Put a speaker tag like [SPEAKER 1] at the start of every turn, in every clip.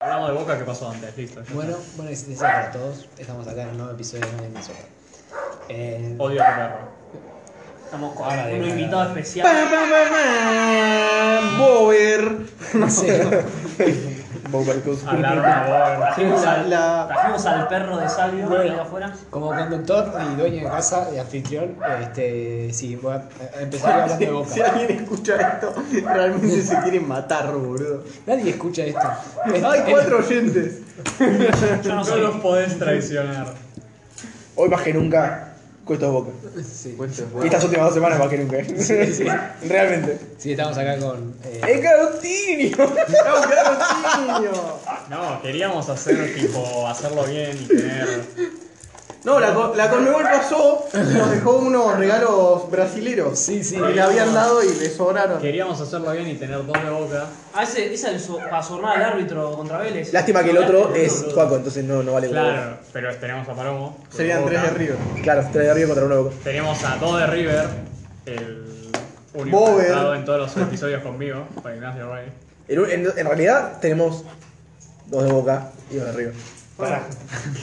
[SPEAKER 1] Hablamos de Boca que pasó antes, listo. ya
[SPEAKER 2] Bueno, buena existencia para todos. Estamos acá en un nuevo episodio de Nadie Me Sopa. Eh,
[SPEAKER 1] está. Odio a tu perro.
[SPEAKER 3] Estamos con
[SPEAKER 2] Ahora
[SPEAKER 3] un
[SPEAKER 2] de-
[SPEAKER 3] invitado especial.
[SPEAKER 4] Bober.
[SPEAKER 2] no sé.
[SPEAKER 4] Bober Cus.
[SPEAKER 1] Hablar una bola.
[SPEAKER 3] Trajimos al,
[SPEAKER 4] La-
[SPEAKER 3] trajimos al perro de Salvio
[SPEAKER 2] Bueno.
[SPEAKER 3] que está afuera.
[SPEAKER 2] Como conductor y dueño de casa y anfitrión, este, sí, voy a a empezar
[SPEAKER 5] Ah,
[SPEAKER 2] hablando de
[SPEAKER 4] Si
[SPEAKER 2] boca.
[SPEAKER 4] alguien escucha esto, realmente se quieren matar, boludo.
[SPEAKER 2] Nadie escucha esto.
[SPEAKER 5] Este,
[SPEAKER 2] Eh, Es-
[SPEAKER 4] Hay cuatro oyentes.
[SPEAKER 3] Yo no
[SPEAKER 1] No
[SPEAKER 3] soy.
[SPEAKER 1] los podés traicionar.
[SPEAKER 5] Hoy más que nunca cuesta boca.
[SPEAKER 2] es- eh, sí,
[SPEAKER 5] Estas últimas dos semanas más que nunca. ¿eh?
[SPEAKER 2] Sí, sí.
[SPEAKER 5] Realmente.
[SPEAKER 2] Sí, estamos acá con. eh,
[SPEAKER 5] ¡Es Garotinio!
[SPEAKER 1] No, queríamos hacer tipo, hacerlo bien y tener.
[SPEAKER 4] No, la, co- la Conmebol pasó y nos dejó unos regalos brasileros.
[SPEAKER 2] Sí, sí.
[SPEAKER 4] Que le habían dado y le sobraron.
[SPEAKER 1] Queríamos hacerlo bien y tener dos de boca.
[SPEAKER 3] A Ah, ese, esa es su- para su jornada del árbitro contra Vélez.
[SPEAKER 5] Lástima que el otro es Juaco, entonces no, no vale boca.
[SPEAKER 1] Claro, pero tenemos a Palomo.
[SPEAKER 4] Serían
[SPEAKER 1] Boca.
[SPEAKER 4] tres de Río.
[SPEAKER 5] Claro, tres de arriba contra uno de boca.
[SPEAKER 1] Tenemos a dos de River, el único
[SPEAKER 4] Bober.
[SPEAKER 1] que ha estado en todos los episodios conmigo, Juan Ignacio Rey.
[SPEAKER 5] En, un- en- en realidad tenemos dos de boca y dos de arriba.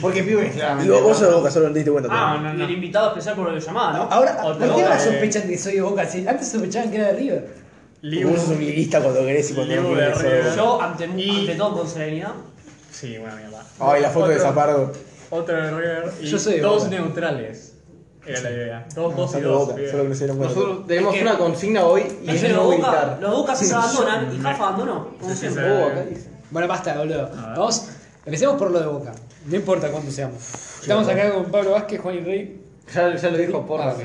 [SPEAKER 4] Porque pibes, claramente.
[SPEAKER 5] Y vos, vos sos de boca, solo no te diste cuenta.
[SPEAKER 3] Ah,
[SPEAKER 5] todavía.
[SPEAKER 3] y el invitado especial por la llamada, ¿no?
[SPEAKER 2] Ahora, ¿por
[SPEAKER 1] Otra
[SPEAKER 2] qué ahora
[SPEAKER 1] de-
[SPEAKER 2] sospechan que soy de boca? Si antes sospechaban que era de River.
[SPEAKER 1] Liu.
[SPEAKER 5] Vos sos un liguista cuando querés y cuando
[SPEAKER 1] Liu
[SPEAKER 5] no
[SPEAKER 1] de
[SPEAKER 5] querés. sos de
[SPEAKER 1] arriba.
[SPEAKER 5] Boca.
[SPEAKER 3] Yo, ante,
[SPEAKER 1] Y-
[SPEAKER 3] ante todo, con serenidad.
[SPEAKER 1] Sí, buena mierda.
[SPEAKER 5] Ay, la foto de
[SPEAKER 1] Otro-
[SPEAKER 5] Zapardo.
[SPEAKER 1] Otro de River y
[SPEAKER 2] Yo soy de
[SPEAKER 1] dos
[SPEAKER 2] Boca.
[SPEAKER 1] neutrales. Era la idea. Dos, dos y
[SPEAKER 5] Son de
[SPEAKER 1] dos.
[SPEAKER 5] boca,
[SPEAKER 1] bien.
[SPEAKER 5] solo que no se dieron cuenta.
[SPEAKER 4] Nosotros tenemos
[SPEAKER 3] Es que-
[SPEAKER 4] una consigna hoy y
[SPEAKER 3] Dice, los
[SPEAKER 4] es no
[SPEAKER 3] Boca,
[SPEAKER 4] gritar.
[SPEAKER 3] los Boca se abandonan y Jafa abandonó. Como
[SPEAKER 1] Sí, sí,
[SPEAKER 3] siempre.
[SPEAKER 1] sí.
[SPEAKER 4] Oh, acá dice.
[SPEAKER 2] Bueno, basta, boludo.
[SPEAKER 1] A ver.
[SPEAKER 2] Vamos, empecemos por lo de boca. No importa cuánto seamos. Estamos acá con Pablo Vázquez, Juan y Rey.
[SPEAKER 4] Ya, ya lo dijo por
[SPEAKER 2] Ah, ok.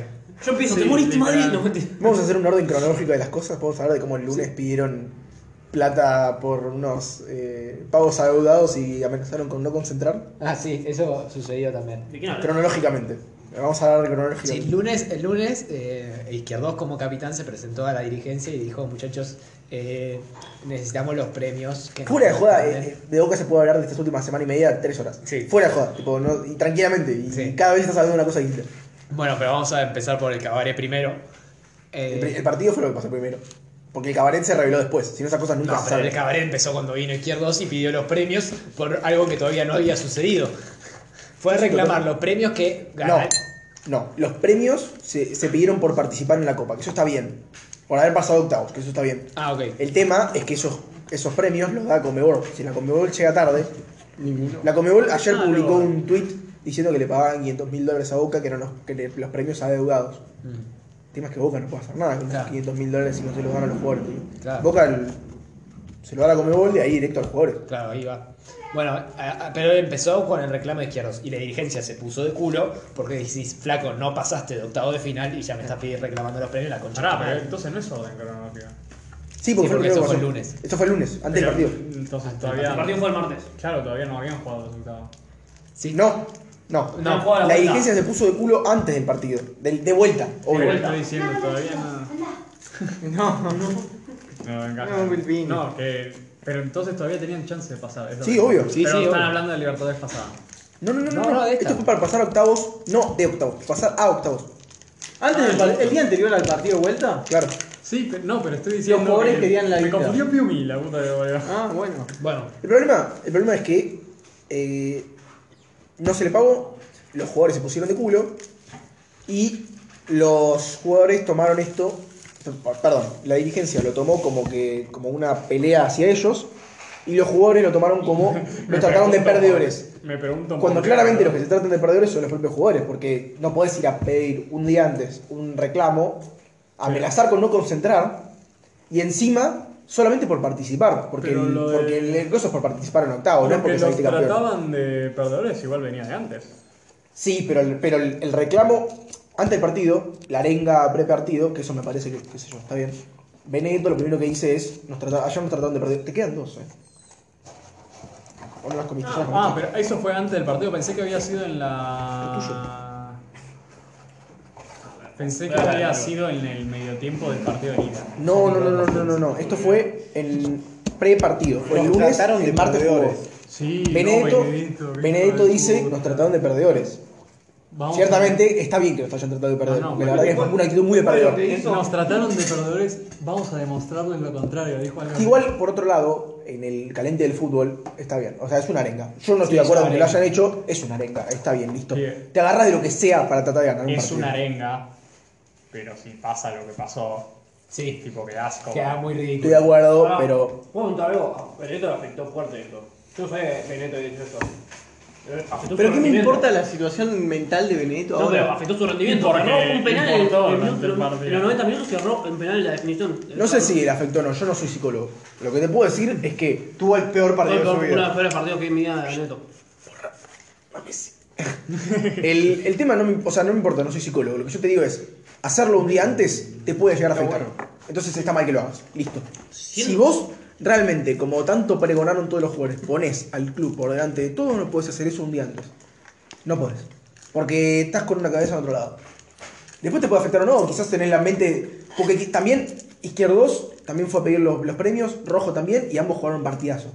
[SPEAKER 3] Yo empiezo,
[SPEAKER 1] Sí,
[SPEAKER 3] te moriste
[SPEAKER 1] literal.
[SPEAKER 3] Madrid. No, mentira.
[SPEAKER 5] Vamos a hacer un orden cronológico de las cosas. Podemos hablar de cómo el lunes pidieron plata por unos eh, pagos adeudados y amenazaron con no concentrar.
[SPEAKER 2] Ah, sí, eso sucedió también.
[SPEAKER 3] ¿De quién hablas?
[SPEAKER 5] Cronológicamente. Vamos a hablar
[SPEAKER 2] Sí,
[SPEAKER 5] cronológicamente.
[SPEAKER 2] el lunes, el lunes eh, Izquierdos como capitán se presentó a la dirigencia y dijo, muchachos, eh, necesitamos los premios. Que nos
[SPEAKER 5] Fuera de joda,
[SPEAKER 2] corresponden".
[SPEAKER 5] eh, de Boca se puede hablar de estas últimas semana y media, tres horas.
[SPEAKER 2] Sí.
[SPEAKER 5] Fuera de joda, tipo, no- y tranquilamente. Y
[SPEAKER 2] Sí.
[SPEAKER 5] cada vez estás hablando de una cosa distinta.
[SPEAKER 2] Bueno, pero vamos a empezar por el cabaret primero. Eh,
[SPEAKER 5] El, pri- el partido fue lo que pasó primero. Porque el cabaret se reveló después. Si no, esas cosas nunca
[SPEAKER 2] no,
[SPEAKER 5] se
[SPEAKER 2] pero el
[SPEAKER 5] saben.
[SPEAKER 2] cabaret empezó cuando vino Izquierdos y pidió los premios por algo que todavía no había sucedido. Fue a reclamar los premios que
[SPEAKER 5] No,
[SPEAKER 2] ganaron.
[SPEAKER 5] no. Los premios se, se pidieron por participar en la Copa, que eso está bien. Por haber pasado octavos, que eso está bien.
[SPEAKER 2] Ah, ok.
[SPEAKER 5] El tema es que esos, esos premios los da Comebol. Si la Comebol llega tarde, La Comebol ayer
[SPEAKER 1] Ah,
[SPEAKER 5] publicó
[SPEAKER 1] no.
[SPEAKER 5] un tweet diciendo que le pagaban 500 mil dólares a Boca, que eran los, que le- los premios adeudados.
[SPEAKER 2] Mm,
[SPEAKER 5] El tema es que Boca no puede hacer nada con
[SPEAKER 2] Claro.
[SPEAKER 5] esos 500 mil dólares si no se los dan a los jugadores. tío.
[SPEAKER 2] Claro.
[SPEAKER 5] Boca el- se lo da a la Comebol y ahí directo a los jugadores.
[SPEAKER 2] Claro, ahí va. Bueno, a- a- pero empezó con el reclamo de Izquierdos y la dirigencia se puso de culo porque decís, flaco, no pasaste de octavo de final y ya me estás pidiendo reclamando los premios la concha. de
[SPEAKER 1] Pará,
[SPEAKER 2] tu madre".
[SPEAKER 1] pero entonces no es orden cronológico.
[SPEAKER 5] Sí, porque,
[SPEAKER 2] Sí, porque
[SPEAKER 5] fue
[SPEAKER 2] eso fue
[SPEAKER 5] lo primero que
[SPEAKER 2] el
[SPEAKER 5] pasó.
[SPEAKER 2] lunes.
[SPEAKER 5] Esto fue el lunes, antes del
[SPEAKER 1] Pero,
[SPEAKER 5] partido.
[SPEAKER 1] Entonces
[SPEAKER 3] El partido
[SPEAKER 1] todavía.
[SPEAKER 3] fue el martes.
[SPEAKER 1] Claro, todavía no habían jugado los resultados.
[SPEAKER 2] Sí.
[SPEAKER 5] No, no.
[SPEAKER 3] No, jugó a la vuelta.
[SPEAKER 5] la dirigencia se puso de culo antes del partido. De, de vuelta, obvio.
[SPEAKER 1] Pero estoy diciendo todavía no.
[SPEAKER 4] No, no.
[SPEAKER 1] No, encaja.
[SPEAKER 4] No, Wilpín.
[SPEAKER 1] No, que. Pero entonces todavía tenían chance de pasar. eso
[SPEAKER 5] Sí,
[SPEAKER 1] es-
[SPEAKER 5] obvio.
[SPEAKER 2] Sí,
[SPEAKER 1] pero
[SPEAKER 2] sí,
[SPEAKER 1] están
[SPEAKER 2] obvio.
[SPEAKER 1] hablando de Libertadores pasada.
[SPEAKER 5] No, no, no, no.
[SPEAKER 2] No, no, de esta.
[SPEAKER 5] Esto fue para pasar a octavos, no de octavos, pasar a octavos.
[SPEAKER 4] Antes del par- el día anterior al partido de vuelta.
[SPEAKER 5] Claro.
[SPEAKER 1] Sí, pero, no, pero estoy diciendo.
[SPEAKER 4] pobres
[SPEAKER 1] que
[SPEAKER 4] querían la
[SPEAKER 1] Me
[SPEAKER 4] guita.
[SPEAKER 1] confundió Piumi, la puta de boludo.
[SPEAKER 4] Ah, bueno.
[SPEAKER 2] Bueno,
[SPEAKER 5] El problema, el problema es que eh, no se le pagó, los jugadores se pusieron de culo y los jugadores tomaron esto, perdón, la dirigencia lo tomó como que como una pelea hacia ellos y los jugadores lo tomaron como
[SPEAKER 1] Me
[SPEAKER 5] lo trataron de
[SPEAKER 1] pregunto-
[SPEAKER 5] perdedores.
[SPEAKER 1] Me pregunto. por
[SPEAKER 5] Cuando
[SPEAKER 1] qué,
[SPEAKER 5] claramente los
[SPEAKER 1] boludo.
[SPEAKER 5] que se tratan de perdedores son los propios jugadores, porque no podés ir a pedir un día antes un reclamo, amenazar con no concentrar y encima solamente por participar, porque,
[SPEAKER 1] Pero
[SPEAKER 5] el,
[SPEAKER 1] lo de-
[SPEAKER 5] porque el- el coso es por participar en octavo, no es
[SPEAKER 1] Los
[SPEAKER 5] porque
[SPEAKER 1] que los
[SPEAKER 5] saliste campeón.
[SPEAKER 1] trataban de perdedores igual venía de antes.
[SPEAKER 5] Sí, pero, el- pero el, el reclamo antes del partido, la arenga pre-partido, que eso me parece que, qué sé yo, está bien. Benedetto lo primero que dice es, nos trata- ayer nos trataron de perder, te quedan dos, eh. O no las comiste, ya las comiste.
[SPEAKER 1] Ah, pero eso fue antes del partido. Pensé que había sido en la. Pensé que había sido en el mediotiempo del partido de ida.
[SPEAKER 5] No, no, no, no, no, no, no. Esto fue en pre-partido. Fue el
[SPEAKER 4] Nos
[SPEAKER 5] lunes,
[SPEAKER 4] trataron de
[SPEAKER 5] el martes jugó.
[SPEAKER 4] perdedores.
[SPEAKER 1] Sí,
[SPEAKER 5] Benedetto, Benedetto dice, nos trataron de perdedores.
[SPEAKER 1] Vamos.
[SPEAKER 5] Ciertamente, está bien que nos hayan tratado de perdedores,
[SPEAKER 1] No, no,
[SPEAKER 5] porque la
[SPEAKER 1] pero
[SPEAKER 5] verdad que es una actitud muy de perdedor.
[SPEAKER 4] Pero que-
[SPEAKER 1] Nos trataron de perdedores, vamos a demostrarlo en lo contrario, dijo algo.
[SPEAKER 5] Igual, por otro lado, en el caliente del fútbol, está bien. O sea, es una arenga. Yo no estoy
[SPEAKER 2] Sí,
[SPEAKER 5] de
[SPEAKER 2] es
[SPEAKER 5] acuerdo
[SPEAKER 2] una
[SPEAKER 5] con que lo
[SPEAKER 2] arenga.
[SPEAKER 5] hayan hecho, es una arenga, está bien, listo.
[SPEAKER 6] Bien.
[SPEAKER 5] Te agarras de lo que sea para tratar de ganar un
[SPEAKER 1] Es
[SPEAKER 5] partido.
[SPEAKER 1] una arenga, pero si pasa lo que pasó,
[SPEAKER 2] Sí,
[SPEAKER 1] tipo que asco.
[SPEAKER 2] queda muy ridículo.
[SPEAKER 5] Estoy de acuerdo,
[SPEAKER 7] Ah,
[SPEAKER 5] pero
[SPEAKER 7] ¿Puedo preguntar algo? A Benedetto le afectó fuerte esto. Yo sé Benedetto de hecho esto. Eh, afectó su
[SPEAKER 4] Pero ¿qué me
[SPEAKER 7] rendimiento.
[SPEAKER 4] importa la situación mental de Benedetto
[SPEAKER 7] No, pero
[SPEAKER 4] ahora?
[SPEAKER 7] afectó su rendimiento.
[SPEAKER 1] Porque
[SPEAKER 7] ganó
[SPEAKER 3] un penal en,
[SPEAKER 1] importó
[SPEAKER 3] en-
[SPEAKER 1] durante el
[SPEAKER 3] en-
[SPEAKER 1] partido.
[SPEAKER 3] en los 90 minutos que erró en penal en la definición.
[SPEAKER 5] no sé si le afectó o no, yo no soy psicólogo. Lo que te puedo decir es que
[SPEAKER 4] Tuvo el peor
[SPEAKER 3] Fue
[SPEAKER 4] partido de
[SPEAKER 3] uno
[SPEAKER 4] su
[SPEAKER 3] de los
[SPEAKER 4] vida.
[SPEAKER 3] peores partidos que vi en mi vida de Benedetto.
[SPEAKER 5] el, el tema no me, o sea, no me importa, no soy psicólogo. Lo que yo te digo es, hacerlo un día antes te puede llegar a afectar. Entonces está mal que lo hagas. Listo. Si vos realmente, como tanto pregonaron todos los jugadores, pones al club por delante de todo, no puedes hacer eso un día antes. No podés. Porque estás con una cabeza en otro lado. Después te puede afectar o no, quizás tenés la mente. Porque qui- también Izquierdos también fue a pedir los, los premios, Rojo también, y ambos jugaron partidazo.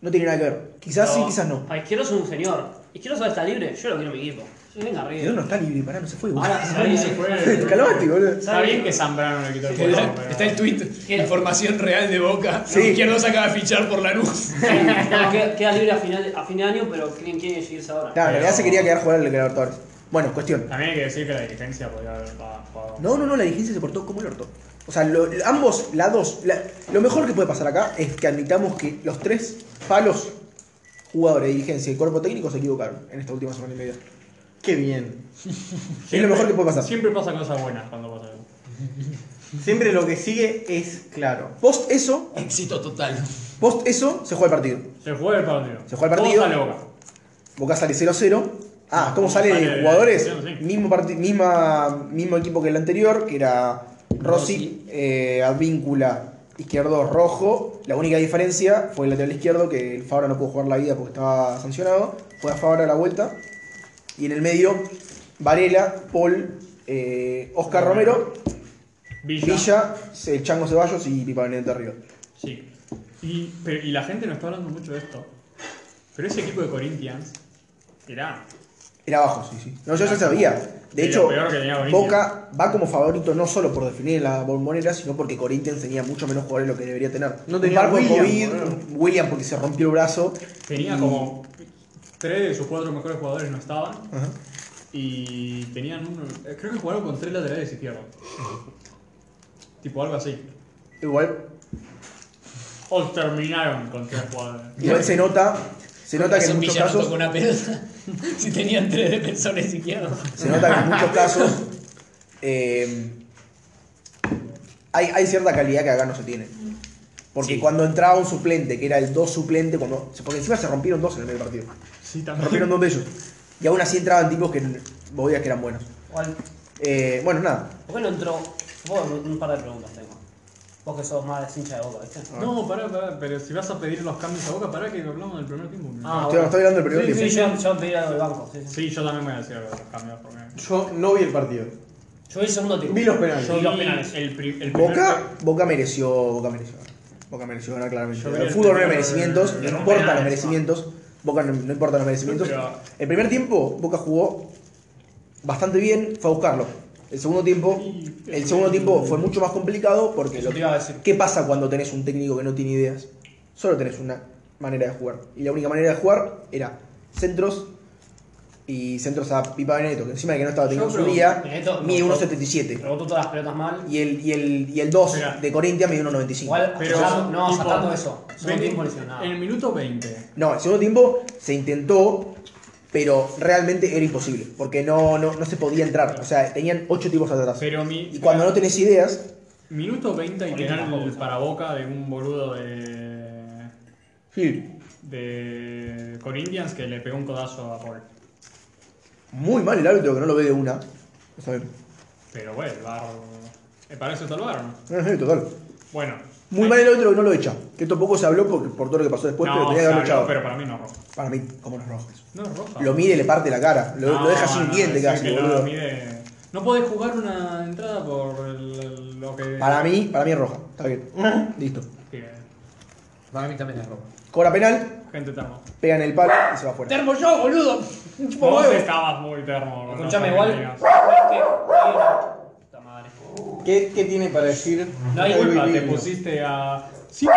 [SPEAKER 5] No tiene nada que ver. Quizás sí, quizás no.
[SPEAKER 3] A Izquierdo es un señor. Izquierdo sabe está libre. Yo lo quiero en mi equipo. Sí, Venga,
[SPEAKER 5] Pero
[SPEAKER 3] arriba.
[SPEAKER 5] no está libre, pará, no se fue. boludo.
[SPEAKER 3] Ahora, sabe-
[SPEAKER 5] Calmate, boludo.
[SPEAKER 1] Está bien que Zambrano le quitó el
[SPEAKER 2] Está,
[SPEAKER 1] color, pero-
[SPEAKER 2] está el tweet, información real de Boca.
[SPEAKER 5] Sí.
[SPEAKER 2] Izquierdo se acaba de fichar por la luz.
[SPEAKER 3] No, queda, queda libre a final, a fin de año, pero ¿quién quiere seguirse ahora?
[SPEAKER 5] Claro, en realidad se quería quedar jugando en el Libertadores. Bueno, cuestión.
[SPEAKER 1] También hay que decir que la dirigencia podría haber jugado.
[SPEAKER 5] No, no, no, la dirigencia se portó como el orto. O sea, lo- ambos lados. la- lo mejor que puede pasar acá es que admitamos que los tres palos, jugadores, dirigencia y cuerpo técnico, se equivocaron en esta última semana y media.
[SPEAKER 4] Qué bien.
[SPEAKER 5] es lo mejor que puede pasar.
[SPEAKER 1] Siempre pasa cosas buenas cuando pasa algo.
[SPEAKER 4] Siempre lo que sigue es claro.
[SPEAKER 5] Post eso,
[SPEAKER 2] Éxito total.
[SPEAKER 5] post eso, se juega el partido.
[SPEAKER 1] Se juega el partido.
[SPEAKER 5] Se juega el partido.
[SPEAKER 1] Todo sale Boca.
[SPEAKER 5] Boca sale 0-0. Ah, ¿cómo
[SPEAKER 1] ¿Cómo
[SPEAKER 5] sale
[SPEAKER 1] sale
[SPEAKER 5] de jugadores?
[SPEAKER 1] la selección? Sí.
[SPEAKER 5] Mismo, parti- misma, mismo equipo que el anterior, que era Rossi, eh, Advíncula, izquierdo, rojo. La única diferencia fue el lateral izquierdo, que el Fabra no pudo jugar la vida porque estaba sancionado. Juega Fabra a la vuelta. Y en el medio, Varela, Paul, eh, Oscar Romero,
[SPEAKER 1] Villa.
[SPEAKER 5] Villa, eh, Chango Ceballos y Pipa Benedetto Río.
[SPEAKER 1] Sí. Y, pero- y la gente no está hablando mucho de esto. Pero ese equipo de Corinthians era.
[SPEAKER 5] Era abajo, sí, sí. No, yo ya sabía. De
[SPEAKER 1] Era
[SPEAKER 5] hecho,
[SPEAKER 1] peor que tenía Corinthians.
[SPEAKER 5] Boca va como favorito no solo por definir la bombonera, sino porque Corinthians tenía mucho menos jugadores de lo que debería tener.
[SPEAKER 4] No
[SPEAKER 5] Un
[SPEAKER 4] tenía
[SPEAKER 5] par por
[SPEAKER 4] William,
[SPEAKER 5] COVID,
[SPEAKER 4] boludo.
[SPEAKER 5] un William porque se rompió el brazo.
[SPEAKER 1] Tenía
[SPEAKER 5] y-
[SPEAKER 1] como. Tres de sus cuatro mejores jugadores no estaban.
[SPEAKER 5] Ajá.
[SPEAKER 1] Y tenían uno. eh, Creo que jugaron con tres laterales izquierdos. tipo algo así.
[SPEAKER 5] Igual,
[SPEAKER 1] O terminaron con tres jugadores.
[SPEAKER 5] igual se nota, se nota que en
[SPEAKER 2] Nelson
[SPEAKER 5] muchos
[SPEAKER 2] Villa no
[SPEAKER 5] casos,
[SPEAKER 2] tocó una pelota. si tenían tres defensores izquierdos.
[SPEAKER 5] se nota que en muchos casos eh, hay, hay cierta calidad que acá no se tiene. Porque
[SPEAKER 2] Sí.
[SPEAKER 5] cuando entraba un suplente, que era el dos suplente, cuando, porque encima se rompieron dos en el medio del partido.
[SPEAKER 1] Sí,
[SPEAKER 5] Se
[SPEAKER 1] también.
[SPEAKER 5] rompieron dos de ellos. Y aún así entraban tipos que vos veías que eran buenos.
[SPEAKER 3] ¿Cuál?
[SPEAKER 5] Eh, bueno, nada.
[SPEAKER 1] Ah,
[SPEAKER 3] ¿Por qué no entró? Vos, un un par de preguntas tengo. Vos que sos más hincha de boca,
[SPEAKER 5] Mm.
[SPEAKER 3] ¿viste? Ah,
[SPEAKER 1] No, pará, pará, pero si vas a pedir los cambios a boca, pará que hablamos del primer tiempo. ¿no?
[SPEAKER 3] Ah,
[SPEAKER 5] Estoy,
[SPEAKER 3] bueno.
[SPEAKER 5] estoy hablando del primer
[SPEAKER 1] Sí,
[SPEAKER 3] Sí,
[SPEAKER 5] tiempo.
[SPEAKER 3] yo, yo pedí algo del banco. Sí, sí.
[SPEAKER 1] Sí, yo también voy a decir algo de los cambios. Porque...
[SPEAKER 4] Yo no vi el partido.
[SPEAKER 3] Yo vi el segundo tiempo.
[SPEAKER 4] Vi los penales.
[SPEAKER 3] Yo vi los penales.
[SPEAKER 1] El, pri- el primer-
[SPEAKER 5] Boca, Boca mereció, Boca mereció. Boca mereció ganar claramente.
[SPEAKER 1] Yo vi
[SPEAKER 5] El
[SPEAKER 1] el
[SPEAKER 5] fútbol no hay
[SPEAKER 1] primer-
[SPEAKER 5] merecimientos,
[SPEAKER 1] de
[SPEAKER 5] no
[SPEAKER 1] los
[SPEAKER 5] importan los
[SPEAKER 1] penales,
[SPEAKER 5] merecimientos. Boca no, no importa los merecimientos.
[SPEAKER 1] Pero-
[SPEAKER 5] El primer tiempo, Boca jugó bastante bien, fue a buscarlo. El segundo tiempo, el segundo tiempo fue mucho más complicado porque lo
[SPEAKER 2] Eso te iba a decir.
[SPEAKER 5] ¿Qué pasa cuando tenés un técnico que no tiene ideas? Solo tenés una manera de jugar. Y la única manera de jugar era centros y centros a Pipa Benedetto, que encima de que no estaba teniendo
[SPEAKER 3] Yo
[SPEAKER 5] su
[SPEAKER 3] creo
[SPEAKER 5] día,
[SPEAKER 3] que Benedetto-
[SPEAKER 5] mide
[SPEAKER 3] no,
[SPEAKER 5] 1.77.
[SPEAKER 3] Rebotó todas las pelotas mal.
[SPEAKER 5] Y el, y el, y el 2
[SPEAKER 1] Espera.
[SPEAKER 5] de Corintia mide 1.95.
[SPEAKER 3] Igual,
[SPEAKER 1] Pero,
[SPEAKER 3] sacando- no,
[SPEAKER 1] tipo,
[SPEAKER 3] sacando eso. Segundo
[SPEAKER 1] veinte-
[SPEAKER 3] tiempo no hicieron nada.
[SPEAKER 1] En el minuto 20.
[SPEAKER 5] No, el segundo tiempo se intentó, pero realmente era imposible, porque no, no, no se podía entrar. O sea, tenían 8 tipos atrás.
[SPEAKER 1] Pero mi.
[SPEAKER 5] Y cuando no tenés ideas,
[SPEAKER 1] Minuto 20 y
[SPEAKER 3] Política
[SPEAKER 1] tener el
[SPEAKER 3] pública.
[SPEAKER 1] para boca de un boludo de.
[SPEAKER 5] Gil,
[SPEAKER 1] de. Corinthians que le pegó un codazo a Paul.
[SPEAKER 5] muy mal el árbitro que no lo ve de una. O sea,
[SPEAKER 1] Pero bueno, el bar. eh, Para eso está el bar, ¿no?
[SPEAKER 5] no es total.
[SPEAKER 1] Bueno.
[SPEAKER 5] Muy
[SPEAKER 1] Eh,
[SPEAKER 5] mal el otro que no lo echa. Que esto poco se habló por, por todo lo que pasó después,
[SPEAKER 1] No,
[SPEAKER 5] pero tenía que haberlo
[SPEAKER 1] se habló,
[SPEAKER 5] echado.
[SPEAKER 1] pero para mí no es roja.
[SPEAKER 5] Para mí, como los rojos.
[SPEAKER 1] No es roja.
[SPEAKER 5] Lo mide y le parte la cara. Lo,
[SPEAKER 1] No,
[SPEAKER 5] lo deja sin
[SPEAKER 1] no,
[SPEAKER 5] diente
[SPEAKER 1] decir
[SPEAKER 5] casi,
[SPEAKER 1] que lo
[SPEAKER 5] boludo.
[SPEAKER 1] mide- No podés jugar una entrada por el- lo que.
[SPEAKER 5] Para mí, para mí es roja. Está bien. Listo.
[SPEAKER 1] que
[SPEAKER 2] Para mí también es ropa.
[SPEAKER 5] Cobra penal,
[SPEAKER 1] Gente termo.
[SPEAKER 5] pega en el palo y se va afuera.
[SPEAKER 2] Termo yo, boludo. Un chupo
[SPEAKER 1] Vos
[SPEAKER 2] huevo.
[SPEAKER 1] estabas muy termo. con
[SPEAKER 3] Escuchame
[SPEAKER 1] los
[SPEAKER 3] igual.
[SPEAKER 1] amigos.
[SPEAKER 3] ¿qué? Puta madre.
[SPEAKER 4] ¿Qué, qué tiene para decir?
[SPEAKER 1] No hay
[SPEAKER 4] Jaime
[SPEAKER 1] culpa, te
[SPEAKER 4] Vigno?
[SPEAKER 1] pusiste a. Sí, Te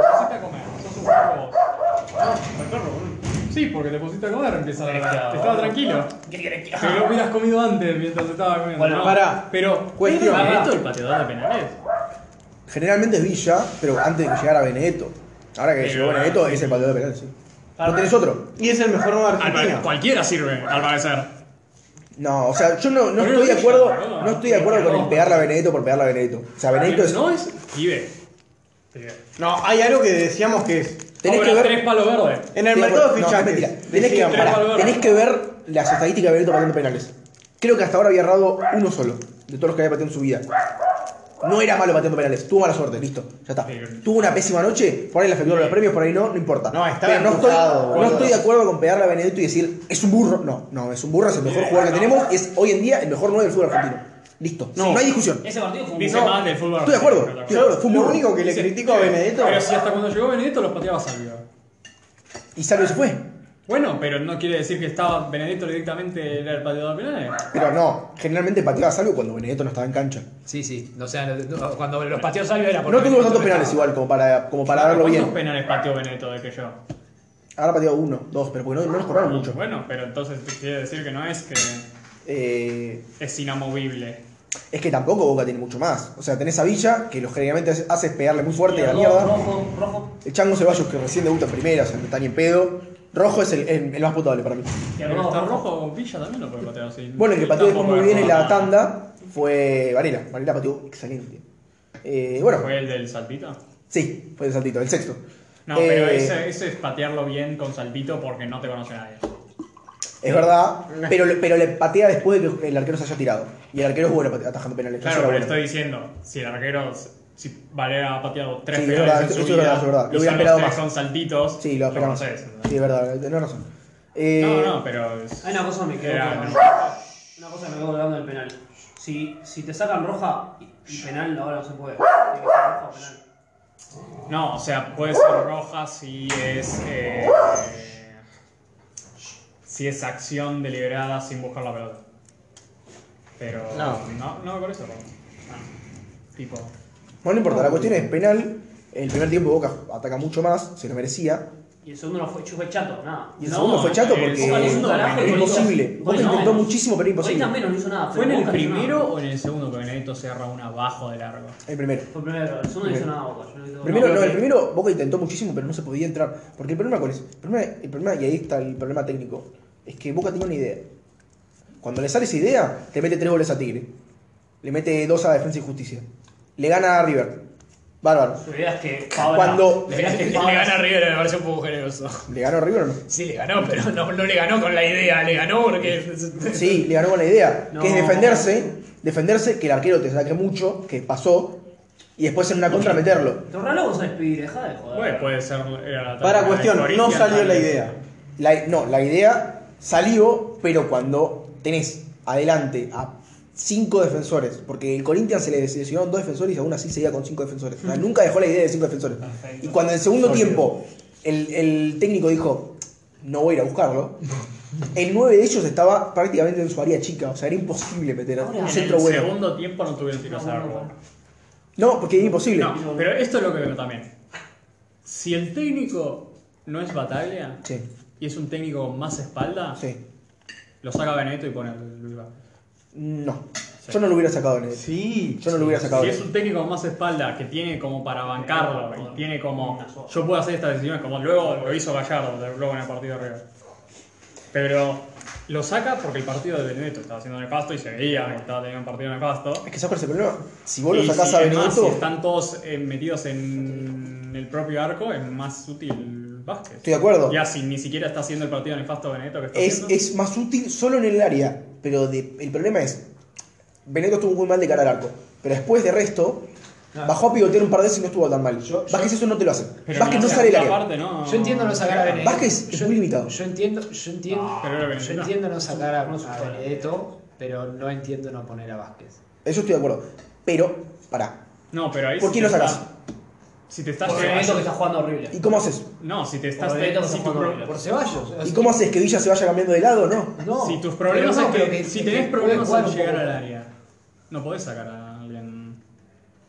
[SPEAKER 1] pusiste a comer, sos un perro vos. ¿Al perro, boludo? Sí, porque te pusiste a comer, empieza a ladrar. Estaba tranquilo. Pero hubieras comido antes mientras estaba comiendo.
[SPEAKER 2] Bueno,
[SPEAKER 1] no.
[SPEAKER 5] pará.
[SPEAKER 1] Pero. eh,
[SPEAKER 5] Cuestión.
[SPEAKER 2] Ah.
[SPEAKER 1] Pará.
[SPEAKER 5] ¿Benedetto
[SPEAKER 1] ¿Esto el pateador de penales?
[SPEAKER 5] Generalmente es Villa, pero antes de que llegara Benedetto. Ahora que
[SPEAKER 1] Pero
[SPEAKER 5] llegó
[SPEAKER 1] ahora-
[SPEAKER 5] Benedetto, es el pateador de penal, sí. ¿No tenés otro?
[SPEAKER 4] Y es el mejor nuevo
[SPEAKER 1] Al
[SPEAKER 4] Argentina.
[SPEAKER 1] pare- cualquiera sirve, al parecer.
[SPEAKER 5] No, o sea, yo no, no
[SPEAKER 1] Pero
[SPEAKER 5] estoy de
[SPEAKER 1] es Villa,
[SPEAKER 5] acuerdo,
[SPEAKER 1] boludo.
[SPEAKER 5] no estoy de acuerdo con el pegarla a Benedetto por pegarla a Benedetto. O sea, Benedetto es.
[SPEAKER 1] No es. Pibe. Pibe.
[SPEAKER 4] No, hay algo que decíamos que es.
[SPEAKER 5] Tenés que
[SPEAKER 1] Ahora,
[SPEAKER 5] ver.
[SPEAKER 1] Tres palos verdes.
[SPEAKER 4] En el
[SPEAKER 5] Estoy de
[SPEAKER 4] mercado de
[SPEAKER 5] acuerdo. No, es
[SPEAKER 4] fichajes.
[SPEAKER 5] mentira. Tenés que,
[SPEAKER 4] decíamos-
[SPEAKER 5] pará,
[SPEAKER 1] palos verdes.
[SPEAKER 5] tenés que ver las estadísticas de Benedetto pateando penales. Creo que hasta ahora había errado uno solo, de todos los que había pateado en su vida. No era malo pateando penales, tuvo mala suerte, listo, ya está. Tuvo una pésima noche, por ahí le afectó los premios, por ahí no, no importa.
[SPEAKER 4] No, estaba
[SPEAKER 5] Pero no estoy,
[SPEAKER 4] empujado,
[SPEAKER 5] no
[SPEAKER 4] boludo.
[SPEAKER 5] estoy de acuerdo con pegarle a Benedetto y decir, es un burro. No, no, es un burro, es el mejor jugador que tenemos, es hoy en día el mejor 9 del fútbol argentino. Listo, no, no hay discusión.
[SPEAKER 3] Ese partido fue un
[SPEAKER 1] Dice más del fútbol.
[SPEAKER 5] Estoy
[SPEAKER 1] argentino,
[SPEAKER 5] de acuerdo,
[SPEAKER 1] pero-
[SPEAKER 5] estoy de acuerdo, fue un
[SPEAKER 4] Lo
[SPEAKER 5] burro.
[SPEAKER 4] único que le
[SPEAKER 1] Sí.
[SPEAKER 4] critico a Benedetto.
[SPEAKER 1] Pero si hasta cuando llegó Benedetto los pateaba Salvio.
[SPEAKER 5] Y Salvio se fue.
[SPEAKER 1] Bueno, pero no quiere decir que estaba Benedetto directamente era el pateador de penales.
[SPEAKER 5] Pero no, generalmente pateaba Salvio cuando Benedetto no estaba en cancha.
[SPEAKER 2] Sí, sí. O sea, no- cuando los pateos salvio era
[SPEAKER 5] No tuvimos tantos penales igual como para, como para verlo
[SPEAKER 1] ¿Cuántos
[SPEAKER 5] bien.
[SPEAKER 1] penales pateó Benedetto de que yo?
[SPEAKER 5] Ahora pateó uno, dos, pero porque no, no nos cobraron mucho.
[SPEAKER 1] Bueno, pero entonces te quiere decir que no es que
[SPEAKER 5] Eh,
[SPEAKER 1] es inamovible.
[SPEAKER 5] es que tampoco Boca tiene mucho más. O sea, tenés a Villa, que lo generalmente hace- hace pegarle muy fuerte a la mierda.
[SPEAKER 3] Rojo, rojo.
[SPEAKER 5] El Chango Ceballos, que recién debuta en primera, o sea, no está ni en pedo. Rojo es el, el- el más potable para mí.
[SPEAKER 3] Y
[SPEAKER 1] Pero
[SPEAKER 3] rojo,
[SPEAKER 1] está
[SPEAKER 3] rojo.
[SPEAKER 1] rojo o Villa también lo puede patear así.
[SPEAKER 5] Bueno, el que
[SPEAKER 1] Él
[SPEAKER 5] pateó después
[SPEAKER 1] tampoco
[SPEAKER 5] muy bien en la
[SPEAKER 1] agarró nada.
[SPEAKER 5] tanda fue Varela. Varela pateó excelente. Eh, bueno,
[SPEAKER 1] ¿Fue el del salpito?
[SPEAKER 5] sí, fue el saltito, el sexto.
[SPEAKER 1] No, pero
[SPEAKER 5] Eh,
[SPEAKER 1] ese, ese es patearlo bien con salpito porque no te conoce nadie.
[SPEAKER 5] Es verdad, pero, le- pero le patea después de que el arquero se haya tirado. Y el arquero es bueno pate- atajando penales.
[SPEAKER 1] Claro,
[SPEAKER 5] Eso era
[SPEAKER 1] pero
[SPEAKER 5] bueno.
[SPEAKER 1] estoy diciendo, si el arquero, si Valera ha pateado tres
[SPEAKER 5] Sí, es
[SPEAKER 1] penales
[SPEAKER 5] verdad,
[SPEAKER 1] en su
[SPEAKER 5] eso es
[SPEAKER 1] vida,
[SPEAKER 5] verdad, eso es verdad. Lo
[SPEAKER 1] y
[SPEAKER 5] hubiera
[SPEAKER 1] son
[SPEAKER 5] esperado
[SPEAKER 1] los tres
[SPEAKER 5] más.
[SPEAKER 1] son saltitos,
[SPEAKER 5] Sí, lo esperamos.
[SPEAKER 1] conoces.
[SPEAKER 5] Sí, es verdad, tenés razón. Eh,
[SPEAKER 1] No, no, pero... es-
[SPEAKER 3] Hay una cosa que me quedó
[SPEAKER 1] Era-
[SPEAKER 3] colgando. Una cosa que me quedó colgando del penal. Si, si te sacan roja y y penal, ahora no se puede. Tiene que ser roja o penal.
[SPEAKER 1] No, o sea, puede ser roja si es... eh, si es acción deliberada sin buscar la pelota. Pero...
[SPEAKER 4] No.
[SPEAKER 1] No, no me parece roja. Ah, Tipo...
[SPEAKER 5] Bueno, no importa, la cuestión es penal. El primer tiempo Boca ataca mucho más, se lo merecía.
[SPEAKER 3] Y el segundo no fue, fue chato, nada.
[SPEAKER 5] Y el
[SPEAKER 1] No,
[SPEAKER 5] segundo fue chato
[SPEAKER 3] eh,
[SPEAKER 1] es-
[SPEAKER 5] porque
[SPEAKER 1] Boca no hizo
[SPEAKER 5] es
[SPEAKER 1] un carajo,
[SPEAKER 5] imposible.
[SPEAKER 3] Boca
[SPEAKER 5] Boca
[SPEAKER 3] hizo
[SPEAKER 5] intentó
[SPEAKER 3] menos.
[SPEAKER 5] muchísimo, pero imposible.
[SPEAKER 3] Ahorita menos no hizo nada.
[SPEAKER 1] ¿Fue en el
[SPEAKER 3] Boca no hizo
[SPEAKER 1] primero
[SPEAKER 3] nada.
[SPEAKER 1] o en el segundo que Benedetto se agarra una abajo de largo?
[SPEAKER 5] El primero.
[SPEAKER 3] Fue el primero. El segundo no hizo nada Boca. Yo no hizo-
[SPEAKER 5] Primero,
[SPEAKER 3] no,
[SPEAKER 5] no, el
[SPEAKER 3] creo que-
[SPEAKER 5] primero Boca intentó muchísimo, pero no se podía entrar. Porque el problema cuál es? El problema, el problema- y ahí está el problema técnico, es que Boca tiene una idea. Cuando le sale esa idea, le mete tres goles a Tigre. Le mete dos a Defensa y Justicia. Le gana a River. Bárbaro.
[SPEAKER 3] Su idea es que Paola-
[SPEAKER 5] Cuando-
[SPEAKER 3] la idea es que
[SPEAKER 2] Le
[SPEAKER 3] Paola-
[SPEAKER 2] gana a River, me parece un poco generoso.
[SPEAKER 5] ¿Le ganó a River o no?
[SPEAKER 2] Sí, le ganó, pero no, no le ganó con la idea, le ganó porque.
[SPEAKER 5] Sí, le ganó con la idea,
[SPEAKER 3] No.
[SPEAKER 5] que es defenderse, defenderse, que el arquero te saque mucho, que pasó, y después en una contra meterlo.
[SPEAKER 3] Torraló vos sabés pedir, dejá de joder.
[SPEAKER 1] Bueno, puede ser... Era la
[SPEAKER 4] Para
[SPEAKER 1] de
[SPEAKER 4] cuestión, no
[SPEAKER 1] Corinthians
[SPEAKER 4] salió la
[SPEAKER 1] también.
[SPEAKER 4] idea.
[SPEAKER 5] La- no, la idea salió, pero cuando tenés adelante a cinco defensores, porque el Corinthians se le decepcionaron dos defensores y aún así seguía con cinco defensores. O sea, nunca dejó la idea de cinco defensores. Y cuando en el segundo tiempo el, el técnico dijo, no voy a ir a buscarlo, el 9 de ellos estaba prácticamente en su área chica, o sea, era imposible meter
[SPEAKER 3] Ahora,
[SPEAKER 5] un
[SPEAKER 1] En
[SPEAKER 5] centro
[SPEAKER 1] el
[SPEAKER 5] bueno.
[SPEAKER 1] segundo tiempo no tuvieron tiros a largo.
[SPEAKER 5] No, porque era imposible.
[SPEAKER 1] No, pero esto es lo que veo también. Si el técnico no es Bataglia
[SPEAKER 5] Sí,
[SPEAKER 1] y es un técnico con más espalda,
[SPEAKER 5] sí.
[SPEAKER 1] lo saca Benedetto y pone el Luis Vázquez.
[SPEAKER 5] No. Yo no lo hubiera sacado en ese.
[SPEAKER 4] Sí.
[SPEAKER 5] Yo no lo hubiera sacado
[SPEAKER 1] Si
[SPEAKER 5] en
[SPEAKER 1] es
[SPEAKER 5] ese.
[SPEAKER 1] un técnico con más espalda que tiene como para bancarlo y tiene como yo puedo hacer estas decisiones como luego lo hizo Gallardo luego en el partido de River. Pero lo saca porque el partido de Benedetto estaba haciendo nefasto y se veía que estaba teniendo un partido nefasto.
[SPEAKER 5] Es que sabes cuál es el problema. Si vos lo
[SPEAKER 1] Y
[SPEAKER 5] sacás
[SPEAKER 1] si-
[SPEAKER 5] a
[SPEAKER 1] es más,
[SPEAKER 5] Benedetto,
[SPEAKER 1] Si están todos eh, metidos en el propio arco, es más útil Vázquez.
[SPEAKER 5] estoy de acuerdo.
[SPEAKER 1] Ya, si ni siquiera está haciendo el partido nefasto Benedetto que está
[SPEAKER 5] Es,
[SPEAKER 1] haciendo.
[SPEAKER 5] es más útil solo en el área. Pero de- el problema es. Benedetto estuvo muy mal de cara al arco. Pero después de resto, bajó a pivotear un par de veces y no estuvo tan mal. Vázquez eso no te lo hace.
[SPEAKER 1] Pero
[SPEAKER 5] Vázquez
[SPEAKER 1] en
[SPEAKER 5] no
[SPEAKER 1] la
[SPEAKER 5] sale del área.
[SPEAKER 1] segunda parte, no.
[SPEAKER 2] Yo entiendo no sacar a Benedetto.
[SPEAKER 5] Vázquez es
[SPEAKER 2] Yo-
[SPEAKER 5] muy limitado.
[SPEAKER 2] Yo entiendo, yo entiendo,
[SPEAKER 1] Pero era
[SPEAKER 2] yo
[SPEAKER 1] Benedetto.
[SPEAKER 2] entiendo no sacar a, a Benedetto, pero no entiendo no poner a Vázquez.
[SPEAKER 5] Eso estoy de acuerdo. Pero, pará.
[SPEAKER 1] No, pero ahí.
[SPEAKER 5] ¿Por
[SPEAKER 1] si
[SPEAKER 5] qué
[SPEAKER 1] te
[SPEAKER 5] lo sacás?
[SPEAKER 1] está- Si te estás
[SPEAKER 3] Por el momento que
[SPEAKER 1] llevando.
[SPEAKER 3] está jugando horrible.
[SPEAKER 5] ¿Y cómo haces?
[SPEAKER 1] No, si te estás.
[SPEAKER 3] Por el momento que
[SPEAKER 1] si tu
[SPEAKER 3] está jugando
[SPEAKER 1] pro-
[SPEAKER 3] horrible.
[SPEAKER 2] Por Ceballos.
[SPEAKER 5] ¿Y cómo haces que Villa se vaya cambiando de lado? No.
[SPEAKER 2] No,
[SPEAKER 1] si tus problemas
[SPEAKER 2] pero
[SPEAKER 1] es
[SPEAKER 2] no,
[SPEAKER 1] que,
[SPEAKER 2] pero que-
[SPEAKER 1] Si
[SPEAKER 2] que
[SPEAKER 1] tenés
[SPEAKER 2] puede
[SPEAKER 1] problemas
[SPEAKER 2] jugar
[SPEAKER 1] al
[SPEAKER 2] un
[SPEAKER 1] llegar
[SPEAKER 2] poco.
[SPEAKER 1] al área, no podés sacar a alguien.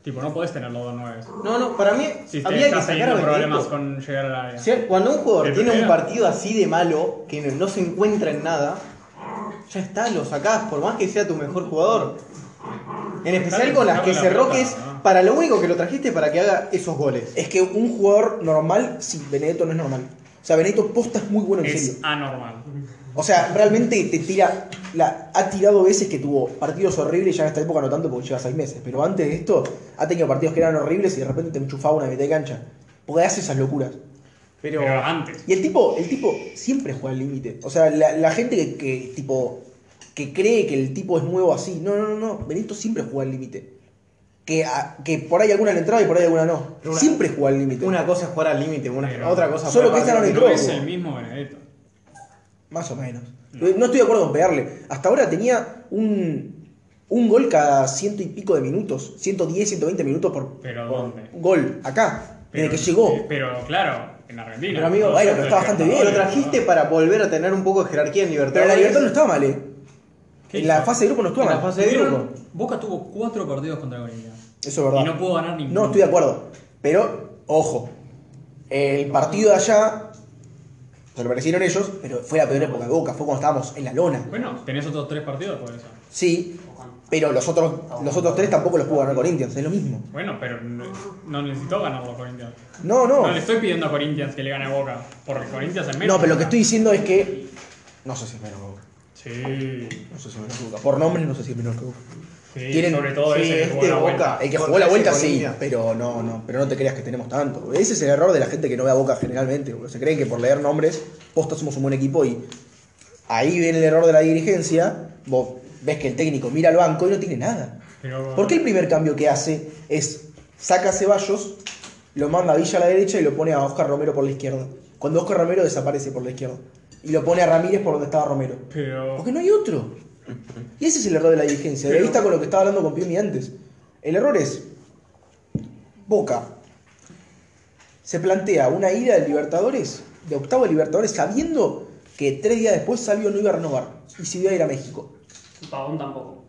[SPEAKER 1] Tipo, no podés tener los dos nueve.
[SPEAKER 4] No, no, para mí
[SPEAKER 1] Si te
[SPEAKER 4] había que
[SPEAKER 1] estás
[SPEAKER 4] sacar a
[SPEAKER 1] teniendo problemas
[SPEAKER 4] Benedetto.
[SPEAKER 1] con llegar al área.
[SPEAKER 4] O sea, cuando un jugador
[SPEAKER 1] El
[SPEAKER 4] tiene un
[SPEAKER 1] primero.
[SPEAKER 4] partido así de malo, que no, no se encuentra en nada, ya está, lo sacás, por más que sea tu mejor jugador. En especial
[SPEAKER 1] Dale,
[SPEAKER 4] con las
[SPEAKER 1] sacame
[SPEAKER 4] que
[SPEAKER 1] la
[SPEAKER 4] cerró,
[SPEAKER 1] pelota,
[SPEAKER 4] que es
[SPEAKER 1] ¿no?
[SPEAKER 4] para lo único que lo trajiste para que haga esos goles.
[SPEAKER 5] Es que un jugador normal, sí, Benedetto no es normal. O sea, Benedetto posta es muy bueno en
[SPEAKER 1] Es
[SPEAKER 5] serio.
[SPEAKER 1] anormal.
[SPEAKER 5] O sea, realmente te tira. La, ha tirado veces que tuvo partidos horribles, ya en esta época no tanto porque lleva seis meses. Pero antes de esto, ha tenido partidos que eran horribles y de repente te enchufaba una mitad de cancha. Porque hace esas locuras.
[SPEAKER 1] Pero, antes.
[SPEAKER 5] Y el tipo, el tipo siempre juega al límite. O sea, la, la gente que, que, tipo que cree que el tipo es nuevo así. No, no, no, no. Benito siempre juega al límite. Que, a- que por ahí alguna le entraba y por ahí alguna no.
[SPEAKER 4] Pero una-
[SPEAKER 5] siempre juega al límite.
[SPEAKER 4] Una cosa es jugar al límite, una,
[SPEAKER 1] Pero-
[SPEAKER 4] otra cosa es
[SPEAKER 5] Solo
[SPEAKER 4] jugar
[SPEAKER 5] Cristiano
[SPEAKER 4] al límite.
[SPEAKER 5] Ronaldo.
[SPEAKER 1] No es el mismo Benedetto.
[SPEAKER 5] Más o menos. No estoy de acuerdo con pegarle. Hasta ahora tenía un, un gol cada ciento y pico de minutos. 110, 120 minutos por,
[SPEAKER 1] Pero
[SPEAKER 5] por
[SPEAKER 1] ¿dónde?
[SPEAKER 5] gol. Acá.
[SPEAKER 1] Pero-
[SPEAKER 5] desde que llegó.
[SPEAKER 1] eh, Pero claro, en Argentina.
[SPEAKER 5] Pero, amigo, bueno, pero está bastante bien.
[SPEAKER 4] Lo trajiste para volver a tener un poco de jerarquía en
[SPEAKER 5] pero la
[SPEAKER 4] Libertadores.
[SPEAKER 5] libertad no estaba mal, eh.
[SPEAKER 1] ¿Qué
[SPEAKER 5] En la
[SPEAKER 1] hizo?
[SPEAKER 5] fase de grupo no estuvo
[SPEAKER 4] En la
[SPEAKER 5] mal.
[SPEAKER 4] fase de
[SPEAKER 1] Tuvieron-
[SPEAKER 4] grupo.
[SPEAKER 1] Boca tuvo cuatro partidos contra Bolivia.
[SPEAKER 5] Eso es verdad.
[SPEAKER 1] Y no pudo ganar ninguno.
[SPEAKER 5] No, estoy de acuerdo. Pero, ojo, el partido de allá se lo merecieron ellos, pero fue la peor época de Boca, fue cuando estábamos en la lona.
[SPEAKER 1] Bueno, tenés otros tres partidos por eso.
[SPEAKER 5] Sí, pero los otros, los otros tres tampoco los pudo ganar Corinthians, es lo mismo.
[SPEAKER 1] Bueno, pero no no necesitó ganar los Corinthians.
[SPEAKER 5] No, no.
[SPEAKER 1] No le estoy pidiendo a Corinthians que le gane a Boca. Porque Corinthians es menos.
[SPEAKER 5] No, pero lo que estoy
[SPEAKER 1] Boca.
[SPEAKER 5] diciendo es que. No sé si es menos que Boca.
[SPEAKER 1] Sí.
[SPEAKER 5] No sé si es menos que Boca. Por nombres no sé si es menos que Boca.
[SPEAKER 1] sí
[SPEAKER 5] Tienen-
[SPEAKER 1] sobre todo
[SPEAKER 4] sí,
[SPEAKER 1] ese que jugó
[SPEAKER 4] este
[SPEAKER 1] la
[SPEAKER 4] Boca.
[SPEAKER 1] vuelta.
[SPEAKER 5] El que
[SPEAKER 4] Contra
[SPEAKER 5] jugó la
[SPEAKER 4] ese
[SPEAKER 5] vuelta sí,
[SPEAKER 4] Corinthians.
[SPEAKER 5] pero no, no, pero no te creas que tenemos tanto. Ese es el error de la gente que no ve a Boca generalmente, boludo. Se creen que por leer nombres, posta somos un buen equipo y ahí viene el error de la dirigencia, vos ves que el técnico mira al banco y no tiene nada.
[SPEAKER 1] Pero-
[SPEAKER 5] ¿Por qué el primer cambio que hace es saca a Ceballos, lo manda a Villa a la derecha y lo pone a Oscar Romero por la izquierda? Cuando Oscar Romero desaparece por la izquierda. Y lo pone a Ramírez por donde estaba Romero.
[SPEAKER 1] Pero.
[SPEAKER 5] Porque no hay otro. Y ese es el error de la dirigencia. De ahí
[SPEAKER 1] Pero-
[SPEAKER 5] está con lo que estaba hablando con Piumi antes. El error es. Boca se plantea una ida de Libertadores, de octavo de Libertadores, sabiendo que tres días después Salvio no iba a renovar y se iba a ir a México.
[SPEAKER 3] Pavón tampoco.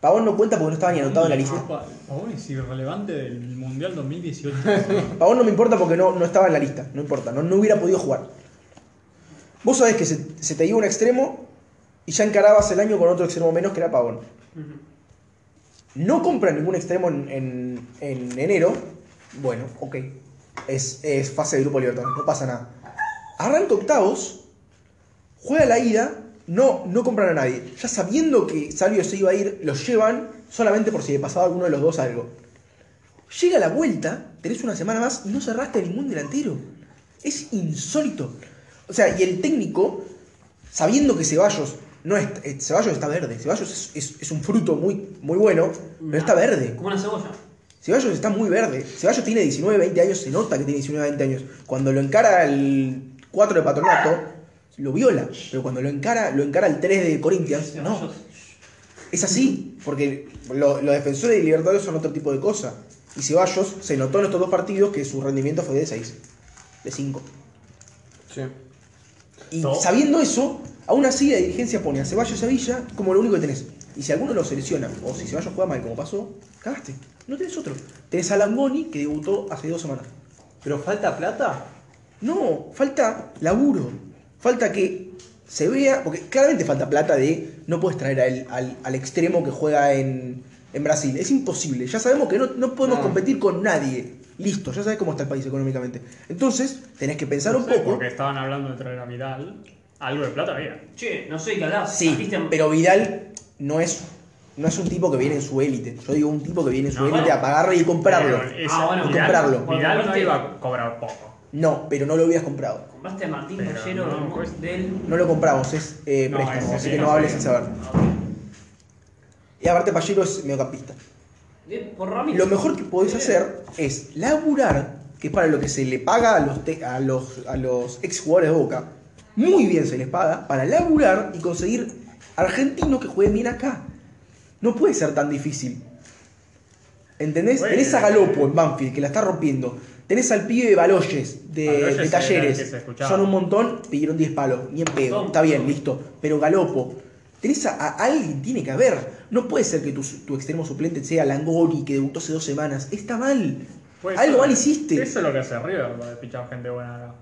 [SPEAKER 5] Pavón no cuenta porque no estaba ni anotado en la lista.
[SPEAKER 1] Pa- Pavón oh, es irrelevante del Mundial 2018.
[SPEAKER 5] Pavón no me importa porque no, no estaba en la lista, no importa, no, no hubiera podido jugar. Vos sabés que se, se te iba un extremo y ya encarabas el año con otro extremo menos que era Pavón.
[SPEAKER 3] Ujú.
[SPEAKER 5] No compra ningún extremo en, en- en enero. Bueno, ok. Es, es fase de grupo Libertadores, no pasa nada. Arranca octavos, juega la ida, no, no compran a nadie. Ya sabiendo que Salvio se iba a ir, los llevan solamente por si le pasaba a alguno de los dos algo. Llega la vuelta, tenés una semana más y no cerraste a ningún delantero. Es insólito. O sea, y el técnico, sabiendo que Ceballos no es, eh, Ceballos está verde, Ceballos es, es- es un fruto muy, muy bueno, pero está verde.
[SPEAKER 3] Como una cebolla.
[SPEAKER 5] Ceballos está muy verde. Ceballos tiene 19, 20 años, se nota que tiene 19, 20 años. Cuando lo encara el 4 de Patronato, lo viola. Pero cuando lo encara, lo encara el 3 de Corinthians, no.
[SPEAKER 3] Ceballos.
[SPEAKER 5] Es así, porque lo- los defensores de Libertadores son otro tipo de cosa. Y Ceballos se notó en estos dos partidos que su rendimiento fue de 6, de 5. Y
[SPEAKER 1] No.
[SPEAKER 5] sabiendo eso, aún así la dirigencia pone a Ceballos y a Villa como lo único que tenés. Y si alguno lo selecciona, o si Ceballos juega mal como pasó, cagaste. No tenés otro. Tenés a Langoni que debutó hace dos semanas.
[SPEAKER 4] Pero falta plata.
[SPEAKER 5] No, falta laburo. Falta que se vea, porque claramente falta plata de no puedes traer a él- al, al extremo que juega en, en Brasil. Es imposible. Ya sabemos que no, no
[SPEAKER 1] Ah.
[SPEAKER 5] podemos competir con nadie. Listo, ya sabes cómo está el país económicamente. Entonces, tenés que pensar un
[SPEAKER 1] No sé,
[SPEAKER 5] poco.
[SPEAKER 1] Porque estaban hablando de traer a Vidal. Algo de plata había.
[SPEAKER 3] Che, no sé qué hablar.
[SPEAKER 5] Sí, pero Vidal no es, no es un tipo que viene en su élite. Yo digo un tipo que viene en su
[SPEAKER 1] No,
[SPEAKER 5] élite
[SPEAKER 3] bueno.
[SPEAKER 5] a pagarle y comprarlo.
[SPEAKER 1] Pero eh, ese-
[SPEAKER 3] Ah, bueno,
[SPEAKER 5] Y comprarlo.
[SPEAKER 1] Vidal no iba a cobrar poco.
[SPEAKER 5] No, pero no lo hubieras comprado.
[SPEAKER 3] Compraste a Martín
[SPEAKER 1] Pero
[SPEAKER 3] Pallero
[SPEAKER 1] no,
[SPEAKER 3] del-
[SPEAKER 1] pues.
[SPEAKER 3] del.
[SPEAKER 5] No lo compramos, es eh,
[SPEAKER 1] No,
[SPEAKER 5] préstamo,
[SPEAKER 1] ese
[SPEAKER 5] así
[SPEAKER 1] sí,
[SPEAKER 5] que
[SPEAKER 1] no
[SPEAKER 5] no hables sin
[SPEAKER 1] sabía.
[SPEAKER 5] saber. Y aparte Pallero es mediocampista.
[SPEAKER 3] de- Por Ramírez.
[SPEAKER 5] Lo mejor que podés hacer es laburar, que es para lo que se le paga a los, te- a los, a los ex jugadores de Boca. Muy bien se les paga para laburar y conseguir argentinos que jueguen bien acá. No puede ser tan difícil. ¿Entendés?
[SPEAKER 1] Bueno.
[SPEAKER 5] Tenés a Galopo en Banfield, que la está rompiendo. Tenés al pibe de Baloyes, de,
[SPEAKER 1] Baloyes era
[SPEAKER 5] de
[SPEAKER 1] el que
[SPEAKER 5] Talleres.
[SPEAKER 1] se escuchaba.
[SPEAKER 5] Son un montón, pidieron 10 palos. Ni en pedo.
[SPEAKER 3] Son-
[SPEAKER 5] Está bien, listo. Pero Galopo, Tenés a, a alguien, tiene que haber. No puede ser que tu, su- tu extremo suplente sea Langoni, que debutó hace dos semanas. Está mal.
[SPEAKER 1] Pues
[SPEAKER 5] Algo
[SPEAKER 1] eso-
[SPEAKER 5] mal hiciste.
[SPEAKER 1] Eso es lo que hace River, lo de fichar gente buena acá.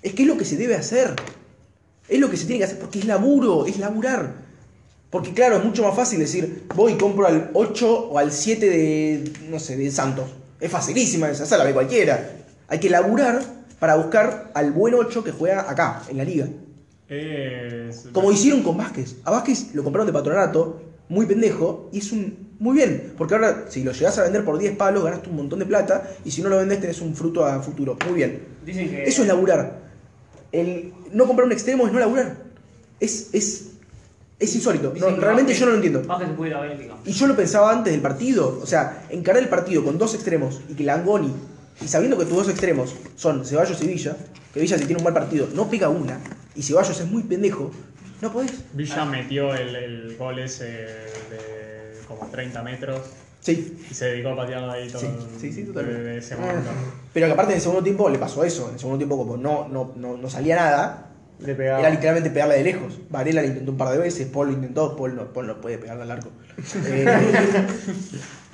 [SPEAKER 5] Es que es lo que se debe hacer. Es lo que se tiene que hacer porque es laburo, es laburar. Porque claro, es mucho más fácil decir, voy y compro al 8 o al 7 de, no sé, de Santos. Es facilísima esa, esa la ve cualquiera. Hay que laburar para buscar al buen 8 que juega acá, en la liga.
[SPEAKER 1] Es.
[SPEAKER 5] Como hicieron con Vázquez. A Vázquez lo compraron de patronato, muy pendejo, y es un. Muy bien, porque ahora si lo llegas a vender por 10 palos, ganaste un montón de plata, y si no lo vendes tenés un fruto a futuro. Muy bien.
[SPEAKER 3] Dicen que.
[SPEAKER 5] Eso es laburar. El no comprar un extremo es no laburar. Es, es, es insólito. No,
[SPEAKER 3] dicen que
[SPEAKER 5] realmente
[SPEAKER 3] Vázquez-
[SPEAKER 5] yo no lo entiendo.
[SPEAKER 3] Vázquez se puede ir a Bélgica.
[SPEAKER 5] Y yo lo pensaba antes del partido. O sea, encarar el partido con dos extremos y que Langoni, y sabiendo que tus dos extremos son Ceballos y Villa, que Villa si tiene un mal partido no pega una, y Ceballos es muy pendejo, no podés.
[SPEAKER 1] Villa metió el, el gol ese de como 30 metros
[SPEAKER 5] Sí.
[SPEAKER 1] y se dedicó a patearlo ahí todo.
[SPEAKER 5] Sí, sí, sí, totalmente.
[SPEAKER 1] De, de ese momento.
[SPEAKER 5] Pero que aparte en el segundo tiempo le pasó eso. En el segundo tiempo, como no, no, no, no salía nada,
[SPEAKER 2] Le
[SPEAKER 5] Era
[SPEAKER 2] pegaba.
[SPEAKER 5] literalmente pegarla de lejos. Varela la intentó un par de veces, Paul lo intentó, Paul no, Paul no puede pegarla al arco. Eh,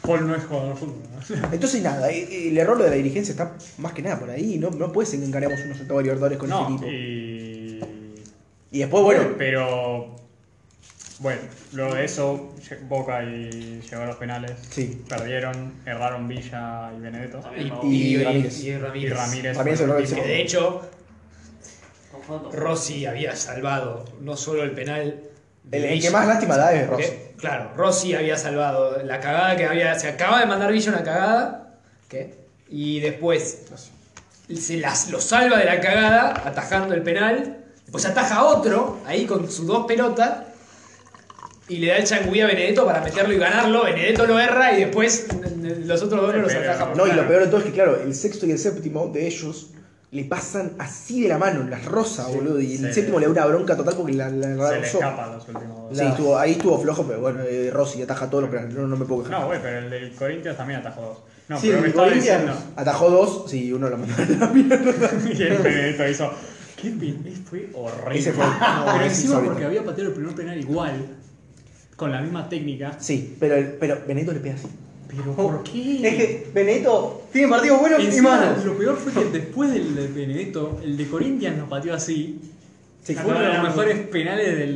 [SPEAKER 1] Paul no es jugador de fútbol. ¿no?
[SPEAKER 5] entonces nada, eh, el error de la dirigencia está más que nada por ahí. No, no puede ser que encaremos unos octavos de libertadores con
[SPEAKER 1] No,
[SPEAKER 5] este equipo.
[SPEAKER 1] y.
[SPEAKER 5] Y después, bueno,
[SPEAKER 1] Pero. Bueno, luego de eso, lle- Boca y llegó a los penales.
[SPEAKER 5] Sí.
[SPEAKER 1] Perdieron, erraron Villa y Benedetto.
[SPEAKER 3] También
[SPEAKER 2] Y-
[SPEAKER 3] no.
[SPEAKER 5] y-
[SPEAKER 2] Ramírez.
[SPEAKER 3] y
[SPEAKER 1] Y
[SPEAKER 3] Ramírez.
[SPEAKER 1] Ramírez.
[SPEAKER 5] Ramírez
[SPEAKER 1] fue
[SPEAKER 5] erró el
[SPEAKER 1] tipo-
[SPEAKER 5] segundo.
[SPEAKER 2] De hecho,
[SPEAKER 3] Con foto.
[SPEAKER 2] Rossi había salvado no solo el penal. de
[SPEAKER 5] el, el
[SPEAKER 2] Villa,
[SPEAKER 5] que más lástima da es Ross.
[SPEAKER 2] que- claro, Rossi había salvado la cagada que había. Se acaba de mandar Villa una cagada. ¿Qué? Y después se las, lo salva de la cagada atajando el penal. Después ataja otro ahí con sus dos pelotas. Y le da el changüí a Benedetto para meterlo y ganarlo. Benedetto lo erra y después n- n- los otros dos no los
[SPEAKER 1] Pero-
[SPEAKER 2] ataja. por
[SPEAKER 5] No, y
[SPEAKER 2] nada.
[SPEAKER 5] lo peor de todo es que, claro, el sexto y el séptimo de ellos le pasan así de la mano, las rosas, boludo. Y el
[SPEAKER 1] se-
[SPEAKER 5] séptimo le da una bronca total porque la, la, la
[SPEAKER 1] Se le
[SPEAKER 5] rozó.
[SPEAKER 1] escapan los últimos dos.
[SPEAKER 5] Sí, estuvo- ahí estuvo flojo, pero bueno, eh, Rossi ataja todos los penales. No, no me puedo quejar.
[SPEAKER 1] No, güey, pero el del Corinthians también atajó dos. No,
[SPEAKER 5] sí,
[SPEAKER 1] pero
[SPEAKER 5] el
[SPEAKER 1] me estaba
[SPEAKER 5] Corinthians
[SPEAKER 1] diciendo.
[SPEAKER 5] atajó dos, sí, uno lo mandó a la mierda.
[SPEAKER 1] y el Benedetto hizo. ¿Qué pin- Fue horrible.
[SPEAKER 5] Ese fue. no,
[SPEAKER 1] pero
[SPEAKER 5] es
[SPEAKER 1] encima
[SPEAKER 5] insólito.
[SPEAKER 1] porque había pateado el primer penal igual, con la misma técnica.
[SPEAKER 5] Sí, pero, el- pero Benedetto le pega así. Oh,
[SPEAKER 1] Pero ¿por qué?
[SPEAKER 4] Es que Benedetto tiene partidos buenos y
[SPEAKER 1] Encima,
[SPEAKER 4] malos.
[SPEAKER 1] lo peor fue que después del de Benedetto, el de Corinthians nos pateó así.
[SPEAKER 5] Sí.
[SPEAKER 1] fue uno de los mejores penales de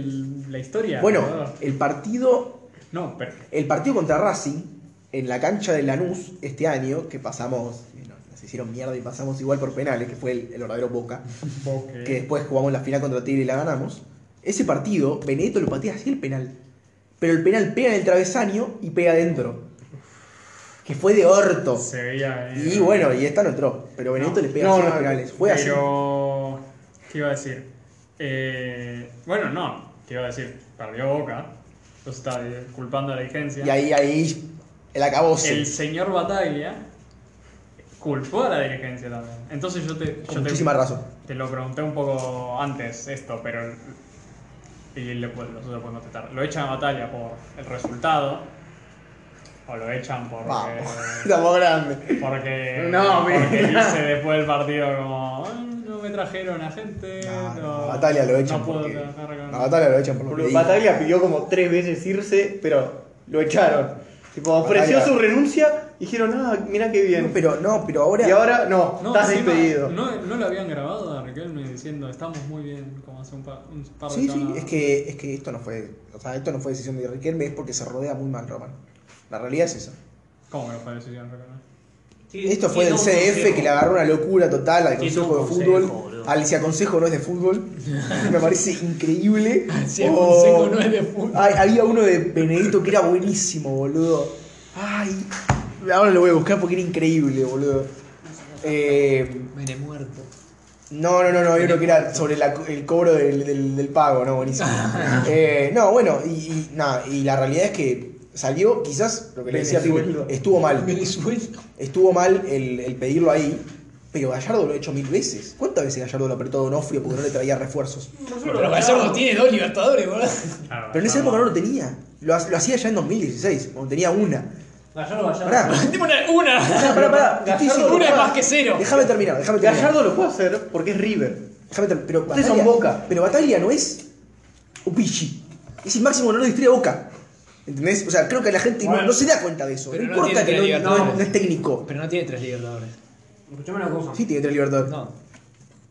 [SPEAKER 1] la historia.
[SPEAKER 5] Bueno,
[SPEAKER 1] boludo.
[SPEAKER 5] el partido,
[SPEAKER 1] No, pero.
[SPEAKER 5] el partido contra Racing en la cancha de Lanús este año, que pasamos, bueno, nos hicieron mierda y pasamos igual por penales, que fue el, el verdadero Boca, que después jugamos la final contra Tigre y la ganamos. Ese partido, Benedetto lo patea así el penal. Pero el penal pega en el travesaño y pega adentro. Que fue de orto.
[SPEAKER 1] Se veía. venir.
[SPEAKER 5] Y bueno, y esta no entró. Pero Benedetto le pega
[SPEAKER 4] no,
[SPEAKER 5] así
[SPEAKER 4] no,
[SPEAKER 5] los penales. Fue así.
[SPEAKER 1] Pero. ¿Qué iba a decir? Eh, bueno, no. ¿Qué iba a decir? Perdió boca. Yo estaba culpando a la dirigencia.
[SPEAKER 5] Y ahí, ahí, el acabose.
[SPEAKER 1] El señor Bataglia culpó a la dirigencia también. Entonces yo te.
[SPEAKER 5] con
[SPEAKER 1] yo te-
[SPEAKER 5] muchísima razón.
[SPEAKER 1] Te lo pregunté un poco antes esto, pero. Y le, pu- nosotros podemos contestar. ¿Lo echan a batalla por el resultado? ¿O lo echan porque.?
[SPEAKER 5] Vamos. Estamos grande.
[SPEAKER 1] Porque.
[SPEAKER 4] No,
[SPEAKER 1] porque
[SPEAKER 4] mira.
[SPEAKER 1] dice después del partido como. "Ay, No me trajeron a gente.
[SPEAKER 5] No,
[SPEAKER 1] No,
[SPEAKER 5] no, a Bataglia lo echan
[SPEAKER 1] No puedo
[SPEAKER 5] porque-
[SPEAKER 1] trabajar con.
[SPEAKER 5] A Batalla lo echan por lo que
[SPEAKER 4] Porque
[SPEAKER 5] dijo.
[SPEAKER 4] Bataglia pidió como tres veces irse, pero lo echaron. Tipo, ofreció
[SPEAKER 5] Bataglia-
[SPEAKER 4] su renuncia, dijeron, ah, mira qué
[SPEAKER 5] No,
[SPEAKER 4] bien.
[SPEAKER 5] pero no, pero ahora.
[SPEAKER 4] Y ahora, no,
[SPEAKER 1] No,
[SPEAKER 4] estás
[SPEAKER 1] encima,
[SPEAKER 4] despedido.
[SPEAKER 1] No, no lo habían grabado a Riquelme diciendo estamos muy bien, como hace un par, un par de
[SPEAKER 5] Sí, sí,
[SPEAKER 1] semanas.
[SPEAKER 5] es que, es que esto no fue. O sea, esto no fue decisión de Riquelme, es porque se rodea muy mal Roman. La realidad es esa.
[SPEAKER 1] ¿Cómo que fue decisión de Riquelme?
[SPEAKER 3] Sí,
[SPEAKER 5] Esto fue
[SPEAKER 3] sí,
[SPEAKER 5] del
[SPEAKER 3] no,
[SPEAKER 5] CDF
[SPEAKER 3] consejo.
[SPEAKER 5] que le agarró una locura total al
[SPEAKER 3] Tiene
[SPEAKER 5] consejo de
[SPEAKER 3] un
[SPEAKER 5] fútbol.
[SPEAKER 3] consejo, boludo.
[SPEAKER 5] Al si aconsejo no es de fútbol. Me parece increíble.
[SPEAKER 2] Si
[SPEAKER 5] O-
[SPEAKER 2] aconsejo no es de fútbol.
[SPEAKER 5] Ay, había uno de Benedito que era buenísimo, boludo. Ay, ahora lo voy a buscar porque era increíble, boludo. Eh,
[SPEAKER 2] Mene muerto.
[SPEAKER 5] no, no, no, no, había uno que era sobre la- el cobro del, del- del pago, no, buenísimo. Eh, no, bueno, y, y nada, y la realidad es que salió, quizás, lo que le decía Pibe,
[SPEAKER 4] Venezuela.
[SPEAKER 5] estuvo mal.
[SPEAKER 2] Venezuela.
[SPEAKER 5] Estuvo mal el, el pedirlo ahí, pero Gallardo lo ha hecho mil veces. ¿Cuántas veces Gallardo lo apretó a Donofrio porque no le traía refuerzos?
[SPEAKER 3] Nosotros
[SPEAKER 2] Pero Gallardo tiene dos libertadores, boludo.
[SPEAKER 1] Claro,
[SPEAKER 5] Pero en esa
[SPEAKER 1] claro.
[SPEAKER 5] época no lo tenía. Lo, ha- lo hacía ya en 2016, cuando tenía una.
[SPEAKER 3] Gallardo, Gallardo.
[SPEAKER 5] Pará,
[SPEAKER 2] Tengo una. una.
[SPEAKER 5] pará, pará, pará. te estoy diciendo-
[SPEAKER 2] Una es más que cero.
[SPEAKER 5] Déjame terminar, déjame terminar.
[SPEAKER 4] Gallardo lo puede hacer porque es River.
[SPEAKER 5] Déjame terminar. Pero
[SPEAKER 4] Ustedes
[SPEAKER 5] Bataglia-
[SPEAKER 4] son Boca.
[SPEAKER 5] Pero Bataglia no es Upichi. es el máximo honor de la historia de Boca. ¿Entendés? O sea, creo que la gente no-
[SPEAKER 7] Bueno.
[SPEAKER 5] no, se da cuenta de eso.
[SPEAKER 2] Pero
[SPEAKER 5] no,
[SPEAKER 2] no
[SPEAKER 5] importa
[SPEAKER 2] tiene
[SPEAKER 5] que no,
[SPEAKER 2] Libertadores.
[SPEAKER 5] no- no es técnico.
[SPEAKER 2] Pero no tiene tres libertadores.
[SPEAKER 3] Escuchame una cosa.
[SPEAKER 5] Sí tiene tres libertadores.
[SPEAKER 2] No,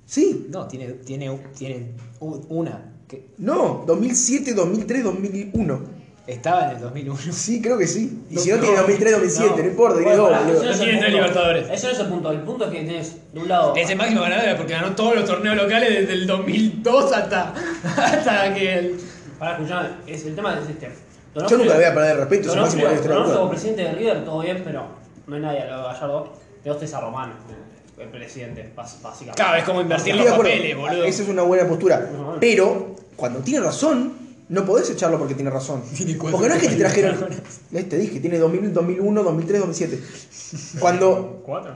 [SPEAKER 5] Sí.
[SPEAKER 2] no, tiene, tiene, tiene u- una. Que
[SPEAKER 5] No, 2007, 2003, 2001.
[SPEAKER 2] estaba en el 2001.
[SPEAKER 5] Sí, creo que sí. Y
[SPEAKER 3] No,
[SPEAKER 5] si no, tiene
[SPEAKER 3] no.
[SPEAKER 5] 2003, 2007, no,
[SPEAKER 3] No.
[SPEAKER 5] importa, tiene
[SPEAKER 3] Bueno,
[SPEAKER 5] dos,
[SPEAKER 3] pará,
[SPEAKER 5] boludo.
[SPEAKER 3] eso es el
[SPEAKER 2] tiene tres
[SPEAKER 3] punto.
[SPEAKER 2] libertadores.
[SPEAKER 3] Eso no es el punto. El punto es que tenés de un lado.
[SPEAKER 2] Es el máximo ganador era porque ganó todos los torneos locales desde el 2002 hasta, hasta que el...
[SPEAKER 3] Para escuchar, es el tema del sistema.
[SPEAKER 5] Yo nunca le voy a este perder el respeto, es el máximo
[SPEAKER 3] Donofrio,
[SPEAKER 5] honor de la historia de
[SPEAKER 3] Donofrio como
[SPEAKER 5] Boca.
[SPEAKER 3] presidente de River, todo bien, pero no hay nadie a lo de Gallardo. De hostes a Romano, el presidente, bas- básicamente.
[SPEAKER 2] Claro, es como invertir los papeles, boludo.
[SPEAKER 5] Esa es una buena postura.
[SPEAKER 3] No, no.
[SPEAKER 5] Pero, cuando tiene razón, no podés echarlo porque tiene razón. Porque no es que te trajeron. Ahí Te dije, tiene 2000, 2001, 2003, 2007. Cuando.
[SPEAKER 1] ¿Cuatro?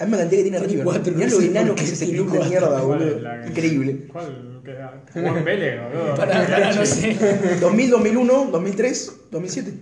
[SPEAKER 5] A mí me cantidad que tiene River.
[SPEAKER 2] cuatro,
[SPEAKER 5] Mirá
[SPEAKER 2] no
[SPEAKER 5] lo
[SPEAKER 2] sé
[SPEAKER 5] enano
[SPEAKER 2] por
[SPEAKER 5] que
[SPEAKER 2] qué
[SPEAKER 5] es ese
[SPEAKER 2] tiene
[SPEAKER 5] club de
[SPEAKER 2] cuatro.
[SPEAKER 5] mierda,
[SPEAKER 1] ¿Cuál es
[SPEAKER 5] boludo.
[SPEAKER 1] la que-
[SPEAKER 5] Increíble.
[SPEAKER 1] ¿Cuál? ¿Qué era? Juan Pele, boludo.
[SPEAKER 2] Para, para, no sé.
[SPEAKER 5] 2000, 2001, 2003, 2007.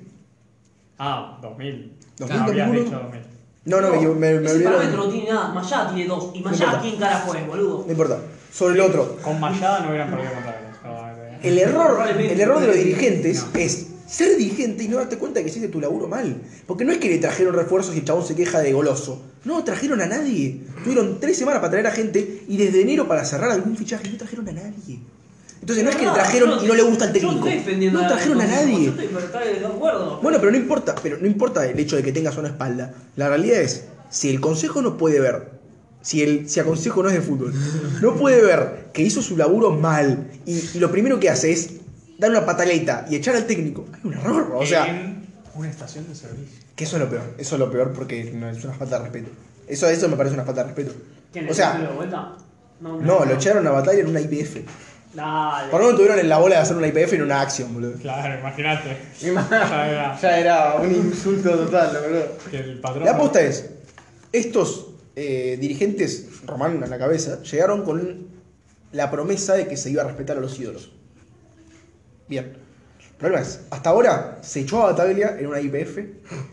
[SPEAKER 1] Ah, 2000.
[SPEAKER 5] Dos
[SPEAKER 1] Ah,
[SPEAKER 5] mil,
[SPEAKER 1] habías
[SPEAKER 5] dos mil
[SPEAKER 1] dicho
[SPEAKER 5] uno.
[SPEAKER 1] 2000.
[SPEAKER 5] No, no, me, equivo- me, me
[SPEAKER 3] Ese
[SPEAKER 5] olvidaron.
[SPEAKER 3] parámetro no tiene nada. Mayá tiene dos. ¿Y Mayá
[SPEAKER 5] importa.
[SPEAKER 3] quién carajo es, boludo?
[SPEAKER 5] No importa. Sobre el otro.
[SPEAKER 1] Con Mayada no hubieran podido contra ellos. probablemente. ¿eh?
[SPEAKER 5] El error, el error de los dirigentes
[SPEAKER 1] No.
[SPEAKER 5] es ser dirigente y no darte cuenta que hiciste tu laburo mal. Porque no es que le trajeron refuerzos y el chabón se queja de goloso. No, trajeron a nadie. Tuvieron tres semanas para traer a gente y desde enero para cerrar algún fichaje no trajeron a nadie. Entonces no es que le trajeron y no le gusta el
[SPEAKER 3] Yo
[SPEAKER 5] técnico.
[SPEAKER 3] estoy defendiendo
[SPEAKER 5] No
[SPEAKER 3] a-
[SPEAKER 5] trajeron a
[SPEAKER 3] Yo
[SPEAKER 5] nadie.
[SPEAKER 3] estoy totalmente de acuerdo.
[SPEAKER 5] Bueno, pero no importa, pero no importa el hecho de que tengas una espalda. La realidad es, si el consejo no puede ver, si el si el consejo no es de fútbol, no puede ver que hizo su laburo mal y, y lo primero que hace es dar una pataleta y echar al técnico. Hay un error, o sea,
[SPEAKER 1] En una estación de servicio.
[SPEAKER 5] que eso es lo peor, eso es lo peor porque no es una falta de respeto. Eso eso me parece una falta de respeto.
[SPEAKER 3] ¿Quién
[SPEAKER 5] O
[SPEAKER 3] es? ¿Lo
[SPEAKER 5] sea,
[SPEAKER 3] de vuelta?
[SPEAKER 5] no, lo echaron a batalla en una IPF.
[SPEAKER 3] Dale.
[SPEAKER 5] Por lo menos tuvieron en la bola de hacer una IPF en una acción, boludo.
[SPEAKER 1] Claro, imagínate. Ya era.
[SPEAKER 4] ya era un insulto total, la verdad.
[SPEAKER 1] Que el patrón.
[SPEAKER 5] La aposta es, estos eh, dirigentes, Román a la cabeza, llegaron con la promesa de que se iba a respetar a los ídolos. Bien. El problema es, hasta ahora se echó a Bataglia en una IPF,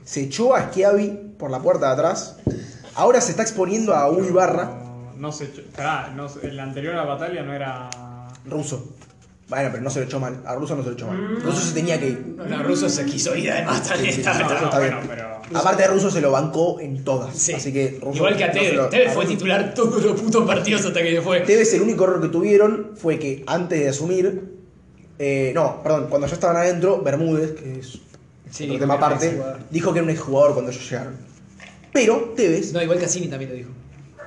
[SPEAKER 5] se echó a Schiavi por la puerta de atrás, ahora se está exponiendo a un Ibarra
[SPEAKER 1] No, no se echó. Pará, no, se- el anterior a la batalla no era.
[SPEAKER 5] ruso. Bueno, pero no se lo echó mal, a Russo no se lo echó
[SPEAKER 2] Mm.
[SPEAKER 5] mal. Russo se tenía que ir.
[SPEAKER 2] No, Russo se quiso ir además también.
[SPEAKER 1] No,
[SPEAKER 5] Está
[SPEAKER 1] no,
[SPEAKER 5] bien.
[SPEAKER 1] bueno, pero.
[SPEAKER 5] Aparte de Russo se lo bancó en todas.
[SPEAKER 2] Sí.
[SPEAKER 5] Así que Russo
[SPEAKER 2] Igual que a
[SPEAKER 5] no se
[SPEAKER 2] Tevez.
[SPEAKER 5] lo-
[SPEAKER 2] Tevez
[SPEAKER 5] a
[SPEAKER 2] fue
[SPEAKER 5] Russo-
[SPEAKER 2] titular todos los putos partidos hasta que se fue.
[SPEAKER 5] Tevez el único error que tuvieron fue que antes de asumir, eh, no, perdón, cuando ya estaban adentro, Bermúdez, que es
[SPEAKER 2] Sí,
[SPEAKER 5] otro tema
[SPEAKER 2] pero
[SPEAKER 5] aparte, dijo que era un exjugador cuando ellos llegaron. Pero Tevez,
[SPEAKER 2] No, igual Cassini también lo dijo.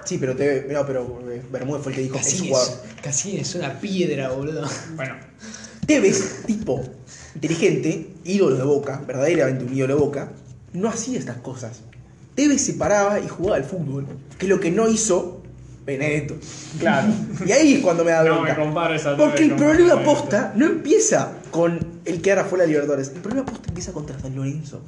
[SPEAKER 5] sí, pero Tevez, no, pero eh, Bermúdez fue el que dijo
[SPEAKER 2] Cassini
[SPEAKER 5] exjugador.
[SPEAKER 2] es, Cassini es una piedra, boludo.
[SPEAKER 1] Bueno,
[SPEAKER 5] Tevez, tipo inteligente, ídolo de Boca, verdaderamente un ídolo de Boca, no hacía estas cosas. Tevez se paraba y jugaba al fútbol, que es lo que no hizo Benedetto.
[SPEAKER 1] claro.
[SPEAKER 5] Y ahí es cuando me da
[SPEAKER 1] No
[SPEAKER 5] bronca.
[SPEAKER 1] me compares a
[SPEAKER 5] Porque
[SPEAKER 1] Tevez
[SPEAKER 5] el
[SPEAKER 1] con
[SPEAKER 5] problema
[SPEAKER 1] Benedetto.
[SPEAKER 5] posta no empieza con el quedar afuera de Libertadores. El problema posta empieza contra San Lorenzo.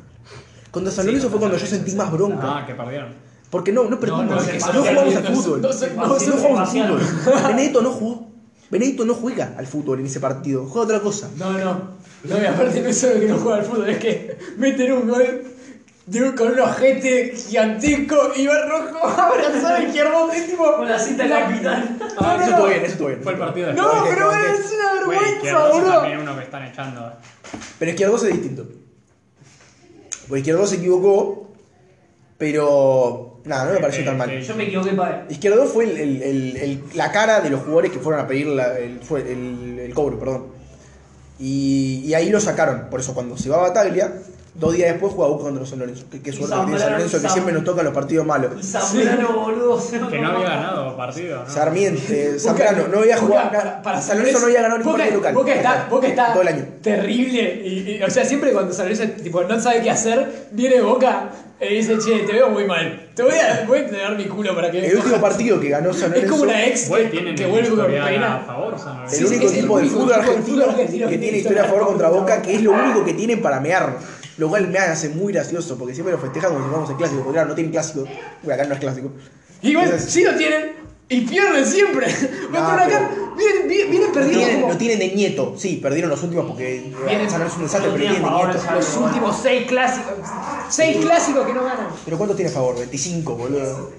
[SPEAKER 5] Contra San Lorenzo fue cuando yo sentí más bronca.
[SPEAKER 1] Ah, que perdieron.
[SPEAKER 5] Porque no, no perdimos.
[SPEAKER 2] no,
[SPEAKER 5] No,
[SPEAKER 2] que San
[SPEAKER 5] jugamos al
[SPEAKER 2] Lorenzo-
[SPEAKER 5] fútbol.
[SPEAKER 2] no
[SPEAKER 5] No,
[SPEAKER 2] se-
[SPEAKER 5] no
[SPEAKER 3] se-
[SPEAKER 5] jugamos al
[SPEAKER 3] pasearon.
[SPEAKER 5] fútbol. Benedetto no jugó. Benedetto no juega al fútbol en ese partido. Juega otra cosa.
[SPEAKER 2] No, no. No, y aparte no es solo que no juega al fútbol, es que meten un gol de un- con un ojete gigantesco y va rojo abrazado a Guillermo es tipo.
[SPEAKER 3] Con la cinta capital.
[SPEAKER 2] No,
[SPEAKER 5] eso
[SPEAKER 2] no,
[SPEAKER 5] estuvo
[SPEAKER 2] no.
[SPEAKER 5] bien, eso estuvo bien.
[SPEAKER 1] Fue el partido de
[SPEAKER 2] No,
[SPEAKER 5] Banqué,
[SPEAKER 2] pero
[SPEAKER 5] banqué.
[SPEAKER 2] es una
[SPEAKER 1] Güey,
[SPEAKER 2] vergüenza,
[SPEAKER 1] Izquierdoso
[SPEAKER 2] boludo.
[SPEAKER 1] también uno que están echando. ¿eh?
[SPEAKER 5] Pero Izquierdo es distinto. Porque Izquierdo se equivocó, pero nada, no me pareció tan mal.
[SPEAKER 3] Yo me equivoqué para
[SPEAKER 5] Izquierdo fue el- el- el- el- la cara de los jugadores que fueron a pedir la- el, fue- el- el cobro, perdón. Y, y ahí lo sacaron. Por eso cuando se va a Bataglia, dos días después juega Boca contra San Lorenzo. Qué, qué
[SPEAKER 3] Y
[SPEAKER 5] suerte que tiene San
[SPEAKER 3] Zambrano,
[SPEAKER 5] Lorenzo que
[SPEAKER 3] Zam-
[SPEAKER 5] siempre nos tocan los partidos malos.
[SPEAKER 3] Y Zambrano, boludo. se
[SPEAKER 1] Que no había ganado partido, ¿no?
[SPEAKER 5] Sarmiento, eh, Zambrano, no había jugado.
[SPEAKER 2] Boca,
[SPEAKER 5] nada. San Lorenzo no había ganado ningún
[SPEAKER 2] Boca-
[SPEAKER 5] partido local.
[SPEAKER 2] Boca está, Boca está
[SPEAKER 5] Todo el año.
[SPEAKER 2] terrible. Y, y- o sea, siempre cuando San Lorenzo tipo, no sabe qué hacer, viene Boca y dice, che, te veo muy mal. Te voy a, voy a entregar mi culo para que...
[SPEAKER 5] El último partido que ganó San Lorenzo.
[SPEAKER 2] es como una ex
[SPEAKER 1] Güey,
[SPEAKER 2] que,
[SPEAKER 1] tienen
[SPEAKER 2] que vuelve con
[SPEAKER 1] historial a
[SPEAKER 2] pena.
[SPEAKER 1] favor, San Lorenzo.
[SPEAKER 5] El
[SPEAKER 2] Sí,
[SPEAKER 5] único
[SPEAKER 2] sí,
[SPEAKER 5] equipo
[SPEAKER 2] sí,
[SPEAKER 5] de
[SPEAKER 2] sí,
[SPEAKER 5] fútbol
[SPEAKER 2] sí,
[SPEAKER 5] argentino
[SPEAKER 2] sí, argentino
[SPEAKER 5] que tiene historia a favor contra Boca, que es lo único que tienen para mear. Lo cual me hace muy gracioso, porque siempre lo festejan como si fuéramos el clásico. Porque claro, no tienen clásico. Bueno, acá no es clásico.
[SPEAKER 2] Igual,
[SPEAKER 5] Entonces-
[SPEAKER 2] sí lo tienen y pierden siempre. Contra
[SPEAKER 5] No,
[SPEAKER 2] Huracán, vienen, vienen, vienen
[SPEAKER 5] Lo
[SPEAKER 2] perdidos
[SPEAKER 5] tienen,
[SPEAKER 2] como
[SPEAKER 5] lo tienen de nieto, sí, perdieron los últimos porque eh,
[SPEAKER 2] Vienen-
[SPEAKER 5] San Lorenzo es un desastre,
[SPEAKER 3] no
[SPEAKER 5] pero tienen
[SPEAKER 3] tienen
[SPEAKER 5] de
[SPEAKER 3] favores,
[SPEAKER 5] nieto.
[SPEAKER 3] San Lorenzo.
[SPEAKER 2] los últimos seis clásicos. Seis clásicos que no ganan.
[SPEAKER 5] Pero ¿cuánto tiene a favor? 25, boludo.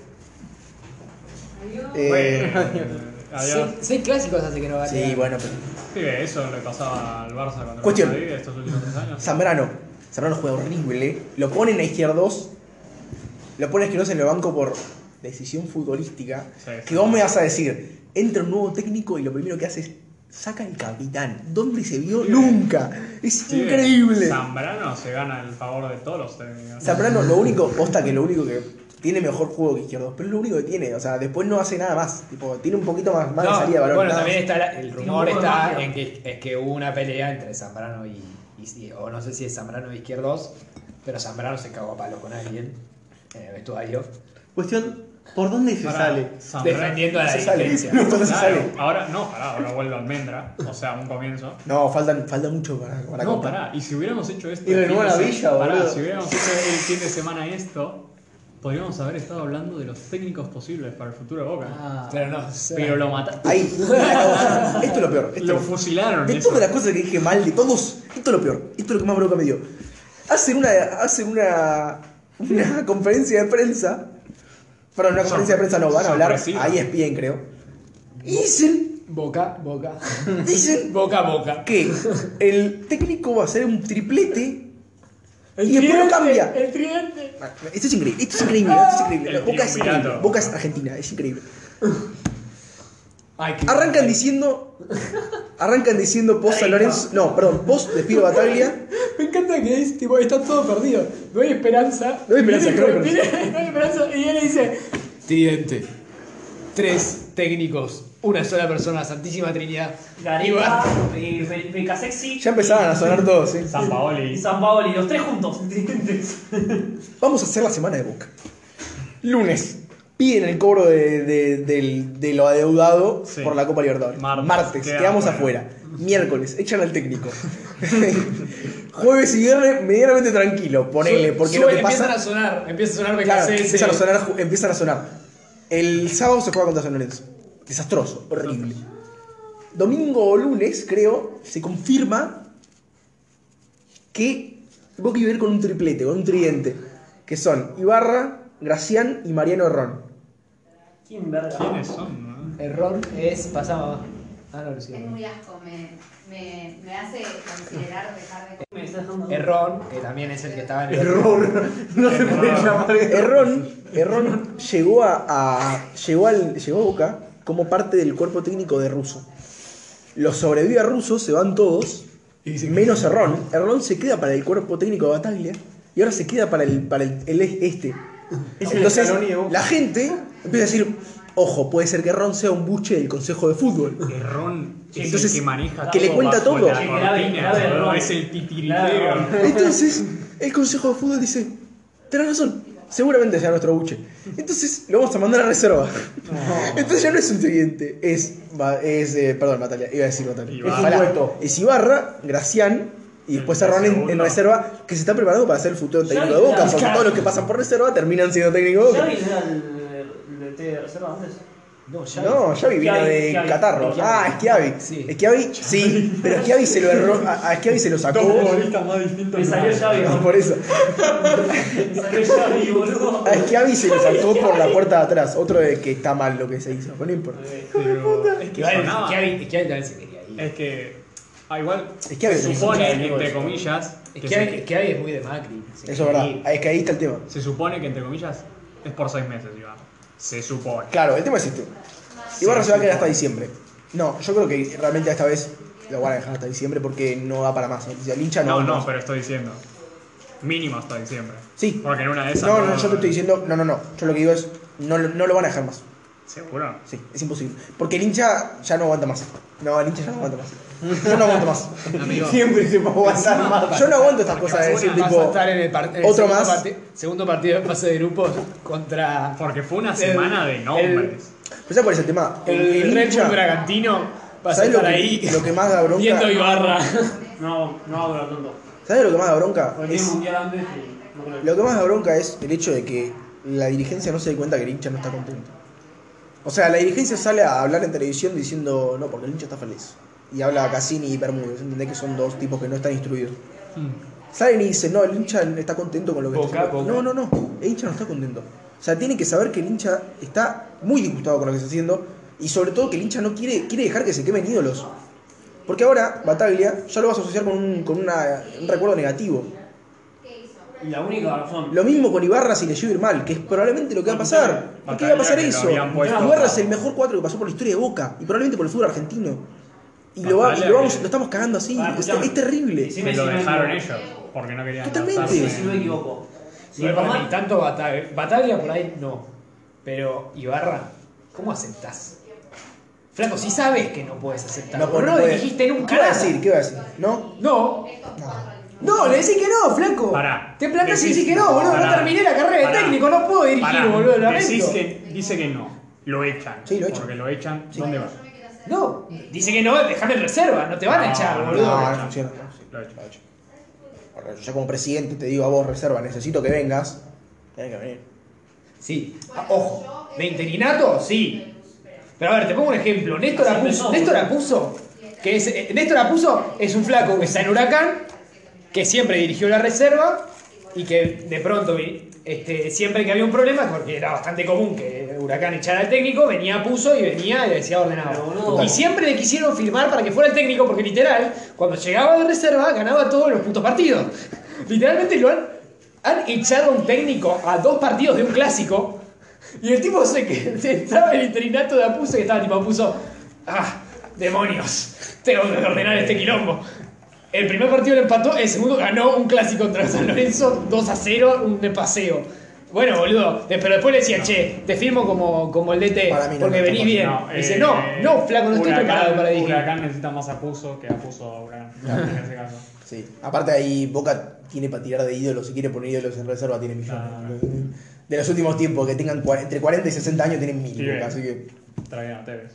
[SPEAKER 5] Eh,
[SPEAKER 1] Güey, Adiós.
[SPEAKER 2] Seis, seis clásicos hace que no gana.
[SPEAKER 5] Sí, bueno, pero.
[SPEAKER 1] Pibe, eso le pasaba al Barça contra
[SPEAKER 5] Cuestión.
[SPEAKER 1] el Madrid estos últimos tres años.
[SPEAKER 5] Zambrano. Zambrano juega horrible. Lo ponen a izquierdos. Lo ponen a izquierdos en el banco por decisión futbolística.
[SPEAKER 1] Sí, sí.
[SPEAKER 5] que vos me vas a decir, entra un nuevo técnico y lo primero que hace es saca el capitán. ¿Dónde se vio?
[SPEAKER 1] Sí.
[SPEAKER 5] Nunca. Es
[SPEAKER 1] Pibe,
[SPEAKER 5] increíble.
[SPEAKER 1] Zambrano se gana el favor de todos los técnicos.
[SPEAKER 5] Zambrano, lo único, posta que lo único que tiene mejor juego que izquierdos, pero es lo único que tiene. O sea, después no hace nada más. Tipo, tiene un poquito más, más
[SPEAKER 2] No,
[SPEAKER 5] de salida de balón.
[SPEAKER 2] bueno,
[SPEAKER 5] nada
[SPEAKER 2] también
[SPEAKER 5] más.
[SPEAKER 2] está la- el rumor
[SPEAKER 3] poco de
[SPEAKER 2] está
[SPEAKER 3] magia.
[SPEAKER 2] en que, es que hubo una pelea entre Zambrano y, y- y- o no sé si es Zambrano e Izquierdos, pero Zambrano se cagó a palos con alguien en el vestuario,
[SPEAKER 4] Cuestión, ¿por dónde se
[SPEAKER 1] Pará,
[SPEAKER 4] sale?
[SPEAKER 1] Zambrano.
[SPEAKER 2] defendiendo a la
[SPEAKER 5] Se sale.
[SPEAKER 2] diferencia.
[SPEAKER 5] No, entonces se
[SPEAKER 1] Claro,
[SPEAKER 5] sale.
[SPEAKER 1] ahora no, pará, ahora vuelve a almendra. O sea, un comienzo.
[SPEAKER 5] No, faltan, falta mucho para, para
[SPEAKER 1] No,
[SPEAKER 5] contar.
[SPEAKER 1] pará, y si hubiéramos hecho esto.
[SPEAKER 4] Y
[SPEAKER 1] el
[SPEAKER 4] de
[SPEAKER 1] fin de
[SPEAKER 4] nuevo a la
[SPEAKER 1] se-
[SPEAKER 4] villa,
[SPEAKER 1] pará,
[SPEAKER 4] boludo.
[SPEAKER 1] si hubiéramos hecho el fin de semana esto, podríamos haber estado hablando de los técnicos posibles para el futuro de Boca.
[SPEAKER 3] Ah,
[SPEAKER 2] Pero no, se-
[SPEAKER 1] Pero lo mataron.
[SPEAKER 5] Ahí, acabo. esto es lo peor. Esto
[SPEAKER 1] Lo
[SPEAKER 5] es lo-
[SPEAKER 1] fusilaron.
[SPEAKER 5] De
[SPEAKER 1] eso.
[SPEAKER 5] todas las cosas que dije mal, de todos, esto es lo peor. Esto es lo que más bronca me dio. Hacen una, hacen una, una conferencia de prensa. Perdón, una conferencia de prensa no, van a E hablar.
[SPEAKER 1] Sorpresiva.
[SPEAKER 5] Ahí es bien, creo. Y dicen,
[SPEAKER 2] boca, boca,
[SPEAKER 5] dicen
[SPEAKER 2] boca, boca.
[SPEAKER 5] que el técnico va a hacer un triplete y después lo cambia.
[SPEAKER 2] El tridente.
[SPEAKER 5] Esto es increíble, esto es increíble, esto es increíble.
[SPEAKER 1] Ah. El
[SPEAKER 5] Boca es
[SPEAKER 1] triunvirato.
[SPEAKER 5] increíble. Boca es argentina, es increíble.
[SPEAKER 2] Ay, qué-
[SPEAKER 5] Arrancan diciendo. Arrancan diciendo post San Lorenzo. No, perdón, post despido Bataglia.
[SPEAKER 2] Me encanta que es, tipo, está todo perdido. No hay esperanza.
[SPEAKER 5] No hay esperanza,
[SPEAKER 2] Viene
[SPEAKER 5] claro
[SPEAKER 2] con-
[SPEAKER 5] que no.
[SPEAKER 2] viene- no hay esperanza. Y él dice: Tridente. Tres técnicos. Una sola persona, Santísima Trinidad.
[SPEAKER 3] Garita, eh, Be- Becasexi
[SPEAKER 5] Ya empezaban a sonar todos, sí.
[SPEAKER 1] San
[SPEAKER 3] y
[SPEAKER 1] Paoli.
[SPEAKER 3] San Paoli, los tres juntos.
[SPEAKER 5] Vamos a hacer la semana de Boca. Lunes. Piden el cobro de, de- del- de lo adeudado
[SPEAKER 1] Sí.
[SPEAKER 5] por la Copa Libertadores.
[SPEAKER 1] Martes,
[SPEAKER 5] Martes,
[SPEAKER 1] queda
[SPEAKER 5] quedamos
[SPEAKER 1] afuera.
[SPEAKER 5] afuera.
[SPEAKER 2] eh.
[SPEAKER 5] Miércoles, echan al técnico. Jueves y viernes, medianamente tranquilo, ponele,
[SPEAKER 2] Su-
[SPEAKER 5] porque
[SPEAKER 2] sube-
[SPEAKER 5] lo que
[SPEAKER 2] empiezan
[SPEAKER 5] pasa.
[SPEAKER 2] a sonar. Empieza a sonar
[SPEAKER 5] Claro,
[SPEAKER 2] BKC,
[SPEAKER 5] empiezan a sonar. ju- Empiezan a sonar. El sábado se juega contra San Lorenzo. Desastroso, horrible. Domingo o lunes, creo, se confirma que Boca iba a ir con un triplete, con un tridente. Que son Ibarra, Gracián y Mariano Herrón.
[SPEAKER 3] ¿Quién verga?
[SPEAKER 1] ¿Quiénes son? no?
[SPEAKER 2] Error es. Pasa mamá. Ah, no, Lucía.
[SPEAKER 8] Es muy asco, me, me, me hace considerar dejar de
[SPEAKER 3] Me está dejando-
[SPEAKER 2] Error, que también es el que estaba en el.
[SPEAKER 4] Error. No se puede llamar error.
[SPEAKER 5] Herrón, Herrón llegó a, a- llegó, al, llegó a Boca como parte del cuerpo técnico de Russo. Los sobrevive a Russo, se van todos, menos Herrón. Herrón se queda para el cuerpo técnico de Bataglia y ahora se queda para el, para el, el este.
[SPEAKER 4] Es el
[SPEAKER 5] Entonces,
[SPEAKER 4] Scaloni de Boca.
[SPEAKER 5] la gente empieza a decir, ojo, puede ser que Herrón sea un buche del Consejo de Fútbol.
[SPEAKER 1] Errón es
[SPEAKER 5] Entonces,
[SPEAKER 1] el que maneja
[SPEAKER 5] que le
[SPEAKER 1] todo
[SPEAKER 5] cuenta
[SPEAKER 1] bajo
[SPEAKER 5] todo.
[SPEAKER 1] la
[SPEAKER 3] Sí, grave,
[SPEAKER 1] cortina,
[SPEAKER 3] grave
[SPEAKER 1] boludo,
[SPEAKER 3] error.
[SPEAKER 1] es el
[SPEAKER 3] Grave
[SPEAKER 1] titiritero.
[SPEAKER 3] error.
[SPEAKER 5] Entonces, el Consejo de Fútbol dice, tenés razón, seguramente sea nuestro buche. Entonces, lo vamos a mandar a reserva. Entonces ya no es un tridente, es, Ba- es eh, perdón, Natalia, iba a decir Natalia.
[SPEAKER 1] Ibarra.
[SPEAKER 5] Ojalá.
[SPEAKER 4] Es un dueto.
[SPEAKER 5] Es Ibarra, Gracián y después
[SPEAKER 1] El
[SPEAKER 5] Serrón en,
[SPEAKER 1] segundo.
[SPEAKER 5] en reserva, que se está preparando para ser el futuro
[SPEAKER 3] Ya
[SPEAKER 5] técnico de
[SPEAKER 3] vi-
[SPEAKER 5] Boca,
[SPEAKER 3] ya-
[SPEAKER 5] porque todos los que pasan por reserva terminan siendo técnico de
[SPEAKER 3] ¿Ya
[SPEAKER 5] Boca.
[SPEAKER 3] viste el, el té de reserva antes?
[SPEAKER 2] No, ya.
[SPEAKER 5] No, Xavi vino
[SPEAKER 3] Schiavi,
[SPEAKER 5] de
[SPEAKER 3] Schiavi.
[SPEAKER 5] Catarro.
[SPEAKER 3] Schiavi.
[SPEAKER 5] Ah, Schiavi.
[SPEAKER 2] Sí.
[SPEAKER 5] Schiavi, sí, pero Schiavi se lo erró, a a Schiavi se lo sacó.
[SPEAKER 1] más distintos.
[SPEAKER 3] Me salió Xavi, boludo.
[SPEAKER 5] Por eso.
[SPEAKER 3] Me salió Xavi, boludo.
[SPEAKER 5] A Schiavi se lo sacó por la puerta de atrás. Otro de que está mal lo que se hizo, pero no importa.
[SPEAKER 1] Es que
[SPEAKER 2] Igual,
[SPEAKER 1] sonaba. Este,
[SPEAKER 2] Schiavi- Schiavi también se quería ir.
[SPEAKER 1] Es que. Ah, igual.
[SPEAKER 5] Schiavi es un
[SPEAKER 1] supone,
[SPEAKER 5] hincha de
[SPEAKER 1] entre comillas. que
[SPEAKER 2] Schiavi
[SPEAKER 1] se,
[SPEAKER 2] Schiavi es muy de Macri. se
[SPEAKER 5] Eso es
[SPEAKER 2] quería
[SPEAKER 5] verdad. Ah,
[SPEAKER 2] ir.
[SPEAKER 5] Es que ahí está el tema.
[SPEAKER 1] se supone que, entre comillas, es por seis meses, Iván. Se supone.
[SPEAKER 5] Claro, el tema es este. Ibarra se va a quedar hasta diciembre. No, yo creo que realmente esta vez lo van a dejar hasta diciembre porque no va para más. O sea, el hincha no.
[SPEAKER 1] No, no, pero estoy diciendo. Mínimo hasta diciembre.
[SPEAKER 5] Sí.
[SPEAKER 1] Porque en una de esas.
[SPEAKER 5] No, no, yo te estoy diciendo. No, no, no. Yo lo que digo es. No, lo- no lo van a dejar más.
[SPEAKER 1] ¿Seguro?
[SPEAKER 5] Sí, es imposible. Porque el hincha ya no aguanta más. No, el hincha ya no aguanta más. Yo no aguanto más.
[SPEAKER 4] Siempre se va a aguantar más.
[SPEAKER 5] Yo no aguanto estas cosas de decir
[SPEAKER 2] Vas a
[SPEAKER 5] tipo.
[SPEAKER 2] estar en el, par- en el
[SPEAKER 5] otro
[SPEAKER 2] segundo
[SPEAKER 5] más.
[SPEAKER 2] parti- segundo partido de fase de grupos contra
[SPEAKER 1] Porque fue una semana de nombres.
[SPEAKER 5] Pues ¿sabes cuál es el tema?
[SPEAKER 2] el, Red Bull Bragantino. Vas a
[SPEAKER 5] ¿Sabes lo
[SPEAKER 2] estar
[SPEAKER 5] que,
[SPEAKER 2] ahí
[SPEAKER 5] lo que más da bronca?
[SPEAKER 2] viendo Ibarra.
[SPEAKER 3] No, no va a durar tanto.
[SPEAKER 5] ¿Sabes lo que más da bronca?
[SPEAKER 3] Porque tiene
[SPEAKER 5] Es-
[SPEAKER 3] mundial antes y no creo.
[SPEAKER 5] lo que más da bronca es el hecho de que la dirigencia no se dé cuenta que el hincha no está contento. O sea, la dirigencia sale a hablar en televisión diciendo, no, porque el hincha está feliz. Y habla a Cassini y Bermúdez, entendés que son dos tipos que no están instruidos. Salen y dicen, no, el hincha está contento con lo que
[SPEAKER 7] Boca,
[SPEAKER 5] está haciendo".
[SPEAKER 7] boca.
[SPEAKER 5] No, no, no, el hincha no está contento. O sea, tiene que saber que el hincha está muy disgustado con lo que está haciendo y Y sobre todo que el hincha no quiere, quiere dejar que se quemen ídolos. Porque ahora Bataglia ya lo vas a asociar con un, con una- un recuerdo negativo.
[SPEAKER 3] Y la única razón.
[SPEAKER 5] Lo mismo con Ibarra si le llega a ir mal, que es probablemente lo que va a pasar. ¿Por qué va a
[SPEAKER 1] Bataglia
[SPEAKER 5] pasar
[SPEAKER 1] que lo
[SPEAKER 5] eso?
[SPEAKER 1] habían puesto-
[SPEAKER 5] Ibarra es el mejor cuatro que pasó por la historia de Boca y probablemente por el fútbol argentino. Y lo, va- y
[SPEAKER 1] Bataglia
[SPEAKER 5] lo vamos-
[SPEAKER 1] que-
[SPEAKER 5] lo estamos cagando así.
[SPEAKER 3] Ah,
[SPEAKER 5] es,
[SPEAKER 3] escuchame.
[SPEAKER 5] es terrible.
[SPEAKER 3] Decime
[SPEAKER 1] Que lo
[SPEAKER 3] si no-
[SPEAKER 1] dejaron ellos, porque no querían.
[SPEAKER 5] Totalmente.
[SPEAKER 3] Decime
[SPEAKER 1] adaptarse.
[SPEAKER 3] si no me equivoco. Si
[SPEAKER 2] Igual para
[SPEAKER 3] Román-
[SPEAKER 2] mí, tanto Bataglia, Bataglia por ahí no. Pero Ibarra, ¿cómo aceptás? Flaco, si sabes que no puedes aceptar.
[SPEAKER 5] No,
[SPEAKER 2] No,
[SPEAKER 5] puede-
[SPEAKER 2] no
[SPEAKER 5] no puede.
[SPEAKER 2] dijiste nunca.
[SPEAKER 5] ¿Qué va a
[SPEAKER 2] nada.
[SPEAKER 5] decir? ¿Qué va a decir? ¿No?
[SPEAKER 2] No. No, le decís que no, flaco.
[SPEAKER 1] Pará.
[SPEAKER 2] Te plantás y decís
[SPEAKER 1] Decís-
[SPEAKER 2] que no, boludo.
[SPEAKER 1] pará.
[SPEAKER 2] No terminé la carrera de
[SPEAKER 1] Pará.
[SPEAKER 2] técnico, no puedo dirigir,
[SPEAKER 1] Pará,
[SPEAKER 2] boludo. Lo
[SPEAKER 1] decís
[SPEAKER 2] lamento.
[SPEAKER 1] que- dice que no. Lo echan.
[SPEAKER 5] Sí, lo echan.
[SPEAKER 1] Porque lo echan. ¿Dónde va?
[SPEAKER 2] No, dice que no, déjame en reserva, no te van a
[SPEAKER 1] No,
[SPEAKER 2] echar,
[SPEAKER 1] no,
[SPEAKER 2] boludo.
[SPEAKER 5] no,
[SPEAKER 1] echan.
[SPEAKER 5] no funciona.
[SPEAKER 1] Lo echan.
[SPEAKER 5] Ahora, yo ya como presidente te digo a vos, reserva, necesito que vengas. Tenés que venir.
[SPEAKER 2] Sí, Ah, ojo, de interinato, sí. Pero a ver, te pongo un ejemplo. Néstor
[SPEAKER 3] Así
[SPEAKER 2] Apuso,
[SPEAKER 3] empezó,
[SPEAKER 2] Néstor
[SPEAKER 3] boludo.
[SPEAKER 2] Apuso, que es, eh, Néstor Apuso es un flaco que está en Huracán, que siempre dirigió la reserva y que de pronto, vi- este, siempre que había un problema, porque era bastante común que Huracán echara al técnico, venía Apuso y venía y le decía
[SPEAKER 3] Pero,
[SPEAKER 2] ordenado.
[SPEAKER 3] boludo.
[SPEAKER 2] Y siempre le quisieron firmar para que fuera el técnico, porque literal, cuando llegaba de reserva, ganaba todos los putos partidos. Literalmente lo han, han echado a un técnico a dos partidos de un clásico. Y el tipo se que estaba en el interinato de Apuso y estaba tipo Apuso. ¡Ah! ¡Demonios! Tengo que ordenar este quilombo. El primer partido lo empató, el segundo ganó un clásico contra San Lorenzo, 2 a 0, un de paseo. Bueno, boludo, de- pero después le decía, che, te firmo como, como el DT,
[SPEAKER 5] Para mí no,
[SPEAKER 2] porque
[SPEAKER 5] no,
[SPEAKER 2] venís
[SPEAKER 5] tampoco.
[SPEAKER 2] bien. Y dice, no,
[SPEAKER 1] eh,
[SPEAKER 2] no, flaco, no estoy
[SPEAKER 1] Huracán-
[SPEAKER 2] preparado para dirigir.
[SPEAKER 1] Huracán necesita más apuso que apuso a Huracán. En ese caso.
[SPEAKER 5] Sí. Aparte ahí Boca tiene para tirar de ídolos, si quiere poner ídolos en reserva tiene millones.
[SPEAKER 1] Ah.
[SPEAKER 5] De los últimos tiempos, que tengan cua- entre 40 y 60 años tienen mil,
[SPEAKER 1] Sí,
[SPEAKER 5] Boca,
[SPEAKER 1] bien.
[SPEAKER 5] así que...
[SPEAKER 1] Traían a Tevez.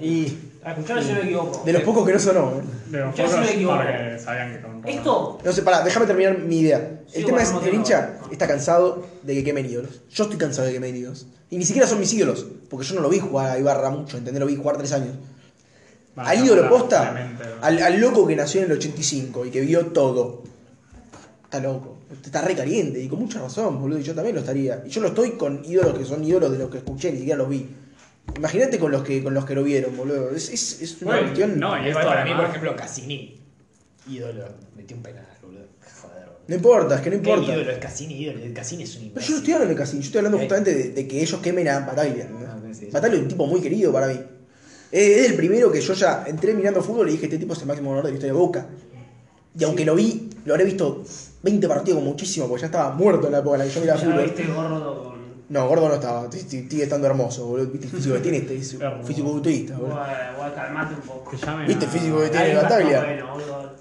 [SPEAKER 5] Y
[SPEAKER 3] Ah, Escuchame si no me equivoco.
[SPEAKER 5] de los pocos que no sonó. ¿eh?
[SPEAKER 1] De los
[SPEAKER 3] Yo sí me
[SPEAKER 1] pocos,
[SPEAKER 3] equivoco.
[SPEAKER 1] porque sabían que con Ronaldo-
[SPEAKER 3] Esto
[SPEAKER 5] No sé, pará, déjame terminar mi idea.
[SPEAKER 3] Sí,
[SPEAKER 5] El
[SPEAKER 3] bueno,
[SPEAKER 5] tema es,
[SPEAKER 3] no
[SPEAKER 5] el
[SPEAKER 3] tengo-
[SPEAKER 5] hincha está cansado de que quemen ídolos. Yo estoy cansado de que quemen ídolos. Y ni siquiera son mis ídolos, porque yo no lo vi jugar a Ibarra mucho, ¿entendés? Lo vi jugar tres años.
[SPEAKER 1] Van a
[SPEAKER 5] Al ídolo
[SPEAKER 1] cambiar
[SPEAKER 5] posta,
[SPEAKER 1] completamente, ¿no?
[SPEAKER 5] al, al loco que nació en el 85 y que vio todo. Está loco, está re caliente y con mucha razón, boludo. Y yo también lo estaría. Y yo lo estoy con ídolos que son ídolos de los que escuché, ni siquiera los vi. Imagínate con los que con los que lo vieron, boludo. Es, es- es una
[SPEAKER 1] Bueno,
[SPEAKER 5] cuestión. No.
[SPEAKER 1] No, y
[SPEAKER 2] Igual
[SPEAKER 1] esto
[SPEAKER 2] para mí, por
[SPEAKER 1] además-
[SPEAKER 2] ejemplo, Cassini, ídolo, metió un penal, boludo. Joder, boludo.
[SPEAKER 5] importa, es que no
[SPEAKER 2] ¿Qué
[SPEAKER 5] importa.
[SPEAKER 2] ídolo es Cassini? Ídolo, Cassini es un
[SPEAKER 5] Pero yo no
[SPEAKER 2] imbécil.
[SPEAKER 5] estoy hablando de Cassini, yo estoy hablando
[SPEAKER 2] Eh.
[SPEAKER 5] justamente de, de que ellos quemen a Bataglia. ¿no?
[SPEAKER 2] Ah, sí, sí.
[SPEAKER 5] Bataglia es un tipo muy querido para mí. Es, es el primero que yo ya entré mirando fútbol y dije, este tipo es el máximo ganador de la historia de Boca. Y aunque lo vi, lo habré visto 20 partidos como muchísimo, porque ya estaba muerto en la época en la que yo miraba
[SPEAKER 3] ya lo
[SPEAKER 5] fútbol.
[SPEAKER 3] viste gordo con.
[SPEAKER 5] No, gordo no estaba, t- t- sigue estando hermoso, boludo. Viste el físico que tiene, este es un
[SPEAKER 1] Hermoso.
[SPEAKER 5] fisiculturista,
[SPEAKER 3] Voy
[SPEAKER 5] boludo.
[SPEAKER 3] a, voy a calmarte un poco.
[SPEAKER 1] Que llamen
[SPEAKER 5] ¿Viste
[SPEAKER 1] a-
[SPEAKER 5] el físico que tiene?
[SPEAKER 3] Ahí está,
[SPEAKER 5] Bataglia.
[SPEAKER 3] bueno, boludo.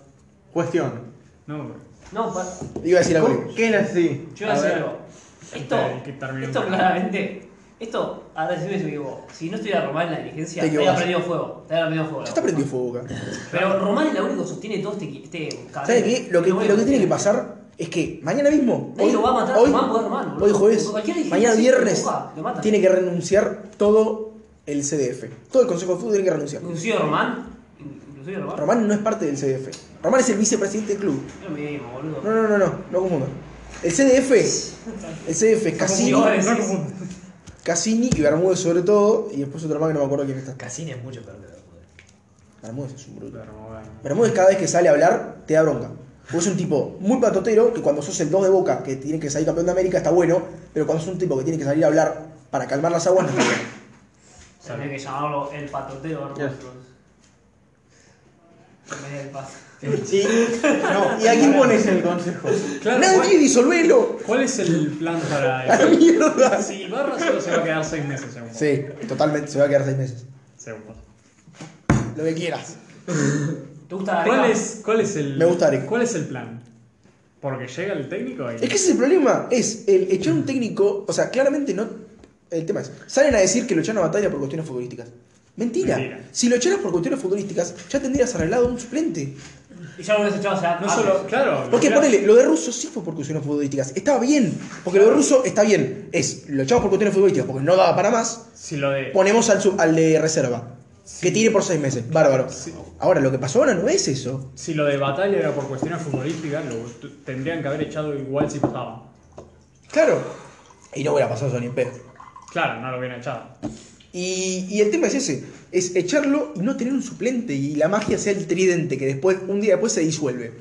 [SPEAKER 4] Cuestión.
[SPEAKER 1] No, pero-
[SPEAKER 3] No, pa-
[SPEAKER 5] Iba a decir algo.
[SPEAKER 4] ¿Con ¿Qué era así?
[SPEAKER 3] yo voy a
[SPEAKER 4] A
[SPEAKER 3] decir
[SPEAKER 4] ver.
[SPEAKER 3] algo. Esto,
[SPEAKER 1] Hay que terminar.
[SPEAKER 3] esto claramente. Esto, ahora decime si me equivoco. Si no estuviera Román en la dirigencia,
[SPEAKER 5] Te
[SPEAKER 3] te
[SPEAKER 5] equivocas.
[SPEAKER 3] habría prendido fuego. Te habría prendido fuego.
[SPEAKER 5] Ya está prendido fuego Boca.
[SPEAKER 3] Pero Román es la única que sostiene todo este. este
[SPEAKER 5] ¿Sabes
[SPEAKER 3] cadena.
[SPEAKER 5] qué? Lo que,
[SPEAKER 3] No,
[SPEAKER 5] lo que
[SPEAKER 3] no,
[SPEAKER 5] tiene que
[SPEAKER 3] no.
[SPEAKER 5] pasar es que mañana mismo.
[SPEAKER 3] Nadie lo va a matar,
[SPEAKER 5] hoy,
[SPEAKER 3] Román, poder Román, boludo.
[SPEAKER 5] hoy jueves,
[SPEAKER 3] Cualquier dirigente
[SPEAKER 5] mañana
[SPEAKER 3] sí,
[SPEAKER 5] viernes,
[SPEAKER 3] lo empuja, lo matan.
[SPEAKER 5] tiene que renunciar todo el CDF. Todo el Consejo de Fútbol tiene que renunciar.
[SPEAKER 3] Inclusive Román. Inclusive Román.
[SPEAKER 5] Román no es parte del CDF. Román es el vicepresidente del club.
[SPEAKER 3] Es lo mismo, boludo.
[SPEAKER 5] No, no, no, no, no confundan. El CDF, el CDF, Cassini,
[SPEAKER 3] Yo decís-
[SPEAKER 5] Cassini y Bermúdez sobre todo, y después otro más que no me acuerdo quién está.
[SPEAKER 2] Cassini es mucho perdedor, boludo.
[SPEAKER 5] Bermúdez es un bruto.
[SPEAKER 1] pero bueno.
[SPEAKER 5] Bermúdez cada vez que sale a hablar te da bronca. Porque es un tipo muy patotero que cuando sos el 2 de Boca, que tiene que salir campeón de América, está bueno, pero cuando sos un tipo que tiene que salir a hablar para calmar las aguas, no está bueno.
[SPEAKER 3] Tendría que llamarlo el patotero, ¿no?
[SPEAKER 4] Ya.
[SPEAKER 3] En vez del paso.
[SPEAKER 4] Sí. No, ¿y a quién pones en el consejo?
[SPEAKER 1] Claro,
[SPEAKER 5] ¡Nadie!
[SPEAKER 1] ¿cuál,
[SPEAKER 5] ¡Disolvelo!
[SPEAKER 1] cuál es el plan
[SPEAKER 5] ¡A la
[SPEAKER 1] para.?
[SPEAKER 5] mierda!
[SPEAKER 1] si Ibarra solo se va a quedar seis meses, según. vos.
[SPEAKER 5] Sí, totalmente, se va a quedar seis meses.
[SPEAKER 1] Según vos.
[SPEAKER 5] Lo que quieras.
[SPEAKER 3] ¿Te gusta Gareca?
[SPEAKER 1] ¿Cuál es, cuál es el.
[SPEAKER 5] Me gusta Areca.
[SPEAKER 1] ¿Cuál es el plan? Porque llega el técnico y.
[SPEAKER 5] Es que ese es el problema, es el echar un técnico, o sea, claramente no... El tema es, salen a decir que lo echaron a batalla por cuestiones futbolísticas. Mentira.
[SPEAKER 1] Mentira.
[SPEAKER 5] Si lo echaras por cuestiones futbolísticas, ya tendrías arreglado un suplente.
[SPEAKER 3] Y ya lo hubiese echado hace
[SPEAKER 1] No
[SPEAKER 3] antes.
[SPEAKER 1] solo. Claro.
[SPEAKER 5] Porque
[SPEAKER 1] claro.
[SPEAKER 5] ponele, lo de Russo sí fue por cuestiones futbolísticas. Estaba bien. Porque lo de Russo está bien. Es, lo echamos por cuestiones futbolísticas porque no daba para más.
[SPEAKER 1] Si lo de.
[SPEAKER 5] Ponemos al, sub- al de reserva. Que tire por seis meses. Bárbaro. Ahora, lo que pasó ahora no es eso.
[SPEAKER 1] Si lo de batalla era por cuestiones futbolísticas, lo t- tendrían que haber echado igual si pasaba.
[SPEAKER 5] Claro. Y no hubiera pasado eso ni en pedo.
[SPEAKER 1] Claro, no lo hubieran echado.
[SPEAKER 5] Y, y el tema es ese, es echarlo y no tener un suplente y la magia sea el tridente que después un día después se disuelve.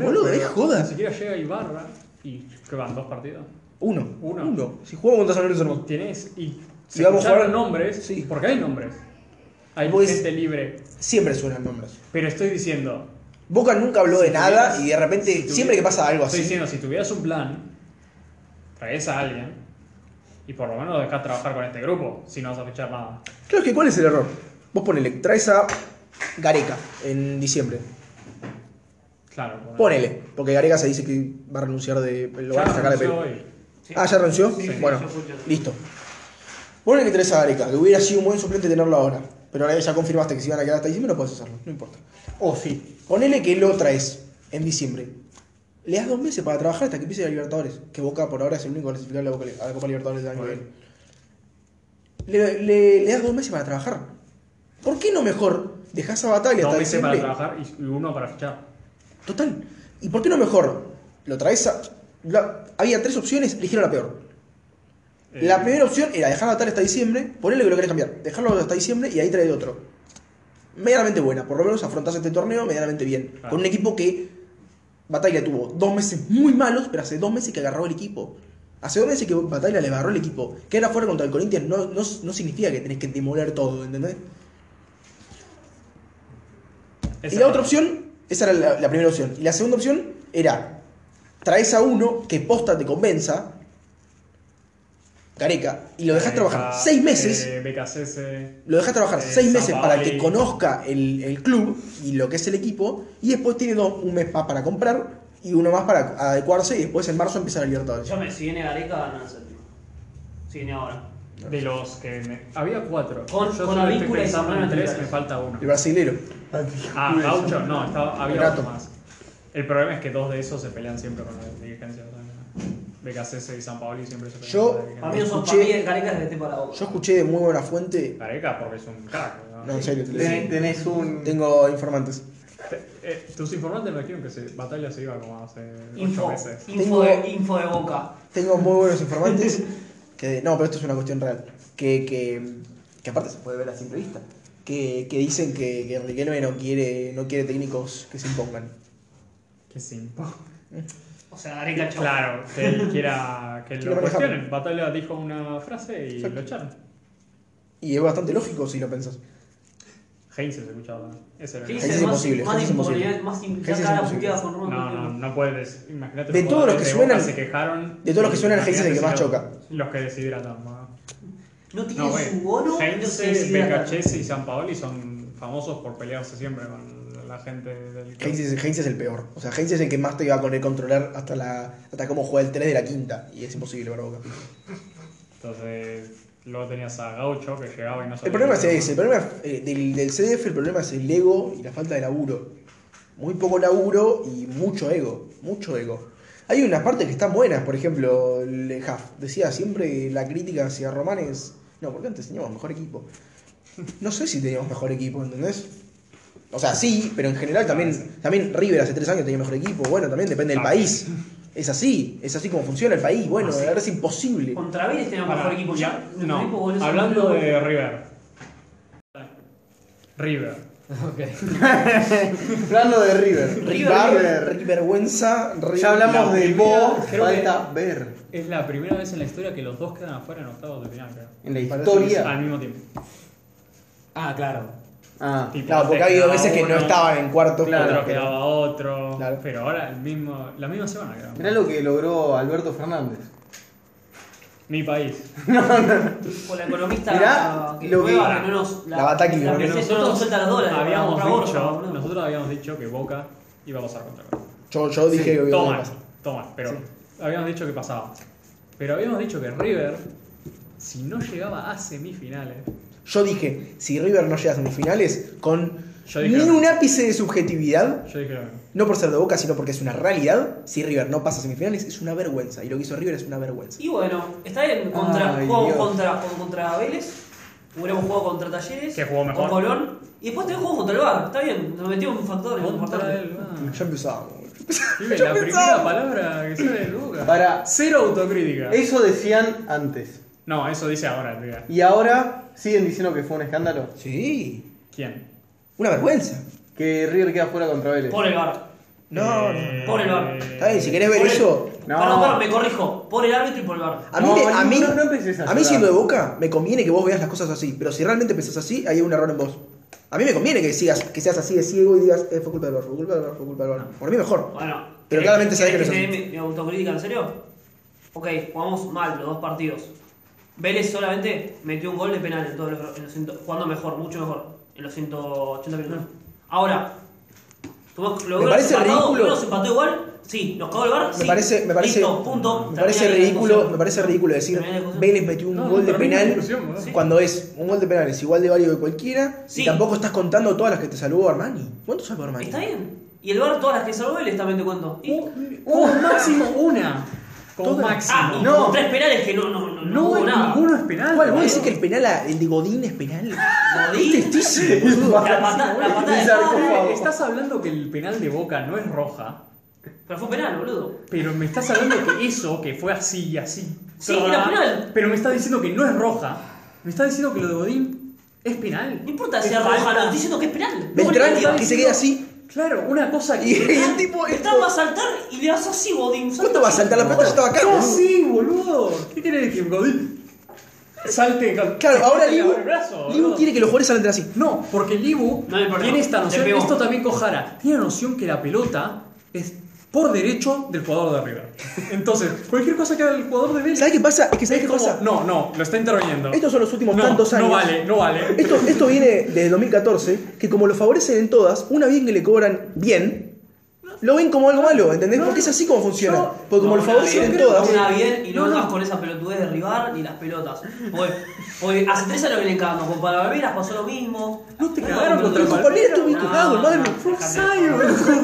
[SPEAKER 5] Boludo, es
[SPEAKER 1] Ni
[SPEAKER 5] jodas.
[SPEAKER 1] siquiera llega Ibarra y que van dos partidos.
[SPEAKER 5] Uno.
[SPEAKER 1] Uno.
[SPEAKER 5] Uno. Si jugamos contra San Lorenzo
[SPEAKER 1] Y
[SPEAKER 5] hermano.
[SPEAKER 1] tenés y
[SPEAKER 5] Si vamos a jugar-
[SPEAKER 1] escucharon nombres,
[SPEAKER 5] Sí.
[SPEAKER 1] porque hay nombres. Hay
[SPEAKER 5] Pues-
[SPEAKER 1] gente libre,
[SPEAKER 5] Siempre suenan nombres.
[SPEAKER 1] pero estoy diciendo,
[SPEAKER 5] Boca nunca habló de
[SPEAKER 1] tuvieras-
[SPEAKER 5] nada y de repente,
[SPEAKER 1] si tuvi-
[SPEAKER 5] siempre que pasa algo
[SPEAKER 1] estoy
[SPEAKER 5] así,
[SPEAKER 1] diciendo, si tuvieras un plan, traes a alguien y por lo menos lo dejás trabajar con este grupo, si no vas a fichar nada.
[SPEAKER 5] Claro, es que ¿cuál es el error? Vos ponele, traes a Gareca en diciembre.
[SPEAKER 1] Claro. bueno.
[SPEAKER 5] Ponele, porque Gareca se dice que va a renunciar de. lo
[SPEAKER 1] Ya
[SPEAKER 5] van a sacar de
[SPEAKER 1] renunció
[SPEAKER 5] Perú.
[SPEAKER 1] y-
[SPEAKER 5] Ah, ¿ya renunció?
[SPEAKER 3] Sí, sí,
[SPEAKER 5] bueno,
[SPEAKER 3] ya fue, ya fue.
[SPEAKER 5] listo. Ponele que traes a Gareca, que hubiera sido un buen suplente tenerlo ahora. Pero ahora ya confirmaste que se iban a quedar hasta diciembre, no puedes hacerlo, no importa. O sí, ponele que lo traes en diciembre. Le das dos meses para trabajar hasta que empiece la Libertadores. Que Boca por ahora es el único clasificado a la, Boca- a la Copa Libertadores del año que viene. Le, le- le das dos meses para trabajar. ¿Por qué no mejor dejas a Batalla
[SPEAKER 1] Dos
[SPEAKER 5] hasta
[SPEAKER 1] meses para
[SPEAKER 5] diciembre?
[SPEAKER 1] trabajar y y uno para fichar.
[SPEAKER 5] Total. ¿Y por qué no mejor? Lo traes a. la- había tres opciones, eligieron la peor.
[SPEAKER 1] Eh,
[SPEAKER 5] La primera opción era dejarlo atar hasta diciembre, ponerle que lo querés cambiar, dejarlo hasta diciembre y ahí trae otro. Medianamente buena, por lo menos afrontás este torneo medianamente bien.
[SPEAKER 1] Claro.
[SPEAKER 5] Con un equipo que Batalla tuvo dos meses muy malos, pero hace dos meses que agarró el equipo. Hace dos meses que Batalla le agarró el equipo. Que era fuera contra el Corinthians no, no, no significa que tenés que demoler todo, ¿entendés?
[SPEAKER 1] esa
[SPEAKER 5] y la otra opción, esa era la, la primera opción. Y la segunda opción era, traes a uno que posta te convenza, careca, y lo dejas
[SPEAKER 1] Eh,
[SPEAKER 5] trabajar
[SPEAKER 1] Ba-
[SPEAKER 5] seis meses.
[SPEAKER 1] eh, BKCS.
[SPEAKER 5] Lo dejas trabajar
[SPEAKER 1] Eh,
[SPEAKER 5] seis meses
[SPEAKER 1] Sampaoli.
[SPEAKER 5] para que conozca el, el club y lo que es el equipo, y después tiene dos- un mes más para comprar y uno más para adecuarse, y después en marzo empieza la Libertadores.
[SPEAKER 3] Yo me, si viene Gareca, ganan el tío. Si viene ahora.
[SPEAKER 1] De los que me- Había cuatro.
[SPEAKER 3] Con-
[SPEAKER 1] Yo
[SPEAKER 3] con
[SPEAKER 1] solo estoy
[SPEAKER 3] Avícola
[SPEAKER 1] pensando
[SPEAKER 3] y
[SPEAKER 1] en
[SPEAKER 3] Zambrano
[SPEAKER 1] tres, me
[SPEAKER 3] titulares.
[SPEAKER 1] falta uno.
[SPEAKER 5] El brasilero.
[SPEAKER 1] Ah, Gaucho, no, estaba, había
[SPEAKER 5] Renato.
[SPEAKER 1] otro más. El problema es que dos de esos se pelean siempre con la dirigencia. BKCS y San Paoli siempre se pelean
[SPEAKER 5] Yo-
[SPEAKER 1] con la dirigencia.
[SPEAKER 3] Para mí, no son, para
[SPEAKER 5] Escuché-
[SPEAKER 3] mí el Gareca es de para Boca.
[SPEAKER 5] Yo escuché de muy buena fuente.
[SPEAKER 1] Gareca porque es un crack. ¿no?
[SPEAKER 5] No, en serio, te lo digo.
[SPEAKER 4] Tenés, tenés un.
[SPEAKER 5] tengo informantes.
[SPEAKER 1] Te- eh, tus informantes me dijeron que se, Batalla se iba como hace ocho
[SPEAKER 3] Info,
[SPEAKER 1] meses.
[SPEAKER 3] info,
[SPEAKER 5] Tengo-
[SPEAKER 3] de, info de Boca.
[SPEAKER 5] Tengo muy buenos informantes. que, no, pero esto es una cuestión real. Que, que, que aparte se puede ver a simple vista. Que, que dicen que, que Riquelme no quiere, no quiere técnicos que se impongan.
[SPEAKER 1] Qué simple.
[SPEAKER 3] O sea, Gareca, chau.
[SPEAKER 1] Claro, que él quiera que
[SPEAKER 5] Quiere
[SPEAKER 1] lo
[SPEAKER 5] manejar.
[SPEAKER 1] cuestionen. Batalla dijo una frase y
[SPEAKER 5] Exacto.
[SPEAKER 1] lo echaron.
[SPEAKER 5] Y es bastante lógico si lo pensás.
[SPEAKER 1] Heinz se escuchaba. Ese era el-
[SPEAKER 3] ¿Qué
[SPEAKER 5] Ese
[SPEAKER 3] dice?
[SPEAKER 5] es
[SPEAKER 3] más,
[SPEAKER 5] imposible,
[SPEAKER 3] Más
[SPEAKER 5] ese es imposible.
[SPEAKER 3] imposible. Más im-
[SPEAKER 5] Ese es
[SPEAKER 3] ya cara
[SPEAKER 5] imposible.
[SPEAKER 3] puteada con Roma.
[SPEAKER 1] No, no, no puedes decir. Imagínate.
[SPEAKER 5] De todos los que
[SPEAKER 1] de Boca
[SPEAKER 5] suenan-
[SPEAKER 1] Se quejaron.
[SPEAKER 5] de todos los que suenan, Hayes es el que más
[SPEAKER 1] Imagínate
[SPEAKER 5] choca.
[SPEAKER 1] si los- Los que deshidratan más.
[SPEAKER 3] No tiene
[SPEAKER 1] No,
[SPEAKER 3] su bono.
[SPEAKER 1] güey.
[SPEAKER 3] no se
[SPEAKER 1] Heinze,
[SPEAKER 3] decide nada.
[SPEAKER 1] Becachese y San Paoli son famosos por pelearse siempre con la gente del club.
[SPEAKER 5] Heinz es, Heinz es el peor. O sea, Heinz es el que más te va a poder controlar hasta, la, hasta cómo juega el 3 de la quinta. Y es imposible para Boca.
[SPEAKER 1] Entonces, luego tenías a Gaucho que llegaba y no sabía.
[SPEAKER 5] El problema es
[SPEAKER 1] qué
[SPEAKER 5] ese. El problema eh, del, del CDF, el problema es el ego y la falta de laburo. Muy poco laburo y mucho ego. Mucho ego. Hay unas partes que están buenas. Por ejemplo, el Huff decía siempre la crítica hacia Román es... No, porque antes teníamos mejor equipo. No sé si teníamos mejor equipo, ¿entendés? O sea, sí, pero en general también, también River hace tres años tenía mejor equipo. Bueno, también depende del
[SPEAKER 1] Ah.
[SPEAKER 5] país. Es así, es así como funciona el país. Bueno, la verdad es imposible.
[SPEAKER 3] Contra Vélez tenemos
[SPEAKER 1] Pará,
[SPEAKER 3] mejor equipo.
[SPEAKER 1] ya-
[SPEAKER 3] Ya, nuestro
[SPEAKER 1] no,
[SPEAKER 3] equipo, boludo, es
[SPEAKER 1] hablando
[SPEAKER 3] un-
[SPEAKER 1] de River. River.
[SPEAKER 4] Hablando de River.
[SPEAKER 5] River, Rivergüenza, River.
[SPEAKER 4] Ya hablamos de
[SPEAKER 1] primera,
[SPEAKER 4] Bo,
[SPEAKER 1] creo
[SPEAKER 4] falta ver.
[SPEAKER 1] Es la primera vez en la historia que los dos quedan afuera en octavos de final, creo.
[SPEAKER 4] En la
[SPEAKER 5] Parece
[SPEAKER 4] historia.
[SPEAKER 1] Al mismo tiempo.
[SPEAKER 2] Ah, claro.
[SPEAKER 4] Ah,
[SPEAKER 1] Tipo,
[SPEAKER 5] Claro, porque ha
[SPEAKER 1] antes
[SPEAKER 5] habido
[SPEAKER 1] quedaba
[SPEAKER 5] veces que no
[SPEAKER 1] uno,
[SPEAKER 5] estaban en cuartos.
[SPEAKER 1] Otro
[SPEAKER 5] pero-
[SPEAKER 1] quedaba otro.
[SPEAKER 5] Claro.
[SPEAKER 1] Pero ahora el mismo, la misma semana, creo.
[SPEAKER 4] mirá lo que logró Alberto Fernández.
[SPEAKER 1] Mi país.
[SPEAKER 3] Con la economista
[SPEAKER 4] Mirá,
[SPEAKER 3] que
[SPEAKER 4] lo que-
[SPEAKER 3] juega, que no nos,
[SPEAKER 5] la bataki,
[SPEAKER 3] La
[SPEAKER 1] Porque
[SPEAKER 5] porque
[SPEAKER 3] princesa no nos
[SPEAKER 1] nosotros
[SPEAKER 3] suelta los dólares. para
[SPEAKER 1] habíamos
[SPEAKER 3] comprar
[SPEAKER 1] dicho,
[SPEAKER 3] gorra, boludo.
[SPEAKER 1] nosotros habíamos dicho que Boca iba a pasar contra Boca.
[SPEAKER 5] Yo, yo dije que
[SPEAKER 1] Toma, toma, pero habíamos dicho que pasaba. Pero habíamos dicho que River, si no llegaba a semifinales,
[SPEAKER 5] Yo dije, si River no llega a semifinales, con
[SPEAKER 1] Yo dije
[SPEAKER 5] ni
[SPEAKER 1] lo
[SPEAKER 5] un ápice de subjetividad,
[SPEAKER 1] yo dije lo mismo.
[SPEAKER 5] no por ser de boca, sino porque es una realidad, si River no pasa a semifinales, es una vergüenza. Y lo que hizo River es una vergüenza.
[SPEAKER 3] Y bueno, está bien. Contra,
[SPEAKER 4] Ay,
[SPEAKER 3] jugamos
[SPEAKER 4] Dios.
[SPEAKER 3] contra, contra Vélez. Hubiéramos jugado contra Talleres.
[SPEAKER 1] Que jugó mejor.
[SPEAKER 3] Con Colón. Y después también jugamos contra el Bar. Está bien. Nos metió un factor
[SPEAKER 1] Contra
[SPEAKER 3] importante.
[SPEAKER 1] el Boca.
[SPEAKER 5] Ya empezábamos.
[SPEAKER 1] Pibe, la primera palabra que sale de Boca.
[SPEAKER 4] Para-
[SPEAKER 5] Eh.
[SPEAKER 1] Cero autocrítica.
[SPEAKER 4] Eso decían antes.
[SPEAKER 1] No, eso dice ahora el video.
[SPEAKER 4] Y ahora siguen diciendo que fue un escándalo.
[SPEAKER 5] Sí.
[SPEAKER 1] ¿Quién?
[SPEAKER 5] Una vergüenza.
[SPEAKER 4] Que River queda fuera contra Vélez.
[SPEAKER 3] Por el bar.
[SPEAKER 5] No,
[SPEAKER 1] Eh,
[SPEAKER 5] no.
[SPEAKER 3] Por el bar.
[SPEAKER 5] Está bien, si querés ver
[SPEAKER 3] Por el-
[SPEAKER 5] eso.
[SPEAKER 4] No.
[SPEAKER 3] Perdón, perdón, me corrijo. Por el árbitro y por el bar.
[SPEAKER 5] A mí,
[SPEAKER 4] No,
[SPEAKER 5] me- a mí,
[SPEAKER 4] no, no empieces a
[SPEAKER 5] a mí
[SPEAKER 4] llorar.
[SPEAKER 5] siendo de boca, me conviene que vos veas las cosas así. Pero si realmente pensás así, hay un error en vos. A mí me conviene que sigas, que seas así de ciego y digas, eh, fue culpa del bar, fue culpa del bar, fue culpa del bar.
[SPEAKER 4] Ah.
[SPEAKER 5] Por mí mejor.
[SPEAKER 3] Bueno.
[SPEAKER 5] Pero claramente sabés que no
[SPEAKER 3] ¿querés
[SPEAKER 5] sos-
[SPEAKER 3] mi, mi autocrítica, ¿en serio? Ok, jugamos mal los dos partidos. Vélez solamente metió un gol de penal en todos los, en los ciento- jugando mejor, mucho mejor, en los 180 minutos. Ahora, ¿tuvimos- ¿lo
[SPEAKER 5] Mm. Me
[SPEAKER 3] hubiéramos
[SPEAKER 5] parece
[SPEAKER 3] empatado?
[SPEAKER 5] ridículo.
[SPEAKER 3] ¿Nos empató igual? Sí, nos cagó el bar.
[SPEAKER 5] Me parece, me parece,
[SPEAKER 3] Listo, punto.
[SPEAKER 5] me parece
[SPEAKER 3] Termina la
[SPEAKER 5] ridículo,
[SPEAKER 3] discusión.
[SPEAKER 5] me parece ridículo decir
[SPEAKER 3] Termina la discusión.
[SPEAKER 5] Vélez metió un
[SPEAKER 1] No, no
[SPEAKER 5] gol de
[SPEAKER 1] termina la
[SPEAKER 5] penal
[SPEAKER 1] discusión, boludo.
[SPEAKER 3] Sí.
[SPEAKER 5] cuando es un gol de penal es igual de válido que cualquiera
[SPEAKER 3] Sí.
[SPEAKER 5] y tampoco estás contando todas las que te salvó Armani. ¿Cuánto salvó Armani?
[SPEAKER 3] Está bien. Y el bar, todas las que salvó Vélez también te cuento. Y-
[SPEAKER 5] Uh,
[SPEAKER 1] Como máximo una. Como
[SPEAKER 5] Todo.
[SPEAKER 3] ah, y
[SPEAKER 1] máximo.
[SPEAKER 3] con tres penales que no, no, no, no
[SPEAKER 1] No
[SPEAKER 3] hubo
[SPEAKER 1] hay
[SPEAKER 3] nada.
[SPEAKER 1] ninguno es penal.
[SPEAKER 5] ¿Cuál? ¿Vos
[SPEAKER 1] boludo.
[SPEAKER 5] decís que el penal, a- el de Godín es penal?
[SPEAKER 3] Godín.
[SPEAKER 5] Tristísimo, boludo.
[SPEAKER 3] La patada, la patada de Pablo.
[SPEAKER 1] Estás hablando que el penal de Boca no es roja,
[SPEAKER 3] Pero fue penal, boludo.
[SPEAKER 1] pero me estás hablando que eso, que fue así y así.
[SPEAKER 3] Sí, era penal.
[SPEAKER 1] Pero me estás diciendo que no es roja. Me estás diciendo que lo de Godín es penal.
[SPEAKER 3] No importa si
[SPEAKER 1] Es
[SPEAKER 3] es roja, no,
[SPEAKER 1] falta.
[SPEAKER 3] estoy diciendo que es penal.
[SPEAKER 5] Beltrán,
[SPEAKER 3] No, no, no,
[SPEAKER 5] que se queda así.
[SPEAKER 1] Claro, una cosa
[SPEAKER 5] Y
[SPEAKER 1] que.
[SPEAKER 5] el tipo. el
[SPEAKER 3] Beltrán va a saltar y le das así, Godín. salta
[SPEAKER 5] ¿Cuánto va a
[SPEAKER 3] así.
[SPEAKER 5] saltar la plata? Yo estaba acá.
[SPEAKER 1] No,
[SPEAKER 5] boludo.
[SPEAKER 1] sí, boludo. ¿Qué querés que Godín salte con.
[SPEAKER 5] Claro, ahora
[SPEAKER 1] con el
[SPEAKER 5] Libu,
[SPEAKER 1] brazo,
[SPEAKER 5] Libu
[SPEAKER 1] boludo?
[SPEAKER 5] quiere que los jugadores salten así.
[SPEAKER 1] No, porque el Ibu
[SPEAKER 3] No hay problema.
[SPEAKER 1] tiene esta
[SPEAKER 3] Le
[SPEAKER 1] noción,
[SPEAKER 3] pegó.
[SPEAKER 1] esto también con Jara, tiene la noción que la pelota es por derecho del jugador de River. Entonces, cualquier cosa que haga el jugador de Vélez
[SPEAKER 5] ¿Sabes qué pasa? Es que ¿sabes
[SPEAKER 1] es
[SPEAKER 5] qué
[SPEAKER 1] como,
[SPEAKER 5] pasa?
[SPEAKER 1] no, no, lo está interviniendo.
[SPEAKER 5] Estos son los últimos
[SPEAKER 1] no,
[SPEAKER 5] tantos años.
[SPEAKER 1] No vale, no vale.
[SPEAKER 5] Esto, esto viene desde 2014, que como lo favorecen en todas, una vez que le cobran bien, lo ven como algo malo, ¿entendés? Porque es así como funciona.
[SPEAKER 1] yo-
[SPEAKER 5] Porque
[SPEAKER 3] No,
[SPEAKER 5] como lo
[SPEAKER 3] una
[SPEAKER 5] favorecen
[SPEAKER 3] bien,
[SPEAKER 5] en todas.
[SPEAKER 3] Una bien y no,
[SPEAKER 1] No, no.
[SPEAKER 3] vengas con esa pelotudez de derribar ni las pelotas. Porque, porque hace tres años que le encanta. Con Palabras pasó lo mismo.
[SPEAKER 1] No te cagaron contra
[SPEAKER 5] Pero con
[SPEAKER 1] Palmeiras.
[SPEAKER 5] Palmeiras estuvo bien cagado,
[SPEAKER 3] No,
[SPEAKER 5] hermano.
[SPEAKER 3] no,
[SPEAKER 5] Fue
[SPEAKER 3] no,
[SPEAKER 5] offside,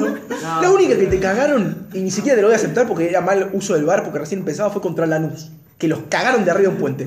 [SPEAKER 5] boludo.
[SPEAKER 3] No.
[SPEAKER 5] La única que te cagaron, y ni siquiera te lo voy a aceptar porque era mal uso del bar, porque recién empezaba, fue contra Lanús. Que los cagaron de arriba un puente.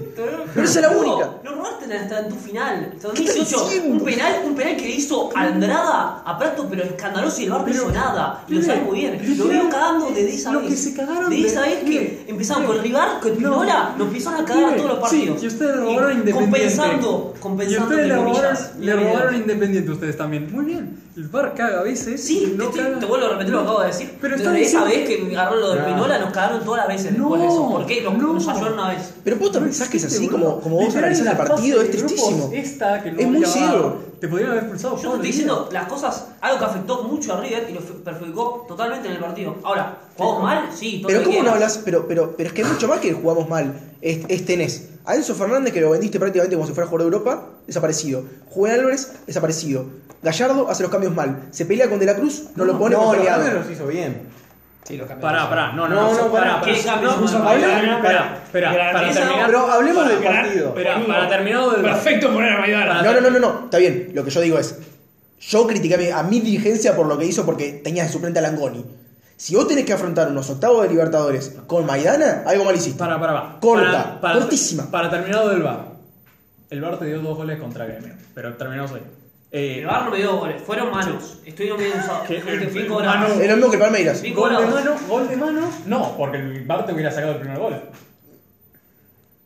[SPEAKER 5] Pero esa es la única.
[SPEAKER 3] No robaste hasta tu final. Hasta
[SPEAKER 5] ¿Qué estás
[SPEAKER 3] 2018, un
[SPEAKER 5] diciendo?
[SPEAKER 3] penal, un penal que le hizo Andrada a Prato, pero escandaloso y el bar no hizo nada. Y lo
[SPEAKER 1] pibe,
[SPEAKER 3] sabe muy bien. Lo
[SPEAKER 1] literal,
[SPEAKER 3] veo cagando desde esa
[SPEAKER 1] lo
[SPEAKER 3] vez.
[SPEAKER 1] que se cagaron
[SPEAKER 3] Desde
[SPEAKER 1] de-
[SPEAKER 3] esa vez que
[SPEAKER 1] pibe,
[SPEAKER 3] empezaron
[SPEAKER 1] pibe.
[SPEAKER 3] con Rivar, con Pinola, nos empezaron a cagar a
[SPEAKER 1] Pibe,
[SPEAKER 3] todos los partidos.
[SPEAKER 1] Sí, y ustedes robaron a Independiente.
[SPEAKER 3] Compensando, compensando.
[SPEAKER 1] Y ustedes le
[SPEAKER 3] entre
[SPEAKER 1] robaron,
[SPEAKER 3] comillas,
[SPEAKER 1] le
[SPEAKER 3] la vida.
[SPEAKER 1] robaron a Independiente ustedes también. Muy bien. El VAR caga a veces.
[SPEAKER 3] Sí,
[SPEAKER 1] y
[SPEAKER 3] te,
[SPEAKER 1] no
[SPEAKER 3] estoy-
[SPEAKER 1] caga.
[SPEAKER 3] te vuelvo a repetir lo que acabo de decir.
[SPEAKER 1] Pero
[SPEAKER 3] Desde
[SPEAKER 1] está
[SPEAKER 3] esa
[SPEAKER 1] diciendo-
[SPEAKER 3] vez que me agarró lo de Pinola, nos cagaron todas las veces después de
[SPEAKER 1] No,
[SPEAKER 3] eso. ¿Por qué? Nos,
[SPEAKER 1] no.
[SPEAKER 3] nos ayudaron una vez.
[SPEAKER 5] Pero vos te pensás que es así como, como vos analizás el partido, es tristísimo.
[SPEAKER 1] Esta, que no
[SPEAKER 5] Es muy
[SPEAKER 1] miraba,
[SPEAKER 5] ciego.
[SPEAKER 1] Te podrían haber expulsado.
[SPEAKER 3] Yo te estoy diciendo las cosas, algo que afectó mucho a River y lo fe- perjudicó totalmente en el partido. Ahora, ¿jugamos mal? Sí, todo
[SPEAKER 5] Pero
[SPEAKER 3] lo
[SPEAKER 5] ¿cómo
[SPEAKER 3] que
[SPEAKER 5] no
[SPEAKER 3] quieras.
[SPEAKER 5] hablas? Pero, pero, pero es que hay mucho más que jugamos mal. Es, es tenés a Enzo Fernández, que lo vendiste prácticamente como si fuera jugador de Europa, desaparecido. Juan Álvarez, desaparecido. Gallardo hace los cambios mal. Se pelea con De la Cruz, no, lo pone
[SPEAKER 4] No,
[SPEAKER 5] por
[SPEAKER 4] los
[SPEAKER 5] peleado.
[SPEAKER 4] cambios los hizo bien.
[SPEAKER 1] Pará, pará, no, no,
[SPEAKER 4] No, no,
[SPEAKER 1] pará, pará.
[SPEAKER 4] pará.
[SPEAKER 3] ¿Qué cambio
[SPEAKER 1] No,
[SPEAKER 3] hizo
[SPEAKER 1] pará,
[SPEAKER 3] Maidana?
[SPEAKER 1] pará, pará,
[SPEAKER 7] Gran-
[SPEAKER 1] para
[SPEAKER 3] esa-
[SPEAKER 1] terminar.
[SPEAKER 4] Pero hablemos del
[SPEAKER 7] Gran-
[SPEAKER 4] partido.
[SPEAKER 1] Espera,
[SPEAKER 7] Boludo.
[SPEAKER 1] para terminar del-
[SPEAKER 7] Perfecto poner a Maidana.
[SPEAKER 5] No, no, no, no, no, está bien. Lo que yo digo es, yo critiqué a mi- a mi dirigencia por lo que hizo porque tenía de suplente a Langoni. Si vos tenés que afrontar unos octavos de Libertadores con Maidana, algo mal hiciste.
[SPEAKER 1] Para, para, para.
[SPEAKER 5] Corta,
[SPEAKER 1] Para- para-
[SPEAKER 5] cortísima.
[SPEAKER 1] Para terminar del bar. El bar te dio dos goles contra Gremio, pero terminamos ahí. Eh,
[SPEAKER 3] El bar no me dio goles, fueron manos. Estuvieron bien usados.
[SPEAKER 1] Que-
[SPEAKER 3] Fueron
[SPEAKER 1] que-
[SPEAKER 3] cinco
[SPEAKER 1] que-
[SPEAKER 3] horas.
[SPEAKER 1] mano-
[SPEAKER 5] Es lo mismo que el Palmeiras.
[SPEAKER 3] Sí.
[SPEAKER 1] gol de
[SPEAKER 3] goles.
[SPEAKER 1] mano, gol de mano. No, porque el bar te hubiera sacado el primer gol.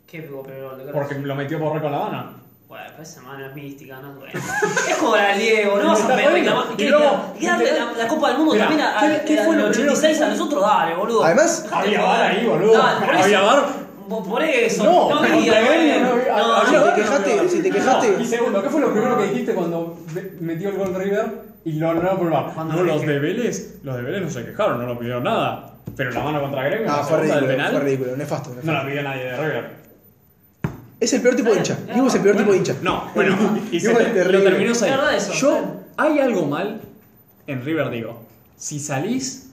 [SPEAKER 3] ¿Qué pegó primero? ¿De qué
[SPEAKER 1] Porque lo metió por con La Habana.
[SPEAKER 3] Bueno, pero esa mano es mística, no es buena. Es como la del Diego, no vas a
[SPEAKER 1] Está
[SPEAKER 3] pedir
[SPEAKER 1] bueno.
[SPEAKER 3] reclamar.
[SPEAKER 1] Y
[SPEAKER 3] ¿Qué-
[SPEAKER 1] luego-
[SPEAKER 3] y darle la, la Copa del Mundo
[SPEAKER 1] Mirá,
[SPEAKER 3] también a-
[SPEAKER 1] ¿qué- qué
[SPEAKER 3] a-
[SPEAKER 1] fue lo
[SPEAKER 3] al
[SPEAKER 1] primero que
[SPEAKER 3] 86 a
[SPEAKER 1] fue?
[SPEAKER 3] nosotros, dale, boludo.
[SPEAKER 5] Además,
[SPEAKER 3] Dejate de
[SPEAKER 1] Había
[SPEAKER 3] joder.
[SPEAKER 1] bar ahí, boludo.
[SPEAKER 3] Dale, por
[SPEAKER 1] Había
[SPEAKER 3] eso.
[SPEAKER 1] bar.
[SPEAKER 3] Por- Por eso.
[SPEAKER 1] No,
[SPEAKER 3] había,
[SPEAKER 1] contra Gremio no había-
[SPEAKER 3] eh. No,
[SPEAKER 1] había
[SPEAKER 5] Si
[SPEAKER 1] bar.
[SPEAKER 5] te quejaste, si te quejaste.
[SPEAKER 1] Y segundo, ¿qué fue lo primero que dijiste cuando ve- metió el gol River y lo anularon por VAR?
[SPEAKER 3] Cuando
[SPEAKER 1] No,
[SPEAKER 3] lo
[SPEAKER 1] los
[SPEAKER 3] dije.
[SPEAKER 1] de Vélez, los de Vélez no se quejaron, no lo pidieron nada. Pero la mano contra Gremio,
[SPEAKER 5] Ah,
[SPEAKER 1] la
[SPEAKER 5] fue
[SPEAKER 1] segunda del
[SPEAKER 5] ridículo,
[SPEAKER 1] penal,
[SPEAKER 5] fue ridículo, nefasto. nefasto.
[SPEAKER 1] no la pidió nadie de River.
[SPEAKER 5] Es el peor tipo de hincha. Digo, es el peor tipo de hincha.
[SPEAKER 1] No, bueno, y se
[SPEAKER 5] Igual
[SPEAKER 1] te-
[SPEAKER 5] es
[SPEAKER 1] lo
[SPEAKER 5] terrible.
[SPEAKER 1] terminó
[SPEAKER 3] Es verdad
[SPEAKER 1] ahí.
[SPEAKER 3] eso.
[SPEAKER 1] Yo, hay algo mal en River, digo. Si salís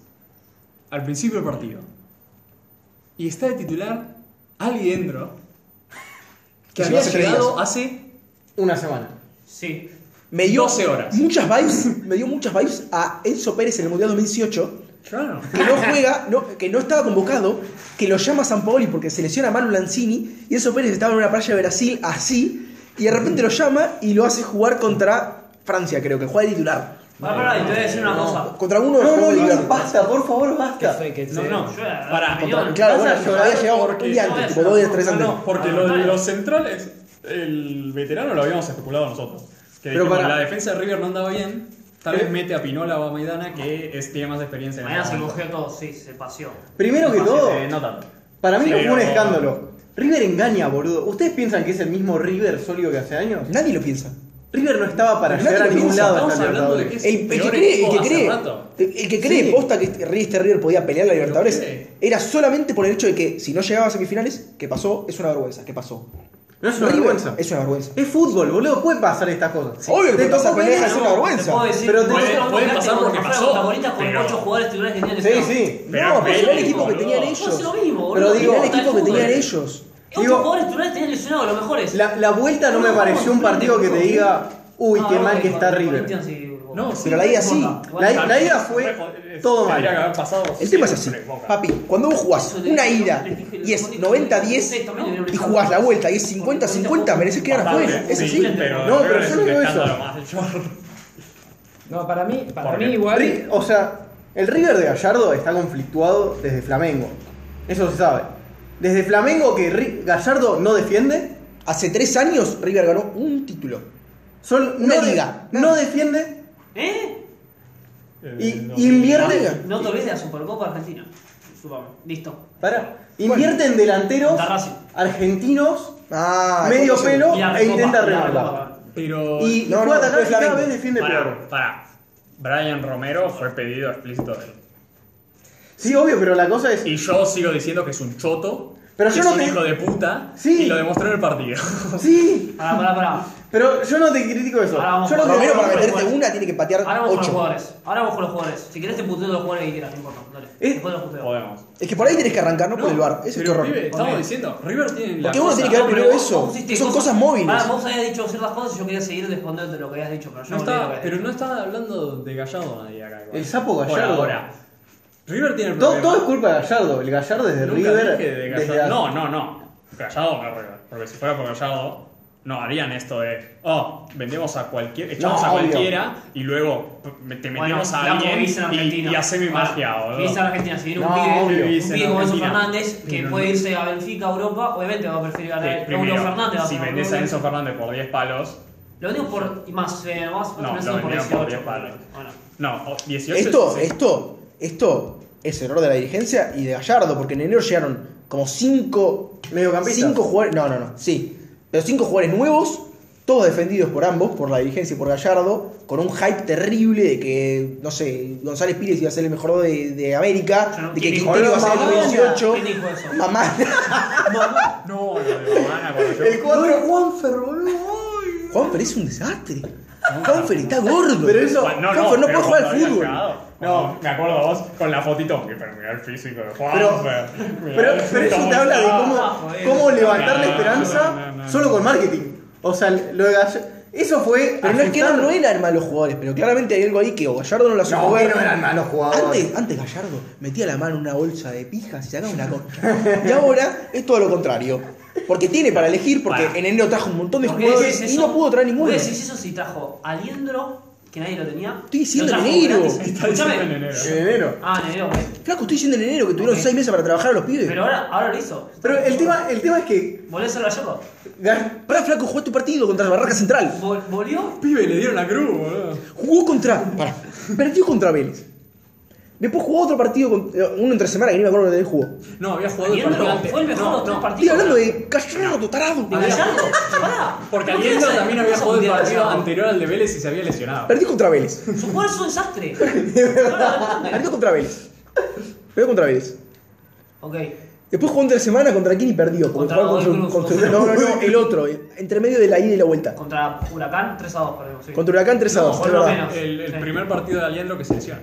[SPEAKER 1] al principio del partido y está de titular Ali Dendro, que
[SPEAKER 5] Que
[SPEAKER 1] había
[SPEAKER 5] llegó hace tres
[SPEAKER 1] llegado hace.
[SPEAKER 4] Una semana.
[SPEAKER 3] Sí.
[SPEAKER 5] Me dio
[SPEAKER 1] 12 horas.
[SPEAKER 5] Muchas vibes, me dio muchas vibes a Enzo Pérez en el Mundial 2018,
[SPEAKER 1] Claro.
[SPEAKER 5] que no juega, no- que no estaba convocado, que lo llama San Paoli porque se lesiona a Manu Lanzini, y Enzo Pérez estaba en una playa de Brasil así, y de repente lo llama y lo hace jugar contra Francia, creo que juega de titular.
[SPEAKER 3] Pará, pará, y te voy a decir una
[SPEAKER 4] No.
[SPEAKER 3] cosa.
[SPEAKER 5] Contra uno
[SPEAKER 4] No, no,
[SPEAKER 5] fue
[SPEAKER 4] Lili,
[SPEAKER 5] divertido.
[SPEAKER 4] basta, por favor, basta.
[SPEAKER 2] Fue que
[SPEAKER 1] No,
[SPEAKER 2] se-
[SPEAKER 1] no.
[SPEAKER 3] Yo, era-
[SPEAKER 1] Pará,
[SPEAKER 3] mi
[SPEAKER 5] Contra-
[SPEAKER 3] opinión.
[SPEAKER 5] claro,
[SPEAKER 3] Vas a
[SPEAKER 5] bueno, yo lo había
[SPEAKER 3] llorar
[SPEAKER 5] llegado
[SPEAKER 3] porque-
[SPEAKER 5] un día antes, tipo
[SPEAKER 3] no,
[SPEAKER 5] dos días, tres
[SPEAKER 1] No,
[SPEAKER 5] antes.
[SPEAKER 1] no, porque lo de los centrales, el veterano lo habíamos especulado nosotros. Que
[SPEAKER 4] Pero
[SPEAKER 1] dijimos,
[SPEAKER 4] para-
[SPEAKER 1] la defensa de River no andaba bien. Tal vez mete a Pinola o a Maidana, que es, tiene más experiencia en
[SPEAKER 3] Mañana se
[SPEAKER 1] momento.
[SPEAKER 3] cogió a todos, sí, se paseó.
[SPEAKER 4] Primero que
[SPEAKER 1] Eh,
[SPEAKER 4] todo,
[SPEAKER 1] No tanto.
[SPEAKER 4] para mí no fue un
[SPEAKER 1] Pero-
[SPEAKER 4] escándalo. River engaña, boludo. ¿Ustedes piensan que es el mismo River sólido que hace años?
[SPEAKER 5] Nadie lo piensa.
[SPEAKER 4] River no estaba para
[SPEAKER 5] Nadie
[SPEAKER 4] llegar a
[SPEAKER 5] lo
[SPEAKER 4] ningún
[SPEAKER 5] piensa,
[SPEAKER 4] lado
[SPEAKER 1] estamos
[SPEAKER 4] hasta el
[SPEAKER 1] hablando de Es
[SPEAKER 4] Libertadores.
[SPEAKER 5] El, el que
[SPEAKER 1] peor
[SPEAKER 5] cree, el
[SPEAKER 1] equipo
[SPEAKER 5] que
[SPEAKER 1] hace
[SPEAKER 5] cree,
[SPEAKER 1] rato.
[SPEAKER 5] el, el que cree
[SPEAKER 4] Sí.
[SPEAKER 5] posta que este- este River podía pelear la Libertadores
[SPEAKER 1] cree.
[SPEAKER 5] era solamente por el hecho de que si no llegaba a semifinales, que pasó, es una vergüenza, que pasó.
[SPEAKER 4] No es una
[SPEAKER 5] River
[SPEAKER 4] vergüenza.
[SPEAKER 5] Es una vergüenza.
[SPEAKER 4] Es fútbol, boludo. Pueden pasar estas cosas.
[SPEAKER 5] Obvio que
[SPEAKER 4] Te
[SPEAKER 5] puede pasar,
[SPEAKER 4] tocó
[SPEAKER 5] pero no deja de
[SPEAKER 4] Pereira,
[SPEAKER 5] ser una
[SPEAKER 4] ¿no?
[SPEAKER 5] vergüenza.
[SPEAKER 3] Te puedo decir,
[SPEAKER 4] Pero
[SPEAKER 3] te
[SPEAKER 4] tenés-
[SPEAKER 3] puedo
[SPEAKER 1] puede pasar
[SPEAKER 3] con
[SPEAKER 1] porque
[SPEAKER 3] Rafael
[SPEAKER 1] pasó,
[SPEAKER 3] Taborita con
[SPEAKER 1] pero-
[SPEAKER 3] ocho jugadores titulares que tenían
[SPEAKER 4] Sí,
[SPEAKER 3] lesionados.
[SPEAKER 4] sí.
[SPEAKER 1] Pero
[SPEAKER 5] no, pero era el
[SPEAKER 1] Pereira,
[SPEAKER 5] equipo que
[SPEAKER 1] boludo.
[SPEAKER 5] tenían
[SPEAKER 3] Pues es
[SPEAKER 5] ellos.
[SPEAKER 3] lo mismo, boludo.
[SPEAKER 5] Pero digo,
[SPEAKER 3] Está
[SPEAKER 5] era el
[SPEAKER 3] el
[SPEAKER 5] equipo que
[SPEAKER 3] fútbol.
[SPEAKER 5] tenían ellos.
[SPEAKER 3] Ocho
[SPEAKER 4] Digo-
[SPEAKER 3] jugadores titulares tenían lesionados, los mejores.
[SPEAKER 4] La, la vuelta no me
[SPEAKER 3] No,
[SPEAKER 4] pareció un
[SPEAKER 3] no,
[SPEAKER 4] partido que te
[SPEAKER 3] no.
[SPEAKER 4] diga, uy,
[SPEAKER 3] Ah,
[SPEAKER 4] qué mal
[SPEAKER 3] ok,
[SPEAKER 4] que está
[SPEAKER 3] con- con
[SPEAKER 4] River.
[SPEAKER 3] Corinthians y Boca.
[SPEAKER 1] No, sí,
[SPEAKER 5] Pero la ida sí.
[SPEAKER 3] importa.
[SPEAKER 4] La, la ida
[SPEAKER 1] Re-
[SPEAKER 4] fue
[SPEAKER 1] joder,
[SPEAKER 4] todo
[SPEAKER 1] Tendría que
[SPEAKER 4] mal.
[SPEAKER 1] haber pasado.
[SPEAKER 5] El tema es así,
[SPEAKER 1] siempre, Boca.
[SPEAKER 5] papi, cuando vos jugás una ida y es 90-10 y jugás la vuelta y es 50-50, mereces quedar
[SPEAKER 1] Bastante,
[SPEAKER 5] afuera, es
[SPEAKER 1] sí,
[SPEAKER 5] así.
[SPEAKER 1] pero
[SPEAKER 5] No,
[SPEAKER 1] River
[SPEAKER 5] pero
[SPEAKER 1] es
[SPEAKER 5] yo
[SPEAKER 1] un
[SPEAKER 5] no digo eso.
[SPEAKER 1] escándalo más del short.
[SPEAKER 2] No, para mí, para
[SPEAKER 1] ¿Por
[SPEAKER 2] mí
[SPEAKER 1] qué?
[SPEAKER 2] igual.
[SPEAKER 4] Ri- O sea, el River de Gallardo está conflictuado desde Flamengo. Eso se sabe. Desde Flamengo que Ri- Gallardo no defiende,
[SPEAKER 5] Hace tres años River ganó un título.
[SPEAKER 4] solo
[SPEAKER 5] Una
[SPEAKER 4] no, de-
[SPEAKER 5] liga.
[SPEAKER 4] no defiende
[SPEAKER 3] ¿Eh?
[SPEAKER 4] y
[SPEAKER 1] Eh, no.
[SPEAKER 4] invierte.
[SPEAKER 3] No te olvides de la Supercopa Argentina. Disculpame. Listo.
[SPEAKER 4] Para, invierte en delanteros
[SPEAKER 3] Contra Racing.
[SPEAKER 4] argentinos,
[SPEAKER 5] Ah,
[SPEAKER 4] medio
[SPEAKER 5] entonces-
[SPEAKER 4] pelo
[SPEAKER 3] Y la
[SPEAKER 4] e
[SPEAKER 3] recopa,
[SPEAKER 4] intenta
[SPEAKER 3] y la
[SPEAKER 4] arreglarla.
[SPEAKER 3] recopa.
[SPEAKER 1] Pero.
[SPEAKER 4] Y, y
[SPEAKER 5] No, no,
[SPEAKER 4] puede atacar
[SPEAKER 5] fue
[SPEAKER 4] y cada
[SPEAKER 5] Flamengo.
[SPEAKER 4] vez defiende peor.
[SPEAKER 1] Para, para. Brian Romero fue pedido explícito de él.
[SPEAKER 4] Sí, obvio, pero la cosa es.
[SPEAKER 1] Y yo sigo diciendo que es un choto.
[SPEAKER 4] Pero
[SPEAKER 1] que
[SPEAKER 4] yo
[SPEAKER 1] es
[SPEAKER 4] no
[SPEAKER 1] un
[SPEAKER 4] te-
[SPEAKER 1] hijo de puta.
[SPEAKER 4] Sí.
[SPEAKER 1] Y lo demostró en el partido.
[SPEAKER 4] Sí,
[SPEAKER 3] Pará, pará, pará.
[SPEAKER 4] pero yo no te critico eso.
[SPEAKER 3] Ahora vamos
[SPEAKER 4] Yo no
[SPEAKER 3] por
[SPEAKER 4] te-
[SPEAKER 5] Romero para
[SPEAKER 3] Ahora
[SPEAKER 5] meterte
[SPEAKER 3] vamos-
[SPEAKER 5] una tiene que patear
[SPEAKER 3] Ahora vamos con los
[SPEAKER 5] 8.
[SPEAKER 3] jugadores. Ahora vamos con los jugadores. Si querés te puteo de los jugadores que quieras, no importa. Dale.
[SPEAKER 4] ¿Eh?
[SPEAKER 3] Después los puteo.
[SPEAKER 1] Podemos.
[SPEAKER 5] Es que por ahí tenés que arrancar, no por el bar. Ese es tu
[SPEAKER 1] pero,
[SPEAKER 5] error.
[SPEAKER 1] pibe, estamos
[SPEAKER 3] Ok.
[SPEAKER 1] diciendo, River tiene la
[SPEAKER 5] Porque uno
[SPEAKER 1] cosa.
[SPEAKER 5] tiene que ver
[SPEAKER 3] No, pero
[SPEAKER 5] primero
[SPEAKER 3] vos-
[SPEAKER 5] Ah, eso.
[SPEAKER 3] vos hiciste
[SPEAKER 5] que Son cosas móviles.
[SPEAKER 3] Pará, vos habías dicho ciertas cosas y yo quería seguir respondiéndote lo que habías dicho, pero yo
[SPEAKER 1] No
[SPEAKER 3] olvidé
[SPEAKER 1] estaba-
[SPEAKER 3] lo que habías
[SPEAKER 1] pero
[SPEAKER 3] dicho.
[SPEAKER 1] no estaba hablando de Gallardo nadie acá. igual.
[SPEAKER 4] El sapo
[SPEAKER 1] Por
[SPEAKER 4] Gallardo.
[SPEAKER 1] ahora. River tiene el
[SPEAKER 4] Todo,
[SPEAKER 1] problema.
[SPEAKER 4] todo es culpa de Gallardo. El Gallardo desde
[SPEAKER 1] Nunca
[SPEAKER 4] River.
[SPEAKER 1] dije de
[SPEAKER 4] desde
[SPEAKER 1] Gallardo.
[SPEAKER 4] hace-
[SPEAKER 1] No, no, no. Gallardo no es River. Porque si fuera por Gallardo, no harían esto de, oh, vendemos a cualquier, echamos
[SPEAKER 4] No,
[SPEAKER 1] a
[SPEAKER 4] obvio.
[SPEAKER 1] cualquiera y luego p- te metemos a alguien y, y haceme magia, boludo.
[SPEAKER 3] Ah, Visa en Argentina, si viene un
[SPEAKER 4] No,
[SPEAKER 3] pibe,
[SPEAKER 4] obvio.
[SPEAKER 3] un
[SPEAKER 1] Visa en
[SPEAKER 3] pibe como Enzo
[SPEAKER 1] Argentina.
[SPEAKER 3] Fernández, que
[SPEAKER 1] Pero
[SPEAKER 3] puede
[SPEAKER 1] no-
[SPEAKER 3] irse a Benfica, Europa, obviamente va a preferir ganar
[SPEAKER 1] Eh,
[SPEAKER 3] el
[SPEAKER 1] primero,
[SPEAKER 3] Bruno Fernández. va a
[SPEAKER 1] si
[SPEAKER 3] ser
[SPEAKER 1] vendés a
[SPEAKER 3] Bruno.
[SPEAKER 1] Enzo Fernández por 10 palos,
[SPEAKER 3] Lo digo por. y más, eh, más, más
[SPEAKER 1] No,
[SPEAKER 3] menos
[SPEAKER 1] lo
[SPEAKER 3] por
[SPEAKER 1] vendieron
[SPEAKER 3] 18.
[SPEAKER 1] por 10 palos.
[SPEAKER 3] Bueno.
[SPEAKER 1] no, o 18
[SPEAKER 5] Esto,
[SPEAKER 1] sí.
[SPEAKER 5] esto, esto es error de la dirigencia y de Gallardo, porque en enero llegaron como cinco
[SPEAKER 4] Mediocampistas.
[SPEAKER 5] Cinco jugadores. No, no, no. Sí. Pero cinco jugadores nuevos, todos defendidos por ambos, por la dirigencia y por Gallardo, con un hype terrible de que, no sé, González Pires iba a ser el mejor de, de
[SPEAKER 3] Yo
[SPEAKER 5] América,
[SPEAKER 3] no-
[SPEAKER 5] de que
[SPEAKER 3] ¿quién
[SPEAKER 5] Quintero iba a ser el
[SPEAKER 4] dijo
[SPEAKER 5] número
[SPEAKER 4] eso?
[SPEAKER 5] 18.
[SPEAKER 3] ¿Quién dijo eso?
[SPEAKER 5] Mamá.
[SPEAKER 1] No, lo de Babana cuando yo...
[SPEAKER 4] El 4.
[SPEAKER 5] Juanfer, boludo. Juanfer es un desastre. Juanfer está gordo.
[SPEAKER 4] Pero eso-
[SPEAKER 1] Bueno, No, no,
[SPEAKER 5] Juanfer no
[SPEAKER 1] pero
[SPEAKER 5] puede jugar al
[SPEAKER 1] cuando había
[SPEAKER 5] fútbol.
[SPEAKER 1] llegado,
[SPEAKER 4] No.
[SPEAKER 1] Me acuerdo vos con la fotito. que, Pero mirá el físico de Juan.
[SPEAKER 4] Pero- Pero, pero eso te habla de
[SPEAKER 3] Ah,
[SPEAKER 4] cómo,
[SPEAKER 3] joder.
[SPEAKER 4] cómo levantar la
[SPEAKER 1] No, no,
[SPEAKER 4] esperanza
[SPEAKER 1] no, no, no.
[SPEAKER 4] solo con marketing. O sea, lo de Gallardo. Eso fue.
[SPEAKER 5] Pero no es que no,
[SPEAKER 4] ajustar-
[SPEAKER 5] no eran malos jugadores, pero claramente hay algo ahí que o Gallardo no la supo
[SPEAKER 4] No,
[SPEAKER 5] ver.
[SPEAKER 4] que no eran malos jugadores.
[SPEAKER 5] Antes, antes Gallardo metía la mano en una bolsa de pijas y sacaba una concha. y ahora es todo lo contrario. Porque tiene para elegir, porque
[SPEAKER 1] Para.
[SPEAKER 5] en enero trajo un montón de
[SPEAKER 3] ¿Por qué
[SPEAKER 5] jugadores
[SPEAKER 3] decís
[SPEAKER 5] y
[SPEAKER 3] eso?
[SPEAKER 5] no pudo traer ninguno.
[SPEAKER 3] ¿Por qué decís eso si trajo a Liendro, que nadie lo tenía?
[SPEAKER 5] Estoy diciendo
[SPEAKER 3] Lo trajo
[SPEAKER 5] en enero.
[SPEAKER 3] gratis.
[SPEAKER 1] Está diciendo en
[SPEAKER 3] Escúchame.
[SPEAKER 1] enero.
[SPEAKER 4] En enero.
[SPEAKER 3] Ah, en enero, ok.
[SPEAKER 5] Flaco, estoy diciendo en enero que tuvieron
[SPEAKER 3] Ok.
[SPEAKER 5] seis meses para trabajar a los pibes.
[SPEAKER 3] Pero ahora, ahora lo hizo.
[SPEAKER 4] Pero el tema, el tema es que.
[SPEAKER 3] ¿Volvió a ser Gallardo?
[SPEAKER 4] Ga-
[SPEAKER 5] Pará, Flaco, jugó tu partido contra la Barraca Central.
[SPEAKER 3] Vol- ¿Volvió?
[SPEAKER 1] Pibe, le dieron la cruz, boludo.
[SPEAKER 5] Jugó contra. Pará. Perdió contra Vélez. Después jugó otro partido, con- eh, uno entre semana que ni me acuerdo de él jugó.
[SPEAKER 1] No, había jugado el partido
[SPEAKER 3] Liendro
[SPEAKER 1] antes.
[SPEAKER 3] fue el mejor de los tres
[SPEAKER 5] Estoy
[SPEAKER 3] partidos.
[SPEAKER 5] hablando de Gallardo, tarado.
[SPEAKER 3] ¿De Gallardo? Pará.
[SPEAKER 1] Porque
[SPEAKER 3] ¿Por qué
[SPEAKER 1] Aliendro
[SPEAKER 3] vas
[SPEAKER 1] también había
[SPEAKER 3] a- por qué vas a
[SPEAKER 1] jugado el
[SPEAKER 3] putear a
[SPEAKER 1] partido
[SPEAKER 3] Gallardo?
[SPEAKER 1] anterior al de Vélez y se había lesionado.
[SPEAKER 5] Perdió contra Vélez.
[SPEAKER 3] Su jugador es un desastre. De verdad.
[SPEAKER 5] Perdió contra Vélez. Perdió contra Vélez.
[SPEAKER 3] Ok.
[SPEAKER 5] Después jugó entre semana contra quién y perdió. Porque
[SPEAKER 3] Contra
[SPEAKER 5] jugaba contra,
[SPEAKER 3] Godoy Cruz,
[SPEAKER 5] contra-
[SPEAKER 3] Godoy
[SPEAKER 5] no, no, no, el otro. eh, Entre medio de la ida y la vuelta.
[SPEAKER 3] Contra Huracán, 3 a 2 perdemos. Sí.
[SPEAKER 5] Contra Huracán 3 a 2.
[SPEAKER 3] No,
[SPEAKER 5] es
[SPEAKER 3] por lo
[SPEAKER 5] verdad.
[SPEAKER 3] menos.
[SPEAKER 1] El, el
[SPEAKER 3] Sí.
[SPEAKER 1] primer partido de Aliendro que se lesiona.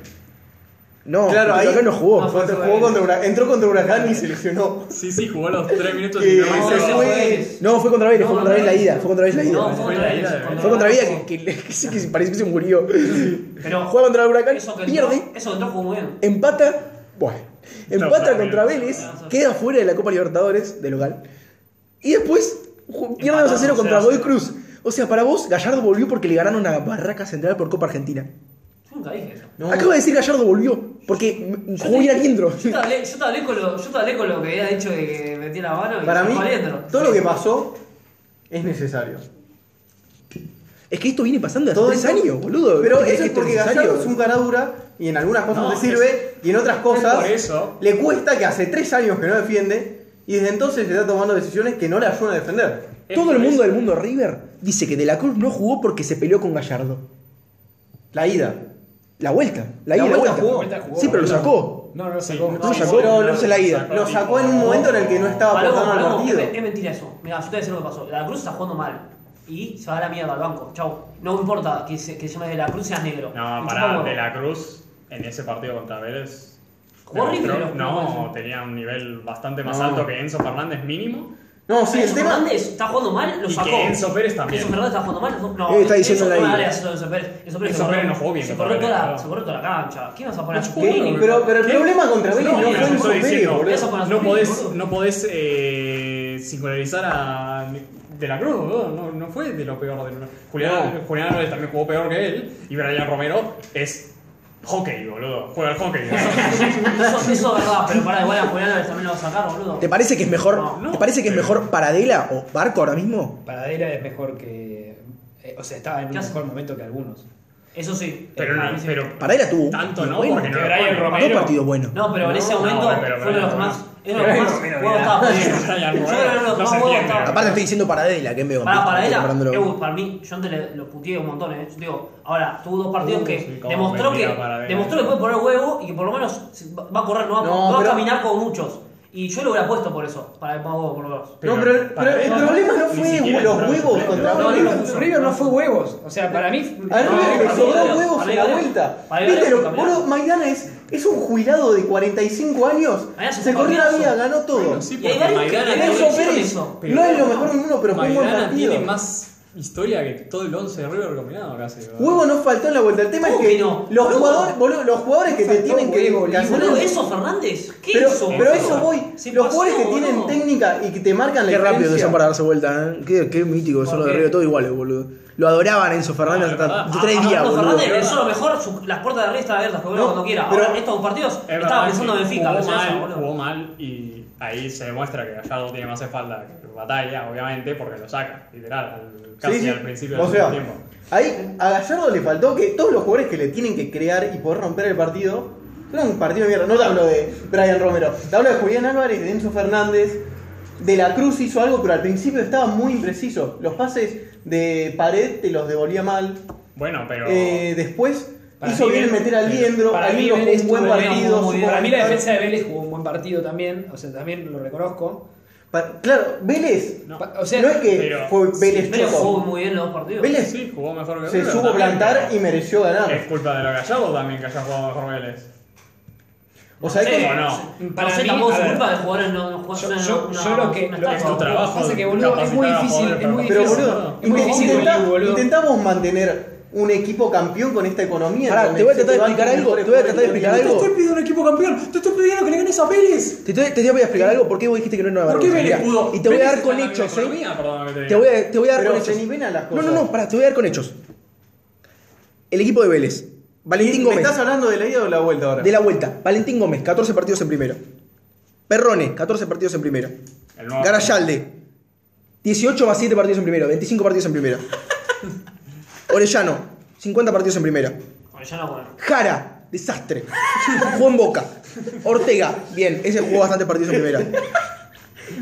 [SPEAKER 5] No,
[SPEAKER 4] Claro,
[SPEAKER 5] contra
[SPEAKER 4] ahí-
[SPEAKER 5] Huracán no jugó.
[SPEAKER 3] No,
[SPEAKER 4] contra- jugó contra Hura- entró contra Huracán y se lesionó.
[SPEAKER 1] Sí, sí, jugó los 3 minutos
[SPEAKER 4] Que
[SPEAKER 1] y no
[SPEAKER 3] No,
[SPEAKER 4] se
[SPEAKER 3] ese
[SPEAKER 1] hizo.
[SPEAKER 4] fue-
[SPEAKER 3] Vélez.
[SPEAKER 5] no, fue contra Vélez,
[SPEAKER 3] No,
[SPEAKER 5] fue contra Vélez la ida. Fue contra Vélez la
[SPEAKER 3] No,
[SPEAKER 5] ida.
[SPEAKER 3] fue contra Vélez.
[SPEAKER 5] Fue contra Vélez que, que, que se- parecía que se murió.
[SPEAKER 3] Pero-
[SPEAKER 5] Juega contra Huracán,
[SPEAKER 3] Eso que entró,
[SPEAKER 5] pierde,
[SPEAKER 3] eso que entró jugó muy bien.
[SPEAKER 5] empata. Bueno, empata
[SPEAKER 1] No,
[SPEAKER 5] contra
[SPEAKER 1] no,
[SPEAKER 5] Vélez,
[SPEAKER 3] no, no.
[SPEAKER 5] queda fuera de la Copa Libertadores de local. Y después ju- pierde 2 a 0
[SPEAKER 3] Empataron
[SPEAKER 5] contra
[SPEAKER 3] cero a
[SPEAKER 5] Godoy
[SPEAKER 3] cero.
[SPEAKER 5] Cruz. O sea, para vos, Gallardo volvió porque le ganaron a Barraca Central por Copa Argentina.
[SPEAKER 3] Sí, nunca dije eso.
[SPEAKER 4] No.
[SPEAKER 5] Acabo de decir Gallardo volvió, porque jugó bien aquí dentro.
[SPEAKER 3] Yo te hablé, yo te hablé con, lo, yo te hablé con lo que había dicho de que metí la mano y
[SPEAKER 4] Para mí,
[SPEAKER 3] valiéndolo.
[SPEAKER 4] todo lo que pasó es necesario.
[SPEAKER 5] Es que esto viene pasando hace
[SPEAKER 4] Todo
[SPEAKER 5] tres
[SPEAKER 4] esto-
[SPEAKER 5] años, boludo.
[SPEAKER 4] Pero eso
[SPEAKER 5] ¿Crees que
[SPEAKER 4] es
[SPEAKER 5] esto
[SPEAKER 4] porque
[SPEAKER 5] necesario?
[SPEAKER 4] Gallardo es un cara dura y en algunas cosas
[SPEAKER 1] No,
[SPEAKER 4] te sirve y en otras
[SPEAKER 1] Es
[SPEAKER 4] cosas
[SPEAKER 1] por eso.
[SPEAKER 4] le cuesta que hace tres años que no defiende y desde entonces está tomando decisiones que no le ayudan a defender.
[SPEAKER 1] es
[SPEAKER 5] Todo
[SPEAKER 1] por
[SPEAKER 5] el mundo
[SPEAKER 1] eso.
[SPEAKER 5] del mundo River dice que De la Cruz no jugó porque se peleó con Gallardo.
[SPEAKER 4] La ida.
[SPEAKER 5] La vuelta,
[SPEAKER 4] La
[SPEAKER 5] la ida y la
[SPEAKER 4] vuelta
[SPEAKER 5] vuelta.
[SPEAKER 4] jugó.
[SPEAKER 2] Vuelta jugó,
[SPEAKER 5] Sí, pero lo
[SPEAKER 2] boludo.
[SPEAKER 5] sacó.
[SPEAKER 1] No, no lo sacó.
[SPEAKER 6] Sí,
[SPEAKER 1] No,
[SPEAKER 5] lo
[SPEAKER 1] sí,
[SPEAKER 5] sacó,
[SPEAKER 1] no,
[SPEAKER 5] no se la ida.
[SPEAKER 4] Lo
[SPEAKER 1] tipo,
[SPEAKER 4] sacó en un momento en el que no estaba
[SPEAKER 3] Palomo,
[SPEAKER 4] aportando al
[SPEAKER 3] Palomo,
[SPEAKER 4] partido.
[SPEAKER 3] es, es mentira eso. Mira, yo te voy a decir lo que pasó. La Cruz está jugando mal. Y se va a la mierda al banco. Chau. No importa que, se, que llames de la Cruz seas negro.
[SPEAKER 1] No,
[SPEAKER 3] Me chupa
[SPEAKER 1] pará,
[SPEAKER 3] huevo.
[SPEAKER 1] De la Cruz en ese partido contra Vélez.
[SPEAKER 3] Jugó horrible,
[SPEAKER 1] demostró-
[SPEAKER 3] pero-
[SPEAKER 1] No, tenía un nivel bastante más
[SPEAKER 4] No.
[SPEAKER 1] alto que Enzo Fernández mínimo.
[SPEAKER 4] No, sí, el
[SPEAKER 3] Enzo
[SPEAKER 4] tema.
[SPEAKER 3] Fernández está jugando mal, lo
[SPEAKER 1] Y
[SPEAKER 3] sacó.
[SPEAKER 1] que Enzo Pérez también.
[SPEAKER 3] Enzo Fernández está jugando mal, lo sacó. No,
[SPEAKER 5] Eh, está diciendo
[SPEAKER 3] Enzo
[SPEAKER 5] la
[SPEAKER 3] fue
[SPEAKER 5] ida.
[SPEAKER 3] una área, Enzo Enzo Pérez. Enzo Pérez,
[SPEAKER 1] Enzo
[SPEAKER 3] se
[SPEAKER 1] Pérez
[SPEAKER 3] corrió-
[SPEAKER 1] no jugó bien
[SPEAKER 3] Se
[SPEAKER 1] contra
[SPEAKER 3] corrió,
[SPEAKER 1] Vélez,
[SPEAKER 3] toda,
[SPEAKER 1] claro.
[SPEAKER 3] se corrió toda la cancha. ¿Qué vas a poner?
[SPEAKER 1] No jugó
[SPEAKER 3] ¿Qué?
[SPEAKER 1] bien, boludo.
[SPEAKER 4] Pero, pero el
[SPEAKER 1] ¿Qué?
[SPEAKER 4] problema contra Vélez
[SPEAKER 1] No,
[SPEAKER 4] no,
[SPEAKER 1] yo
[SPEAKER 4] fue en
[SPEAKER 1] estoy diciendo,
[SPEAKER 4] Pérez,
[SPEAKER 3] eso
[SPEAKER 4] boludo.
[SPEAKER 3] para-
[SPEAKER 1] No podés, no podés eh, singularizar a De la Cruz, boludo. no, no fue de lo peor. De lo- Julián, Julián Álvarez también jugó peor que él y Brian Romero es hockey, boludo. Juega al hockey.
[SPEAKER 3] Eso, eso es verdad, pero pará, igual a Julián Álvarez también lo va a sacar, boludo.
[SPEAKER 5] ¿Te parece que es mejor,
[SPEAKER 3] No,
[SPEAKER 1] no.
[SPEAKER 5] ¿te parece que es
[SPEAKER 1] Pero-
[SPEAKER 5] mejor Paradela o Barco ahora mismo?
[SPEAKER 2] Paradela es mejor que. eh, O sea, estaba en un
[SPEAKER 3] ¿Qué hace?
[SPEAKER 2] mejor momento que algunos.
[SPEAKER 3] Eso sí.
[SPEAKER 1] pero
[SPEAKER 3] Para
[SPEAKER 1] no,
[SPEAKER 3] mí sí.
[SPEAKER 1] pero
[SPEAKER 5] Paradela tuvo un
[SPEAKER 1] tanto
[SPEAKER 5] partido
[SPEAKER 1] no,
[SPEAKER 5] bueno.
[SPEAKER 1] porque no
[SPEAKER 2] Que
[SPEAKER 1] lo
[SPEAKER 2] Brian
[SPEAKER 1] pone.
[SPEAKER 2] Romero-
[SPEAKER 5] Dos partidos buenos.
[SPEAKER 3] No, pero en ese
[SPEAKER 1] No,
[SPEAKER 3] momento
[SPEAKER 1] pero- pero-
[SPEAKER 3] fue uno de los
[SPEAKER 1] pero-
[SPEAKER 3] más. Era uno de los más.
[SPEAKER 2] pero-
[SPEAKER 3] huevos
[SPEAKER 2] pero-
[SPEAKER 3] estaba
[SPEAKER 1] pero-
[SPEAKER 3] poniendo.
[SPEAKER 1] pero-
[SPEAKER 3] Yo era uno de los
[SPEAKER 1] no
[SPEAKER 3] más
[SPEAKER 1] se
[SPEAKER 3] huevos
[SPEAKER 1] entiende.
[SPEAKER 3] estaba-
[SPEAKER 5] Aparte estoy diciendo Paradela, que es medio
[SPEAKER 3] Pará,
[SPEAKER 5] complicado,
[SPEAKER 3] para ella,
[SPEAKER 5] comparándolo.
[SPEAKER 3] Ebu, para mí, yo antes le- lo puteé un montón, ¿eh? Yo digo, ahora, tuvo dos partidos
[SPEAKER 1] Uh,
[SPEAKER 3] que
[SPEAKER 1] sí, cómo
[SPEAKER 3] demostró que,
[SPEAKER 1] vendía para ella.
[SPEAKER 3] demostró que puede poner huevo y que por lo menos se- va va a correr, no va,
[SPEAKER 4] No,
[SPEAKER 3] no va
[SPEAKER 4] pero-
[SPEAKER 3] a caminar como muchos. Y yo lo hubiera puesto por eso, para que ponga huevo por lo menos.
[SPEAKER 4] No, pero, el- pero el
[SPEAKER 1] Paradela
[SPEAKER 4] problema no
[SPEAKER 1] ni
[SPEAKER 4] fue
[SPEAKER 1] siquiera
[SPEAKER 4] los
[SPEAKER 1] entró en
[SPEAKER 4] huevos
[SPEAKER 1] su
[SPEAKER 4] contra
[SPEAKER 2] No,
[SPEAKER 4] Vélez.
[SPEAKER 2] no, no, River no fue huevos. O sea, para mí.
[SPEAKER 4] A
[SPEAKER 3] No,
[SPEAKER 4] River le
[SPEAKER 3] para
[SPEAKER 4] sobró
[SPEAKER 3] mí,
[SPEAKER 4] huevos
[SPEAKER 3] para
[SPEAKER 4] en la
[SPEAKER 3] mí,
[SPEAKER 4] vuelta.
[SPEAKER 3] para mí,
[SPEAKER 4] Viste,
[SPEAKER 3] para mí, para
[SPEAKER 4] lo,
[SPEAKER 3] mí.
[SPEAKER 4] boludo, Maidana es, es un jubilado de 45 años.
[SPEAKER 3] Maidana es un
[SPEAKER 4] Se corrió la
[SPEAKER 3] campeonazo.
[SPEAKER 4] vida, ganó todo.
[SPEAKER 1] Bueno, sí,
[SPEAKER 3] Y hay
[SPEAKER 1] porque
[SPEAKER 3] varios que
[SPEAKER 1] Maidana-
[SPEAKER 3] ganan
[SPEAKER 4] Nelson
[SPEAKER 3] hicieron
[SPEAKER 4] Pérez
[SPEAKER 3] eso.
[SPEAKER 4] no es lo mejor del mundo, pero fue un buen
[SPEAKER 1] Maidana
[SPEAKER 4] partido.
[SPEAKER 1] tiene más historia que todo el 11 de River combinado casi. boludo.
[SPEAKER 4] Huevo no faltó en la vuelta. El tema es
[SPEAKER 3] ¿Cómo
[SPEAKER 4] que,
[SPEAKER 3] que no?
[SPEAKER 4] los,
[SPEAKER 3] Boludo.
[SPEAKER 4] jugadores, boludo, los jugadores que te tienen que,
[SPEAKER 2] huevo,
[SPEAKER 4] que hacer-
[SPEAKER 3] Boludo, eso Fernández, ¿qué
[SPEAKER 4] Pero,
[SPEAKER 3] hizo?
[SPEAKER 4] pero
[SPEAKER 3] boludo?
[SPEAKER 4] eso voy.
[SPEAKER 3] Se
[SPEAKER 4] los
[SPEAKER 3] pasó,
[SPEAKER 4] jugadores que tienen
[SPEAKER 3] boludo.
[SPEAKER 4] técnica y que te marcan la
[SPEAKER 5] Qué rápido que
[SPEAKER 4] diferencia.
[SPEAKER 5] son para darse vuelta, ¿eh? Qué, qué mítico que son los de River, todos iguales, boludo. Lo adoraban Enzo Fernández
[SPEAKER 1] No, es
[SPEAKER 5] hasta
[SPEAKER 1] verdad.
[SPEAKER 5] hace
[SPEAKER 3] A-
[SPEAKER 5] tres
[SPEAKER 3] a
[SPEAKER 5] días,
[SPEAKER 3] Fernando
[SPEAKER 5] boludo.
[SPEAKER 3] Fernández, eso es lo mejor, su- las puertas de arriba están abiertas, que vuelva
[SPEAKER 4] No,
[SPEAKER 3] cuando quiera.
[SPEAKER 4] pero-
[SPEAKER 3] Ahora, estos partidos,
[SPEAKER 1] Es
[SPEAKER 3] estaba
[SPEAKER 1] verdad
[SPEAKER 3] pensando
[SPEAKER 1] que
[SPEAKER 3] en Benfica,
[SPEAKER 1] jugó,
[SPEAKER 3] pensé en eso,
[SPEAKER 1] mal,
[SPEAKER 3] boludo.
[SPEAKER 1] jugó mal y ahí se demuestra que Gallardo tiene más espalda que Batalla, obviamente, porque lo saca, literal, al- casi
[SPEAKER 4] Sí, sí.
[SPEAKER 1] al principio
[SPEAKER 4] o
[SPEAKER 1] del
[SPEAKER 4] sea,
[SPEAKER 1] segundo tiempo.
[SPEAKER 4] Ahí a Gallardo le faltó que todos los jugadores que le tienen que crear y poder romper el partido. Era un partido de mierda. No te hablo de Brian Romero. Te hablo de Julián Álvarez, de Enzo Fernández. De la Cruz hizo algo, pero al principio estaba muy impreciso. Los pases de pared te los devolvía mal.
[SPEAKER 1] Bueno, pero.
[SPEAKER 4] Eh, después
[SPEAKER 2] Para
[SPEAKER 4] hizo
[SPEAKER 2] mí
[SPEAKER 4] bien
[SPEAKER 2] Vélez-
[SPEAKER 4] meter al Liendro.
[SPEAKER 2] Para
[SPEAKER 4] al
[SPEAKER 2] mí,
[SPEAKER 4] Liendro
[SPEAKER 2] Vélez
[SPEAKER 4] jugó un buen
[SPEAKER 2] tuvo-
[SPEAKER 4] partido.
[SPEAKER 2] muy
[SPEAKER 4] supo
[SPEAKER 2] bien. para mí la
[SPEAKER 4] aguantar.
[SPEAKER 2] defensa de Vélez jugó un buen partido también. O sea, también lo reconozco.
[SPEAKER 4] Pa- claro, Vélez.
[SPEAKER 1] No.
[SPEAKER 2] Pa- O sea,
[SPEAKER 4] no es que
[SPEAKER 1] pero-
[SPEAKER 4] fue Vélez
[SPEAKER 3] Pero
[SPEAKER 4] choto.
[SPEAKER 3] jugó muy bien los dos partidos.
[SPEAKER 4] Vélez
[SPEAKER 1] Sí, jugó mejor que
[SPEAKER 4] se
[SPEAKER 1] River
[SPEAKER 4] supo
[SPEAKER 1] también,
[SPEAKER 4] plantar
[SPEAKER 1] pero
[SPEAKER 4] y mereció
[SPEAKER 1] Es
[SPEAKER 4] ganar.
[SPEAKER 1] culpa de los Gallardo también que haya jugado mejor Vélez.
[SPEAKER 4] O sea,
[SPEAKER 3] Sí,
[SPEAKER 4] hay
[SPEAKER 1] ¿O
[SPEAKER 4] cosas-
[SPEAKER 1] no?
[SPEAKER 2] para
[SPEAKER 3] Para
[SPEAKER 2] mí,
[SPEAKER 3] sé, tampoco
[SPEAKER 2] a
[SPEAKER 3] es
[SPEAKER 2] ver,
[SPEAKER 3] culpa de jugadores no, no jugar
[SPEAKER 2] Yo,
[SPEAKER 3] una-
[SPEAKER 2] yo-
[SPEAKER 3] una-
[SPEAKER 2] yo lo que.
[SPEAKER 3] una
[SPEAKER 2] Lo que
[SPEAKER 1] es
[SPEAKER 3] estafa,
[SPEAKER 1] tu
[SPEAKER 3] boludo.
[SPEAKER 1] trabajo.
[SPEAKER 2] Pasa que, boludo, es
[SPEAKER 1] capacitar
[SPEAKER 2] muy
[SPEAKER 1] a
[SPEAKER 2] difícil.
[SPEAKER 1] jugadores
[SPEAKER 2] Es muy
[SPEAKER 1] para-
[SPEAKER 4] Pero
[SPEAKER 2] difícil.
[SPEAKER 4] boludo,
[SPEAKER 2] Es muy
[SPEAKER 4] inte-
[SPEAKER 2] difícil,
[SPEAKER 4] intenta-
[SPEAKER 2] boludo.
[SPEAKER 4] intentamos mantener un equipo campeón con esta economía.
[SPEAKER 5] Pará,
[SPEAKER 4] con
[SPEAKER 5] te voy a
[SPEAKER 4] el-
[SPEAKER 5] tratar de
[SPEAKER 4] van
[SPEAKER 5] explicar
[SPEAKER 4] con
[SPEAKER 5] algo,
[SPEAKER 4] mejores
[SPEAKER 5] te voy a tratar de
[SPEAKER 4] jugadores
[SPEAKER 5] explicar
[SPEAKER 4] que
[SPEAKER 5] algo.
[SPEAKER 6] pidiendo un equipo campeón. Te estoy pidiendo que le ganes a Pérez.
[SPEAKER 5] Te estoy, te voy a explicar algo, ¿por qué vos dijiste que no era
[SPEAKER 6] ¿Por qué
[SPEAKER 5] vergüenza? Mirá,
[SPEAKER 6] Vélez pudo?
[SPEAKER 5] Y te voy a
[SPEAKER 1] Vélez
[SPEAKER 5] dar
[SPEAKER 1] está
[SPEAKER 5] con
[SPEAKER 1] en la misma
[SPEAKER 5] hechos, ¿eh?
[SPEAKER 1] economía, perdóname que te
[SPEAKER 5] Te
[SPEAKER 1] diga.
[SPEAKER 5] voy a, te voy a dar
[SPEAKER 4] Pero
[SPEAKER 5] con
[SPEAKER 4] se
[SPEAKER 5] hechos.
[SPEAKER 4] nivelan las
[SPEAKER 5] No,
[SPEAKER 4] cosas.
[SPEAKER 5] no, no, pará, te voy a dar con hechos. El equipo de Vélez. Valentín
[SPEAKER 4] ¿Me
[SPEAKER 5] Gómez.
[SPEAKER 4] estás hablando de la ida o de la vuelta ahora?
[SPEAKER 5] De la vuelta. Valentín Gómez, 14 partidos en primera. Perrone, 14 partidos en primera.
[SPEAKER 1] El nuevo-
[SPEAKER 5] Garayalde, 18 más 7 partidos en primera. 25 partidos en primera. Orellano, 50 partidos en primera.
[SPEAKER 3] Bueno, ya no, bueno.
[SPEAKER 5] Jara, desastre. Juan Boca. Ortega, bien, ese jugó bastantes partidos en primera.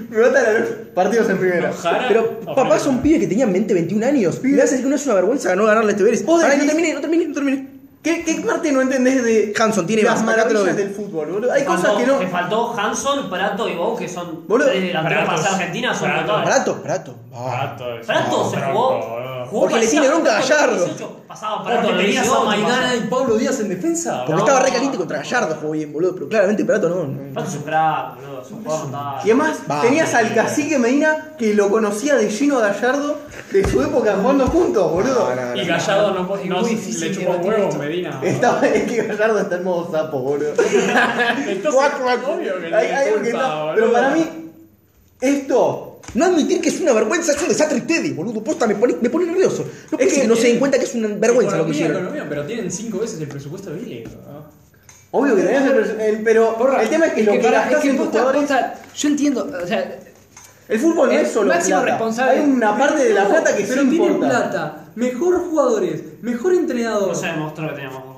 [SPEAKER 4] Me matan a los partidos en primera.
[SPEAKER 1] Jara-
[SPEAKER 5] Pero
[SPEAKER 1] Ojalá
[SPEAKER 5] papá
[SPEAKER 1] que-
[SPEAKER 5] son pibes que tenían 20, 21 años. Me vas a decir que no es una vergüenza no ganarle a este Vélez.
[SPEAKER 4] Vos
[SPEAKER 5] Pará,
[SPEAKER 4] decís-
[SPEAKER 5] no termine, no termine, no termine.
[SPEAKER 4] ¿Qué, ¿Qué parte no entendés de
[SPEAKER 5] Hanson tiene
[SPEAKER 4] las
[SPEAKER 5] más, acá te lo
[SPEAKER 4] maravillas del
[SPEAKER 5] doy.
[SPEAKER 4] fútbol, boludo? Hay
[SPEAKER 3] Te
[SPEAKER 4] cosas
[SPEAKER 3] faltó-
[SPEAKER 4] que no.
[SPEAKER 3] Te faltó Hanson, Prato y Bou, que son
[SPEAKER 4] Boludo,
[SPEAKER 3] tres delanteros
[SPEAKER 1] Prato
[SPEAKER 3] para ser
[SPEAKER 1] es-
[SPEAKER 3] Argentina, son
[SPEAKER 1] Prato.
[SPEAKER 3] notables.
[SPEAKER 5] Barato, barato. Ah.
[SPEAKER 1] Prato es
[SPEAKER 3] Prato
[SPEAKER 1] un
[SPEAKER 3] se
[SPEAKER 1] tronco,
[SPEAKER 3] jugó.
[SPEAKER 1] boludo.
[SPEAKER 3] jugó
[SPEAKER 5] Porque le
[SPEAKER 3] parecía
[SPEAKER 5] tiene bronca a
[SPEAKER 3] Prato con
[SPEAKER 5] Gallardo.
[SPEAKER 3] 18, Pasaba Prato
[SPEAKER 1] Porque
[SPEAKER 3] con
[SPEAKER 1] tenías a
[SPEAKER 3] 18,
[SPEAKER 1] Maidana
[SPEAKER 3] pasaba.
[SPEAKER 1] y Pablo Díaz en defensa.
[SPEAKER 5] Porque
[SPEAKER 1] boludo.
[SPEAKER 5] estaba re caliente contra Gallardo, jugó bien, boludo. Pero claramente Prato no. no.
[SPEAKER 3] Prato es un crack, boludo. Es un jugador notable.
[SPEAKER 4] Y además,
[SPEAKER 5] Va,
[SPEAKER 4] tenías al cacique Medina que lo conocía de Gino Gallardo de su época jugando juntos, boludo.
[SPEAKER 1] Y Gallardo no, po-
[SPEAKER 2] Es
[SPEAKER 1] no
[SPEAKER 2] muy difícil
[SPEAKER 1] le chupó
[SPEAKER 2] debatir
[SPEAKER 1] huevo
[SPEAKER 2] esto.
[SPEAKER 1] Medina.
[SPEAKER 4] Estaba, es que Gallardo está en modo sapo, boludo.
[SPEAKER 1] Entonces,
[SPEAKER 4] Cuac, cuac.
[SPEAKER 1] obvio que
[SPEAKER 4] Hay- hay algo que
[SPEAKER 1] culpa,
[SPEAKER 4] no-
[SPEAKER 1] boludo.
[SPEAKER 4] Pero para mí, esto
[SPEAKER 5] No admitir que es una vergüenza es un desastre ustedes, boludo. Posta, me pone, me pone nervioso. No puede
[SPEAKER 1] Es
[SPEAKER 5] ser que
[SPEAKER 1] que
[SPEAKER 5] no se den
[SPEAKER 1] tienen-
[SPEAKER 5] cuenta que es una vergüenza lo
[SPEAKER 1] Economía,
[SPEAKER 5] que hicieron.
[SPEAKER 1] economía, pero tienen cinco veces el presupuesto de Vile. ¿no?
[SPEAKER 4] Obvio que tenés el, pres- el- pero el tema es que lo que,
[SPEAKER 2] pará,
[SPEAKER 4] gastás
[SPEAKER 2] es que
[SPEAKER 4] en tus
[SPEAKER 2] posta-
[SPEAKER 4] jugadores-
[SPEAKER 2] posta- yo entiendo, o sea,
[SPEAKER 4] El fútbol no
[SPEAKER 2] el
[SPEAKER 4] es solo
[SPEAKER 2] máximo
[SPEAKER 4] plata.
[SPEAKER 2] responsable-
[SPEAKER 4] Hay una parte de la plata que sí
[SPEAKER 9] pero tienen
[SPEAKER 4] importa.
[SPEAKER 9] plata, mejor jugadores, mejor entrenador.
[SPEAKER 3] No se demostró que teníamos jugadores.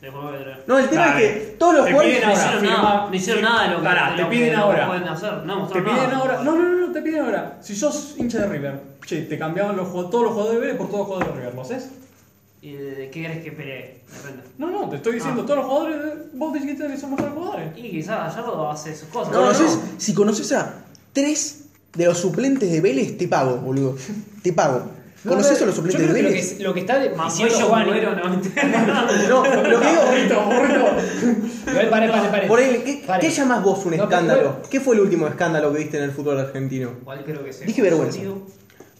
[SPEAKER 3] de jugadores de-
[SPEAKER 4] No, el tema
[SPEAKER 2] Dale.
[SPEAKER 4] es que
[SPEAKER 3] eh.
[SPEAKER 4] todos los
[SPEAKER 2] Te
[SPEAKER 4] jugadores
[SPEAKER 2] piden
[SPEAKER 3] No
[SPEAKER 2] ahora,
[SPEAKER 3] hicieron
[SPEAKER 2] firma-
[SPEAKER 3] nada, no hicieron nada de lo que,
[SPEAKER 2] Pará,
[SPEAKER 3] de
[SPEAKER 2] te
[SPEAKER 3] lo que
[SPEAKER 2] piden
[SPEAKER 3] no
[SPEAKER 2] ahora.
[SPEAKER 3] pueden hacer. No,
[SPEAKER 1] Te
[SPEAKER 3] mostraron
[SPEAKER 1] piden
[SPEAKER 3] nada.
[SPEAKER 1] ahora. No, no, no, no, te piden ahora. Si sos hincha de River, che, te cambiaban los, jue- todos los jugadores de Vélez por todos los jugadores de River, ¿lo haces?
[SPEAKER 3] ¿Y de de qué crees que pelee? Depende.
[SPEAKER 1] No, no, te estoy diciendo,
[SPEAKER 3] Ah.
[SPEAKER 1] todos los jugadores. de- Vos dijiste que son mejores jugadores.
[SPEAKER 3] Y quizás Gallardo hace sus cosas.
[SPEAKER 5] ¿Conoces- Si conoces a tres de los suplentes de Vélez, te pago, boludo. Te pago. ¿Conoces a los
[SPEAKER 2] yo
[SPEAKER 5] suplentes de
[SPEAKER 2] creo que lo
[SPEAKER 5] Vélez?
[SPEAKER 2] que, es- lo que está de- diciendo
[SPEAKER 3] Mamuello
[SPEAKER 2] Juan.
[SPEAKER 3] Agüero, no
[SPEAKER 4] No, lo que digo,
[SPEAKER 2] Igual, pare, pare, pare.
[SPEAKER 4] ponele, ¿qué,
[SPEAKER 2] Pare.
[SPEAKER 4] ¿qué llamás vos un
[SPEAKER 2] No,
[SPEAKER 4] escándalo? ¿Qué fue el último escándalo que viste en el fútbol argentino?
[SPEAKER 3] Igual creo que se.
[SPEAKER 5] Dije vergüenza.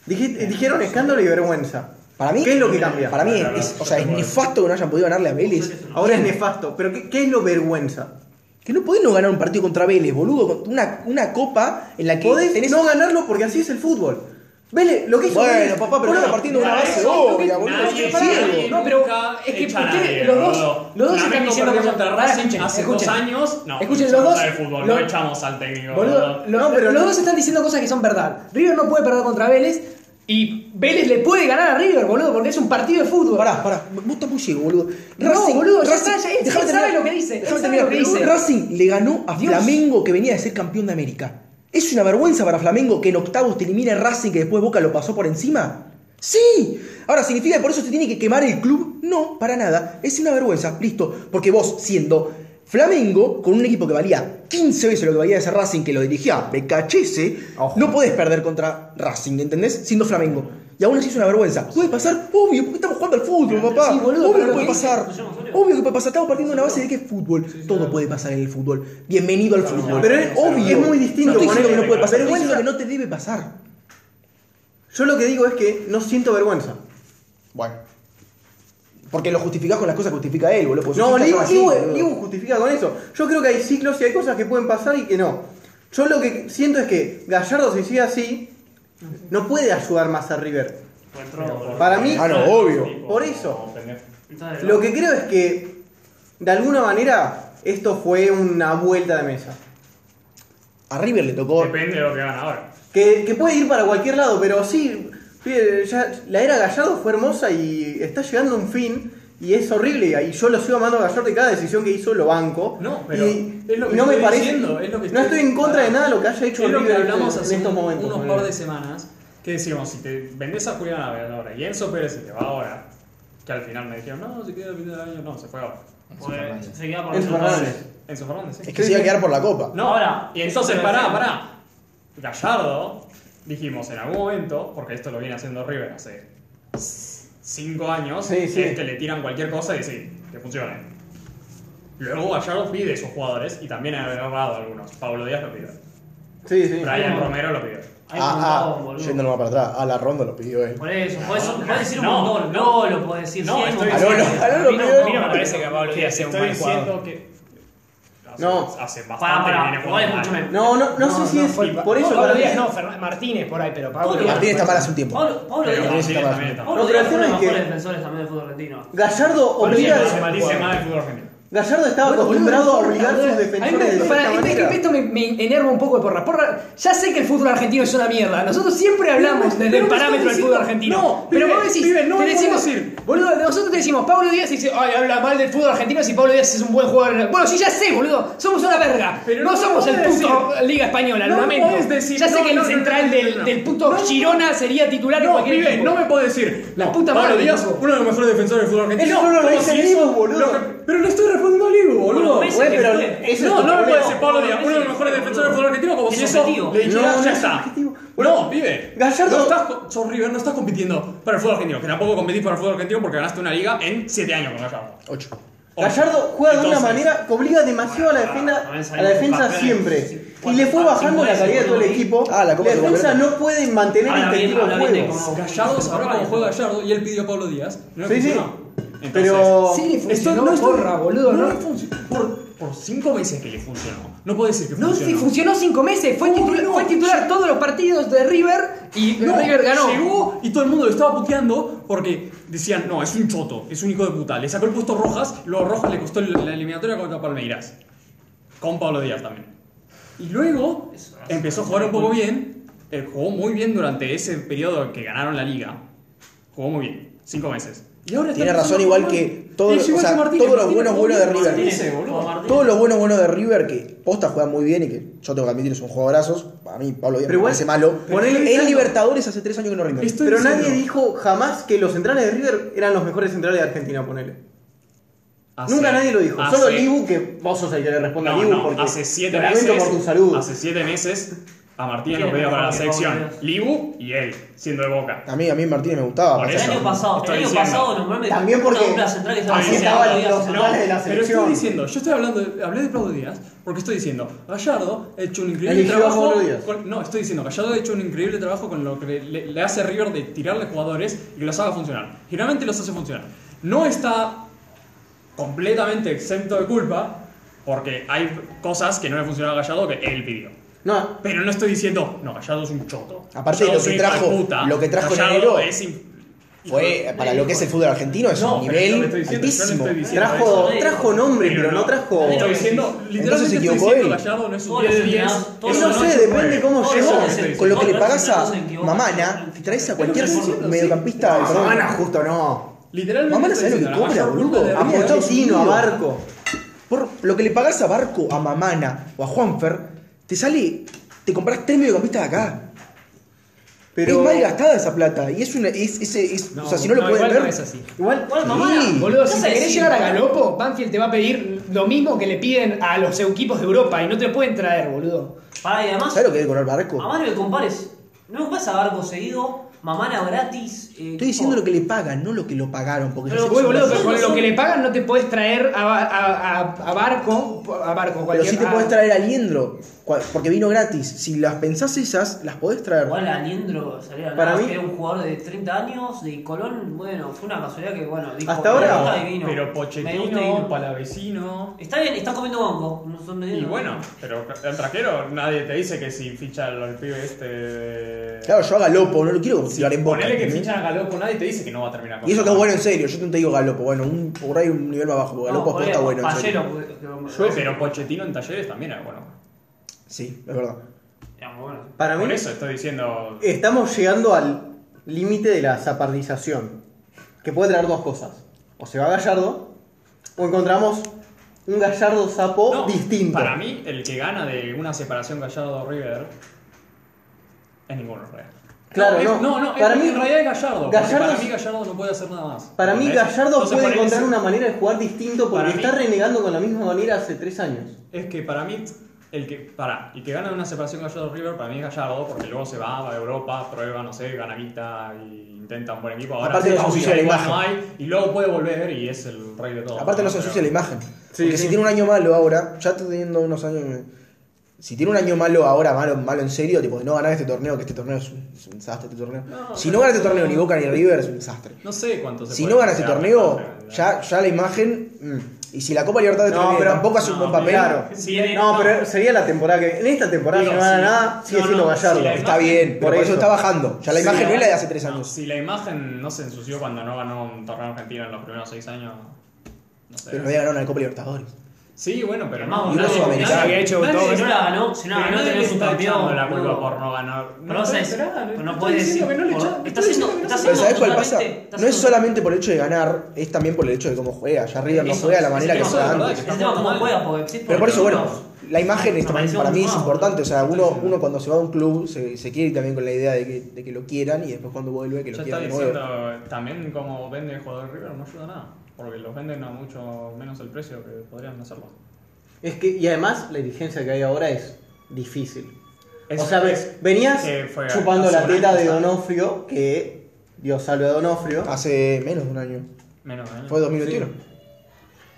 [SPEAKER 4] Dijiste- dijeron escándalo y vergüenza.
[SPEAKER 5] Para mí,
[SPEAKER 4] ¿Qué es lo que cambia?
[SPEAKER 5] Para mí es, o sea, es nefasto que no hayan podido ganarle a Vélez.
[SPEAKER 4] Ahora es nefasto, pero ¿qué, qué es lo vergüenza?
[SPEAKER 5] Que no podés no ganar un partido contra Vélez, boludo. Con Una, una copa en la que
[SPEAKER 4] Podés
[SPEAKER 5] tenés.
[SPEAKER 4] no ganarlo porque así es el fútbol. Vele, lo que hizo
[SPEAKER 5] Bueno,
[SPEAKER 4] Vélez-
[SPEAKER 5] papá, pero
[SPEAKER 4] Boludo,
[SPEAKER 5] era partido de una
[SPEAKER 4] nada,
[SPEAKER 5] base
[SPEAKER 4] eso,
[SPEAKER 5] obvia,
[SPEAKER 4] lo que-
[SPEAKER 5] boludo.
[SPEAKER 4] Nadie-
[SPEAKER 5] Che,
[SPEAKER 2] Pará,
[SPEAKER 5] ciego.
[SPEAKER 2] No, pero es que
[SPEAKER 1] echa a
[SPEAKER 2] ustedes,
[SPEAKER 1] nadie,
[SPEAKER 2] los
[SPEAKER 1] boludo.
[SPEAKER 2] dos, los dos están
[SPEAKER 1] Flamengo
[SPEAKER 2] diciendo
[SPEAKER 1] perdió
[SPEAKER 2] cosas.
[SPEAKER 1] contra
[SPEAKER 2] Pará,
[SPEAKER 1] Racing hace dos
[SPEAKER 2] escuchen.
[SPEAKER 1] años. No,
[SPEAKER 2] escuchen,
[SPEAKER 1] echamos
[SPEAKER 2] los dos.
[SPEAKER 1] al fútbol,
[SPEAKER 2] los-
[SPEAKER 1] no echamos al técnico.
[SPEAKER 2] Boludo,
[SPEAKER 1] boludo.
[SPEAKER 2] lo-
[SPEAKER 4] No, pero
[SPEAKER 2] los
[SPEAKER 4] no-
[SPEAKER 2] dos están diciendo cosas que son verdad. River no puede perder contra Vélez y Vélez le puede ganar a River, boludo, porque es un partido de fútbol.
[SPEAKER 5] Pará, pará, vos estás muy ciego, boludo.
[SPEAKER 2] No, boludo, ya
[SPEAKER 5] Racing-
[SPEAKER 2] está, ya- él- él
[SPEAKER 5] dejame terminar.
[SPEAKER 2] sabe lo que dice, él
[SPEAKER 5] Dejame
[SPEAKER 2] sabe
[SPEAKER 5] terminar.
[SPEAKER 2] lo que dice.
[SPEAKER 5] Racing le ganó a
[SPEAKER 2] Dios.
[SPEAKER 5] Flamengo que venía de ser campeón de América. ¿Es una vergüenza para Flamengo que en octavos te elimine Racing que después Boca lo pasó por encima? ¡Sí! Ahora, ¿significa que por eso se tiene que quemar el club? No, para nada. Es una vergüenza, listo. Porque vos, siendo Flamengo, con un equipo que valía 15 veces lo que valía ese Racing que lo dirigía Becachese, no podés perder contra Racing, ¿entendés? Siendo Flamengo. Y aún así es una vergüenza. ¿Puede pasar? Obvio, porque estamos jugando al fútbol, papá.
[SPEAKER 2] Sí, boludo, pero
[SPEAKER 5] Obvio que
[SPEAKER 2] lo
[SPEAKER 5] puede
[SPEAKER 2] que-
[SPEAKER 5] pasar. Obvio que puede pasar. Estamos partiendo de una base de que es fútbol. Todo puede pasar en el fútbol. Bienvenido al fútbol.
[SPEAKER 4] Pero es obvio, es muy distinto
[SPEAKER 5] No
[SPEAKER 4] ponerle
[SPEAKER 5] estoy diciendo que no puede pasar. Estoy
[SPEAKER 4] vergüenza.
[SPEAKER 5] diciendo que no te debe pasar.
[SPEAKER 4] Yo lo que digo es que no siento vergüenza.
[SPEAKER 5] Bueno. Porque lo justificás con las cosas que justifica él, boludo. porque
[SPEAKER 4] No,
[SPEAKER 5] justifica
[SPEAKER 4] Liu,
[SPEAKER 5] así,
[SPEAKER 4] Liu-
[SPEAKER 5] boludo.
[SPEAKER 4] Liu justifica con eso. Yo creo que hay ciclos y hay cosas que pueden pasar y que no. Yo lo que siento es que Gallardo, si sigue así, no puede ayudar más a River. Para mí,
[SPEAKER 5] Ah, no, obvio.
[SPEAKER 4] por eso.
[SPEAKER 3] Entonces,
[SPEAKER 4] Lo que creo es que, de alguna manera, esto fue una vuelta de mesa.
[SPEAKER 5] A River le tocó.
[SPEAKER 10] Depende de lo que hagan ahora.
[SPEAKER 4] Que, que puede ir para cualquier lado, pero sí, pibe, ya- la era Gallardo fue hermosa y está llegando a un fin. Y es horrible, y yo lo sigo amando a Gallardo y cada decisión que hizo lo banco.
[SPEAKER 1] No, pero
[SPEAKER 4] y,
[SPEAKER 1] es lo que
[SPEAKER 4] y no me
[SPEAKER 1] estoy
[SPEAKER 4] parece.
[SPEAKER 1] diciendo, es lo que
[SPEAKER 4] no estoy
[SPEAKER 1] estoy-
[SPEAKER 4] en contra de nada lo que haya hecho
[SPEAKER 1] Es lo que
[SPEAKER 4] River
[SPEAKER 1] hablamos
[SPEAKER 4] en,
[SPEAKER 1] hace
[SPEAKER 4] estos momentos.
[SPEAKER 1] unos
[SPEAKER 4] ponele.
[SPEAKER 1] par de semanas. Que decíamos, si te vendés a Julián Álvarez ahora y Enzo Pérez se te va ahora, que al final me dijeron, no, se queda a mitad del año, no, se fue ahora.
[SPEAKER 3] Pues, se queda por
[SPEAKER 4] Enzo
[SPEAKER 3] nosotros.
[SPEAKER 4] Fernández.
[SPEAKER 1] Enzo Fernández, sí.
[SPEAKER 5] Es que se iba a quedar por la copa.
[SPEAKER 1] No,
[SPEAKER 3] Ahora,
[SPEAKER 1] y entonces
[SPEAKER 3] eso
[SPEAKER 1] pará,
[SPEAKER 3] decía.
[SPEAKER 1] pará. Gallardo, dijimos en algún momento, porque esto lo viene haciendo River hace cinco años,
[SPEAKER 4] Sí,
[SPEAKER 1] que
[SPEAKER 4] sí.
[SPEAKER 1] es que le tiran cualquier cosa y sí, que funcione. Luego Gallardo pide sus jugadores y también ha agarrado algunos. Pablo Díaz lo pide.
[SPEAKER 4] Sí, sí.
[SPEAKER 1] Brian Romero lo pide.
[SPEAKER 3] Hay un
[SPEAKER 5] Ah,
[SPEAKER 3] montón,
[SPEAKER 5] ah,
[SPEAKER 3] boludo.
[SPEAKER 5] yendo nomás para atrás. A la ronda lo pidió él.
[SPEAKER 3] Por eso, podés, podés decir un
[SPEAKER 1] No,
[SPEAKER 3] montón.
[SPEAKER 1] no.
[SPEAKER 3] No, lo podés decir.
[SPEAKER 1] No,
[SPEAKER 3] cien,
[SPEAKER 1] estoy
[SPEAKER 3] un
[SPEAKER 1] diciendo-
[SPEAKER 3] montón.
[SPEAKER 5] Aló, aló,
[SPEAKER 3] A mí no-
[SPEAKER 5] aló,
[SPEAKER 3] a mí no me parece.
[SPEAKER 2] que a Pablo Díaz sea un
[SPEAKER 1] Estoy
[SPEAKER 2] mal
[SPEAKER 1] diciendo
[SPEAKER 2] jugador.
[SPEAKER 1] que. hace-
[SPEAKER 4] No.
[SPEAKER 1] Hace bastante
[SPEAKER 3] Pará,
[SPEAKER 1] que
[SPEAKER 3] pará.
[SPEAKER 1] viene
[SPEAKER 3] Igual
[SPEAKER 1] jugando mal.
[SPEAKER 3] escúchame.
[SPEAKER 4] No, no, no, sé si es. por eso
[SPEAKER 2] no,
[SPEAKER 4] para
[SPEAKER 2] Pablo
[SPEAKER 4] mí.
[SPEAKER 2] Díaz, no, Fernández- Martínez por ahí, pero Pablo
[SPEAKER 3] Todo
[SPEAKER 2] Díaz.
[SPEAKER 5] Martínez está mal hace un tiempo.
[SPEAKER 3] Pablo, Pablo
[SPEAKER 1] Pero
[SPEAKER 3] Díaz.
[SPEAKER 1] Martínez
[SPEAKER 5] está mal.
[SPEAKER 1] también está mal.
[SPEAKER 3] Pablo
[SPEAKER 4] No, pero
[SPEAKER 3] Díaz
[SPEAKER 4] el
[SPEAKER 3] fue uno
[SPEAKER 4] tema
[SPEAKER 3] de los
[SPEAKER 4] es que-
[SPEAKER 3] mejores defensores también del fútbol argentino.
[SPEAKER 4] Gallardo
[SPEAKER 1] Dice
[SPEAKER 4] obliga.
[SPEAKER 1] mal- Dice mal el fútbol argentino.
[SPEAKER 4] Gallardo estaba acostumbrado a obligar a
[SPEAKER 2] A
[SPEAKER 4] sus
[SPEAKER 2] mí me-
[SPEAKER 4] defensores de
[SPEAKER 2] para-
[SPEAKER 4] cierta
[SPEAKER 2] es que
[SPEAKER 4] manera.
[SPEAKER 2] esto me, me enerva un poco de porra. Porra, ya sé que el fútbol argentino es una mierda. Nosotros siempre hablamos
[SPEAKER 1] Pero me-
[SPEAKER 2] desde
[SPEAKER 1] pero
[SPEAKER 2] el
[SPEAKER 1] me
[SPEAKER 2] parámetro
[SPEAKER 1] estás
[SPEAKER 2] del fútbol
[SPEAKER 1] diciendo-
[SPEAKER 2] argentino.
[SPEAKER 1] no,
[SPEAKER 2] pero
[SPEAKER 1] pibe,
[SPEAKER 2] vos decís,
[SPEAKER 1] pibe, no
[SPEAKER 2] te
[SPEAKER 1] lo
[SPEAKER 2] decimos,
[SPEAKER 1] puedo decir.
[SPEAKER 2] boludo, nosotros te decimos, Pablo Díaz dice, ay, habla mal del fútbol argentino si Pablo Díaz es un buen jugador. Bueno, sí, ya sé, boludo, somos una verga.
[SPEAKER 1] Pero
[SPEAKER 2] no,
[SPEAKER 1] no
[SPEAKER 2] somos el
[SPEAKER 1] podés
[SPEAKER 2] puto Liga Española,
[SPEAKER 1] no
[SPEAKER 2] lo lamento.
[SPEAKER 1] podés decir,
[SPEAKER 2] ya sé
[SPEAKER 1] no,
[SPEAKER 2] que el
[SPEAKER 1] no, no,
[SPEAKER 2] central
[SPEAKER 1] no, no,
[SPEAKER 2] del,
[SPEAKER 1] no.
[SPEAKER 2] del puto Girona sería titular en
[SPEAKER 1] No,
[SPEAKER 2] cualquier
[SPEAKER 1] pibe,
[SPEAKER 2] equipo.
[SPEAKER 1] no me puedo decir.
[SPEAKER 2] La puta
[SPEAKER 1] Pablo
[SPEAKER 2] madre,
[SPEAKER 1] Díaz,
[SPEAKER 2] loco.
[SPEAKER 1] uno de los mejores defensores del fútbol argentino.
[SPEAKER 4] Eso no lo
[SPEAKER 1] Como
[SPEAKER 4] dice
[SPEAKER 1] si
[SPEAKER 4] Liu,
[SPEAKER 1] eso-
[SPEAKER 4] boludo.
[SPEAKER 1] lo que- Pero le estoy respondiendo a Liu, boludo.
[SPEAKER 3] Messi
[SPEAKER 4] Güey,
[SPEAKER 3] que
[SPEAKER 4] pero
[SPEAKER 3] fue.
[SPEAKER 4] eso es
[SPEAKER 1] No, no
[SPEAKER 4] tu
[SPEAKER 1] me puede
[SPEAKER 4] problema.
[SPEAKER 1] decir Pablo Díaz, uno de los
[SPEAKER 3] Messi,
[SPEAKER 1] mejores defensores del fútbol argentino, como
[SPEAKER 3] Es
[SPEAKER 1] si eso
[SPEAKER 3] objetivo.
[SPEAKER 1] le dijeras,
[SPEAKER 4] No, no
[SPEAKER 1] ya
[SPEAKER 4] es
[SPEAKER 1] está.
[SPEAKER 4] objetivo.
[SPEAKER 1] No, pibe.
[SPEAKER 4] Gallardo-
[SPEAKER 1] No estás, co- sos River, no estás compitiendo para el fútbol argentino, que tampoco competís para el fútbol argentino porque ganaste una liga en 7 años con Gallardo.
[SPEAKER 5] Ocho.
[SPEAKER 4] Oh. Gallardo juega de una
[SPEAKER 1] Oh, Entonces,
[SPEAKER 4] manera que obliga demasiado a la defensa,
[SPEAKER 3] también
[SPEAKER 4] a la
[SPEAKER 3] salimos
[SPEAKER 4] defensa
[SPEAKER 3] campeones.
[SPEAKER 4] siempre.
[SPEAKER 3] Sí.
[SPEAKER 4] Y le fue
[SPEAKER 3] Cuatro,
[SPEAKER 4] bajando
[SPEAKER 3] cinco
[SPEAKER 4] la
[SPEAKER 3] veces,
[SPEAKER 4] calidad de todo el
[SPEAKER 3] boludo.
[SPEAKER 4] equipo.
[SPEAKER 5] Ah, la
[SPEAKER 4] la
[SPEAKER 5] Copa
[SPEAKER 4] defensa
[SPEAKER 5] Sudamericana.
[SPEAKER 4] no puede mantener
[SPEAKER 3] Habla
[SPEAKER 4] este
[SPEAKER 3] bien,
[SPEAKER 4] tipo de
[SPEAKER 3] habla bien de
[SPEAKER 4] juegos.
[SPEAKER 3] cómo-
[SPEAKER 1] Gallardo sabrá cómo juega Gallardo y él pidió a Pablo Díaz. No le
[SPEAKER 4] Sí, sí.
[SPEAKER 1] funcionó. Entonces,
[SPEAKER 4] Pero.
[SPEAKER 2] Sí, le
[SPEAKER 1] esto
[SPEAKER 2] funcionó,
[SPEAKER 1] estoy-
[SPEAKER 2] porra, boludo,
[SPEAKER 1] no
[SPEAKER 2] ¿no?
[SPEAKER 1] le funcionó. Por- por cinco meses que le funcionó. No puede decir que
[SPEAKER 2] No, sí,
[SPEAKER 1] funcionó.
[SPEAKER 2] funcionó cinco meses. Fue, titula- fue titular todos los partidos de River y
[SPEAKER 1] No,
[SPEAKER 2] River ganó.
[SPEAKER 1] Llegó y todo el mundo lo estaba puteando porque decían, no, es un choto, es un hijo de puta. Le sacó el puesto a Rojas, luego a Rojas le costó el- la eliminatoria contra Palmeiras. Con Pablo Díaz también. Y luego empezó a jugar un poco bien, eh, jugó muy bien durante ese periodo que ganaron la liga. Jugó muy bien, cinco meses. Y ahora está
[SPEAKER 5] Tiene
[SPEAKER 1] empezando
[SPEAKER 5] razón
[SPEAKER 1] a
[SPEAKER 5] igual
[SPEAKER 1] jugar mal.
[SPEAKER 5] que todos-
[SPEAKER 1] Es igual
[SPEAKER 5] o sea,
[SPEAKER 1] que Martínez,
[SPEAKER 5] todos los
[SPEAKER 1] Martínez
[SPEAKER 5] buenos
[SPEAKER 1] jugó
[SPEAKER 5] buenos de
[SPEAKER 1] bien, Martínez,
[SPEAKER 5] River.
[SPEAKER 1] boludo.
[SPEAKER 5] Todos los buenos buenos de River que Posta juega muy bien y que yo tengo que admitir son jugadorazos. Para mí, Pablo Díaz
[SPEAKER 4] Pero
[SPEAKER 5] me
[SPEAKER 4] igual,
[SPEAKER 5] parece malo.
[SPEAKER 4] ponele-
[SPEAKER 5] en Libertadores hace tres años que no rinde.
[SPEAKER 1] Estoy
[SPEAKER 4] Pero
[SPEAKER 1] diciendo-
[SPEAKER 4] nadie dijo jamás que los centrales de River eran los mejores centrales de Argentina, ponele.
[SPEAKER 1] Hace-
[SPEAKER 4] Nunca nadie lo dijo.
[SPEAKER 1] hace-
[SPEAKER 4] Solo Libu, que vos sos el que le responde a
[SPEAKER 1] Ah, No,
[SPEAKER 4] Libu
[SPEAKER 1] no,
[SPEAKER 4] porque
[SPEAKER 1] hace siete
[SPEAKER 4] te lamento
[SPEAKER 1] meses.
[SPEAKER 4] por tu salud.
[SPEAKER 1] Hace siete meses a Martínez lo
[SPEAKER 3] ¿Quién es
[SPEAKER 1] pedía
[SPEAKER 3] mejor
[SPEAKER 1] para la
[SPEAKER 3] que
[SPEAKER 1] selección.
[SPEAKER 3] Pablo
[SPEAKER 1] Libu y él, siendo de boca.
[SPEAKER 5] A mí, a mí Martínez me gustaba.
[SPEAKER 1] Por
[SPEAKER 3] El
[SPEAKER 5] pasa
[SPEAKER 1] eso.
[SPEAKER 3] año pasado, el
[SPEAKER 1] Estoy
[SPEAKER 3] año
[SPEAKER 1] diciendo.
[SPEAKER 3] pasado nombrame
[SPEAKER 4] También porque
[SPEAKER 3] una dupla central que estaba
[SPEAKER 4] así
[SPEAKER 3] bien,
[SPEAKER 4] estaban
[SPEAKER 3] todavía
[SPEAKER 4] los
[SPEAKER 3] se
[SPEAKER 4] centrales
[SPEAKER 3] nota.
[SPEAKER 4] de la
[SPEAKER 1] Pero estoy
[SPEAKER 4] selección.
[SPEAKER 1] diciendo, yo estoy hablando, de- hablé de Pablo Díaz porque estoy diciendo, Gallardo ha hecho un increíble
[SPEAKER 4] Eligió a
[SPEAKER 1] trabajo.
[SPEAKER 4] Pablo Díaz.
[SPEAKER 1] con- no, estoy diciendo, Gallardo ha hecho un increíble trabajo con lo que le, le hace River de tirarle jugadores y que los haga funcionar. Generalmente los hace funcionar. No está completamente exento de culpa porque hay cosas que no le funcionaron a Gallardo que él pidió.
[SPEAKER 4] No,
[SPEAKER 1] Pero no estoy diciendo, no, Gallardo es un choto. Gallardo
[SPEAKER 5] Aparte de lo
[SPEAKER 1] es
[SPEAKER 5] que
[SPEAKER 1] un hijo de
[SPEAKER 5] trajo-
[SPEAKER 1] puta,
[SPEAKER 5] lo que trajo en
[SPEAKER 1] Gallardo
[SPEAKER 5] enero
[SPEAKER 1] es in-
[SPEAKER 5] Fue, para lo que es el fútbol argentino, es
[SPEAKER 1] No,
[SPEAKER 5] un
[SPEAKER 1] pero yo
[SPEAKER 5] nivel
[SPEAKER 1] le estoy diciendo, yo le estoy
[SPEAKER 5] altísimo.
[SPEAKER 1] diciendo.
[SPEAKER 4] trajo,
[SPEAKER 3] eso-
[SPEAKER 4] trajo nombre, pero no trajo.
[SPEAKER 1] Estoy diciendo,
[SPEAKER 5] Entonces se
[SPEAKER 1] literalmente estoy
[SPEAKER 5] equivocó
[SPEAKER 1] diciendo
[SPEAKER 5] él.
[SPEAKER 1] Gallardo no es un
[SPEAKER 3] Todos los
[SPEAKER 1] 10 de 10.
[SPEAKER 3] eliminados, todos
[SPEAKER 1] es
[SPEAKER 4] No
[SPEAKER 1] un
[SPEAKER 3] los
[SPEAKER 4] sé,
[SPEAKER 1] ocho de nueve.
[SPEAKER 4] depende cómo
[SPEAKER 3] Todos
[SPEAKER 4] llegó.
[SPEAKER 3] los estoy
[SPEAKER 5] Con lo que le
[SPEAKER 3] diciendo.
[SPEAKER 5] pagas a
[SPEAKER 3] Todos los equivocos.
[SPEAKER 5] Mamana, traes a cualquier
[SPEAKER 1] Es lo que estoy diciendo,
[SPEAKER 5] mediocampista.
[SPEAKER 4] Ah,
[SPEAKER 5] perdón.
[SPEAKER 4] Mamana, justo no.
[SPEAKER 1] Literalmente.
[SPEAKER 5] Mamá,
[SPEAKER 1] estoy
[SPEAKER 5] ¿sabes lo que
[SPEAKER 1] diciendo, la
[SPEAKER 5] cobra,
[SPEAKER 1] mayor
[SPEAKER 5] boludo?
[SPEAKER 1] culpa de
[SPEAKER 4] A
[SPEAKER 5] Vamos,
[SPEAKER 1] River-
[SPEAKER 4] Pochettino, a
[SPEAKER 5] Unidos.
[SPEAKER 4] Barco.
[SPEAKER 5] Por lo que le pagás a Barco, a Mamana o a Juanfer, te sale. Te compras tres mediocampistas de acá.
[SPEAKER 4] Pero.
[SPEAKER 5] Es mal gastada esa plata. Y es una. Es, es- es- o sea, si no lo pueden
[SPEAKER 2] igual
[SPEAKER 5] ver.
[SPEAKER 2] No es así.
[SPEAKER 4] Igual,
[SPEAKER 3] Bueno, mamá,
[SPEAKER 5] Sí.
[SPEAKER 2] Boludo,
[SPEAKER 3] ¿qué
[SPEAKER 2] si
[SPEAKER 3] vas
[SPEAKER 2] te
[SPEAKER 3] a
[SPEAKER 2] querés
[SPEAKER 3] decir?
[SPEAKER 2] llegar a Galopo, Banfield te va a pedir lo mismo que le piden a los equipos de Europa y no te lo pueden traer, boludo.
[SPEAKER 3] Pará, y además,
[SPEAKER 5] ¿Sabes lo que es con el barco?
[SPEAKER 2] Ah,
[SPEAKER 3] a mano que compares. No vas a Barco seguido, Mamana gratis. eh,
[SPEAKER 5] Estoy diciendo lo que le pagan, no lo que lo pagaron. Porque
[SPEAKER 2] Pero,
[SPEAKER 5] ya sé que
[SPEAKER 2] voy,
[SPEAKER 5] son
[SPEAKER 2] boludo, pero
[SPEAKER 5] las-
[SPEAKER 2] con lo que le pagan no te podés traer a, ba- a- a- a barco. A barco
[SPEAKER 5] Pero
[SPEAKER 2] cualquier, Ah.
[SPEAKER 5] sí te
[SPEAKER 2] a-
[SPEAKER 5] podés traer aliendro. cua- Porque vino gratis. Si las pensás esas, las podés traer.
[SPEAKER 3] Igual Aliendro salía
[SPEAKER 4] Para
[SPEAKER 3] Para
[SPEAKER 4] mí-
[SPEAKER 3] que era un jugador de 30 años, de Colón, bueno, fue una casualidad que, bueno, dijo,
[SPEAKER 4] Hasta
[SPEAKER 3] me
[SPEAKER 4] ahora,
[SPEAKER 3] gusta y vino.
[SPEAKER 1] Pero
[SPEAKER 3] Me gusta y
[SPEAKER 1] Pochettino,
[SPEAKER 3] vino.
[SPEAKER 1] Palavecino.
[SPEAKER 3] Está bien, está comiendo banco. No son de
[SPEAKER 1] Y bueno, pero el trajero nadie te dice que si ficha al pibe este.
[SPEAKER 5] Claro, yo a Galopo, no lo quiero tirar en boca.
[SPEAKER 1] Ponele que
[SPEAKER 5] ¿entendés?
[SPEAKER 1] fichan a Galopo, nadie te dice que no va a terminar con
[SPEAKER 5] Y eso que es
[SPEAKER 1] Galopo.
[SPEAKER 5] bueno en serio, yo no te digo Galopo, bueno, un, por ahí un nivel más bajo, porque Galopo posta
[SPEAKER 3] eh,
[SPEAKER 5] está bueno en serio.
[SPEAKER 1] Yo- Pero Pochettino en talleres también era bueno.
[SPEAKER 5] Sí, es verdad.
[SPEAKER 3] Era muy bueno.
[SPEAKER 4] para mí,
[SPEAKER 1] Por eso estoy diciendo.
[SPEAKER 4] estamos llegando al límite de la zapardización. Que puede traer dos cosas. O se va Gallardo, o encontramos un Gallardo sapo
[SPEAKER 1] No,
[SPEAKER 4] distinto.
[SPEAKER 1] Para mí, el que gana de una separación Gallardo-River es ninguno en realidad.
[SPEAKER 4] Claro,
[SPEAKER 1] es-
[SPEAKER 4] no.
[SPEAKER 1] no,
[SPEAKER 4] Para
[SPEAKER 1] para mí,
[SPEAKER 4] mí-
[SPEAKER 1] en realidad es Gallardo. porque
[SPEAKER 4] Gallardo
[SPEAKER 1] para
[SPEAKER 4] es-
[SPEAKER 1] mí, Gallardo no puede hacer nada más.
[SPEAKER 4] Para mí,
[SPEAKER 1] ¿Entendés?
[SPEAKER 4] Gallardo
[SPEAKER 1] Entonces,
[SPEAKER 4] puede
[SPEAKER 1] por
[SPEAKER 4] encontrar
[SPEAKER 1] eso-
[SPEAKER 4] una manera de jugar distinto
[SPEAKER 1] Para
[SPEAKER 4] porque
[SPEAKER 1] mí-
[SPEAKER 4] está renegando con la misma manera hace tres años.
[SPEAKER 1] Es que para mí, el que, para, el que gana de una separación Gallardo-River, para mí es Gallardo, porque luego se va, va a Europa, prueba, no sé, gana guita y intenta un buen equipo. Ahora
[SPEAKER 5] Aparte
[SPEAKER 1] sí,
[SPEAKER 5] los ensucia
[SPEAKER 1] igual
[SPEAKER 5] la imagen.
[SPEAKER 1] no hay, y luego puede volver y es el rey de todo.
[SPEAKER 5] Aparte no
[SPEAKER 1] ¿no?
[SPEAKER 5] se
[SPEAKER 1] Pero-
[SPEAKER 5] asocia la imagen.
[SPEAKER 4] Sí,
[SPEAKER 5] porque
[SPEAKER 4] sí.
[SPEAKER 5] si tiene un año malo ahora, ya teniendo unos años. Si tiene un año malo ahora, malo, malo en serio, tipo, de no ganar este torneo, que este torneo es un, es un desastre, este torneo.
[SPEAKER 1] No,
[SPEAKER 5] si
[SPEAKER 1] pero-
[SPEAKER 5] no gana este torneo ni Boca ni River, es un desastre.
[SPEAKER 1] No sé cuánto se
[SPEAKER 5] Si
[SPEAKER 1] puede
[SPEAKER 5] no gana este
[SPEAKER 1] esperar,
[SPEAKER 5] torneo,
[SPEAKER 1] ¿verdad?
[SPEAKER 5] ya, ya la imagen. mm. Y si la Copa Libertadores
[SPEAKER 4] No,
[SPEAKER 5] también
[SPEAKER 4] pero-
[SPEAKER 5] tampoco hace
[SPEAKER 1] no,
[SPEAKER 5] un buen papel,
[SPEAKER 4] Claro.
[SPEAKER 1] Sí, pues,
[SPEAKER 4] No, pero sería la temporada que. En esta temporada
[SPEAKER 1] Digo,
[SPEAKER 4] que no gana
[SPEAKER 1] sí.
[SPEAKER 4] nada, sigue
[SPEAKER 1] No,
[SPEAKER 4] siendo
[SPEAKER 1] no,
[SPEAKER 4] Gallardo.
[SPEAKER 1] sí, la
[SPEAKER 5] está bien, pero
[SPEAKER 4] Por
[SPEAKER 5] por eso.
[SPEAKER 4] eso.
[SPEAKER 5] está bajando. Ya la
[SPEAKER 1] Sí,
[SPEAKER 5] imagen no es la de hace tres
[SPEAKER 1] No,
[SPEAKER 5] años.
[SPEAKER 1] si la imagen no se ensució cuando no ganó un torneo argentino en los primeros seis años, no sé.
[SPEAKER 5] Pero no había ganado una Copa Libertadores.
[SPEAKER 1] Sí, bueno, pero
[SPEAKER 3] Además,
[SPEAKER 1] no.
[SPEAKER 5] y uno
[SPEAKER 3] nadie-
[SPEAKER 5] sudamericano.
[SPEAKER 3] nadie-
[SPEAKER 2] Había hecho
[SPEAKER 3] nadie-
[SPEAKER 2] todo
[SPEAKER 3] Si
[SPEAKER 2] eso.
[SPEAKER 3] no la ganó, si no
[SPEAKER 1] Pero
[SPEAKER 3] la ganó,
[SPEAKER 1] nadie le
[SPEAKER 3] tenés un
[SPEAKER 1] está echando
[SPEAKER 3] campeón.
[SPEAKER 1] la culpa
[SPEAKER 3] boludo.
[SPEAKER 1] por no ganar.
[SPEAKER 3] Pero no
[SPEAKER 1] estoy
[SPEAKER 3] sabes,
[SPEAKER 1] esperando,
[SPEAKER 3] pero
[SPEAKER 1] te
[SPEAKER 3] no
[SPEAKER 1] estoy
[SPEAKER 3] puedes
[SPEAKER 1] diciendo
[SPEAKER 3] decir-
[SPEAKER 1] que no le
[SPEAKER 3] por-
[SPEAKER 1] echaron-
[SPEAKER 3] está
[SPEAKER 1] estoy
[SPEAKER 3] siendo-
[SPEAKER 1] diciendo que
[SPEAKER 3] está
[SPEAKER 1] no
[SPEAKER 5] Pero
[SPEAKER 3] Sí,
[SPEAKER 5] ¿sabes cuál pasa?
[SPEAKER 3] totalmente. Estás
[SPEAKER 5] No es
[SPEAKER 3] en-
[SPEAKER 5] solamente por el hecho de ganar, es también por el hecho de cómo juega. Ya River no
[SPEAKER 3] Eso,
[SPEAKER 5] juega de la
[SPEAKER 3] sí,
[SPEAKER 5] manera
[SPEAKER 3] sí,
[SPEAKER 5] que
[SPEAKER 3] no,
[SPEAKER 5] jugaba
[SPEAKER 1] es verdad
[SPEAKER 5] antes.
[SPEAKER 1] que
[SPEAKER 3] Es el tema cómo juega, porque existe
[SPEAKER 5] Pero por eso, bueno,
[SPEAKER 3] todos.
[SPEAKER 5] la imagen es
[SPEAKER 3] Nos
[SPEAKER 5] también-
[SPEAKER 3] pareció
[SPEAKER 5] para mí es
[SPEAKER 3] ocupado.
[SPEAKER 5] importante. O sea, uno, uno cuando se va a un club se, se quiere ir también con la idea de que, de que lo quieran y después cuando vuelve que lo
[SPEAKER 1] Ya está
[SPEAKER 5] quieran de nuevo.
[SPEAKER 1] diciendo, eh, también como vende el jugador River no ayuda nada, porque los venden a mucho menos el precio que podrían hacerlo.
[SPEAKER 4] Es que, y además, la dirigencia que hay ahora es difícil.
[SPEAKER 1] Es-
[SPEAKER 4] o sea, ves, venías
[SPEAKER 1] que fue
[SPEAKER 4] chupando
[SPEAKER 1] hace
[SPEAKER 4] la
[SPEAKER 1] un
[SPEAKER 4] teta
[SPEAKER 1] año,
[SPEAKER 4] de
[SPEAKER 1] ¿sabes?
[SPEAKER 4] Donofrio, que Dios salve a Donofrio.
[SPEAKER 5] Hace menos de un año.
[SPEAKER 1] Menos, menos.
[SPEAKER 5] Fue 2021.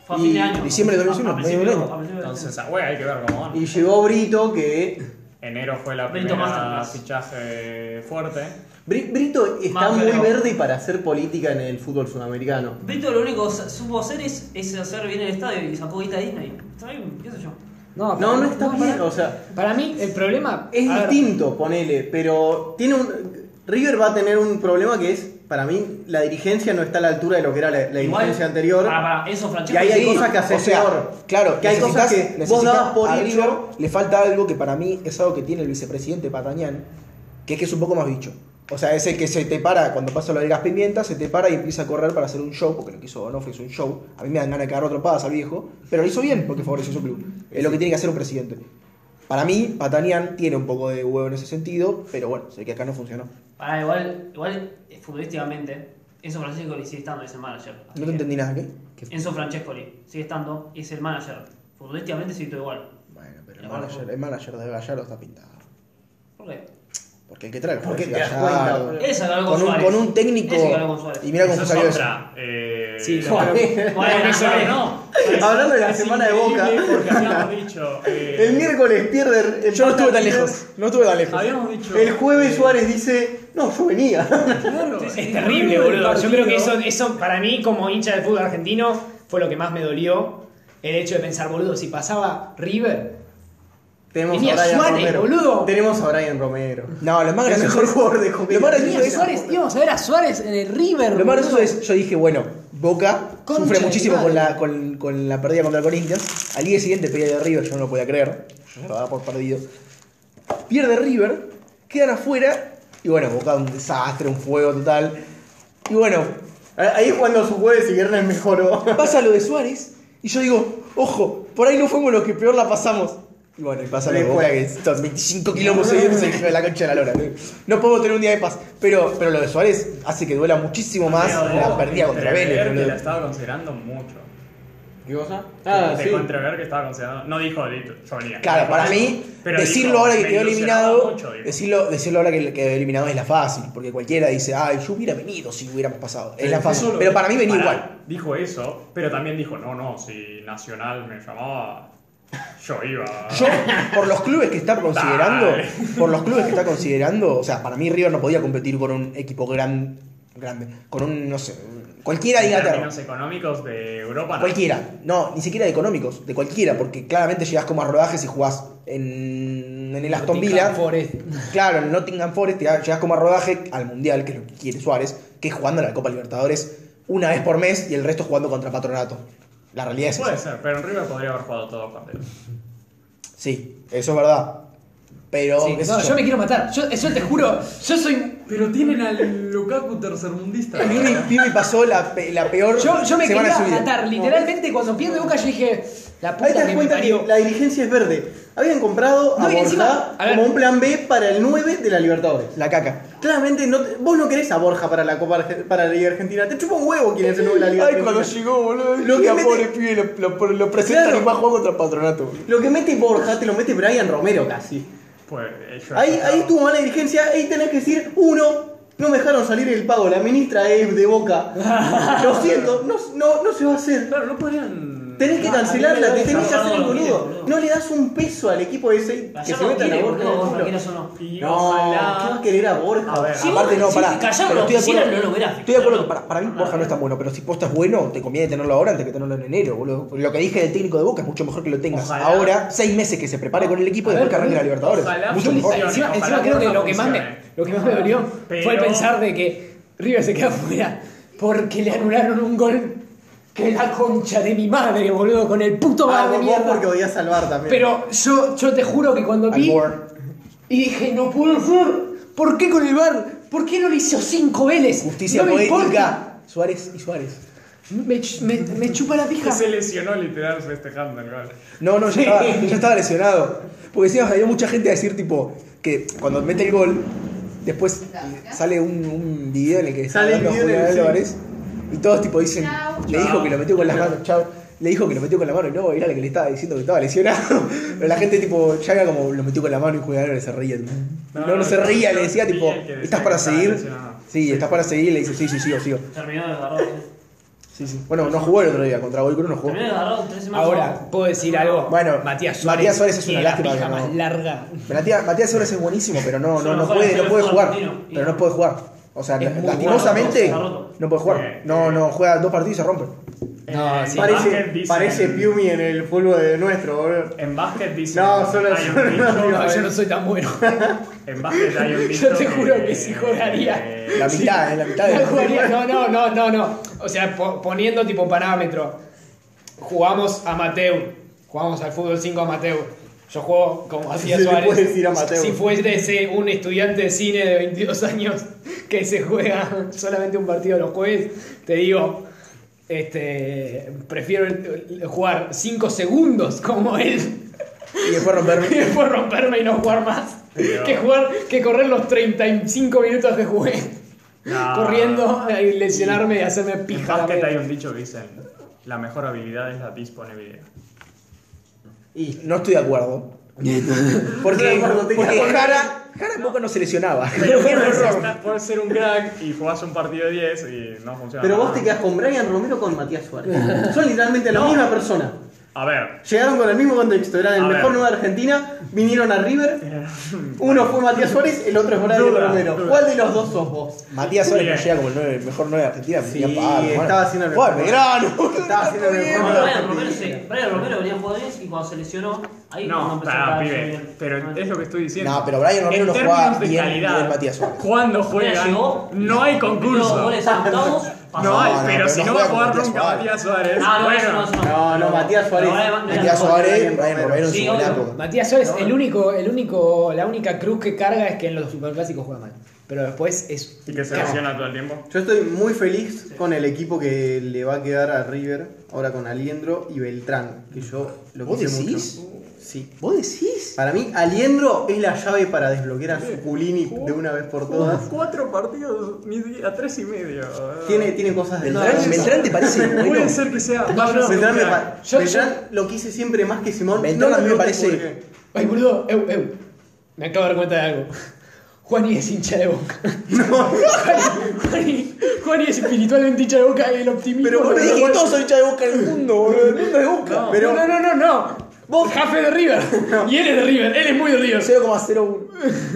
[SPEAKER 3] Fue a fin de
[SPEAKER 4] Y
[SPEAKER 3] año.
[SPEAKER 5] diciembre de
[SPEAKER 3] A- a
[SPEAKER 5] 2021,
[SPEAKER 3] principio-
[SPEAKER 5] medio año.
[SPEAKER 3] a principio de
[SPEAKER 1] Entonces, ah, güey, hay que ver cómo van.
[SPEAKER 4] Y llegó Brito, que
[SPEAKER 1] Enero fue la
[SPEAKER 3] Benito
[SPEAKER 1] primera
[SPEAKER 3] Masterclass.
[SPEAKER 1] fichaje fuerte.
[SPEAKER 4] Bri- Brito está
[SPEAKER 3] Más
[SPEAKER 4] muy
[SPEAKER 3] claro.
[SPEAKER 4] verde para hacer política en el fútbol sudamericano.
[SPEAKER 3] Brito lo único que sa- supo hacer es, es hacer bien el estadio y sacó guita a Disney. Está bien, qué sé yo.
[SPEAKER 2] No,
[SPEAKER 4] No,
[SPEAKER 2] para-
[SPEAKER 4] no está
[SPEAKER 2] para-
[SPEAKER 4] bien, o sea,
[SPEAKER 2] Para mí, el problema
[SPEAKER 4] es
[SPEAKER 2] a ver,
[SPEAKER 4] distinto, ponele, pero tiene un River va a tener un problema que es, para mí, la dirigencia no está a la altura de lo que era la, la dirigencia anterior.
[SPEAKER 3] Para, para, eso, Francesco.
[SPEAKER 4] Y ahí hay
[SPEAKER 5] Sí,
[SPEAKER 4] cosas que hacer
[SPEAKER 5] o sea,
[SPEAKER 4] peor.
[SPEAKER 5] Claro,
[SPEAKER 4] Que hay
[SPEAKER 5] necesitas-
[SPEAKER 4] cosas que vos
[SPEAKER 5] necesitas-
[SPEAKER 4] dabas por
[SPEAKER 5] a
[SPEAKER 4] hecho.
[SPEAKER 5] River Le falta algo que para mí es algo que tiene el vicepresidente Patañán, que es que es un poco más bicho. O sea, es el que se te para cuando pasa lo del gas pimienta, se te para y empieza a correr para hacer un show, porque lo que hizo Onofre es un show. A mí me dan ganas de cagar tropadas al viejo, pero lo hizo bien porque favoreció su club. Es lo que tiene que hacer un presidente. Para mí, Patanián tiene un poco de huevo en ese sentido, pero bueno, sé que acá no funcionó.
[SPEAKER 3] Para, igual, igual eh, futbolísticamente, Enzo Francescoli sigue estando, es el manager. Así
[SPEAKER 5] No
[SPEAKER 3] que-
[SPEAKER 5] te entendí nada, ¿qué?
[SPEAKER 3] Enzo Francescoli sigue estando, es el manager. Futbolísticamente sigue todo igual.
[SPEAKER 5] Bueno, pero el manager, el manager de Gallardo está pintado.
[SPEAKER 3] ¿Por qué?
[SPEAKER 5] Porque el que trae el
[SPEAKER 4] Porque
[SPEAKER 5] es
[SPEAKER 4] te das
[SPEAKER 5] Gallardo.
[SPEAKER 4] cuenta.
[SPEAKER 3] Él se agarró con,
[SPEAKER 5] con un,
[SPEAKER 3] Suárez.
[SPEAKER 5] con un técnico.
[SPEAKER 3] Ese que habló con Suárez.
[SPEAKER 5] Y mira cómo
[SPEAKER 1] Esa
[SPEAKER 5] salió
[SPEAKER 1] es
[SPEAKER 5] eso.
[SPEAKER 1] otra. Eh,
[SPEAKER 2] Sí,
[SPEAKER 1] no,
[SPEAKER 3] Bueno,
[SPEAKER 1] eso
[SPEAKER 3] Suárez.
[SPEAKER 1] no.
[SPEAKER 4] Hablando de la
[SPEAKER 1] Es
[SPEAKER 4] semana de Boca.
[SPEAKER 1] increíble Porque habíamos dicho. eh,
[SPEAKER 4] El miércoles pierde. el
[SPEAKER 5] Yo no estuve tan
[SPEAKER 4] River.
[SPEAKER 5] lejos. No estuve tan lejos.
[SPEAKER 1] Habíamos dicho.
[SPEAKER 4] El jueves Suárez dice, no, yo venía.
[SPEAKER 1] Claro,
[SPEAKER 2] Es
[SPEAKER 1] el
[SPEAKER 2] terrible,
[SPEAKER 1] ruido del
[SPEAKER 2] boludo. Yo
[SPEAKER 1] partido.
[SPEAKER 2] creo que eso, eso, para mí, como hincha de fútbol argentino, fue lo que más me dolió. El hecho de pensar, boludo, si pasaba River,
[SPEAKER 4] Tenemos
[SPEAKER 2] Venía
[SPEAKER 4] a Brian
[SPEAKER 2] Suárez,
[SPEAKER 4] Romero.
[SPEAKER 2] boludo.
[SPEAKER 4] Tenemos a Brian Romero.
[SPEAKER 5] No, lo más
[SPEAKER 4] El
[SPEAKER 5] gracioso
[SPEAKER 4] mejor
[SPEAKER 5] es.
[SPEAKER 4] jugador de Copa.
[SPEAKER 5] Lo más gracioso
[SPEAKER 2] venía
[SPEAKER 5] es.
[SPEAKER 2] Suárez, íbamos a ver a Suárez en el River.
[SPEAKER 5] Lo más gracioso
[SPEAKER 2] boludo.
[SPEAKER 5] es. Yo dije, bueno, Boca
[SPEAKER 2] Concha
[SPEAKER 5] sufre
[SPEAKER 2] de
[SPEAKER 5] muchísimo
[SPEAKER 2] madre.
[SPEAKER 5] con la, con, con la pérdida contra el Corinthians. Al día siguiente pierde River, yo no lo podía creer. Yo lo daba por perdido. Pierde River, quedan afuera. Y bueno, Boca un desastre, un fuego total. Y bueno,
[SPEAKER 4] Ahí es cuando su jueves y viernes mejoró.
[SPEAKER 5] pasa lo de Suárez y yo digo, ojo, por ahí no fuimos los que peor la pasamos. Y bueno, y pasa lo de Boca, que estos 25 kilómetros seguidos hijo de la concha de la lora. No podemos tener un día de paz. Pero, pero lo de Suárez hace que duela muchísimo más la pérdida contra Vélez.
[SPEAKER 1] Entrever que la
[SPEAKER 5] boludo.
[SPEAKER 1] estaba considerando mucho.
[SPEAKER 4] ¿Qué cosa?
[SPEAKER 1] Dejó entrever que estaba considerando. No dijo, listo, yo venía.
[SPEAKER 5] Claro, para mí, decirlo ahora que
[SPEAKER 1] me
[SPEAKER 5] quedó
[SPEAKER 1] ilusionaba
[SPEAKER 5] eliminado,
[SPEAKER 1] mucho, dijo.
[SPEAKER 5] decirlo, decirlo ahora que quedó eliminado es la fácil, porque cualquiera dice, ay, yo hubiera venido si hubiéramos pasado. Es la
[SPEAKER 1] Sí,
[SPEAKER 5] fácil.
[SPEAKER 1] solo-
[SPEAKER 5] Pero para mí venía
[SPEAKER 1] Pará,
[SPEAKER 5] igual.
[SPEAKER 1] Dijo eso, pero también dijo, no, no, si Nacional me llamaba, yo iba.
[SPEAKER 5] Yo, por los clubes que está considerando, por los clubes que está considerando, o sea, para mí River no podía competir con un equipo gran, grande, con un, no sé, cualquiera de
[SPEAKER 1] En
[SPEAKER 5] Inglaterra.
[SPEAKER 1] términos económicos de Europa, no.
[SPEAKER 5] Cualquiera, no, ni siquiera de económicos, de cualquiera, porque claramente llegás como a rodajes y jugás en, en el Aston Villa.
[SPEAKER 2] Nottingham Forest.
[SPEAKER 5] Claro, en Nottingham Forest, te- llegás como a rodaje al Mundial, que es lo que quiere Suárez, que es jugando en la Copa Libertadores una vez por mes y el resto jugando contra Patronato. La realidad es
[SPEAKER 1] Puede
[SPEAKER 5] esa.
[SPEAKER 1] ser, pero en River podría haber jugado todos los partidos.
[SPEAKER 5] Sí, eso es verdad. Pero.
[SPEAKER 2] Sí,
[SPEAKER 5] qué sé
[SPEAKER 2] no,
[SPEAKER 5] yo.
[SPEAKER 2] yo me quiero matar. Yo, yo te juro, yo soy
[SPEAKER 11] Pero tienen al Lukaku tercermundista.
[SPEAKER 5] Pibe, Pibe pasó la, pe- la peor
[SPEAKER 2] Yo, yo me
[SPEAKER 5] semana
[SPEAKER 2] quería
[SPEAKER 5] de su vida.
[SPEAKER 2] matar, literalmente cuando pierde Boca yo dije, la
[SPEAKER 4] Ahí te
[SPEAKER 2] puta
[SPEAKER 4] das
[SPEAKER 2] que me
[SPEAKER 4] cuenta que
[SPEAKER 2] parió.
[SPEAKER 4] la dirigencia es verde. Habían comprado
[SPEAKER 2] No,
[SPEAKER 4] a
[SPEAKER 2] y
[SPEAKER 4] Borja
[SPEAKER 2] encima- a ver.
[SPEAKER 4] como un plan B para el 9 de la Libertadores.
[SPEAKER 5] La caca.
[SPEAKER 4] Claramente, no te- vos no querés a Borja para la Copa Arge- para la Liga Argentina. Te chupa un huevo quién es el 9 de la Liga Argentina.
[SPEAKER 5] llegó, boludo.
[SPEAKER 4] Lo que
[SPEAKER 5] la
[SPEAKER 4] mete-
[SPEAKER 5] pobre pibe lo, lo, lo presentan
[SPEAKER 4] Claro.
[SPEAKER 5] y va a jugar contra Patronato. boludo.
[SPEAKER 4] Lo que mete Borja te lo mete Brian Romero casi.
[SPEAKER 1] Pues, eh, yo-
[SPEAKER 4] Ahí, ahí tuvo mala dirigencia, ahí tenés que decir, uno, no me dejaron salir el pago, la ministra es de boca. Lo siento, no, no, no se va a hacer.
[SPEAKER 1] Claro, no podrían.
[SPEAKER 4] Tenés
[SPEAKER 3] No,
[SPEAKER 4] que
[SPEAKER 3] a mí
[SPEAKER 4] cancelarla,
[SPEAKER 3] me
[SPEAKER 4] te
[SPEAKER 3] da
[SPEAKER 4] tenés que
[SPEAKER 3] desagradable
[SPEAKER 4] hacer el
[SPEAKER 3] lo que dices,
[SPEAKER 4] boludo.
[SPEAKER 3] boludo.
[SPEAKER 4] No le das un peso al equipo ese que
[SPEAKER 3] Gallardo
[SPEAKER 4] se meta en la
[SPEAKER 3] quiere,
[SPEAKER 4] boca.
[SPEAKER 3] boludo,
[SPEAKER 4] del
[SPEAKER 3] Borja,
[SPEAKER 4] culo.
[SPEAKER 3] quieras o no.
[SPEAKER 1] Y
[SPEAKER 4] No, ¿qué va a
[SPEAKER 1] ojalá.
[SPEAKER 4] querer a Borja?
[SPEAKER 1] ver.
[SPEAKER 3] Sí,
[SPEAKER 5] Aparte, no,
[SPEAKER 3] sí,
[SPEAKER 5] pará.
[SPEAKER 3] callado,
[SPEAKER 5] pero estoy de
[SPEAKER 3] si
[SPEAKER 5] acuerdo.
[SPEAKER 3] no lo verás,
[SPEAKER 5] estoy de acuerdo que
[SPEAKER 3] claro.
[SPEAKER 5] para, para mí Borja no está bueno, pero si posta es bueno, te conviene tenerlo ahora antes que tenerlo en enero, boludo. Lo que dije del técnico de Boca es mucho mejor que lo tengas
[SPEAKER 1] Ojalá.
[SPEAKER 5] ahora, seis meses que se prepare con el equipo y
[SPEAKER 2] A
[SPEAKER 5] después que
[SPEAKER 2] ver,
[SPEAKER 5] arranque la Libertadores.
[SPEAKER 1] ojalá
[SPEAKER 5] Mucho
[SPEAKER 1] funcione.
[SPEAKER 5] mejor.
[SPEAKER 2] Encima,
[SPEAKER 1] Ojalá
[SPEAKER 2] encima creo que
[SPEAKER 1] Borja
[SPEAKER 2] lo que, más me,
[SPEAKER 1] funcione.
[SPEAKER 2] lo que más me dolió fue el
[SPEAKER 1] Pero-
[SPEAKER 2] pensar de que River se queda fuera porque le anularon un gol que la concha de mi madre, boludo, con el puto
[SPEAKER 4] Ah,
[SPEAKER 2] bar de
[SPEAKER 4] vos, vos porque
[SPEAKER 2] mierda.
[SPEAKER 4] odias salvar también.
[SPEAKER 2] Pero yo, yo te juro que cuando
[SPEAKER 5] Al
[SPEAKER 2] vi
[SPEAKER 5] Borja.
[SPEAKER 2] y dije, no puedo ser, ¿por qué con el bar? ¿Por qué no lo hizo cinco veles?
[SPEAKER 5] Justicia
[SPEAKER 2] no me importa.
[SPEAKER 5] poética. Suárez y Suárez.
[SPEAKER 2] Me, ch- me- me chupa la pija.
[SPEAKER 1] Se lesionó literal festejando el gol.
[SPEAKER 5] No, no, yo estaba, yo estaba lesionado. Porque encima había mucha gente a decir, tipo, que cuando mete el gol, después eh, sale un, un video en el que está
[SPEAKER 4] Sale el video
[SPEAKER 5] hablando Julián
[SPEAKER 4] del- sí.
[SPEAKER 5] Álvarez. Y todos, tipo, dicen,
[SPEAKER 8] Chau.
[SPEAKER 5] le dijo que lo metió con las manos, chao. Le dijo que lo metió con la mano y no, era la que le estaba diciendo que estaba lesionado. Pero la gente, tipo, ya era como, lo metió con la mano y Julián Álvarez se reía. No, no, se reía, le decía,
[SPEAKER 1] Sí,
[SPEAKER 5] tipo,
[SPEAKER 1] el que decía
[SPEAKER 5] ¿estás para
[SPEAKER 1] que estaba
[SPEAKER 5] seguir?
[SPEAKER 1] lesionado.
[SPEAKER 5] Sí, ¿estás para seguir? Y le dice, sí, sí, sigo, sigo.
[SPEAKER 3] Terminó de agarrar.
[SPEAKER 5] Sí, sí. Bueno, no jugó el otro día contra Goy Cruz, no jugó.
[SPEAKER 3] También agarrado tres semanas.
[SPEAKER 2] Ahora, ¿puedo decir algo?
[SPEAKER 5] Bueno,
[SPEAKER 2] Matías Suárez.
[SPEAKER 5] Matías Suárez es una
[SPEAKER 2] tiene la
[SPEAKER 5] lástima
[SPEAKER 2] pija
[SPEAKER 5] que no-
[SPEAKER 2] más larga.
[SPEAKER 5] Matías, Matías Suárez es buenísimo, pero no,
[SPEAKER 3] Es uno
[SPEAKER 5] no,
[SPEAKER 3] de
[SPEAKER 5] no
[SPEAKER 3] los
[SPEAKER 5] puede,
[SPEAKER 3] mejores
[SPEAKER 5] no puede jugar.
[SPEAKER 3] jugadores argentinos.
[SPEAKER 5] Pero no puede jugar. O sea,
[SPEAKER 2] Es muy
[SPEAKER 5] lastimosamente
[SPEAKER 3] bueno, está roto.
[SPEAKER 5] no puede jugar. No, no, juega dos partidos y se rompe.
[SPEAKER 2] No, sí.
[SPEAKER 6] Eh, básquet
[SPEAKER 4] Parece,
[SPEAKER 6] dicen-
[SPEAKER 4] parece Piumi en el fútbol de nuestro, boludo.
[SPEAKER 6] En básquet dicen.
[SPEAKER 4] No, solo-
[SPEAKER 6] hay un
[SPEAKER 4] solo-
[SPEAKER 6] dicho-
[SPEAKER 2] No,
[SPEAKER 1] eh.
[SPEAKER 2] yo no soy tan bueno.
[SPEAKER 6] En básquet hay un dicho
[SPEAKER 2] Yo te juro que sí jugaría.
[SPEAKER 5] La mitad, eh, la mitad de
[SPEAKER 2] No, jugaría- no, no, no, no, no. O sea, po- poniendo tipo parámetro, jugamos amateur, jugamos al fútbol 5 amateur. Yo juego como Matías
[SPEAKER 4] se le
[SPEAKER 2] Suárez.
[SPEAKER 4] puede decir amateur.
[SPEAKER 2] Si fuese ese un estudiante de cine de 22 años que se juega solamente un partido los jueves, te digo, este, prefiero el- el- jugar 5 segundos como él
[SPEAKER 5] Y después
[SPEAKER 2] y
[SPEAKER 5] romper.
[SPEAKER 2] después romperme y no jugar más.
[SPEAKER 6] Pero-
[SPEAKER 2] Que jugar, que correr los 35 minutos que jugué.
[SPEAKER 6] No.
[SPEAKER 2] Corriendo y lesionarme y hacerme
[SPEAKER 6] En
[SPEAKER 2] pija. la
[SPEAKER 6] básquet hay
[SPEAKER 2] media.
[SPEAKER 6] un dicho que dicen. La mejor habilidad es la disponibilidad.
[SPEAKER 5] Y no estoy de acuerdo. Porque, porque Jara, Jara un poco no se lesionaba.
[SPEAKER 6] Pero puedes estar- puedes ser un crack y jugás un partido de 10 y no funciona.
[SPEAKER 4] Pero vos
[SPEAKER 6] nada.
[SPEAKER 4] te quedás con Brian Romero o con Matías Suárez. Son literalmente la misma persona.
[SPEAKER 6] A ver.
[SPEAKER 4] Llegaron con el mismo contexto, eran el
[SPEAKER 6] A
[SPEAKER 4] mejor
[SPEAKER 6] ver.
[SPEAKER 4] 9 de Argentina, vinieron a River, uno fue Matías Suárez, el otro es Brian
[SPEAKER 6] Duda,
[SPEAKER 4] Romero.
[SPEAKER 6] duda.
[SPEAKER 4] ¿Cuál de los dos sos vos?
[SPEAKER 5] Matías Suárez no
[SPEAKER 6] Bien.
[SPEAKER 5] llega como el, nueve- el mejor 9 de Argentina.
[SPEAKER 4] Sí,
[SPEAKER 5] tenía palo, hermano.
[SPEAKER 4] estaba haciendo el
[SPEAKER 5] Juega
[SPEAKER 4] mejor
[SPEAKER 5] Belgrano, boludo,
[SPEAKER 4] Estaba haciendo el
[SPEAKER 5] está
[SPEAKER 4] mejor
[SPEAKER 5] bien.
[SPEAKER 4] nueve.
[SPEAKER 3] Brian Romero sí. Brian Romero venía jugando bien y cuando se lesionó, ahí cuando
[SPEAKER 6] No,
[SPEAKER 3] empezó ah.
[SPEAKER 6] pará,
[SPEAKER 3] a caer su
[SPEAKER 6] pibe.
[SPEAKER 3] nivel.
[SPEAKER 6] Pero es lo que estoy diciendo.
[SPEAKER 5] No, pero Brian Romero
[SPEAKER 6] en
[SPEAKER 5] no jugaba
[SPEAKER 6] términos de
[SPEAKER 5] bien
[SPEAKER 6] calidad,
[SPEAKER 5] nivel Matías Suárez.
[SPEAKER 6] Cuando juegan,
[SPEAKER 3] llegó,
[SPEAKER 6] no hay
[SPEAKER 3] Metió
[SPEAKER 6] concurso.
[SPEAKER 3] goles en octavos, pasó.
[SPEAKER 6] No hay,
[SPEAKER 5] No, no,
[SPEAKER 6] pero
[SPEAKER 5] pero
[SPEAKER 6] si
[SPEAKER 5] no
[SPEAKER 6] no va a
[SPEAKER 5] juega
[SPEAKER 6] jugar
[SPEAKER 5] con
[SPEAKER 6] nunca Matías
[SPEAKER 5] Matías
[SPEAKER 6] Suárez,
[SPEAKER 3] Ah, no, eso no,
[SPEAKER 6] bueno,
[SPEAKER 3] eso no.
[SPEAKER 4] No, no, Matías Suárez.
[SPEAKER 3] No, era- no era
[SPEAKER 5] Matías
[SPEAKER 3] mejor.
[SPEAKER 5] Suárez, Brian Romero en su
[SPEAKER 3] Sí,
[SPEAKER 5] buena
[SPEAKER 3] obvio.
[SPEAKER 5] época.
[SPEAKER 2] Matías Suárez, el único, el único, la única cruz que carga es que en los superclásicos juega mal. Pero después es.
[SPEAKER 6] y que se
[SPEAKER 2] No.
[SPEAKER 6] lesiona todo el tiempo.
[SPEAKER 4] Yo estoy muy feliz con el equipo que le va a quedar a River, ahora con Aliendro y Beltrán, que yo lo
[SPEAKER 5] ¿Vos
[SPEAKER 4] quise
[SPEAKER 5] decís?
[SPEAKER 4] mucho. Sí.
[SPEAKER 5] ¿Vos decís?
[SPEAKER 4] Para mí, Aliendro es la llave para desbloquear a Suculini de una vez por todas.
[SPEAKER 6] Cuatro partidos, ni siquiera tres y medio.
[SPEAKER 4] Tiene, tiene cosas de
[SPEAKER 5] Beltrán, Beltrán te parece bueno.
[SPEAKER 6] Puede ser que sea.
[SPEAKER 4] Beltrán, me pa-
[SPEAKER 2] Yo-
[SPEAKER 4] Beltrán lo quise siempre más que Simón.
[SPEAKER 5] Beltrán
[SPEAKER 4] No
[SPEAKER 5] a mí me
[SPEAKER 4] lo
[SPEAKER 5] parece-
[SPEAKER 4] porque-
[SPEAKER 2] Ay, boludo, eu, eu. Me acabo de dar cuenta de algo. Juani es hincha de boca. No. Juani, Juani es espiritualmente hincha de boca y el optimismo.
[SPEAKER 5] Pero vos
[SPEAKER 2] de
[SPEAKER 5] te dije que
[SPEAKER 2] Juani-
[SPEAKER 5] todos son hinchas de boca en el mundo, boludo. El mundo es boca.
[SPEAKER 2] pero... No, no, no, no. Vos, Jafe de River. Y él es de River, él es muy de River.
[SPEAKER 5] 0,01.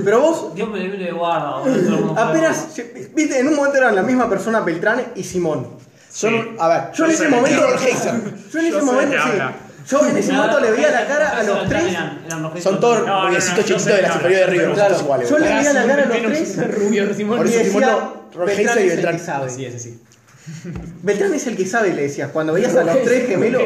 [SPEAKER 4] Pero vos,
[SPEAKER 3] Dios me libre de guarda. boludo.
[SPEAKER 4] apenas. Viste, en un momento eran la misma persona Beltrán y Simón.
[SPEAKER 5] Son, a ver,
[SPEAKER 4] Yo en ese
[SPEAKER 6] sé de
[SPEAKER 4] momento.
[SPEAKER 5] qué habla.
[SPEAKER 4] Yo en ese
[SPEAKER 6] Yo sé de
[SPEAKER 4] momento.
[SPEAKER 6] qué
[SPEAKER 4] sí.
[SPEAKER 6] habla.
[SPEAKER 4] Yo en ese momento le veía la cara a los
[SPEAKER 3] Eran-
[SPEAKER 4] tres.
[SPEAKER 3] eran- eran rojizos.
[SPEAKER 5] son todos
[SPEAKER 6] No, no, no,
[SPEAKER 5] rubiecitos
[SPEAKER 6] yo
[SPEAKER 5] chiquitos
[SPEAKER 6] sé
[SPEAKER 5] de
[SPEAKER 6] de
[SPEAKER 5] la
[SPEAKER 6] qué
[SPEAKER 5] superior de
[SPEAKER 6] habla,
[SPEAKER 5] River.
[SPEAKER 6] yo
[SPEAKER 5] Todos
[SPEAKER 4] sé de qué
[SPEAKER 5] iguales,
[SPEAKER 4] habla.
[SPEAKER 5] boludo.
[SPEAKER 4] le veía la cara a los tres.
[SPEAKER 2] Rubio Simón.
[SPEAKER 5] Por eso
[SPEAKER 4] decía,
[SPEAKER 5] Simón no. Rogelsa
[SPEAKER 4] Beltrán
[SPEAKER 5] y Beltrán.
[SPEAKER 4] es el que sabe.
[SPEAKER 2] Así es, así.
[SPEAKER 4] Beltrán es el que sabe, le decías. Cuando veías a los tres gemelos.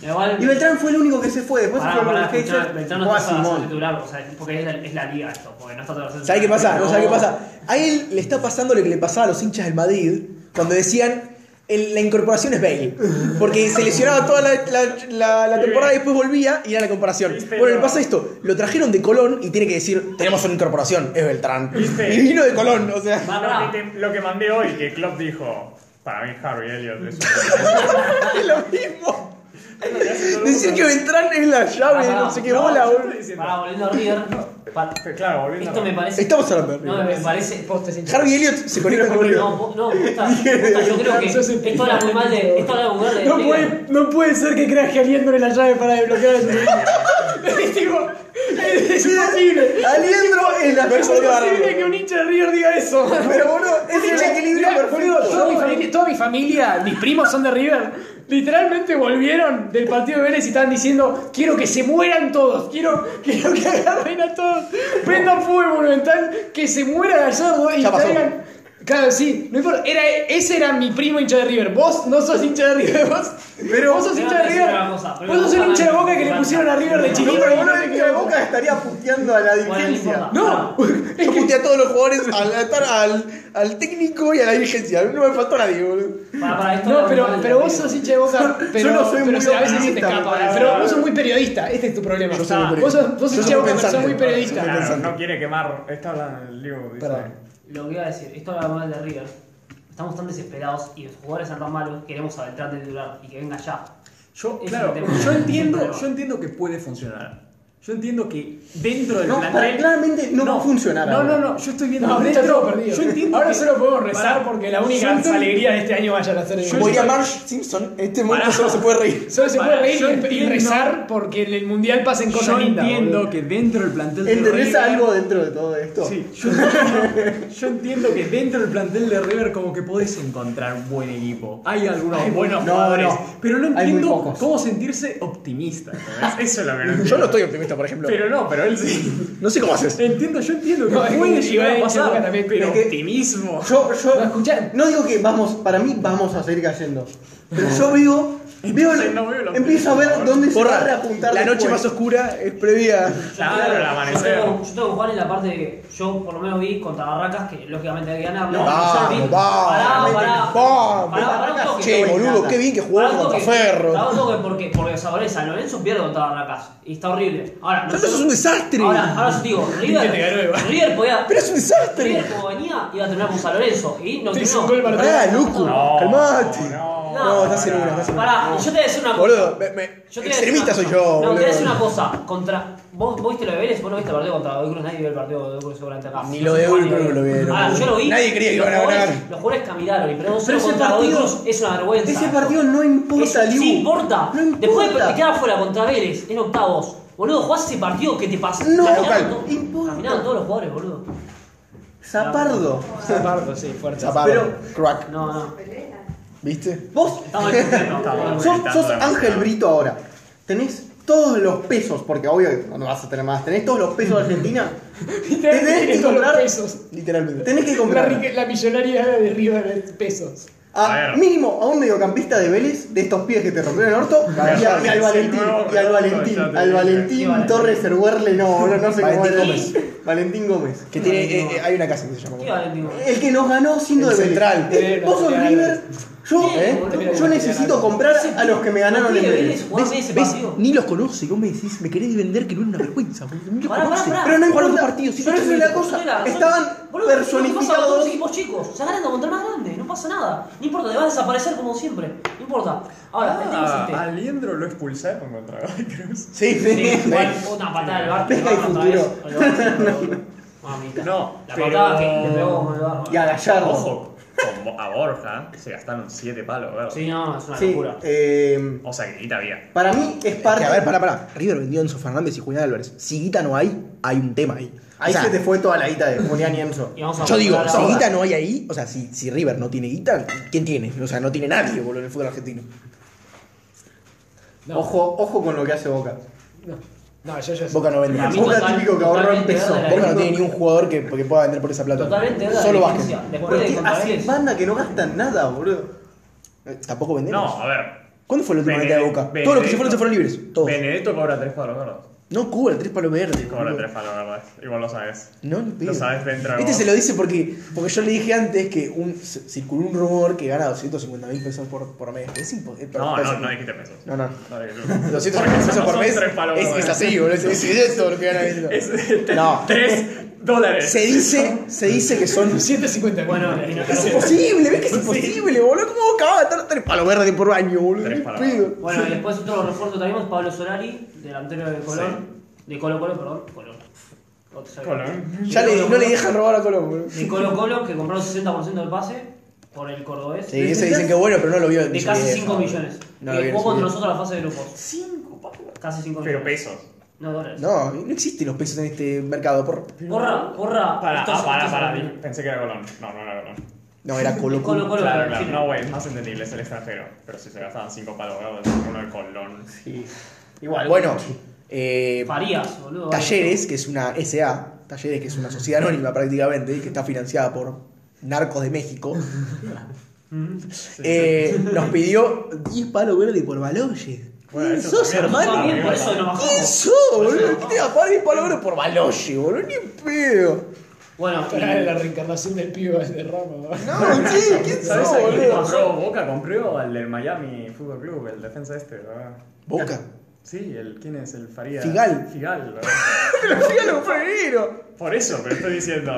[SPEAKER 3] Igual-
[SPEAKER 4] Y Beltrán fue el único que se fue. Después se
[SPEAKER 3] Pará,
[SPEAKER 4] fue con
[SPEAKER 3] pará,
[SPEAKER 4] los
[SPEAKER 3] escuchá,
[SPEAKER 4] Heysers,
[SPEAKER 3] Beltrán
[SPEAKER 4] fue
[SPEAKER 3] no
[SPEAKER 4] a
[SPEAKER 3] está para ser
[SPEAKER 4] Simón.
[SPEAKER 3] titular, o sea, porque es la, es la liga esto, porque no está para ser
[SPEAKER 5] ¿Sabes qué pasa? No,
[SPEAKER 3] titular.
[SPEAKER 5] ¿Sabes qué pasa? A él le está pasando lo que le pasaba a los hinchas del Madrid cuando decían "El- la incorporación es Bale. Porque se lesionaba toda la, la- la- la temporada y después volvía y era la comparación.
[SPEAKER 6] Viste,
[SPEAKER 5] Bueno, le
[SPEAKER 6] no.
[SPEAKER 5] pasa esto: lo trajeron de Colón y tiene que decir, tenemos una incorporación, es Beltrán.
[SPEAKER 6] Viste.
[SPEAKER 5] Y vino de Colón, o sea.
[SPEAKER 3] Pará.
[SPEAKER 6] Lo que, te- lo que mandé hoy, que Klopp dijo, para mí Harry Elliott es
[SPEAKER 5] Es lo mismo.
[SPEAKER 6] un...
[SPEAKER 5] Decir que Beltrán es la
[SPEAKER 2] Ah,
[SPEAKER 5] llave de no sé qué
[SPEAKER 6] No,
[SPEAKER 5] bola,
[SPEAKER 6] yo
[SPEAKER 5] boludo.
[SPEAKER 6] estoy diciendo-
[SPEAKER 3] Pará, volviendo a River. pa-
[SPEAKER 6] Claro, volviendo
[SPEAKER 3] Esto me parece.
[SPEAKER 5] Estamos hablando de
[SPEAKER 3] No,
[SPEAKER 5] River.
[SPEAKER 3] me parece.
[SPEAKER 2] Posta, es hincha.
[SPEAKER 5] Harvey Elliott se conecta con River.
[SPEAKER 3] No, po- no, posta, posta, yo creo que
[SPEAKER 2] Sos
[SPEAKER 3] esto habla muy mal de. Esto habla muy mal de.
[SPEAKER 2] No
[SPEAKER 3] de-
[SPEAKER 2] puede, no puede ser que creas que Aliendo es la llave para desbloquear el Es tipo, es, es imposible.
[SPEAKER 4] Aliendro es la
[SPEAKER 2] Es
[SPEAKER 4] persona que va a
[SPEAKER 2] imposible
[SPEAKER 4] River.
[SPEAKER 2] que un hincha de River diga eso.
[SPEAKER 4] Pero boludo, es el equilibrio
[SPEAKER 2] Mirá, boludo,
[SPEAKER 4] perfecto.
[SPEAKER 2] Toda mi, familia, toda mi familia, mis primos son de River. Literalmente volvieron del partido de Vélez y estaban diciendo: Quiero que se mueran todos, quiero, quiero que agarren a todos. Prendan fuego monumental, que se muera Gallardo y
[SPEAKER 5] Ya pasó.
[SPEAKER 2] traigan. Claro, sí, no importa. Era, ese era mi primo hincha de River. Vos no sos hincha de River, vos. Pero vos sos
[SPEAKER 3] Pero
[SPEAKER 2] hincha de
[SPEAKER 3] te voy a
[SPEAKER 2] River.
[SPEAKER 3] decir una cosa, pero
[SPEAKER 2] vos sos
[SPEAKER 3] me
[SPEAKER 2] el hincha de
[SPEAKER 3] gusta
[SPEAKER 2] boca que
[SPEAKER 3] la-
[SPEAKER 2] le pusieron a River de
[SPEAKER 3] No,
[SPEAKER 4] No,
[SPEAKER 2] chiquito.
[SPEAKER 4] pero
[SPEAKER 2] y no
[SPEAKER 4] boludo,
[SPEAKER 2] te
[SPEAKER 4] el que
[SPEAKER 2] quedó.
[SPEAKER 4] de boca estaría puteando a la
[SPEAKER 3] Bueno, no
[SPEAKER 4] dirigencia.
[SPEAKER 3] importa.
[SPEAKER 2] No,
[SPEAKER 5] Yo puteé a todos los jugadores, al, al, al técnico y a la dirigencia. No me faltó nadie, boludo.
[SPEAKER 3] Pará, pará, esto
[SPEAKER 2] No,
[SPEAKER 3] habla
[SPEAKER 2] pero,
[SPEAKER 3] muy mal de
[SPEAKER 2] pero vos
[SPEAKER 3] River.
[SPEAKER 2] sos hincha de boca, pero,
[SPEAKER 4] no soy
[SPEAKER 2] pero
[SPEAKER 4] muy
[SPEAKER 2] sí, a veces se te
[SPEAKER 4] optimista,
[SPEAKER 2] escapa.
[SPEAKER 4] me parece.
[SPEAKER 2] Pero vos sos muy periodista, este es tu problema.
[SPEAKER 5] Yo soy muy
[SPEAKER 2] vos
[SPEAKER 5] periodista.
[SPEAKER 2] sos, vos sos
[SPEAKER 5] Yo
[SPEAKER 2] hincha de
[SPEAKER 5] soy
[SPEAKER 2] boca, pero sos
[SPEAKER 5] pensante.
[SPEAKER 2] muy periodista.
[SPEAKER 6] Claro,
[SPEAKER 5] pensando.
[SPEAKER 6] no quiere quemar. Esto habla el Liu, dice.
[SPEAKER 5] Perdón.
[SPEAKER 3] Lo que iba a decir, esto habla mal de River. Estamos tan desesperados y los jugadores están tan malos, queremos a Beltrán de titular y que venga ya.
[SPEAKER 1] Yo,
[SPEAKER 3] Es
[SPEAKER 1] claro,
[SPEAKER 3] un tema.
[SPEAKER 1] yo entiendo, yo entiendo que puede funcionar.
[SPEAKER 11] Yo entiendo que dentro del
[SPEAKER 4] No, para-
[SPEAKER 11] plantel.
[SPEAKER 4] claramente no, va a funcionar.
[SPEAKER 11] No,
[SPEAKER 4] ahora.
[SPEAKER 11] no, no. Yo estoy viendo.
[SPEAKER 2] No, está
[SPEAKER 11] dentro-
[SPEAKER 2] todo perdido.
[SPEAKER 11] Yo entiendo.
[SPEAKER 2] Ahora
[SPEAKER 11] que-
[SPEAKER 2] solo podemos rezar
[SPEAKER 11] Pará.
[SPEAKER 2] porque la
[SPEAKER 11] Yo
[SPEAKER 2] única
[SPEAKER 11] entiendo-
[SPEAKER 2] alegría de este año vaya a ser el
[SPEAKER 5] Como diría Marge Simpson, en este momento
[SPEAKER 11] Pará.
[SPEAKER 5] solo se puede reír.
[SPEAKER 2] Solo se
[SPEAKER 11] Pará,
[SPEAKER 2] puede reír
[SPEAKER 11] yo
[SPEAKER 2] y- y
[SPEAKER 11] entiendo-
[SPEAKER 2] rezar porque en el mundial pasen cosas
[SPEAKER 11] Yo
[SPEAKER 2] lindas.
[SPEAKER 11] entiendo
[SPEAKER 2] boludo.
[SPEAKER 11] que dentro del plantel de
[SPEAKER 4] ¿Entendés
[SPEAKER 11] River-
[SPEAKER 4] algo dentro de todo esto?
[SPEAKER 11] Sí, yo, entiendo- yo entiendo que dentro del plantel de River como que podés encontrar un buen equipo. Hay algunos buenos
[SPEAKER 4] no,
[SPEAKER 11] jugadores,
[SPEAKER 4] no.
[SPEAKER 11] pero no
[SPEAKER 4] Hay muy
[SPEAKER 11] entiendo
[SPEAKER 4] pocos.
[SPEAKER 11] cómo sentirse optimista. ¿entendés?
[SPEAKER 1] Eso es lo que no entiendo.
[SPEAKER 5] Yo no estoy optimista, por ejemplo.
[SPEAKER 1] Pero no, pero él sí.
[SPEAKER 5] No sé cómo haces.
[SPEAKER 11] Entiendo, yo entiendo que
[SPEAKER 2] No, es como
[SPEAKER 11] puede llegar
[SPEAKER 2] Iván
[SPEAKER 11] a
[SPEAKER 2] Chaluca
[SPEAKER 11] pasar,
[SPEAKER 2] también,
[SPEAKER 11] pero
[SPEAKER 4] es que-
[SPEAKER 11] optimismo.
[SPEAKER 4] Yo, yo.
[SPEAKER 2] No, escuchá.
[SPEAKER 4] No digo que vamos, para mí vamos a seguir cayendo. Pero yo veo. veo
[SPEAKER 1] Entonces no veo la-
[SPEAKER 4] empiezo a ver dónde se va a
[SPEAKER 5] Porra,
[SPEAKER 4] reapuntar.
[SPEAKER 5] la noche
[SPEAKER 4] después.
[SPEAKER 5] más oscura es previa.
[SPEAKER 1] Claro, el
[SPEAKER 3] Yo
[SPEAKER 1] amanecer.
[SPEAKER 3] tengo, yo tengo que jugar en la parte que yo por lo menos vi contra Barracas, que lógicamente hay que ganar.
[SPEAKER 4] No,
[SPEAKER 5] vamos,
[SPEAKER 3] Pará,
[SPEAKER 5] vamos,
[SPEAKER 3] pará.
[SPEAKER 5] vamos.
[SPEAKER 3] Pará, pará un toque.
[SPEAKER 5] Che, boludo, qué bien que
[SPEAKER 3] Pará
[SPEAKER 5] jugó
[SPEAKER 3] un
[SPEAKER 5] contra
[SPEAKER 3] toque. Pará
[SPEAKER 5] Ferro.
[SPEAKER 3] un toque, porque, porque o sea, ponele, San Lorenzo pierde contra Barracas. Y está horrible. Ahora,
[SPEAKER 5] Pero eso es un desastre.
[SPEAKER 3] Ahora, ahora yo te digo, River,
[SPEAKER 2] te ganó igual.
[SPEAKER 3] River podía.
[SPEAKER 5] Pero es un desastre.
[SPEAKER 3] River como venía iba a terminar con San Lorenzo. Y no
[SPEAKER 2] Te hizo
[SPEAKER 3] terminó.
[SPEAKER 2] un gol para
[SPEAKER 5] Pará, Lucu,
[SPEAKER 1] No,
[SPEAKER 5] calmate.
[SPEAKER 1] no,
[SPEAKER 5] No, estás en una,
[SPEAKER 1] pará.
[SPEAKER 5] estás en una.
[SPEAKER 3] Pará, y yo te voy a decir una cosa.
[SPEAKER 5] Boludo, me,
[SPEAKER 3] Yo
[SPEAKER 5] me-
[SPEAKER 3] te voy a decir
[SPEAKER 5] extremista
[SPEAKER 3] una
[SPEAKER 5] soy
[SPEAKER 3] cosa.
[SPEAKER 5] yo,
[SPEAKER 3] No,
[SPEAKER 5] boludo.
[SPEAKER 3] te voy a decir una cosa. Contra. ¿Vos, vos viste lo de Vélez? Vos no viste el partido contra Godoy Cruz. Nadie vio el partido de Godoy Cruz seguramente acá.
[SPEAKER 5] Ni
[SPEAKER 3] No
[SPEAKER 5] lo
[SPEAKER 3] sé
[SPEAKER 5] de
[SPEAKER 3] cuál
[SPEAKER 5] Godoy
[SPEAKER 3] era.
[SPEAKER 5] Cruz lo vieron.
[SPEAKER 3] Ah, yo lo vi.
[SPEAKER 5] Nadie creía que
[SPEAKER 3] Los
[SPEAKER 5] iban a
[SPEAKER 3] jugadores-
[SPEAKER 5] ganar.
[SPEAKER 3] Los jugadores caminaron y pero vos
[SPEAKER 4] Pero ese
[SPEAKER 3] contra Godoy
[SPEAKER 4] partido-
[SPEAKER 3] Cruz es una vergüenza.
[SPEAKER 4] Ese partido no importa,
[SPEAKER 3] Es-
[SPEAKER 4] Liu.
[SPEAKER 3] Sí importa.
[SPEAKER 4] No importa.
[SPEAKER 3] Después de te quedás fuera contra Vélez en octavos. Boludo, jugás ese partido que te pasa.
[SPEAKER 4] No,
[SPEAKER 3] Caminaron
[SPEAKER 4] local.
[SPEAKER 3] todos-
[SPEAKER 4] Importa.
[SPEAKER 3] Caminaron todos los jugadores, boludo.
[SPEAKER 4] Zapardo.
[SPEAKER 2] Zapardo, sí, fuerza.
[SPEAKER 5] Zapado,
[SPEAKER 4] Pero-
[SPEAKER 5] crack,
[SPEAKER 3] No, no.
[SPEAKER 5] ¿viste?
[SPEAKER 4] Vos
[SPEAKER 3] Estaba en
[SPEAKER 4] sos, sos Ángel Brito ahora. Tenés todos los pesos, porque obvio que no vas a tener más. Tenés todos los pesos de Argentina. tenés que
[SPEAKER 2] todos los
[SPEAKER 4] comprar-
[SPEAKER 2] pesos.
[SPEAKER 5] Literalmente.
[SPEAKER 4] Tenés que
[SPEAKER 2] La,
[SPEAKER 4] comprar.
[SPEAKER 2] rique- la millonaria de River en pesos.
[SPEAKER 4] A,
[SPEAKER 1] A ver.
[SPEAKER 4] mínimo a un mediocampista de Vélez, de estos pibes que te rompieron el orto, y, a- y al Valentín, y al Valentín, al Valentín
[SPEAKER 3] Valentín.
[SPEAKER 4] Torres Erguerle, no, no, no sé cómo
[SPEAKER 5] Valentín
[SPEAKER 4] era.
[SPEAKER 5] Gómez.
[SPEAKER 4] Valentín Gómez.
[SPEAKER 5] Que tiene, eh, eh, hay una casa que se llama.
[SPEAKER 3] ¿Qué va, Valentín?
[SPEAKER 4] El que nos ganó siendo
[SPEAKER 5] El
[SPEAKER 4] de
[SPEAKER 5] central.
[SPEAKER 4] Vélez. Eh, Vos sos
[SPEAKER 2] Claro.
[SPEAKER 4] River, yo,
[SPEAKER 3] Sí,
[SPEAKER 4] ¿eh?
[SPEAKER 3] boludo.
[SPEAKER 4] yo necesito comprar a los que me ganaron
[SPEAKER 3] Los
[SPEAKER 4] en
[SPEAKER 3] pibes de
[SPEAKER 4] Vélez.
[SPEAKER 3] Vélez jugaron ese partido.
[SPEAKER 5] Ni los conoce, vos me decís, me querés vender que no era una vergüenza. boludo, Ni los
[SPEAKER 3] Pará, pará,
[SPEAKER 5] conoce.
[SPEAKER 3] pará.
[SPEAKER 4] Pero no
[SPEAKER 5] Jugaron
[SPEAKER 4] importa,
[SPEAKER 5] dos partidos, sí,
[SPEAKER 4] pero
[SPEAKER 5] sí,
[SPEAKER 4] eso es
[SPEAKER 5] sí.
[SPEAKER 4] la cosa. Estaban
[SPEAKER 3] Boludo, pasa con todos
[SPEAKER 4] personificados.
[SPEAKER 3] los equipos chicos. Se ganan contra el más grande. No pasa nada. No importa, te vas a desaparecer como siempre. No importa. Ahora, el tema es
[SPEAKER 1] Ah,
[SPEAKER 3] este.
[SPEAKER 1] a Liendro lo expulsaron contra Godoy Cruz.
[SPEAKER 5] Sí,
[SPEAKER 3] Sí,
[SPEAKER 5] sí.
[SPEAKER 3] igual, una patada del bar.
[SPEAKER 4] Pesca y futuro.
[SPEAKER 3] Mamita.
[SPEAKER 1] No,
[SPEAKER 3] La
[SPEAKER 1] pero-
[SPEAKER 3] patada que le pegó con el bar.
[SPEAKER 4] Y a Gallardo.
[SPEAKER 1] Ojo, con Bo- a Borja se gastaron 7 palos, ¿verdad?
[SPEAKER 3] Sí, no, es una
[SPEAKER 4] Sí,
[SPEAKER 3] locura.
[SPEAKER 4] eh,
[SPEAKER 1] O sea, que guita había.
[SPEAKER 4] para mí es
[SPEAKER 5] Es que,
[SPEAKER 4] parte.
[SPEAKER 5] a ver, pará, pará. River vendió a Enzo Fernández y Julián Álvarez. Si Guita no hay, hay un tema ahí. O
[SPEAKER 4] Ahí
[SPEAKER 5] sea,
[SPEAKER 4] se te fue toda la guita de Julián y Enzo.
[SPEAKER 3] Y vamos a
[SPEAKER 5] Yo digo,
[SPEAKER 3] volver a
[SPEAKER 5] si
[SPEAKER 3] la hora.
[SPEAKER 5] Guita no hay ahí, o sea, si, si River no tiene Guita, ¿quién tiene? O sea, no tiene nadie, boludo, en el fútbol argentino.
[SPEAKER 2] No.
[SPEAKER 4] Ojo, ojo con lo que hace Boca.
[SPEAKER 2] No, yo ya sé.
[SPEAKER 5] Boca no vende.
[SPEAKER 3] Para mí
[SPEAKER 5] Boca,
[SPEAKER 4] Boca
[SPEAKER 3] total-
[SPEAKER 4] típico que ahorró en
[SPEAKER 3] totalmente
[SPEAKER 4] peso.
[SPEAKER 3] verde la
[SPEAKER 5] Boca no
[SPEAKER 3] diferencia.
[SPEAKER 5] tiene ni un jugador que, que pueda vender por esa plata.
[SPEAKER 3] Totalmente verde la
[SPEAKER 5] Solo
[SPEAKER 3] diferencia.
[SPEAKER 5] Vázquez.
[SPEAKER 3] Después
[SPEAKER 4] Pero
[SPEAKER 3] de
[SPEAKER 4] que
[SPEAKER 3] contra
[SPEAKER 4] hace
[SPEAKER 3] Vélez.
[SPEAKER 4] banda que no gastan nada, boludo.
[SPEAKER 5] Eh, Tampoco vendemos.
[SPEAKER 1] No, a ver.
[SPEAKER 5] ¿Cuándo fue la última venta de
[SPEAKER 1] Benedetto-
[SPEAKER 5] Boca? Todos los que se
[SPEAKER 1] Benedetto-
[SPEAKER 5] fueron se fueron libres. Todos.
[SPEAKER 1] Benedetto cobra 3 palos, ¿verdad?
[SPEAKER 5] No cobra el tres palos verdes.
[SPEAKER 1] Cobra
[SPEAKER 5] boludo.
[SPEAKER 1] 3 palos, ¿verdad? Igual lo sabes.
[SPEAKER 5] No, ni pedo.
[SPEAKER 1] Lo sabes dentro de
[SPEAKER 5] Este
[SPEAKER 1] vos.
[SPEAKER 5] se lo dice porque, porque yo le dije antes que un, c- circuló un rumor que gana 250 mil pesos por, por mes. Es imposible.
[SPEAKER 1] No, no, no dijiste pesos.
[SPEAKER 5] No, no.
[SPEAKER 1] No dijiste
[SPEAKER 5] 250 pesos por mes.
[SPEAKER 1] Tres palos,
[SPEAKER 5] Es,
[SPEAKER 1] ¿verdad?
[SPEAKER 5] es así, boludo. Es, es eso lo que gana
[SPEAKER 1] Es-
[SPEAKER 5] esto. No.
[SPEAKER 1] 3 dólares.
[SPEAKER 5] Se dice, se dice que son.
[SPEAKER 2] 750
[SPEAKER 3] Bueno,
[SPEAKER 2] mil.
[SPEAKER 3] y no-
[SPEAKER 5] Es imposible, ves que es imposible, boludo. ¿Cómo vos acabas de estar tres palos verdes por año, boludo?
[SPEAKER 1] Tres
[SPEAKER 5] Ni
[SPEAKER 1] palos.
[SPEAKER 5] pedo.
[SPEAKER 3] Bueno, y después otro refuerzo que trajimos, Pablo Solari, delantero de Colón. De Colo Colo, perdón. Colón. No te sabía.
[SPEAKER 1] Colón.
[SPEAKER 5] Ya
[SPEAKER 3] De
[SPEAKER 5] le,
[SPEAKER 3] Colo
[SPEAKER 5] no le
[SPEAKER 3] Colo.
[SPEAKER 5] dejan robar a Colón, boludo.
[SPEAKER 3] De Colo Colo, que compró el 60% del pase por el cordobés.
[SPEAKER 5] Sí, ese dicen que es bueno, pero no lo vio. en
[SPEAKER 3] De
[SPEAKER 5] su
[SPEAKER 3] casi
[SPEAKER 5] vida,
[SPEAKER 3] 5
[SPEAKER 5] boludo.
[SPEAKER 3] millones.
[SPEAKER 5] No lo
[SPEAKER 3] que jugó
[SPEAKER 5] vio. en
[SPEAKER 3] contra
[SPEAKER 5] su vida.
[SPEAKER 3] nosotros la fase de grupos.
[SPEAKER 1] 5 palos.
[SPEAKER 3] Casi 5 millones.
[SPEAKER 1] Pero pesos.
[SPEAKER 3] No dólares.
[SPEAKER 5] No, no existen los pesos en este mercado, porro.
[SPEAKER 3] Corra, corra.
[SPEAKER 1] Para,
[SPEAKER 3] Estos-
[SPEAKER 1] ah, para,
[SPEAKER 3] estos-
[SPEAKER 1] para. di- Pensé que era Colón. No, no era Colón.
[SPEAKER 5] No, era Colo
[SPEAKER 3] Colo
[SPEAKER 5] Colo.
[SPEAKER 3] Colo.
[SPEAKER 1] Claro,
[SPEAKER 3] sí.
[SPEAKER 1] claro. No, güey, es más entendible, es el extranjero. Pero si se gastaban 5 palos, ¿verdad? Es uno de Colón.
[SPEAKER 4] Sí. Igual.
[SPEAKER 5] Bueno, eh,
[SPEAKER 3] Farías, boludo.
[SPEAKER 5] Talleres, que es una SA, Talleres, que es una sociedad anónima prácticamente, y que está financiada por narcos de México, eh, nos pidió 10 palos verdes por Baloye.
[SPEAKER 1] Bueno,
[SPEAKER 5] ¿Quién
[SPEAKER 1] eso
[SPEAKER 5] sos,
[SPEAKER 1] también nos
[SPEAKER 5] hermano?
[SPEAKER 1] pasa.
[SPEAKER 3] También por eso nos bajamos.
[SPEAKER 5] ¿Quién sos,
[SPEAKER 3] Por eso
[SPEAKER 5] boludo?
[SPEAKER 3] nos
[SPEAKER 5] ¿Qué
[SPEAKER 3] bajamos.
[SPEAKER 5] te va a pagar 10 palos verdes por Baloye, boludo? Ni en pedo.
[SPEAKER 3] Bueno, y-
[SPEAKER 2] Pará, la reencarnación del pibe de Rama.
[SPEAKER 5] No, Ah, sí, ¿quién
[SPEAKER 1] ¿Sabes
[SPEAKER 5] sos,
[SPEAKER 1] a quién
[SPEAKER 5] boludo?
[SPEAKER 1] compró Boca? Compró al del Miami Fútbol Club, el defensa este, ¿verdad?
[SPEAKER 5] Boca.
[SPEAKER 1] Sí, el, ¿quién es? El Faría.
[SPEAKER 5] Figal.
[SPEAKER 1] Figal, ¿verdad?
[SPEAKER 5] Pero fíjalo, febrero.
[SPEAKER 1] Por eso, pero estoy diciendo.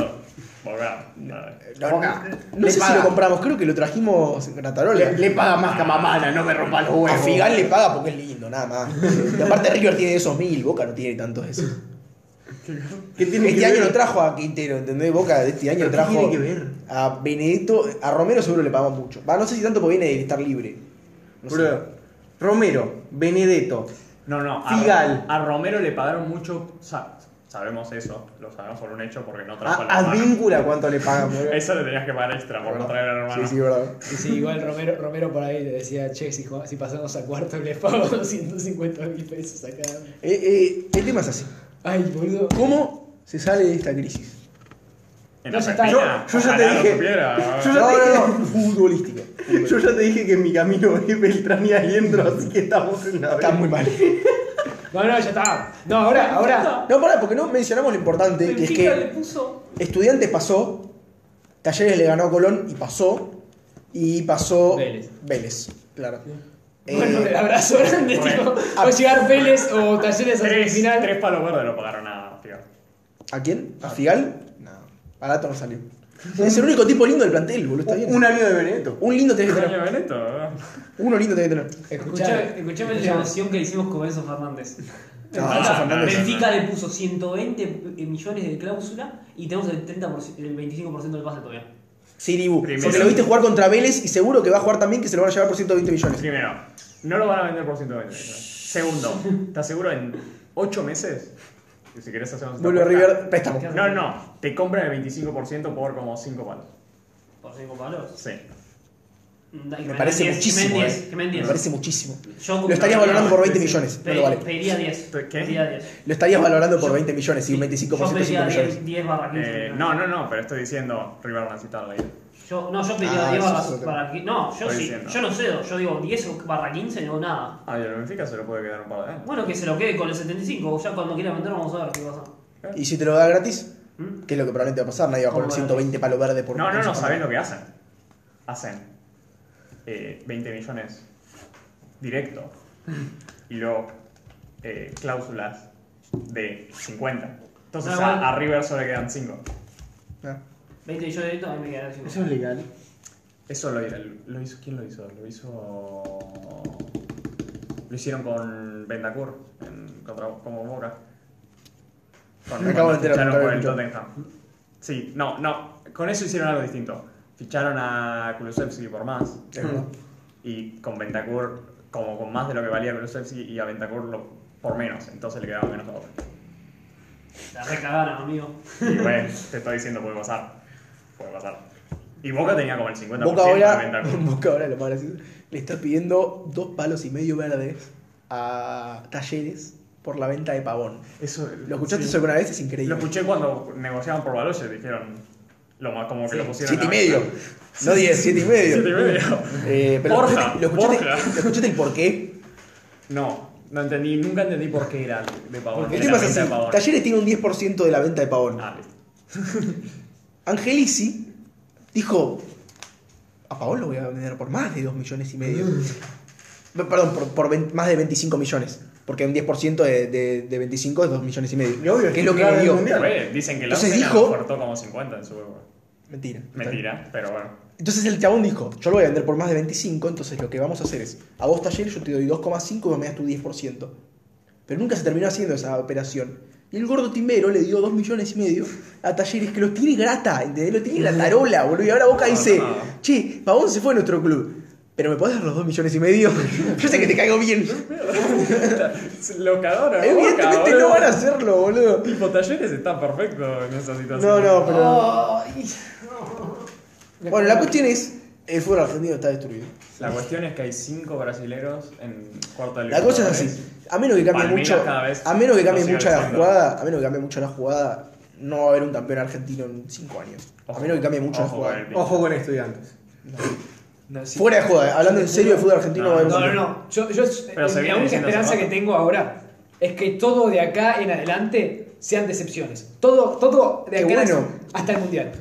[SPEAKER 1] Boca. nada.
[SPEAKER 5] No,
[SPEAKER 4] Boca.
[SPEAKER 5] no
[SPEAKER 4] Le
[SPEAKER 5] sé si
[SPEAKER 4] paga.
[SPEAKER 5] lo compramos, creo que lo trajimos en Gratarola.
[SPEAKER 4] Le, le paga más que a Mamana, no me rompa los
[SPEAKER 5] a
[SPEAKER 4] huevos.
[SPEAKER 5] Figal le paga porque es lindo, nada más. Y aparte River tiene esos mil, Boca no tiene tantos de esos.
[SPEAKER 4] ¿Qué tiene
[SPEAKER 5] Este
[SPEAKER 4] que
[SPEAKER 5] año
[SPEAKER 4] ver?
[SPEAKER 5] no trajo a Quintero, ¿entendés? Boca de este año
[SPEAKER 4] ¿Pero qué
[SPEAKER 5] trajo
[SPEAKER 4] tiene que ver?
[SPEAKER 5] a Benedetto, a Romero seguro le pagamos mucho. Va, no sé si tanto porque viene de estar libre. No sé.
[SPEAKER 4] Bro, Romero, Benedetto.
[SPEAKER 1] No, no. A,
[SPEAKER 4] Figal.
[SPEAKER 1] a Romero le pagaron mucho. sa- sabemos eso. Lo sabemos por un hecho porque no trajo
[SPEAKER 4] A,
[SPEAKER 1] la
[SPEAKER 4] Advíncula, ¿cuánto le pagan? bro?
[SPEAKER 1] Eso le tenías que pagar extra por no traer al hermano.
[SPEAKER 5] Sí, sí, verdad.
[SPEAKER 2] Y sí, igual Romero, Romero por ahí le decía, che, si, jugamos- si pasamos a cuarto les pago 250 mil pesos a cada uno".
[SPEAKER 5] Eh, eh, el tema es así.
[SPEAKER 2] Ay, boludo.
[SPEAKER 5] ¿Cómo se sale de esta crisis?
[SPEAKER 1] En
[SPEAKER 2] No, ya está.
[SPEAKER 1] Argentina,
[SPEAKER 4] Yo- yo ya te
[SPEAKER 1] ojalá lo
[SPEAKER 4] dije.
[SPEAKER 1] supiera.
[SPEAKER 4] Yo ya
[SPEAKER 5] No,
[SPEAKER 4] te-
[SPEAKER 5] no, no. Futbolística.
[SPEAKER 4] Yo ya te dije que mi camino es Beltrán y Aliendro, así que estamos en la
[SPEAKER 5] Está muy mal.
[SPEAKER 2] No, no, ya está. No, ahora, ahora.
[SPEAKER 5] No, pará, porque no mencionamos lo importante, que es que
[SPEAKER 3] puso.
[SPEAKER 5] Estudiantes pasó, Talleres le ganó a Colón y pasó, y pasó
[SPEAKER 2] Vélez.
[SPEAKER 5] Vélez, claro. Eh,
[SPEAKER 2] Bueno, el abrazo grande, tipo.
[SPEAKER 1] Bueno.
[SPEAKER 2] Va a llegar Vélez o Talleres a
[SPEAKER 1] Tres,
[SPEAKER 2] semifinal.
[SPEAKER 1] tres palos verdes lo pagaron a Figal.
[SPEAKER 5] ¿A quién? ¿A Figal? No, barato no salió. Es el único tipo lindo del plantel, boludo, está bien.
[SPEAKER 4] Un amigo de Benedetto.
[SPEAKER 5] Un lindo tenés que
[SPEAKER 1] Coño,
[SPEAKER 5] tener.
[SPEAKER 1] Benedetto, ¿verdad?
[SPEAKER 5] Uno lindo tenés que tener.
[SPEAKER 2] Escuchá.
[SPEAKER 3] Escuchame la grabación que le hicimos con Enzo Fernández.
[SPEAKER 5] No, Enzo Fernández.
[SPEAKER 3] Benfica le puso 120 millones de cláusula y tenemos el, 30%, el 25% del pase todavía.
[SPEAKER 5] Sí, Dibu.
[SPEAKER 1] Primero.
[SPEAKER 5] Porque lo viste jugar contra Vélez y seguro que va a jugar también que se lo van a llevar por 120 millones.
[SPEAKER 1] Primero, no lo van a vender por 120. Segundo, ¿estás seguro en 8 meses? Y Si querés hacer una
[SPEAKER 5] Vuelve a
[SPEAKER 1] apuesta-
[SPEAKER 5] River, préstamo.
[SPEAKER 1] No, no, te compran el 25% por como 5 palos.
[SPEAKER 3] Por 5 palos.
[SPEAKER 1] Sí.
[SPEAKER 5] Me parece muchísimo, eh.
[SPEAKER 3] Que me den
[SPEAKER 5] Me
[SPEAKER 3] 10.
[SPEAKER 5] parece muchísimo.
[SPEAKER 3] Yo
[SPEAKER 5] Lo estarías valorando por 20 millones, no
[SPEAKER 3] Pedi-
[SPEAKER 5] lo vale.
[SPEAKER 3] Pediría 10.
[SPEAKER 1] ¿Qué?
[SPEAKER 3] Pediría 10.
[SPEAKER 5] Lo estarías valorando por
[SPEAKER 3] Yo-
[SPEAKER 5] 20 millones y un 25%
[SPEAKER 3] Yo
[SPEAKER 5] 5
[SPEAKER 3] pediría
[SPEAKER 5] millones.
[SPEAKER 3] 10, 10 barra 15.
[SPEAKER 1] Eh, no, no, no, pero estoy diciendo River necesita la ida.
[SPEAKER 3] Yo, no, yo pediría
[SPEAKER 5] Ah,
[SPEAKER 3] 10
[SPEAKER 5] eso
[SPEAKER 3] barra,
[SPEAKER 5] es otro tema.
[SPEAKER 3] barra 15. No, yo
[SPEAKER 1] Estoy
[SPEAKER 3] sí.
[SPEAKER 1] diciendo.
[SPEAKER 3] Yo no cedo. Yo digo 10 o barra 15 no nada.
[SPEAKER 1] Ah, y el Benfica se lo puede quedar un par de años.
[SPEAKER 3] Bueno, que se lo quede con el 75. Ya cuando quiera vender vamos a ver qué pasa.
[SPEAKER 5] Y si te lo da gratis,
[SPEAKER 3] ¿Mm?
[SPEAKER 5] que es lo que probablemente va a pasar, nadie va a poner
[SPEAKER 3] Como
[SPEAKER 5] 120 palo verde por
[SPEAKER 1] No, no, no, sabés lo que hacen. Hacen eh, 20 millones directo y luego eh, cláusulas de 50. Entonces
[SPEAKER 3] Ah, bueno.
[SPEAKER 1] a, a River solo le quedan 5. Ah.
[SPEAKER 5] Ah.
[SPEAKER 3] 20 millones de directos, ahí me quedan 5.
[SPEAKER 4] Eso es legal.
[SPEAKER 1] Eso lo, lo hizo. ¿Quién lo hizo? Lo hizo. Lo hicieron con Bendacur en, contra, como Boca. Con,
[SPEAKER 5] Me acabo
[SPEAKER 1] cuando
[SPEAKER 5] de
[SPEAKER 1] Ficharon
[SPEAKER 5] enterar, me acabo
[SPEAKER 1] por
[SPEAKER 5] de
[SPEAKER 1] el
[SPEAKER 5] escuchar.
[SPEAKER 1] Tottenham. Sí, no, no. Con eso hicieron algo distinto. Ficharon a Kulusevski por más. Y con Bentacur, como con más de lo que valía Kulusevski, y a Bentacur lo- por menos. Entonces le quedaba menos a Boca.
[SPEAKER 3] La recagaron, amigo.
[SPEAKER 1] Y bueno, te estoy diciendo, puede pasar. Puede pasar. Y Boca tenía como el 50%
[SPEAKER 5] Boca
[SPEAKER 1] de
[SPEAKER 5] ahora,
[SPEAKER 1] Bentacur.
[SPEAKER 5] Boca ahora lo más gracioso, le está pidiendo dos palos y medio verdes a Talleres por la venta de Pavón.
[SPEAKER 1] Eso,
[SPEAKER 5] ¿Lo escuchaste
[SPEAKER 1] sí.
[SPEAKER 5] eso alguna vez? Es increíble.
[SPEAKER 1] Lo escuché cuando negociaban por Baloye, dijeron lo más como que lo pusieron.
[SPEAKER 5] Siete y
[SPEAKER 1] a-
[SPEAKER 5] medio. No diez, siete y medio.
[SPEAKER 1] Siete y medio.
[SPEAKER 5] Eh, pero
[SPEAKER 1] Borja,
[SPEAKER 5] lo escuchaste- lo escuchaste,
[SPEAKER 1] Borja.
[SPEAKER 5] ¿lo escuchaste el por qué.
[SPEAKER 1] No, no entendí, nunca entendí por qué era de Pavón.
[SPEAKER 5] El
[SPEAKER 1] era la
[SPEAKER 5] tema es
[SPEAKER 1] venta de
[SPEAKER 5] así.
[SPEAKER 1] Pavón.
[SPEAKER 5] Talleres tiene un 10% de la venta de Pavón.
[SPEAKER 1] Ah, listo.
[SPEAKER 5] Angelici dijo, a Pavón lo voy a vender por más de 2 millones y medio.
[SPEAKER 4] Mm.
[SPEAKER 5] P- Perdón, por, por vein- más de 25 millones. Porque un 10% de, de, de 25 es 2 millones y medio.
[SPEAKER 4] Y obvio,
[SPEAKER 5] que es lo que
[SPEAKER 4] claro,
[SPEAKER 5] le dio.
[SPEAKER 4] es mundial.
[SPEAKER 1] Fue, dicen que el
[SPEAKER 5] Entonces
[SPEAKER 1] Arsenal
[SPEAKER 5] dijo-
[SPEAKER 1] cortó como 50 en su época.
[SPEAKER 5] Mentira.
[SPEAKER 1] Mentira, pero bueno.
[SPEAKER 5] Entonces el chabón dijo, yo lo voy a vender por más de 25, entonces lo que vamos a hacer es, a vos taller yo te doy 2,5 y vos me das tu 10%. Pero nunca se terminó haciendo esa operación. Y el gordo timbero le dio 2 millones y medio a talleres que los tiene grata, ¿entendés? Lo tiene gratarola, boludo. Y ahora Boca
[SPEAKER 1] No,
[SPEAKER 5] dice,
[SPEAKER 1] no.
[SPEAKER 5] che, Pavón se fue a nuestro club. Pero me podés dar los 2 millones y medio. yo sé que te caigo bien.
[SPEAKER 1] Lo cagaron.
[SPEAKER 5] Evidentemente no van a hacerlo, boludo.
[SPEAKER 1] Tipo, Talleres está perfecto en esa situación.
[SPEAKER 5] No, no, pero...
[SPEAKER 2] Ay,
[SPEAKER 5] Bueno, la cuestión es, el fútbol argentino está destruido.
[SPEAKER 1] La cuestión es que hay 5 brasileros en cuarto de
[SPEAKER 5] La cosa es
[SPEAKER 1] Libertadores.
[SPEAKER 5] así. A menos que cambie
[SPEAKER 1] Palmeiras
[SPEAKER 5] mucho,
[SPEAKER 1] cada vez
[SPEAKER 5] a menos que cambie
[SPEAKER 1] lo sigue
[SPEAKER 5] mucho la
[SPEAKER 1] haciendo.
[SPEAKER 5] jugada, a menos que cambie mucho la jugada, no va a haber un campeón argentino en 5 años. A
[SPEAKER 1] Ojo.
[SPEAKER 5] menos que cambie mucho la
[SPEAKER 1] Ojo con
[SPEAKER 5] jugada.
[SPEAKER 1] el
[SPEAKER 4] Ojo con estudiantes.
[SPEAKER 2] no, sí.
[SPEAKER 5] Fuera de joda, hablando en serio de fútbol argentino
[SPEAKER 1] No,
[SPEAKER 5] va a haber un
[SPEAKER 2] No, no,
[SPEAKER 5] campeón.
[SPEAKER 2] no. Yo, yo, eh,
[SPEAKER 1] Pero se
[SPEAKER 2] la
[SPEAKER 1] viene
[SPEAKER 2] única
[SPEAKER 1] diciendo
[SPEAKER 2] esperanza
[SPEAKER 1] hace
[SPEAKER 2] que
[SPEAKER 1] rato.
[SPEAKER 2] tengo ahora es que todo de acá en adelante sean decepciones. Todo, todo de
[SPEAKER 5] Qué
[SPEAKER 2] acá en
[SPEAKER 5] bueno.
[SPEAKER 2] hasta el mundial.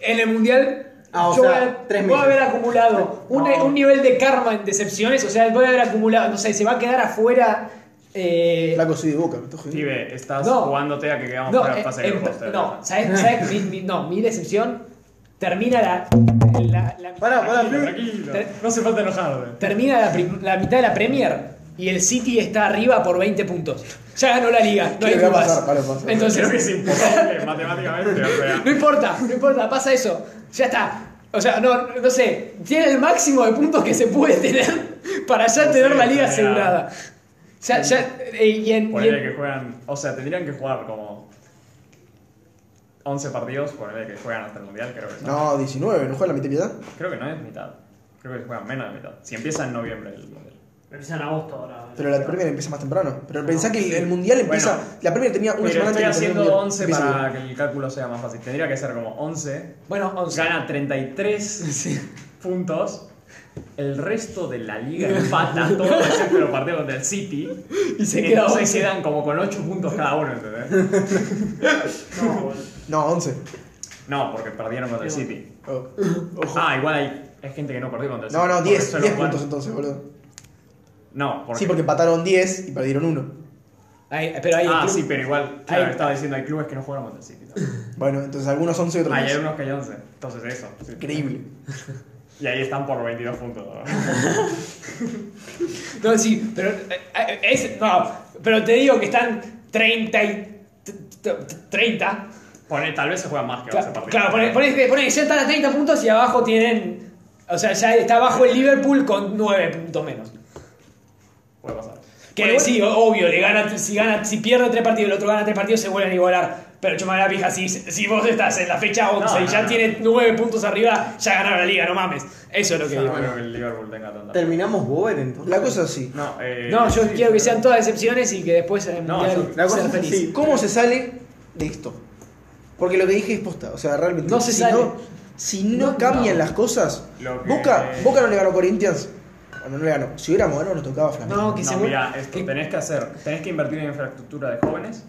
[SPEAKER 2] En el mundial
[SPEAKER 4] Ah, o
[SPEAKER 2] yo
[SPEAKER 4] sea,
[SPEAKER 2] voy a-
[SPEAKER 4] tres
[SPEAKER 2] voy a
[SPEAKER 4] meses.
[SPEAKER 2] haber acumulado un,
[SPEAKER 3] No.
[SPEAKER 2] un nivel de karma en decepciones. O sea, voy a haber acumulado, no sé, se va a quedar afuera Eh,
[SPEAKER 5] Flaco soy de boca, me estoy jodiendo.
[SPEAKER 1] Pibe, estás
[SPEAKER 2] No.
[SPEAKER 1] jugándote a que quedamos
[SPEAKER 2] no,
[SPEAKER 1] fuera de
[SPEAKER 2] eh,
[SPEAKER 1] fase de
[SPEAKER 2] eh,
[SPEAKER 1] grupos. te
[SPEAKER 2] no,
[SPEAKER 1] digo.
[SPEAKER 2] ¿sabes? ¿sabes? Mi, mi- no, mi decepción termina la. la, la-
[SPEAKER 5] Pará, pará,
[SPEAKER 1] Tranquilo,
[SPEAKER 5] pibe.
[SPEAKER 1] tranquilo.
[SPEAKER 2] Te-
[SPEAKER 1] No hace falta enojarte.
[SPEAKER 2] Termina la, prim- la mitad de la Premier y el City está arriba por 20 puntos. Ya ganó la liga, no
[SPEAKER 5] ¿Qué
[SPEAKER 2] hay
[SPEAKER 5] le va a
[SPEAKER 2] culpas.
[SPEAKER 5] pasar? Pará, pasa.
[SPEAKER 1] Creo que
[SPEAKER 2] Entonces,
[SPEAKER 1] es imposible matemáticamente, o sea.
[SPEAKER 2] no importa, no importa, pasa eso. Ya está. O sea, no, no sé, tiene el máximo de puntos que se puede tener para ya
[SPEAKER 1] No sé,
[SPEAKER 2] tener la
[SPEAKER 1] o
[SPEAKER 2] liga
[SPEAKER 1] sea,
[SPEAKER 2] asegurada. Ya, ya, eh, y en- y en-
[SPEAKER 1] Ponele que juegan. O sea, tendrían que jugar como. 11 partidos, ponele que juegan hasta el mundial, creo que son.
[SPEAKER 5] No, 19, ¿no juega la mitad de edad?
[SPEAKER 1] Creo que no es mitad. Creo que juegan menos de mitad. Si empieza en noviembre el mundial.
[SPEAKER 3] Empieza en agosto ahora.
[SPEAKER 5] Pero la Premier empieza más temprano. Pero pensá que el-
[SPEAKER 1] sí.
[SPEAKER 5] el Mundial empieza.
[SPEAKER 1] Bueno.
[SPEAKER 5] la Premier tenía una
[SPEAKER 1] Mire,
[SPEAKER 5] semana
[SPEAKER 1] estoy
[SPEAKER 5] antes que
[SPEAKER 1] haciendo
[SPEAKER 5] el Mundial.
[SPEAKER 1] 11
[SPEAKER 5] Empieza
[SPEAKER 1] para que el cálculo sea más fácil. Tendría que ser como 11.
[SPEAKER 2] bueno, 11.
[SPEAKER 1] Gana 33 puntos. El resto de la liga empata todos excepto los partidos contra el City.
[SPEAKER 2] Y se queda
[SPEAKER 1] Entonces
[SPEAKER 2] 11.
[SPEAKER 1] Eh, quedan como con 8 puntos cada uno, ¿entendés?
[SPEAKER 3] No, boludo.
[SPEAKER 5] No, 11.
[SPEAKER 1] No, porque perdieron contra el City.
[SPEAKER 5] Oh.
[SPEAKER 1] Ah, igual hay, hay gente que no perdió contra el City.
[SPEAKER 5] No, no,
[SPEAKER 1] Por
[SPEAKER 5] 10.
[SPEAKER 1] eso lo
[SPEAKER 5] 10
[SPEAKER 1] jugaron.
[SPEAKER 5] puntos entonces, boludo.
[SPEAKER 1] No, porque.
[SPEAKER 5] Sí, porque empataron 10 y perdieron 1.
[SPEAKER 2] Ahí- pero ahí el
[SPEAKER 1] ah,
[SPEAKER 2] club-
[SPEAKER 1] sí, pero igual. Claro,
[SPEAKER 2] Ahí.
[SPEAKER 1] estaba diciendo, hay clubes que no jugaron contra el City. también.
[SPEAKER 5] Bueno, entonces algunos 11 y otros
[SPEAKER 1] Ah, y hay
[SPEAKER 5] 10.
[SPEAKER 1] unos que hay 11. Entonces, eso. sí.
[SPEAKER 5] Increíble.
[SPEAKER 1] Y ahí están por 22 puntos. ¿no?
[SPEAKER 2] No, sí, pero. eh, eh, es- no, pero te digo que están 30 y. t- t- t- 30.
[SPEAKER 1] Pone- tal vez se juegan más que
[SPEAKER 2] Claro,
[SPEAKER 1] 11 partidos.
[SPEAKER 2] claro poné, poné que- poné que ya están a 30 puntos y abajo tienen. O sea, ya está abajo el Liverpool con 9 puntos menos.
[SPEAKER 1] Puede pasar.
[SPEAKER 2] Que sí, o- obvio, le gana, si, gana, si pierde tres partidos y el otro gana tres partidos, se vuelven a igualar. Pero chuma la pija, si, si vos estás en la fecha 11 y
[SPEAKER 1] no,
[SPEAKER 2] ya
[SPEAKER 1] no.
[SPEAKER 2] tienes 9 puntos arriba, ya ganaron la liga, no mames. Eso es lo que
[SPEAKER 1] Yo
[SPEAKER 2] digo.
[SPEAKER 1] no creo que el Liverpool tenga tanta.
[SPEAKER 4] Terminamos Boer entonces.
[SPEAKER 5] La cosa es así.
[SPEAKER 1] No, eh,
[SPEAKER 2] No, yo
[SPEAKER 1] sí,
[SPEAKER 2] quiero que
[SPEAKER 1] pero-
[SPEAKER 2] sean todas decepciones y que después en el
[SPEAKER 1] No,
[SPEAKER 2] mundial
[SPEAKER 1] yo-
[SPEAKER 4] La cosa
[SPEAKER 2] sean
[SPEAKER 4] es
[SPEAKER 2] felices.
[SPEAKER 4] así.
[SPEAKER 5] ¿Cómo se sale de esto? Porque lo que dije es posta. O sea, realmente.
[SPEAKER 2] No se
[SPEAKER 5] si
[SPEAKER 2] sale.
[SPEAKER 5] No, si no,
[SPEAKER 2] No,
[SPEAKER 5] cambian
[SPEAKER 1] no.
[SPEAKER 5] las cosas.
[SPEAKER 1] Lo que-
[SPEAKER 5] Boca, Boca no le ganó a Corinthians. Bueno, no le ganó. Si hubiéramos ganado, nos tocaba Flamengo.
[SPEAKER 2] No, que se
[SPEAKER 1] No,
[SPEAKER 2] vuelvan.
[SPEAKER 1] mira, esto tenés que hacer, tenés que invertir en infraestructura de jóvenes.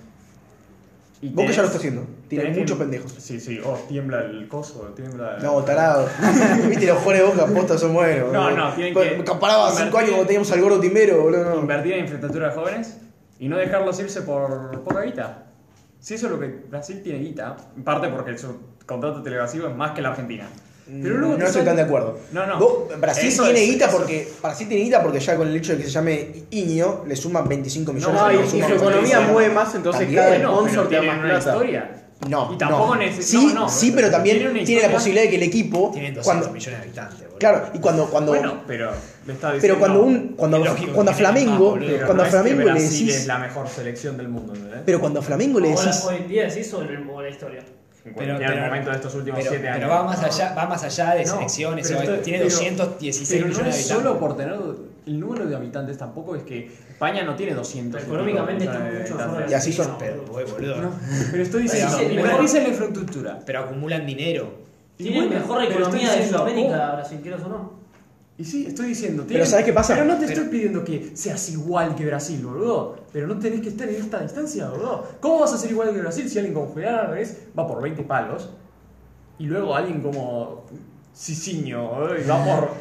[SPEAKER 1] Y
[SPEAKER 5] Boca
[SPEAKER 1] tenés-
[SPEAKER 5] ya lo está haciendo. Tiene
[SPEAKER 1] tenés que-
[SPEAKER 5] muchos pendejos.
[SPEAKER 1] Sí, sí, oh, tiembla el coso, tiembla. el-
[SPEAKER 5] No, tarado. Viste, los jugadores de Boca postas son buenos.
[SPEAKER 1] No,
[SPEAKER 5] boludo.
[SPEAKER 1] no, tienen
[SPEAKER 5] Cuando
[SPEAKER 1] que
[SPEAKER 5] Comparaba a 5
[SPEAKER 1] invertir.
[SPEAKER 5] años cuando teníamos al gordo timbero, boludo. No.
[SPEAKER 1] Invertir en infraestructura de jóvenes y no dejarlos irse por poca guita. Si eso es lo que Brasil tiene guita, en parte porque su contrato televisivo es más que la Argentina. Pero luego
[SPEAKER 5] Mm, no
[SPEAKER 1] te
[SPEAKER 5] estoy
[SPEAKER 1] sale-
[SPEAKER 5] tan de acuerdo.
[SPEAKER 1] No, no.
[SPEAKER 5] Vos- Brasil
[SPEAKER 1] Eso
[SPEAKER 5] tiene
[SPEAKER 1] es-
[SPEAKER 5] guita
[SPEAKER 1] eso
[SPEAKER 5] porque. Brasil tiene guita porque ya con el hecho de que se llame Iño le suman 25 millones
[SPEAKER 1] No,
[SPEAKER 5] le
[SPEAKER 1] y- y
[SPEAKER 5] suman
[SPEAKER 1] su
[SPEAKER 5] bastante.
[SPEAKER 1] economía
[SPEAKER 4] mueve más, entonces cada
[SPEAKER 5] También,
[SPEAKER 1] Bueno,
[SPEAKER 4] sponsor
[SPEAKER 1] pero
[SPEAKER 4] te da
[SPEAKER 1] tienen
[SPEAKER 4] más
[SPEAKER 1] una
[SPEAKER 4] plata.
[SPEAKER 1] historia.
[SPEAKER 5] No.
[SPEAKER 1] Y tampoco
[SPEAKER 5] no.
[SPEAKER 1] neces-
[SPEAKER 5] Sí,
[SPEAKER 1] no, no,
[SPEAKER 5] sí, pero también
[SPEAKER 1] una
[SPEAKER 5] tiene, la
[SPEAKER 1] historia-
[SPEAKER 5] posibilidad de que el equipo.
[SPEAKER 2] Tienen 200
[SPEAKER 5] cuando,
[SPEAKER 2] millones de habitantes, boludo.
[SPEAKER 5] claro, y cuando. cuando
[SPEAKER 1] Bueno, pero le está diciendo.
[SPEAKER 5] pero cuando un. Cuando,
[SPEAKER 2] Es lógico
[SPEAKER 5] cuando a
[SPEAKER 2] que tienen más,
[SPEAKER 5] Flamengo.
[SPEAKER 2] boludo.
[SPEAKER 1] Pero
[SPEAKER 5] cuando
[SPEAKER 1] no
[SPEAKER 5] a
[SPEAKER 1] es que
[SPEAKER 5] Flamengo le
[SPEAKER 1] Brasil es
[SPEAKER 5] decís.
[SPEAKER 1] la mejor selección del mundo, ¿entendés?
[SPEAKER 5] Pero cuando a Flamengo le
[SPEAKER 3] Ahora,
[SPEAKER 5] decís.
[SPEAKER 3] Hoy en día es eso en el- o la historia.
[SPEAKER 1] En
[SPEAKER 2] Pero-
[SPEAKER 1] cualquier
[SPEAKER 2] pero-
[SPEAKER 1] momento de estos últimos
[SPEAKER 2] Pero,
[SPEAKER 1] 7 años.
[SPEAKER 2] pero va, más allá, va más allá de
[SPEAKER 1] No,
[SPEAKER 2] selecciones,
[SPEAKER 1] pero
[SPEAKER 2] o-
[SPEAKER 1] esto-
[SPEAKER 2] tiene
[SPEAKER 1] pero-
[SPEAKER 2] 216
[SPEAKER 1] pero
[SPEAKER 2] millones
[SPEAKER 1] no
[SPEAKER 2] de
[SPEAKER 1] es
[SPEAKER 2] habitantes.
[SPEAKER 1] solo por tener el número de habitantes tampoco es que España no tiene 200 y pico
[SPEAKER 3] Económicamente está
[SPEAKER 1] millones de
[SPEAKER 3] mucho mejor.
[SPEAKER 1] habitantes.
[SPEAKER 5] Y así son.
[SPEAKER 3] No,
[SPEAKER 2] Pero,
[SPEAKER 3] boludo.
[SPEAKER 2] boludo,
[SPEAKER 1] No, pero estoy
[SPEAKER 2] Sí,
[SPEAKER 1] diciendo,
[SPEAKER 2] sí,
[SPEAKER 1] invertís
[SPEAKER 3] mejor.
[SPEAKER 1] en la infraestructura.
[SPEAKER 2] pero acumulan dinero.
[SPEAKER 1] Y
[SPEAKER 3] Tiene
[SPEAKER 1] bueno,
[SPEAKER 3] mejor
[SPEAKER 1] pero estoy
[SPEAKER 3] economía de
[SPEAKER 1] diciendo,
[SPEAKER 3] Sudamérica, Brasil, quieras o no.
[SPEAKER 1] Y sí, estoy diciendo.
[SPEAKER 5] Pero ¿sabes qué pasa?
[SPEAKER 1] Pero no te
[SPEAKER 2] Pero-
[SPEAKER 1] estoy pidiendo que seas igual que Brasil, boludo. Pero no tenés que estar en esta distancia, boludo. ¿Cómo vas a ser igual que Brasil si alguien con Julián Álvarez va por 20 palos y luego alguien como Cicinho boludo, y va por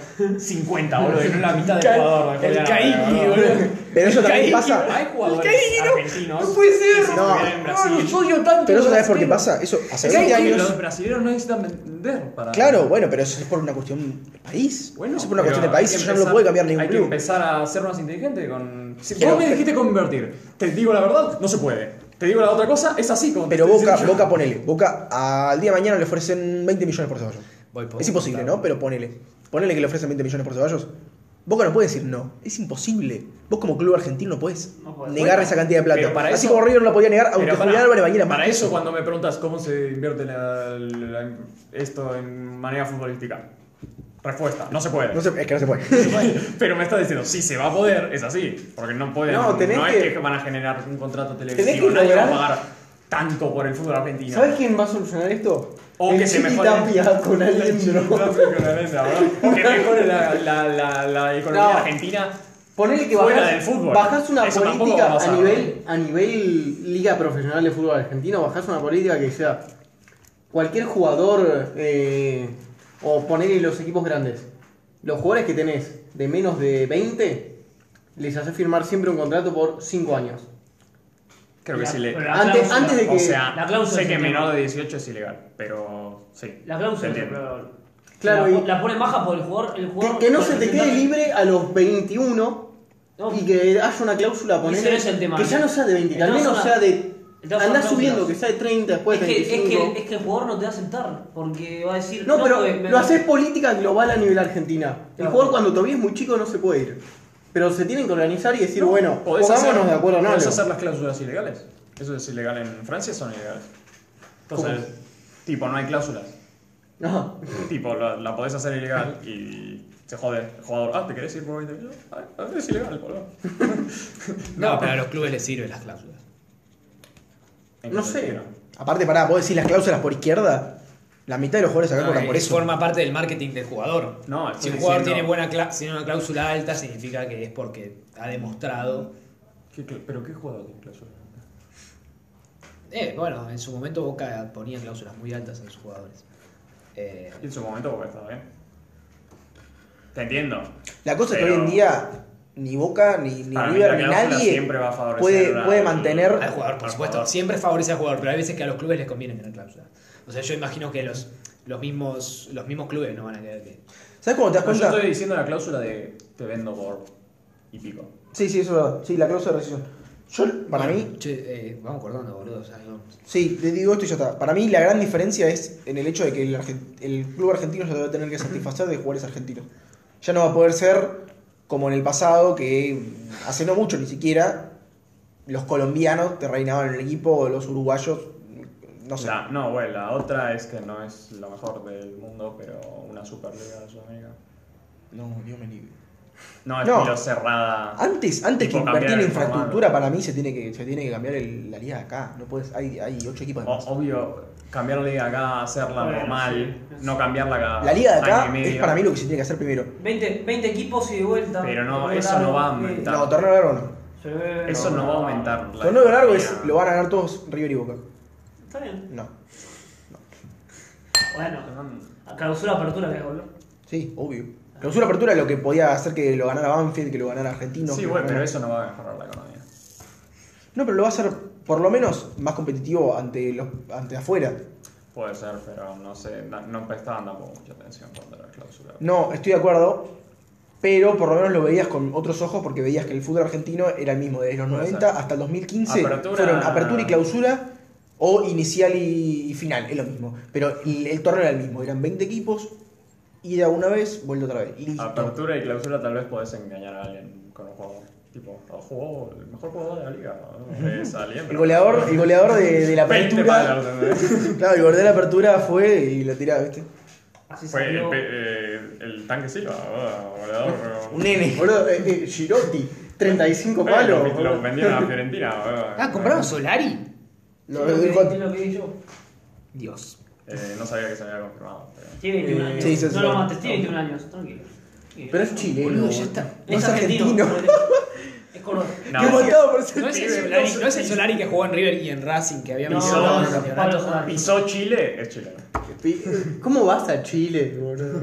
[SPEAKER 1] 50, boludo? Y no es la mitad de
[SPEAKER 2] Ca-
[SPEAKER 1] Ecuador. de
[SPEAKER 2] el
[SPEAKER 1] Julián
[SPEAKER 2] Caigui,
[SPEAKER 1] Álvarez, boludo.
[SPEAKER 2] boludo.
[SPEAKER 5] Pero eso
[SPEAKER 2] El
[SPEAKER 5] también
[SPEAKER 2] Caigui,
[SPEAKER 5] pasa.
[SPEAKER 1] Hay jugadores
[SPEAKER 2] El Caigui, no.
[SPEAKER 1] argentinos.
[SPEAKER 2] No puede ser.
[SPEAKER 5] No.
[SPEAKER 1] que viven en Brasil.
[SPEAKER 2] No, los odio tanto.
[SPEAKER 5] Pero eso
[SPEAKER 2] los
[SPEAKER 5] sabes por qué
[SPEAKER 2] brasileños.
[SPEAKER 5] pasa. Eso hace
[SPEAKER 1] Pero
[SPEAKER 5] 20
[SPEAKER 1] que
[SPEAKER 5] años.
[SPEAKER 1] Los brasileños no necesitan vender para.
[SPEAKER 5] Claro, bueno, pero eso es por una cuestión de país.
[SPEAKER 1] Bueno,
[SPEAKER 5] eso es por una
[SPEAKER 1] pero
[SPEAKER 5] cuestión de país,
[SPEAKER 1] hay que
[SPEAKER 5] eso ya no lo
[SPEAKER 1] empezar-
[SPEAKER 5] puede cambiar ningún
[SPEAKER 1] Hay que
[SPEAKER 5] club.
[SPEAKER 1] empezar a ser más inteligente con... Si
[SPEAKER 5] Pero-
[SPEAKER 1] vos me dijiste convertir, te digo la verdad, no se puede. Te digo la otra cosa, es así como te
[SPEAKER 5] Pero
[SPEAKER 1] estoy
[SPEAKER 5] Boca,
[SPEAKER 1] diciendo yo.
[SPEAKER 5] Boca ponele. Boca al día de mañana le ofrecen 20 millones por Ceballos.
[SPEAKER 2] Voy por-
[SPEAKER 5] Es imposible, ¿no? Pero ponele. Ponele que le ofrecen 20 millones por Ceballos. Boca no puede decir no. Es imposible. Vos como club argentino no podés
[SPEAKER 3] No podés.
[SPEAKER 5] negar esa cantidad de plata.
[SPEAKER 1] pero para
[SPEAKER 5] Así
[SPEAKER 1] eso-
[SPEAKER 5] como River no la podía negar, aunque
[SPEAKER 1] Pero
[SPEAKER 5] Julián
[SPEAKER 1] pará,
[SPEAKER 5] Álvarez valiera más.
[SPEAKER 1] para eso cuando me preguntas cómo se invierte la- la- esto en manera futbolística. Respuesta, no se puede.
[SPEAKER 5] No se- es que no se puede.
[SPEAKER 1] Pero me estás diciendo, sí se va a poder, es así. Porque no pueden,
[SPEAKER 4] No,
[SPEAKER 1] no,
[SPEAKER 4] tenés
[SPEAKER 1] es
[SPEAKER 4] que-
[SPEAKER 1] que van a generar un contrato televisivo.
[SPEAKER 4] tenés que
[SPEAKER 1] nadie
[SPEAKER 4] lograr-
[SPEAKER 1] va a pagar tanto por el fútbol argentino.
[SPEAKER 4] ¿Sabes quién va a solucionar esto?
[SPEAKER 1] O
[SPEAKER 4] el
[SPEAKER 1] que se
[SPEAKER 4] Chiqui
[SPEAKER 1] mejore.
[SPEAKER 4] Tapia con Alendro.
[SPEAKER 1] Porque mejore la, la, la, la economía
[SPEAKER 4] No.
[SPEAKER 1] argentina.
[SPEAKER 4] Ponele que
[SPEAKER 1] Fuera
[SPEAKER 4] bajás,
[SPEAKER 1] del fútbol.
[SPEAKER 4] bajás una
[SPEAKER 1] Eso tampoco
[SPEAKER 4] política
[SPEAKER 1] va a
[SPEAKER 4] a
[SPEAKER 1] pasar.
[SPEAKER 4] nivel, a nivel liga profesional de fútbol argentino, bajás una política que sea cualquier jugador eh, o ponele los equipos grandes. Los jugadores que tenés de menos de 20 les hace firmar siempre un contrato por 5 años.
[SPEAKER 1] Creo que
[SPEAKER 3] La-
[SPEAKER 1] sí le.
[SPEAKER 3] pero la
[SPEAKER 4] Antes,
[SPEAKER 3] cláusula-
[SPEAKER 4] antes de que.
[SPEAKER 1] O sea,
[SPEAKER 3] la cláusula
[SPEAKER 1] sé
[SPEAKER 3] es
[SPEAKER 1] que
[SPEAKER 3] un tema.
[SPEAKER 1] menor de 18 es ilegal, pero sí.
[SPEAKER 3] La cláusula
[SPEAKER 1] Se
[SPEAKER 3] es
[SPEAKER 1] entiende.
[SPEAKER 3] insuperable.
[SPEAKER 4] Claro,
[SPEAKER 3] la,
[SPEAKER 4] y-
[SPEAKER 3] la pone maja por el jugador. El jugador
[SPEAKER 4] que, que no
[SPEAKER 3] por
[SPEAKER 4] se
[SPEAKER 3] el
[SPEAKER 4] te quede
[SPEAKER 3] porcentaje.
[SPEAKER 4] libre a los 21
[SPEAKER 3] No.
[SPEAKER 4] y que haya una cláusula ponele,
[SPEAKER 3] Ese no es el tema.
[SPEAKER 4] que ya no sea de 20, que al
[SPEAKER 3] El
[SPEAKER 4] menos
[SPEAKER 3] tema
[SPEAKER 4] sea
[SPEAKER 3] son
[SPEAKER 4] de.
[SPEAKER 3] El tema son
[SPEAKER 4] Andá
[SPEAKER 3] las
[SPEAKER 4] subiendo,
[SPEAKER 3] cláusulas.
[SPEAKER 4] que sea de 30, después
[SPEAKER 3] Es
[SPEAKER 4] de
[SPEAKER 3] que, es,
[SPEAKER 4] 35.
[SPEAKER 3] que, es que el jugador no te va a aceptar porque va a decir.
[SPEAKER 4] No, pero
[SPEAKER 3] porque me-
[SPEAKER 4] lo haces política global a nivel Argentina. El
[SPEAKER 3] Claro.
[SPEAKER 4] jugador cuando todavía es muy chico no se puede ir. Pero se tienen que organizar y decir, bueno,
[SPEAKER 1] ¿Podés
[SPEAKER 4] pongámonos
[SPEAKER 1] hacer-
[SPEAKER 4] de acuerdo en
[SPEAKER 1] ¿Podés
[SPEAKER 4] algo.
[SPEAKER 1] hacer las cláusulas ilegales? ¿Eso es ilegal en Francia? ¿Son ilegales? Entonces, tipo, no hay cláusulas.
[SPEAKER 4] Ajá.
[SPEAKER 1] Tipo, la, la podés hacer ilegal y se jode el jugador. Ah, ¿te querés ir por 20 millones? Ah, ah, es ilegal, boludo.
[SPEAKER 2] No, pero a los clubes les sirven las cláusulas.
[SPEAKER 4] No sé.
[SPEAKER 5] Aparte, pará, vos decís las cláusulas por izquierda. La mitad de los jugadores acá cobran
[SPEAKER 2] Eh,
[SPEAKER 5] por eso.
[SPEAKER 2] Forma parte del marketing del jugador.
[SPEAKER 1] No, estoy
[SPEAKER 2] si un jugador
[SPEAKER 1] diciendo-
[SPEAKER 2] tiene buena cla- si tiene una cláusula alta, significa que es porque ha demostrado.
[SPEAKER 1] ¿Qué cl- ¿Pero qué jugador tiene cláusula?
[SPEAKER 2] Eh, bueno, en su momento Boca ponía cláusulas muy altas a sus jugadores. Eh,
[SPEAKER 1] En su momento porque estaba bien. Te entiendo.
[SPEAKER 5] La cosa es que
[SPEAKER 1] Pero-
[SPEAKER 5] hoy en día ni Boca, ni, ni
[SPEAKER 1] Para mí
[SPEAKER 5] River,
[SPEAKER 1] la
[SPEAKER 5] ni
[SPEAKER 1] cláusula
[SPEAKER 5] nadie
[SPEAKER 1] siempre va a favorecer
[SPEAKER 5] puede,
[SPEAKER 1] al-
[SPEAKER 5] puede mantener.
[SPEAKER 2] al jugador, por supuesto. Siempre favorece al jugador, pero hay veces que a los clubes les conviene tener cláusulas. O sea, yo imagino que los, los, mismos, los mismos clubes no van a querer que.
[SPEAKER 5] ¿Sabes cómo te das
[SPEAKER 1] No, yo
[SPEAKER 5] cuenta?
[SPEAKER 1] estoy diciendo la cláusula de te vendo por y pico.
[SPEAKER 5] Sí, sí, eso es verdad. Sí, la cláusula de rescisión. Yo, para
[SPEAKER 2] Bueno,
[SPEAKER 5] mí,
[SPEAKER 2] che, eh, vamos acordando, boludo. o sea, no-
[SPEAKER 5] sí, te digo esto y ya está. Para mí, la gran diferencia es en el hecho de que el, argen- el club argentino se debe tener que satisfacer de jugadores argentinos. Ya no va a poder ser como en el pasado, que hace no mucho ni siquiera los colombianos te reinaban en el equipo, los uruguayos, no sé.
[SPEAKER 1] La- no, bueno, la otra es que no es la mejor del mundo, pero una Superliga de Sudamérica.
[SPEAKER 5] No, Dios me libre.
[SPEAKER 1] No,
[SPEAKER 5] No. Ah,
[SPEAKER 1] estilo cerrada.
[SPEAKER 5] Antes, antes que
[SPEAKER 1] Tipo,
[SPEAKER 5] invertir
[SPEAKER 1] cambiar
[SPEAKER 5] en
[SPEAKER 1] el formato.
[SPEAKER 5] infraestructura, para mí se tiene que, se tiene que cambiar el- la liga de acá. No puedes, hay, hay ocho equipos de
[SPEAKER 1] O-
[SPEAKER 5] más.
[SPEAKER 1] obvio, cambiar la liga acá, hacerla
[SPEAKER 3] Bueno,
[SPEAKER 1] normal,
[SPEAKER 3] sí.
[SPEAKER 1] no cambiarla cada
[SPEAKER 5] La liga de
[SPEAKER 1] año
[SPEAKER 5] acá
[SPEAKER 1] y
[SPEAKER 5] es
[SPEAKER 1] medio.
[SPEAKER 5] para mí lo que se tiene que hacer primero.
[SPEAKER 3] 20, 20 equipos y de vuelta.
[SPEAKER 1] Pero no,
[SPEAKER 3] Torneo
[SPEAKER 1] eso
[SPEAKER 3] largo,
[SPEAKER 1] no va a
[SPEAKER 3] eh,
[SPEAKER 1] aumentar.
[SPEAKER 5] No, torneo largo no.
[SPEAKER 3] se-
[SPEAKER 1] Eso no va a aumentar. la
[SPEAKER 5] Torneo largo
[SPEAKER 1] economía.
[SPEAKER 5] es, lo van a ganar todos River y Boca.
[SPEAKER 3] Está bien.
[SPEAKER 5] No.
[SPEAKER 3] Bueno, a clausura apertura que boludo.
[SPEAKER 5] Sí, obvio. Clausura apertura es lo que podía hacer que lo ganara Banfield, que lo ganara Argentino. que
[SPEAKER 1] Sí,
[SPEAKER 5] lo
[SPEAKER 1] bueno, pero
[SPEAKER 5] ganara-
[SPEAKER 1] eso no va a mejorar la economía.
[SPEAKER 5] No, pero lo va a hacer por lo menos más competitivo ante los ante afuera.
[SPEAKER 1] Puede ser, pero no sé, na- no prestaban tampoco mucha atención cuando era clausura.
[SPEAKER 5] No, estoy de acuerdo, pero por lo menos lo veías con otros ojos porque veías que el fútbol argentino era el mismo desde los
[SPEAKER 1] Puede
[SPEAKER 5] 90
[SPEAKER 1] ser.
[SPEAKER 5] hasta el 2015.
[SPEAKER 1] Apertura-
[SPEAKER 5] Fueron apertura y clausura o inicial y, y final, es lo mismo. Pero el, el torneo era el mismo, eran 20 equipos, ida una vez, vuelta otra vez. Listo.
[SPEAKER 1] Apertura y clausura tal vez podés engañar a alguien con un jugador. Tipo, "Ah, jugó el mejor jugador de la liga. ¿no? Es alguien,
[SPEAKER 5] El
[SPEAKER 1] pero-
[SPEAKER 5] goleador, el goleador de, de la
[SPEAKER 1] 20
[SPEAKER 5] apertura.
[SPEAKER 1] palos, ¿entendés?
[SPEAKER 5] Claro, el goleador de la apertura fue y la tiraba, ¿viste?
[SPEAKER 3] Así
[SPEAKER 1] Fue el,
[SPEAKER 3] salió.
[SPEAKER 1] Pues, pe- eh, el tanque Silva, boludo, goleador. pero-
[SPEAKER 5] Un nene.
[SPEAKER 4] Boludo, eh, eh, Girotti, 35
[SPEAKER 1] Bueno,
[SPEAKER 4] palos.
[SPEAKER 1] lo-
[SPEAKER 4] boludo.
[SPEAKER 1] Lo vendieron a Fiorentina, boludo.
[SPEAKER 2] Ah, ¿compraron Solari?
[SPEAKER 3] Sí,
[SPEAKER 5] Lo-
[SPEAKER 3] lo que-
[SPEAKER 5] dijo-
[SPEAKER 3] sí, lo que di yo.
[SPEAKER 2] Dios.
[SPEAKER 1] Eh, no sabía que se había confirmado. pero-
[SPEAKER 3] Tiene 21
[SPEAKER 5] Eh,
[SPEAKER 3] años.
[SPEAKER 5] sí, sí, sí.
[SPEAKER 3] no lo mates, tiene 21 años, tranquilo. Tranquilo.
[SPEAKER 5] Pero es chileno.
[SPEAKER 2] Boludo, ya
[SPEAKER 5] boludo.
[SPEAKER 2] está.
[SPEAKER 5] No es argentino.
[SPEAKER 3] Es color.
[SPEAKER 1] No,
[SPEAKER 5] Qué matado por ser
[SPEAKER 2] No es, el
[SPEAKER 5] pibe.
[SPEAKER 2] Solari, no es el Solari que jugó en River y en Racing, que había
[SPEAKER 3] No,
[SPEAKER 2] metido
[SPEAKER 1] no,
[SPEAKER 2] en
[SPEAKER 1] no,
[SPEAKER 2] el campeonato.
[SPEAKER 3] Pablo Solari.
[SPEAKER 1] Pisó Chile, es chileno.
[SPEAKER 4] ¿Cómo vas a Chile, boludo?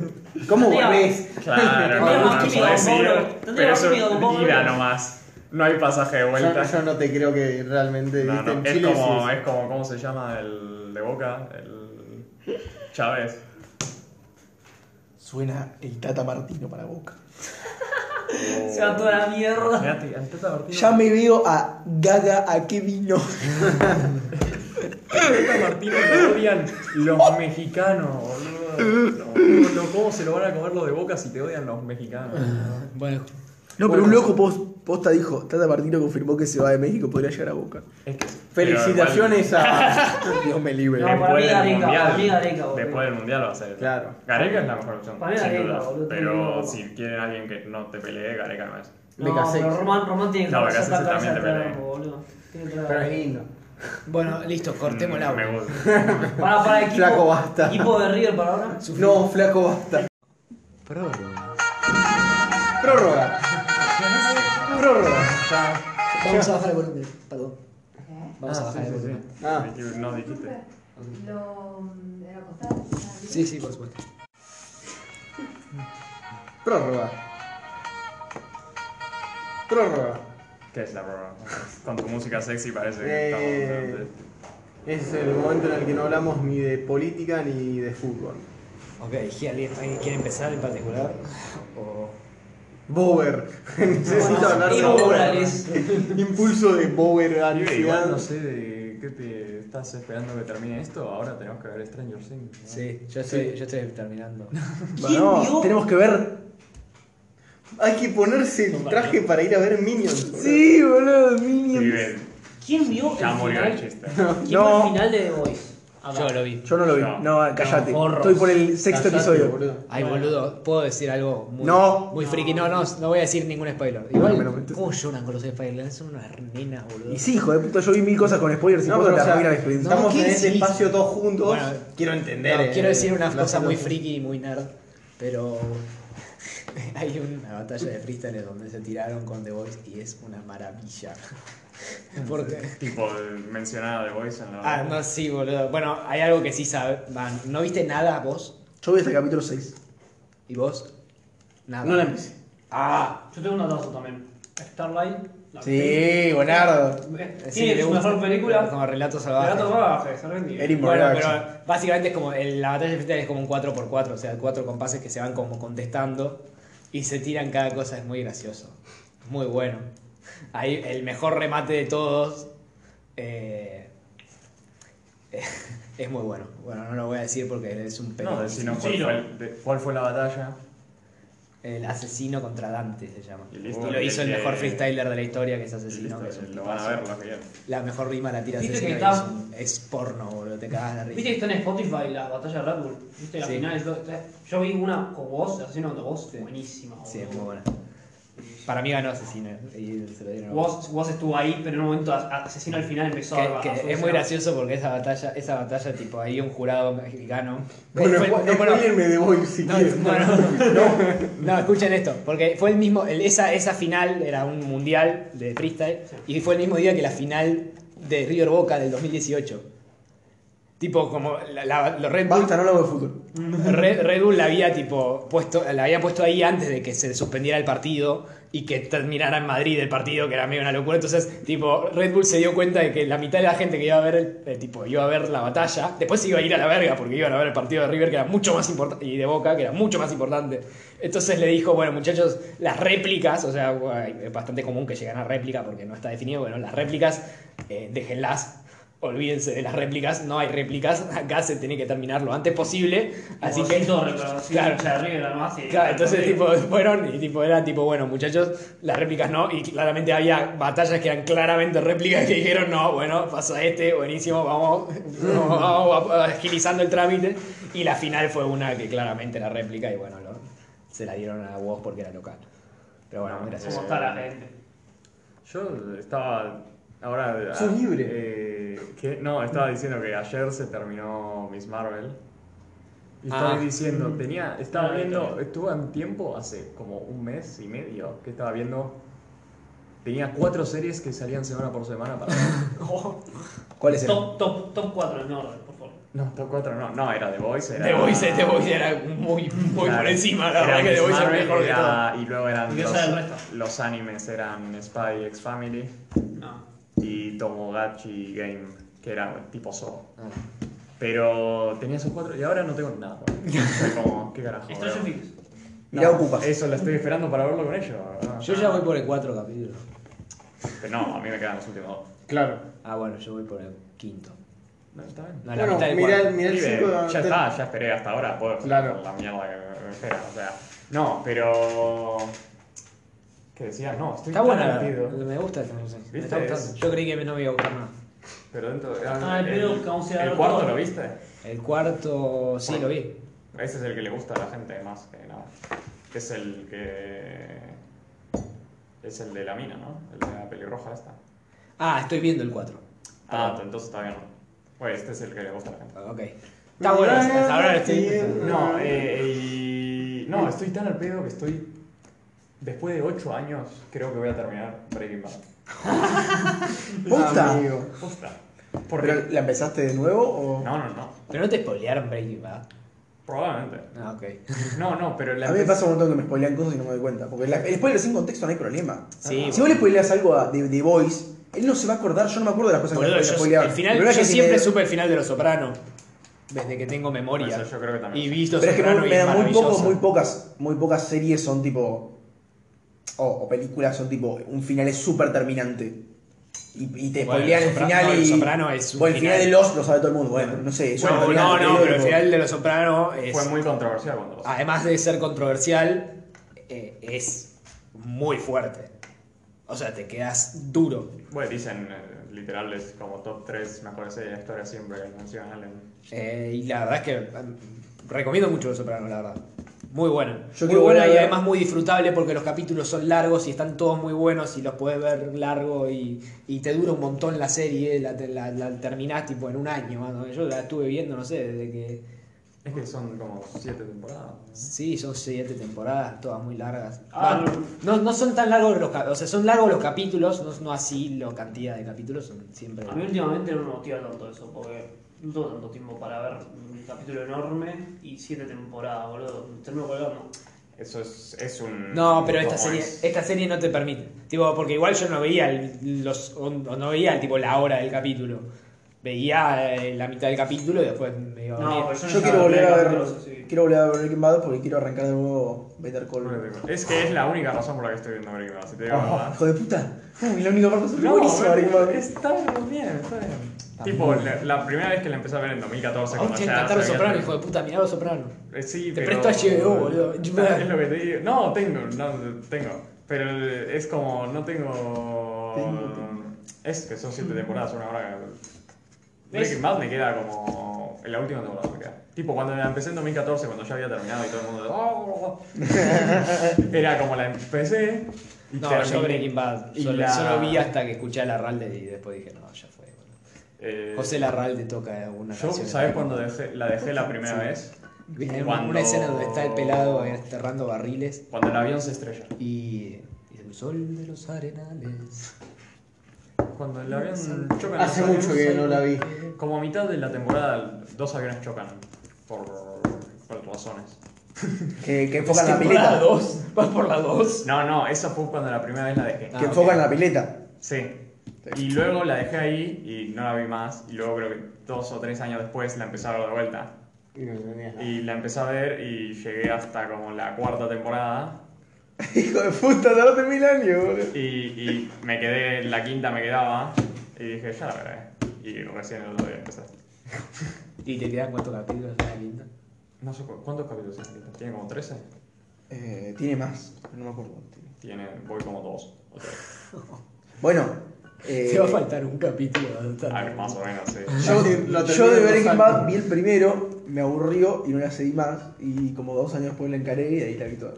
[SPEAKER 4] ¿Cómo
[SPEAKER 3] Tía.
[SPEAKER 4] volvés?
[SPEAKER 1] Claro, no,
[SPEAKER 3] Tendría
[SPEAKER 1] no,
[SPEAKER 3] más
[SPEAKER 1] no
[SPEAKER 3] química
[SPEAKER 1] podés
[SPEAKER 3] con
[SPEAKER 1] ir,
[SPEAKER 3] Pablo.
[SPEAKER 1] pero
[SPEAKER 3] Tendría
[SPEAKER 1] es
[SPEAKER 3] más química con
[SPEAKER 1] un
[SPEAKER 3] Pablo.
[SPEAKER 1] ida nomás. No hay pasaje de
[SPEAKER 4] Yo,
[SPEAKER 1] vuelta.
[SPEAKER 4] yo no te creo que realmente
[SPEAKER 1] No,
[SPEAKER 4] viste,
[SPEAKER 1] no,
[SPEAKER 4] en
[SPEAKER 1] Es
[SPEAKER 4] Chile
[SPEAKER 1] como,
[SPEAKER 4] sí
[SPEAKER 1] es como, ¿cómo se llama el de Boca? El Chávez.
[SPEAKER 5] Suena el Tata Martino para Boca.
[SPEAKER 3] Se va toda la mierda.
[SPEAKER 1] Mirate, al Tata Martino.
[SPEAKER 5] Ya me veo a Gaga a qué vino.
[SPEAKER 1] Al Tata Martino lo odian los mexicanos, boludo. No, no, ¿Cómo se lo van a comer los de Boca si te odian los mexicanos?
[SPEAKER 2] Bueno,
[SPEAKER 5] No, pero un loco pos- posta dijo, Tata Martino confirmó que se va de México, podría llegar a Boca.
[SPEAKER 1] Es que-
[SPEAKER 4] Felicitaciones a.
[SPEAKER 5] Dios me libre.
[SPEAKER 1] Pero igual,
[SPEAKER 3] para mí
[SPEAKER 1] después del mundial,
[SPEAKER 3] Gareca, para mí Gareca, boludo.
[SPEAKER 1] después del mundial va a ser.
[SPEAKER 4] Claro.
[SPEAKER 1] Gareca es la mejor opción.
[SPEAKER 3] Para mí
[SPEAKER 1] sin
[SPEAKER 3] Gareca,
[SPEAKER 1] duda.
[SPEAKER 3] boludo, tiene que
[SPEAKER 1] Pero
[SPEAKER 3] ir.
[SPEAKER 1] si quieren a alguien que no te pelee, Gareca no es.
[SPEAKER 4] Me
[SPEAKER 3] No,
[SPEAKER 4] casé.
[SPEAKER 3] pero Román, Román tiene que
[SPEAKER 1] No, me
[SPEAKER 3] sacar
[SPEAKER 1] casé,
[SPEAKER 3] esa
[SPEAKER 1] también
[SPEAKER 3] cabeza de
[SPEAKER 1] te peleé.
[SPEAKER 3] trapo, boludo. Tiene que traer-
[SPEAKER 4] Pero es lindo.
[SPEAKER 2] bueno, listo, cortemos
[SPEAKER 5] Mm,
[SPEAKER 2] el
[SPEAKER 1] Mm, Me
[SPEAKER 2] agua.
[SPEAKER 1] gusta.
[SPEAKER 3] Para, para equipo,
[SPEAKER 4] Flaco, basta.
[SPEAKER 3] equipo de River para ahora.
[SPEAKER 4] No, flaco, basta. Prórroga. Prórroga.
[SPEAKER 12] Vamos a bajar el volumen, perdón. Vamos a bajar el volumen.
[SPEAKER 4] Ah.
[SPEAKER 1] No dijiste.
[SPEAKER 8] ¿eh? Lo. de lo acostado.
[SPEAKER 2] Sí, sí, por supuesto.
[SPEAKER 4] Prórroga. Prórroga.
[SPEAKER 1] ¿Qué es la prórroga? Con tu música sexy parece que
[SPEAKER 4] Eh,
[SPEAKER 1] estamos...
[SPEAKER 4] es el momento en el que no hablamos ni de política ni de fútbol.
[SPEAKER 2] Ok, ¿y ¿alguien, alguien quiere empezar en particular? O...
[SPEAKER 4] Bower. Necesito hablar de
[SPEAKER 3] Evo
[SPEAKER 4] Bower.
[SPEAKER 3] Morales.
[SPEAKER 4] Impulso de Bower a
[SPEAKER 13] Pibe, igual no
[SPEAKER 4] ansiedad.
[SPEAKER 13] sé de qué te estás esperando que termine esto. Ahora tenemos que ver Stranger Things. ¿no?
[SPEAKER 2] Sí, yo estoy, yo estoy terminando.
[SPEAKER 4] Bueno,
[SPEAKER 5] tenemos que ver.
[SPEAKER 4] Hay que ponerse el traje para ir a ver Minions. boludo.
[SPEAKER 5] Sí, boludo, Minions.
[SPEAKER 3] ¿Quién vio el
[SPEAKER 1] Ya murió el
[SPEAKER 3] final?
[SPEAKER 1] chiste.
[SPEAKER 3] ¿Quién vio
[SPEAKER 5] No.
[SPEAKER 3] el final de The Voice? Acá.
[SPEAKER 14] Yo lo vi.
[SPEAKER 5] Yo no lo vi.
[SPEAKER 1] No.
[SPEAKER 5] No, callate.
[SPEAKER 2] horror.
[SPEAKER 5] Estoy por el sexto
[SPEAKER 4] Callate,
[SPEAKER 5] episodio.
[SPEAKER 4] boludo.
[SPEAKER 2] Ay, boludo, puedo decir algo muy,
[SPEAKER 5] No.
[SPEAKER 2] muy friki. No, no, no voy a decir ningún spoiler. Igual,
[SPEAKER 5] me lo metes.
[SPEAKER 2] ¿cómo lloran con los spoilers? Son unas nenas, boludo.
[SPEAKER 5] Y sí, hijo de puta, yo vi mil cosas con spoilers y
[SPEAKER 4] No,
[SPEAKER 5] vos
[SPEAKER 4] pero,
[SPEAKER 5] te
[SPEAKER 4] o sea,
[SPEAKER 5] arruinas la experiencia.
[SPEAKER 4] estamos
[SPEAKER 2] No,
[SPEAKER 4] en
[SPEAKER 2] ¿qué
[SPEAKER 4] este
[SPEAKER 2] decís?
[SPEAKER 4] espacio todos juntos.
[SPEAKER 2] Bueno,
[SPEAKER 4] quiero entender.
[SPEAKER 2] No,
[SPEAKER 4] eh,
[SPEAKER 2] quiero decir unas
[SPEAKER 4] la
[SPEAKER 2] cosas muy
[SPEAKER 4] situación.
[SPEAKER 2] friki y muy nerd, pero hay una batalla de freestyle donde se tiraron con The Voice y es una maravilla. Porque.
[SPEAKER 1] Tipo, mencionada de Voice en la...
[SPEAKER 2] Ah, no, sí, boludo. Bueno, hay algo que sí sabes. Van, ¿no viste nada vos?
[SPEAKER 5] Yo vi hasta el capítulo 6.
[SPEAKER 2] ¿Y vos? Nada.
[SPEAKER 4] No la empecé.
[SPEAKER 2] Ah,
[SPEAKER 15] Yo tengo un atazo también. Starlight. la
[SPEAKER 5] Sí, Bonardo.
[SPEAKER 15] peli-
[SPEAKER 2] sí,
[SPEAKER 15] Tiene
[SPEAKER 2] le
[SPEAKER 15] su
[SPEAKER 2] gusta.
[SPEAKER 15] mejor película.
[SPEAKER 2] Como relato salvaje.
[SPEAKER 15] Relatos Salvajes, Argentina.
[SPEAKER 5] Eric
[SPEAKER 2] Bueno,
[SPEAKER 5] Borgach.
[SPEAKER 2] pero básicamente es como el- la batalla de freestyle es como un 4x4, o sea, cuatro compases que se van como contestando y se tiran cada cosa, es muy gracioso. Es muy bueno. Ahí el mejor remate de todos eh, es muy bueno. Bueno, no lo voy a decir porque es un
[SPEAKER 1] No,
[SPEAKER 2] pedo.
[SPEAKER 1] decinos
[SPEAKER 15] Sí,
[SPEAKER 1] cuál,
[SPEAKER 15] no.
[SPEAKER 1] fue el- de- cuál fue la batalla.
[SPEAKER 2] el asesino contra Dante se llama.
[SPEAKER 1] Y
[SPEAKER 2] Y,
[SPEAKER 1] listo.
[SPEAKER 2] lo
[SPEAKER 1] Y
[SPEAKER 2] hizo
[SPEAKER 1] el
[SPEAKER 2] el
[SPEAKER 1] que-
[SPEAKER 2] mejor freestyler de la historia que es
[SPEAKER 1] Y
[SPEAKER 2] asesino.
[SPEAKER 1] listo,
[SPEAKER 2] que es un
[SPEAKER 1] lo van a
[SPEAKER 2] tipazo.
[SPEAKER 1] ver los que vieron.
[SPEAKER 2] La mejor rima la tira
[SPEAKER 3] ¿Viste
[SPEAKER 2] asesino.
[SPEAKER 3] que
[SPEAKER 2] y
[SPEAKER 3] está-
[SPEAKER 2] es, un- es porno, boludo, te cagas la risa.
[SPEAKER 3] ¿Viste que están en Spotify las batallas de Red Bull? ¿Viste las
[SPEAKER 2] Sí.
[SPEAKER 3] finales? todo? Yo vi una con vos, asesino contra vos, buenísima.
[SPEAKER 2] Sí, es
[SPEAKER 3] boludo.
[SPEAKER 2] muy buena. Para mí ganó Asesino. Y se lo dieron a Bob.
[SPEAKER 3] Vos, vos estuvo ahí, pero en un momento a- a- asesino al final empezó
[SPEAKER 2] Que-
[SPEAKER 3] a,
[SPEAKER 2] que
[SPEAKER 3] a- a-
[SPEAKER 2] es muy gracioso porque esa batalla, esa batalla, tipo, ahí un jurado mexicano.
[SPEAKER 4] Bueno,
[SPEAKER 2] Fue- no, bueno,
[SPEAKER 4] spoilerme de Boy si
[SPEAKER 2] no,
[SPEAKER 4] quieren.
[SPEAKER 2] bueno, no, escuchen esto, porque fue el mismo, el- esa, esa final era un mundial de freestyle y fue el mismo día que la final de River Boca del 2018. Tipo, como la, la- los Red Bull
[SPEAKER 5] Basta, no hablamos de fútbol.
[SPEAKER 2] Ah, Red, Red Bull la había tipo puesto, la había puesto ahí antes de que se suspendiera el partido y que terminara en Madrid el partido, que era medio una locura. Entonces, tipo, Red Bull se dio cuenta de que la mitad de la gente que iba a ver el, eh, tipo, iba a ver la batalla, después se iba a ir a la verga porque iban a ver el partido de River que era mucho más importante y de Boca, que era mucho más importante. Entonces le dijo, bueno, muchachos, las réplicas, o sea, guay, es bastante común que lleguen a réplica porque no está definido, bueno, las réplicas, eh, déjenlas Olvídense de las réplicas, no hay réplicas, acá se tiene que terminar lo antes posible, así que...
[SPEAKER 3] Torre, pero sí,
[SPEAKER 2] Claro.
[SPEAKER 3] o sea, River armás y-
[SPEAKER 2] Claro, entonces
[SPEAKER 3] Sí.
[SPEAKER 2] tipo fueron y tipo era tipo, bueno, muchachos, las réplicas no, y claramente había batallas que eran claramente réplicas que dijeron, no, bueno, pasa este, buenísimo, vamos, vamos, vamos, agilizando el trámite, y la final fue una que claramente era réplica y bueno, lo- se la dieron a vos porque era local. Pero bueno,
[SPEAKER 1] No,
[SPEAKER 2] gracias.
[SPEAKER 3] ¿Cómo está la gente?
[SPEAKER 1] Yo estaba. Ahora.
[SPEAKER 4] Sos
[SPEAKER 1] ah,
[SPEAKER 4] libre.
[SPEAKER 1] eh, que- No, estaba diciendo que ayer se terminó Miss Marvel. Y estaba
[SPEAKER 2] Ah.
[SPEAKER 1] diciendo, tenía. Estaba
[SPEAKER 15] Ah,
[SPEAKER 1] viendo.
[SPEAKER 15] también.
[SPEAKER 1] Estuve un tiempo, hace como un mes y medio, que estaba viendo. Tenía cuatro series que salían semana por semana para. ver.
[SPEAKER 5] ¿Cuáles eran?
[SPEAKER 3] Top, top, top 4 en orden, por favor.
[SPEAKER 1] no, top cuatro no. No, era The Voice. Era,
[SPEAKER 2] Te voy,
[SPEAKER 3] eh,
[SPEAKER 2] te voy, era muy, muy
[SPEAKER 1] Claro.
[SPEAKER 2] por encima, la
[SPEAKER 1] Era
[SPEAKER 2] verdad que
[SPEAKER 1] Miss
[SPEAKER 2] te voy a
[SPEAKER 1] Marvel,
[SPEAKER 2] mejor que
[SPEAKER 1] era-
[SPEAKER 2] todo.
[SPEAKER 1] Y luego eran.
[SPEAKER 3] ¿Y qué sale el
[SPEAKER 1] Los,
[SPEAKER 3] resto?
[SPEAKER 1] los animes eran Spy X Family
[SPEAKER 3] No.
[SPEAKER 1] y Tomogachi Game, que era tipo Saw. Pero tenía esos cuatro y ahora no tengo nada. Soy como, ¿qué carajo?
[SPEAKER 3] Stranger
[SPEAKER 1] bro?
[SPEAKER 3] Things.
[SPEAKER 1] No,
[SPEAKER 5] Mirá, ocupas.
[SPEAKER 1] Eso la estoy esperando para verlo con ellos. ¿verdad?
[SPEAKER 2] Yo ya voy por el 4 capítulo.
[SPEAKER 1] Pero no, a mí me quedan los últimos dos.
[SPEAKER 4] Claro.
[SPEAKER 2] Ah, bueno, yo voy por el quinto.
[SPEAKER 1] No, está bien.
[SPEAKER 2] No, la
[SPEAKER 4] Bueno,
[SPEAKER 2] mitad del
[SPEAKER 4] mirá,
[SPEAKER 2] cuarto.
[SPEAKER 4] el- mirá el
[SPEAKER 1] Pibe,
[SPEAKER 4] 5
[SPEAKER 1] ya está, ya esperé hasta ahora. Puedo
[SPEAKER 4] Claro.
[SPEAKER 1] con la mierda que me espera. O sea, no, pero. ¿Qué decías? No, estoy
[SPEAKER 2] Está
[SPEAKER 1] tan
[SPEAKER 2] buena,
[SPEAKER 1] metido.
[SPEAKER 2] me gusta esta música. Me está
[SPEAKER 1] ¿Viste?
[SPEAKER 2] gustando. Yo creí que me- no me iba a gustar más.
[SPEAKER 1] Pero dentro de.
[SPEAKER 3] Ah, el pedo que vamos a ir a
[SPEAKER 1] ¿El
[SPEAKER 3] ver
[SPEAKER 1] cuarto
[SPEAKER 3] todo.
[SPEAKER 1] lo viste?
[SPEAKER 2] El cuarto sí lo vi.
[SPEAKER 1] Ese es el que le gusta a la gente más que nada. Que es el que. Es el de la mina, ¿no? El de la pelirroja esta.
[SPEAKER 2] Ah, estoy viendo el 4.
[SPEAKER 1] Ah, entonces está bien. Bueno, este es el que le gusta a la gente.
[SPEAKER 2] Ok. Está bueno, hasta ahora lo estoy.
[SPEAKER 1] No, eh, y- no, estoy tan al pedo que estoy. Después de 8 años, creo que voy a terminar Breaking Bad.
[SPEAKER 5] Posta.
[SPEAKER 4] Amigo.
[SPEAKER 1] Posta.
[SPEAKER 5] ¿Pero
[SPEAKER 1] Porque.
[SPEAKER 5] la empezaste de nuevo o.?
[SPEAKER 1] No, no, no.
[SPEAKER 2] Pero no te spoilearon Breaking Bad.
[SPEAKER 6] Probablemente.
[SPEAKER 2] Ah, ok.
[SPEAKER 6] No, no, pero la
[SPEAKER 5] A mí me pasa un montón que me spoilean cosas y no me doy cuenta. Porque la- el spoiler sin contexto no hay problema.
[SPEAKER 2] Sí,
[SPEAKER 5] si vos le spoileas algo a, de, de Voice, él no se va a acordar. Yo no me acuerdo de las cosas
[SPEAKER 2] Boludo,
[SPEAKER 5] que
[SPEAKER 2] yo-
[SPEAKER 5] le spoileaba.
[SPEAKER 2] el final,
[SPEAKER 5] El problema
[SPEAKER 2] yo
[SPEAKER 5] es que si
[SPEAKER 2] siempre
[SPEAKER 5] me-
[SPEAKER 2] supe el final de Los Soprano. Desde que tengo memoria.
[SPEAKER 6] Eso yo creo que también.
[SPEAKER 2] Y visto
[SPEAKER 5] Pero es que
[SPEAKER 2] Soprano
[SPEAKER 5] me,
[SPEAKER 2] y
[SPEAKER 5] me
[SPEAKER 2] es
[SPEAKER 5] dan muy pocos,
[SPEAKER 2] maravilloso.
[SPEAKER 5] muy pocas, muy pocas series son tipo. O, o películas son tipo. Un final es súper terminante. Y, y te
[SPEAKER 2] Bueno,
[SPEAKER 5] spoilean
[SPEAKER 2] Los
[SPEAKER 5] el
[SPEAKER 2] Soprano-
[SPEAKER 5] final
[SPEAKER 2] no,
[SPEAKER 5] y.
[SPEAKER 2] Los Soprano es un
[SPEAKER 5] bueno, el final,
[SPEAKER 2] final.
[SPEAKER 5] de Lost lo sabe todo el mundo. Bueno, no sé. es
[SPEAKER 2] No,
[SPEAKER 5] un final
[SPEAKER 2] no,
[SPEAKER 5] que te
[SPEAKER 2] no,
[SPEAKER 5] digo,
[SPEAKER 2] pero el
[SPEAKER 5] tipo,
[SPEAKER 2] final de Los Soprano es. Ah.
[SPEAKER 6] Fue muy controversial cuando pasó.
[SPEAKER 2] además de ser controversial, eh, es muy fuerte. O sea, te quedas duro.
[SPEAKER 6] Bueno, dicen eh, literal es como top 3 mejores series de la historia siempre que mencionan en-
[SPEAKER 2] Eh, y la verdad es que mm, recomiendo mucho Los Soprano, la verdad. Muy buena.
[SPEAKER 5] Yo
[SPEAKER 2] muy
[SPEAKER 5] quiero
[SPEAKER 2] buena
[SPEAKER 5] volver a
[SPEAKER 2] y
[SPEAKER 5] ver-
[SPEAKER 2] además muy disfrutable porque los capítulos son largos y están todos muy buenos y los puedes ver largo y, y te dura un montón la serie, la, la, la terminás tipo en un año. mano. Yo la estuve viendo, no sé, desde que...
[SPEAKER 6] Es que son como 7 temporadas.
[SPEAKER 2] Sí, son siete temporadas, todas muy largas.
[SPEAKER 16] Ah,
[SPEAKER 2] Va, no, no son tan largos los capítulos, o sea, son largos los capítulos, no, no así la cantidad de capítulos, son siempre...
[SPEAKER 3] A mí últimamente no me motiva tanto eso, porque no tengo tanto tiempo para ver un capítulo enorme y siete temporadas, boludo. Me Termino colgando.
[SPEAKER 6] Eso es, es un.
[SPEAKER 2] No, pero esta
[SPEAKER 6] como
[SPEAKER 2] serie,
[SPEAKER 6] es.
[SPEAKER 2] esta serie no te permite. Tipo, porque igual yo no veía el- los o no veía tipo la hora del capítulo. Veía eh, la mitad del capítulo y después me iba a dormir.
[SPEAKER 3] No, pero yo no
[SPEAKER 5] Yo quiero
[SPEAKER 3] estaba
[SPEAKER 5] volver a
[SPEAKER 3] en
[SPEAKER 5] ver.
[SPEAKER 3] capítulos así.
[SPEAKER 5] Quiero volver a ver Breaking Bad porque quiero arrancar de nuevo Better Call.
[SPEAKER 6] Es que es la única razón por la que estoy viendo Breaking Bad, si te digo la
[SPEAKER 5] Oh,
[SPEAKER 6] verdad.
[SPEAKER 5] hijo de puta. Uy, la única parte es
[SPEAKER 6] No,
[SPEAKER 5] buenísima Breaking Bad.
[SPEAKER 6] pero está bien, está bien. Tipo, la, la primera vez que la empecé a ver en 2014,
[SPEAKER 2] Aún
[SPEAKER 6] cuando
[SPEAKER 2] sin
[SPEAKER 6] ya
[SPEAKER 2] tratar los
[SPEAKER 6] sabía-
[SPEAKER 2] soprano, hijo de puta, mirá los soprano.
[SPEAKER 6] Eh, Sí,
[SPEAKER 2] Te
[SPEAKER 6] pero...
[SPEAKER 2] presto HBO, boludo.
[SPEAKER 6] Es lo que te digo. No, tengo, no, tengo. Pero el- es como, no tengo... Es que son siete temporadas, una hora... Breaking Bad me queda como... En la última temporada me queda. Tipo, cuando la empecé en 2014, cuando ya había terminado y todo el mundo... "Oh". Era como la empecé y
[SPEAKER 2] No, yo
[SPEAKER 6] terminé.
[SPEAKER 2] Breaking Bad.
[SPEAKER 6] Y
[SPEAKER 2] Solo,
[SPEAKER 6] la-
[SPEAKER 2] solo vi hasta que escuché a Larralde y después dije, no, ya fue. boludo.
[SPEAKER 6] Eh,
[SPEAKER 2] José Larralde toca una
[SPEAKER 6] Yo,
[SPEAKER 2] canción.
[SPEAKER 6] ¿sabes cuándo dejé, la dejé la primera vez?
[SPEAKER 2] Viste, una-
[SPEAKER 6] Cuando-
[SPEAKER 2] Una escena donde está el pelado enterrando barriles
[SPEAKER 6] Cuando el avión se estrella.
[SPEAKER 2] y... y el sol de los arenales.
[SPEAKER 6] Cuando el avión choca
[SPEAKER 4] Hace mucho que no la vi.
[SPEAKER 6] Como a mitad de la temporada, dos aviones chocan. Por, por razones.
[SPEAKER 5] Que, que enfocan la
[SPEAKER 2] Temporada
[SPEAKER 5] pileta.
[SPEAKER 2] dos. Vas por la 2.
[SPEAKER 6] No, no, eso fue cuando la primera vez la dejé.
[SPEAKER 2] Ah,
[SPEAKER 5] Que
[SPEAKER 2] ok.
[SPEAKER 5] enfocan la pileta.
[SPEAKER 6] Sí. Y luego la dejé ahí y no la vi más. Y luego creo que dos o tres años después la empecé a ver de vuelta. Y la empecé a ver y llegué hasta como la cuarta temporada.
[SPEAKER 5] Hijo de puta, tardaste mil años, boludo.
[SPEAKER 6] Y, y me quedé, la quinta me quedaba. Y dije, ya la veré. Y recién el otro día empecé.
[SPEAKER 2] ¿Y te quedan cuántos capítulos de la quinta?
[SPEAKER 6] No sé cu- cuántos capítulos tiene. ¿Tiene como 13?
[SPEAKER 5] Eh, tiene más, pero no me acuerdo.
[SPEAKER 6] Tiene, voy como dos. o tres.
[SPEAKER 5] Bueno, eh,
[SPEAKER 2] Te va a faltar un capítulo. ¿no?
[SPEAKER 6] A ver, Ah, más o menos, sí.
[SPEAKER 5] yo,
[SPEAKER 4] Lo
[SPEAKER 5] yo de
[SPEAKER 4] terminé
[SPEAKER 5] Breaking
[SPEAKER 4] bajando.
[SPEAKER 5] Bad vi el primero, me aburrió y no la seguí más. Y como dos años después la encaré y ahí la vi toda.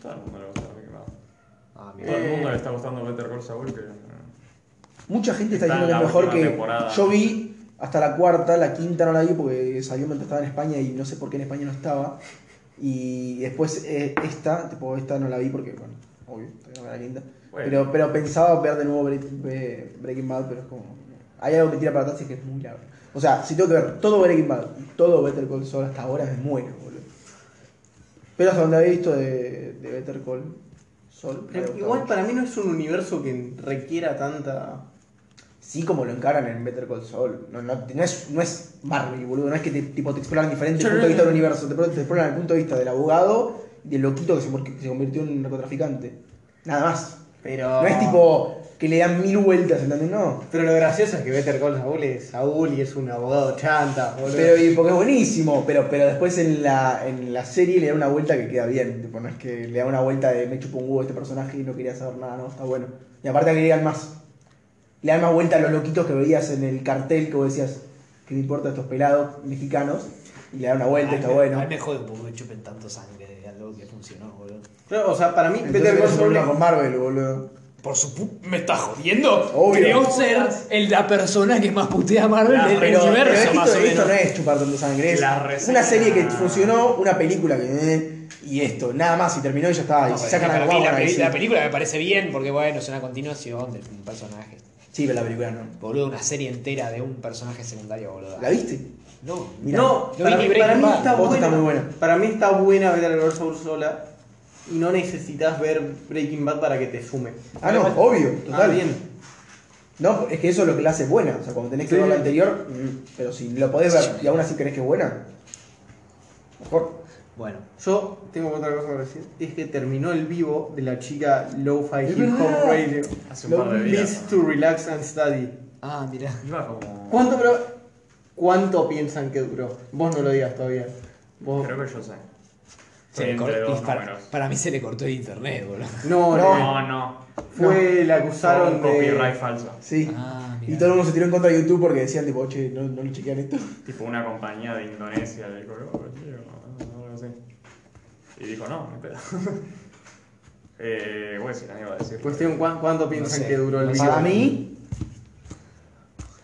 [SPEAKER 6] Todo el mundo le gusta Breaking Bad.
[SPEAKER 2] Ah, mira.
[SPEAKER 6] Todo el mundo le está gustando Better Call Saul, que... eh,
[SPEAKER 5] Mucha gente está
[SPEAKER 6] Está
[SPEAKER 5] diciendo que
[SPEAKER 6] en
[SPEAKER 5] es
[SPEAKER 6] la
[SPEAKER 5] mejor
[SPEAKER 6] última
[SPEAKER 5] que.
[SPEAKER 6] temporada.
[SPEAKER 5] Yo vi hasta la cuarta, la quinta no la vi porque salió mientras estaba en España y no sé por qué en España no estaba. Y después eh, esta, tipo esta no la vi porque, bueno, obvio, todavía no era la quinta.
[SPEAKER 6] Bueno.
[SPEAKER 5] Pero, pero pensaba ver de nuevo Bre- Bre- Breaking Bad, pero es como. Hay algo que tira para atrás y es que es muy largo. O sea, si tengo que ver todo Breaking Bad y todo Better Call Saul hasta ahora, me muero, boludo. Pero hasta donde había visto de, de Better Call Saul. me había gustado
[SPEAKER 4] Eh, Igual
[SPEAKER 5] mucho.
[SPEAKER 4] para mí no es un universo que requiera tanta.
[SPEAKER 5] Sí, como lo encaran en Better Call Saul. No, no, no es, no es Marvel, boludo. No es que te, tipo, te exploran diferente el punto de vista del universo. Te, te exploran el punto de vista del abogado y del loquito que se, mur- que se convirtió en narcotraficante. Nada más.
[SPEAKER 4] Pero.
[SPEAKER 5] No es tipo que le dan mil vueltas, ¿entendés? No.
[SPEAKER 4] Pero lo gracioso es que Better Call Saul es Saúl y es un abogado chanta, boludo.
[SPEAKER 5] Pero, y porque es buenísimo, pero, pero después en la, en la serie le da una vuelta que queda bien. Tipo, no es que le da una vuelta de me chupo un huevo este personaje y no quería saber nada, no, está bueno. Y aparte que le dan más. Le dan más vuelta a los loquitos que veías en el cartel que vos decías, que me importa estos pelados mexicanos. Y le da una vuelta, está
[SPEAKER 2] Ay,
[SPEAKER 5] bueno.
[SPEAKER 2] A mí me jode un poco que chupen tanto sangre de algo que funcionó, boludo.
[SPEAKER 4] Claro, o sea, para mí
[SPEAKER 5] Entonces
[SPEAKER 4] Better
[SPEAKER 5] tenés
[SPEAKER 4] Call
[SPEAKER 5] un
[SPEAKER 4] Saul
[SPEAKER 5] problema
[SPEAKER 4] es-
[SPEAKER 5] con Marvel, boludo.
[SPEAKER 2] Por su pu- ¿Me estás jodiendo?
[SPEAKER 5] Obvio.
[SPEAKER 2] Creo ser el, la persona que más putea a Marvel
[SPEAKER 6] La
[SPEAKER 2] del
[SPEAKER 6] pero-
[SPEAKER 2] Ah, universo,
[SPEAKER 5] Pero
[SPEAKER 2] más o
[SPEAKER 5] esto, esto
[SPEAKER 2] menos.
[SPEAKER 5] no es chupar tanto sangre, es
[SPEAKER 6] La
[SPEAKER 5] una
[SPEAKER 6] reseña-
[SPEAKER 5] serie que funcionó, una película que... eh, y esto, nada más, y terminó y ya está. y
[SPEAKER 2] No,
[SPEAKER 5] si
[SPEAKER 2] pero
[SPEAKER 5] sacan
[SPEAKER 2] es que
[SPEAKER 5] algo
[SPEAKER 2] para mí
[SPEAKER 5] más,
[SPEAKER 2] la,
[SPEAKER 5] van a
[SPEAKER 2] peli-
[SPEAKER 5] decir-
[SPEAKER 2] la película me parece bien, porque bueno, es una continuación de un personaje.
[SPEAKER 5] Sí, pero la película no.
[SPEAKER 2] Boludo, una serie entera de un personaje secundario, boludo.
[SPEAKER 5] ¿La viste?
[SPEAKER 2] No.
[SPEAKER 5] Mirá.
[SPEAKER 4] no,
[SPEAKER 5] Yo
[SPEAKER 4] para,
[SPEAKER 5] vi
[SPEAKER 4] mí-
[SPEAKER 5] Breaking
[SPEAKER 4] para mí
[SPEAKER 5] Bad.
[SPEAKER 4] está
[SPEAKER 5] Vos
[SPEAKER 4] buena.
[SPEAKER 5] está muy buena.
[SPEAKER 4] Para mí está buena Better Call Saul sola. Y no necesitas ver Breaking Bad para que te sume.
[SPEAKER 5] Ah, no, obvio,
[SPEAKER 4] Está
[SPEAKER 5] total.
[SPEAKER 4] bien.
[SPEAKER 5] No, es que eso es lo que la hace buena. O sea, cuando tenés que
[SPEAKER 4] Sí.
[SPEAKER 5] ver la anterior, mm, pero si lo podés ver y aún así crees que es buena, mejor.
[SPEAKER 2] Bueno.
[SPEAKER 4] Yo tengo otra cosa para decir. Es que terminó el vivo de la chica Lo-Fi Hip Hop
[SPEAKER 5] verdad.
[SPEAKER 4] Radio.
[SPEAKER 6] Hace un par de días.
[SPEAKER 4] Leads to Relax and Study.
[SPEAKER 2] Ah, mira.
[SPEAKER 6] Iba como.
[SPEAKER 4] ¿Cuánto, pero, ¿Cuánto piensan que duró? Vos no lo digas todavía. Vos-
[SPEAKER 6] Creo que yo sé.
[SPEAKER 2] Se
[SPEAKER 6] Fue
[SPEAKER 2] le
[SPEAKER 6] entre
[SPEAKER 2] cortó-
[SPEAKER 6] dos
[SPEAKER 2] para,
[SPEAKER 6] números.
[SPEAKER 2] para mí se le cortó el internet, boludo.
[SPEAKER 4] No, no,
[SPEAKER 6] No, no.
[SPEAKER 4] Fue, la
[SPEAKER 6] Fue
[SPEAKER 4] acusaron
[SPEAKER 6] un copyright
[SPEAKER 4] de...
[SPEAKER 6] falso.
[SPEAKER 5] Sí.
[SPEAKER 2] Ah,
[SPEAKER 5] y
[SPEAKER 2] mira.
[SPEAKER 5] todo el mundo se tiró en contra de YouTube porque decían, tipo, che, no, no lo chequean esto.
[SPEAKER 6] Tipo una compañía de Indonesia le dijo, "Oh, tío, no, no, algo así". Y dijo, no, ni pedo. eh, bueno, si nadie va a decir.
[SPEAKER 4] Cuestión, ¿cuán- ¿cuánto piensan
[SPEAKER 2] sé,
[SPEAKER 4] que duró el
[SPEAKER 2] no
[SPEAKER 4] vivo?
[SPEAKER 5] Para mí,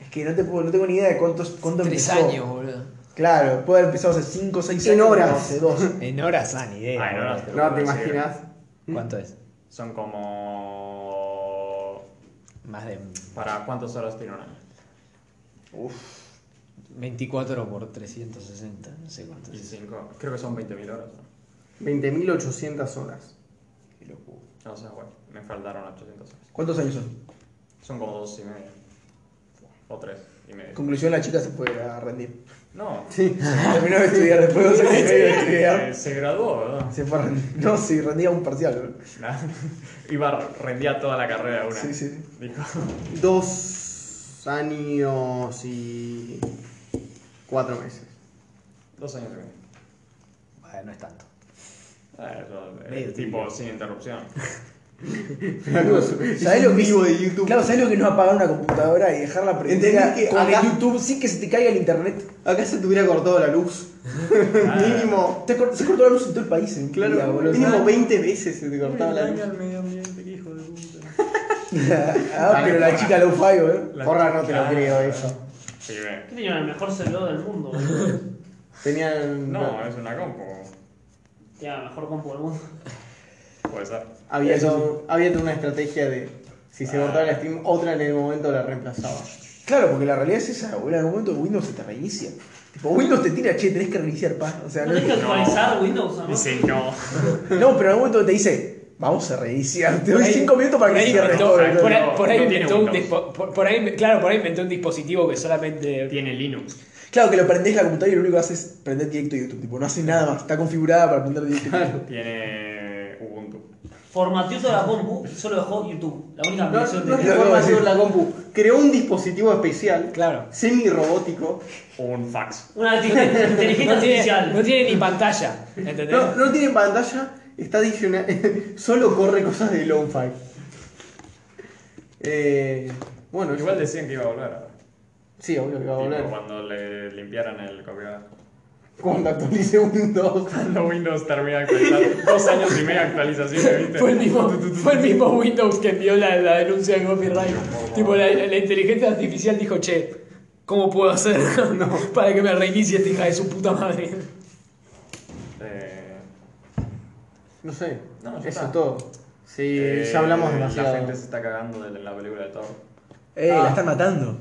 [SPEAKER 5] es que no, te puedo- no tengo ni idea de cuántos, cuánto
[SPEAKER 2] Tres
[SPEAKER 5] empezó.
[SPEAKER 2] años, boludo.
[SPEAKER 5] Claro, puede haber empezado hace 5 o 6 años.
[SPEAKER 4] En horas.
[SPEAKER 5] no, Hace 2.
[SPEAKER 2] En horas, ah, ni idea.
[SPEAKER 6] Ay, no, no,
[SPEAKER 2] boludo.
[SPEAKER 6] te
[SPEAKER 4] No
[SPEAKER 6] lo puedo
[SPEAKER 4] te
[SPEAKER 6] decir.
[SPEAKER 4] imaginas. Mm.
[SPEAKER 2] ¿Cuánto es?
[SPEAKER 6] Son como.
[SPEAKER 2] Más de
[SPEAKER 6] ¿Para cuántas horas tiene una?
[SPEAKER 2] 24 por 360, no sé cuánto
[SPEAKER 6] Y
[SPEAKER 2] es.
[SPEAKER 6] cinco. Creo que son 20.000 horas. ¿no?
[SPEAKER 4] 20.800 horas.
[SPEAKER 6] O sea, bueno, me faltaron 800 horas.
[SPEAKER 5] ¿Cuántos años son?
[SPEAKER 6] Son como dos y medio. O tres y medio.
[SPEAKER 5] Conclusión, la chica se fue a rendir.
[SPEAKER 6] No.
[SPEAKER 5] Terminó de estudiar, después de dos años y medio de
[SPEAKER 6] eh,
[SPEAKER 5] estudiar.
[SPEAKER 6] se graduó, ¿verdad?
[SPEAKER 5] Se fue a rendir. No, sí, rendía un parcial. boludo.
[SPEAKER 6] Iba, rendía toda la carrera de una.
[SPEAKER 5] Sí, sí, sí.
[SPEAKER 6] Dijo.
[SPEAKER 4] Dos años y cuatro meses.
[SPEAKER 6] Dos años y medio.
[SPEAKER 2] Bueno, no es tanto.
[SPEAKER 6] Ah, eso, eh,
[SPEAKER 2] Medio
[SPEAKER 6] tipo sin interrupción.
[SPEAKER 5] ¿Sabés lo que
[SPEAKER 4] vivo
[SPEAKER 5] es-
[SPEAKER 4] de YouTube.
[SPEAKER 5] Claro, ¿sabés lo que no apagar una computadora y dejarla prendida
[SPEAKER 4] Entendí que
[SPEAKER 5] con el
[SPEAKER 4] acá-
[SPEAKER 5] YouTube sin que se te caiga el internet?
[SPEAKER 4] Acá se te hubiera cortado la luz. mínimo.
[SPEAKER 5] Te cor- se cortó la luz en todo el país. en un
[SPEAKER 4] Claro,
[SPEAKER 5] día, boludo. Ah,
[SPEAKER 4] mínimo 20 veces se te cortaba la luz.
[SPEAKER 6] medio ambiente, hijo de puta.
[SPEAKER 5] Ah, pero la chica lo ¿eh? fai, boludo.
[SPEAKER 4] Porra, no te lo creo eso.
[SPEAKER 6] Sí, ve.
[SPEAKER 3] ¿Qué tenían el mejor celular del mundo, boludo?
[SPEAKER 4] Tenían.
[SPEAKER 6] No, eh, es una compu.
[SPEAKER 3] Tenía la mejor compu del mundo.
[SPEAKER 6] Puede ser.
[SPEAKER 4] Había,
[SPEAKER 5] Eso
[SPEAKER 4] todo- había toda una estrategia de si se cortaba la Steam, otra en el momento la reemplazaba.
[SPEAKER 5] Claro, porque la realidad es esa, boludo. En algún momento Windows se te reinicia. Tipo, Windows te tira, che, tenés que reiniciar, pa. O sea,
[SPEAKER 3] ¿No
[SPEAKER 5] no,
[SPEAKER 3] tenés que actualizar Windows, ¿no?
[SPEAKER 6] Dice no.
[SPEAKER 5] no, pero en algún momento te dice, vamos a reiniciar. Te doy 5 minutos para
[SPEAKER 2] Por
[SPEAKER 5] que
[SPEAKER 2] ahí
[SPEAKER 5] cierres
[SPEAKER 2] inventó-
[SPEAKER 5] todo.
[SPEAKER 6] no,
[SPEAKER 5] boludo.
[SPEAKER 2] por ahí-
[SPEAKER 6] Ah, no,
[SPEAKER 2] por ahí
[SPEAKER 6] no tiene
[SPEAKER 2] inventó un
[SPEAKER 6] Windows.
[SPEAKER 2] dispo- por- por ahí- Claro, por ahí inventó un dispositivo que solamente.
[SPEAKER 6] Tiene Linux.
[SPEAKER 5] Claro, que lo prendés la computadora y lo único que haces es prender directo YouTube. Tipo, no haces nada más. Está configurada para prender directo YouTube.
[SPEAKER 6] Tiene Ubuntu.
[SPEAKER 3] Formateó toda la compu y solo dejó YouTube. La única
[SPEAKER 4] No, no,
[SPEAKER 3] aplicación
[SPEAKER 4] no
[SPEAKER 3] Ah, que
[SPEAKER 4] es que
[SPEAKER 5] Lo acabo de
[SPEAKER 4] formateó
[SPEAKER 5] decir.
[SPEAKER 4] la compu. Creó un dispositivo especial,
[SPEAKER 2] Claro.
[SPEAKER 4] semi-robótico.
[SPEAKER 6] Un fax.
[SPEAKER 3] Una inteligencia inteligencia
[SPEAKER 2] No tiene,
[SPEAKER 3] artificial.
[SPEAKER 2] no tiene ni pantalla, ¿entendés?
[SPEAKER 4] No, no tiene pantalla, está adicional. solo corre cosas de Lo-Fi. Eh, bueno,
[SPEAKER 6] Pues Igual decían que iba a volver. ahora.
[SPEAKER 4] Sí, obvio que va a
[SPEAKER 6] Tipo,
[SPEAKER 4] volver.
[SPEAKER 6] Cuando le limpiaran el copiador.
[SPEAKER 4] Cuando actualice Windows.
[SPEAKER 6] Cuando Windows termina de actualizar. Dos años y medio de actualización, ¿viste?
[SPEAKER 2] Fue el, mismo, fue el mismo Windows que envió la, la denuncia de copyright. tipo, la, la inteligencia artificial dijo, che, ¿cómo puedo hacer para que me reinicie esta hija de su puta madre?
[SPEAKER 6] Eh,
[SPEAKER 4] No sé.
[SPEAKER 6] No,
[SPEAKER 4] eso
[SPEAKER 6] ya está.
[SPEAKER 4] es todo. Sí,
[SPEAKER 6] eh,
[SPEAKER 4] ya hablamos
[SPEAKER 6] La
[SPEAKER 4] demasiado.
[SPEAKER 6] gente se está cagando de la película de Thor.
[SPEAKER 5] Eh,
[SPEAKER 4] Ah.
[SPEAKER 5] la están matando.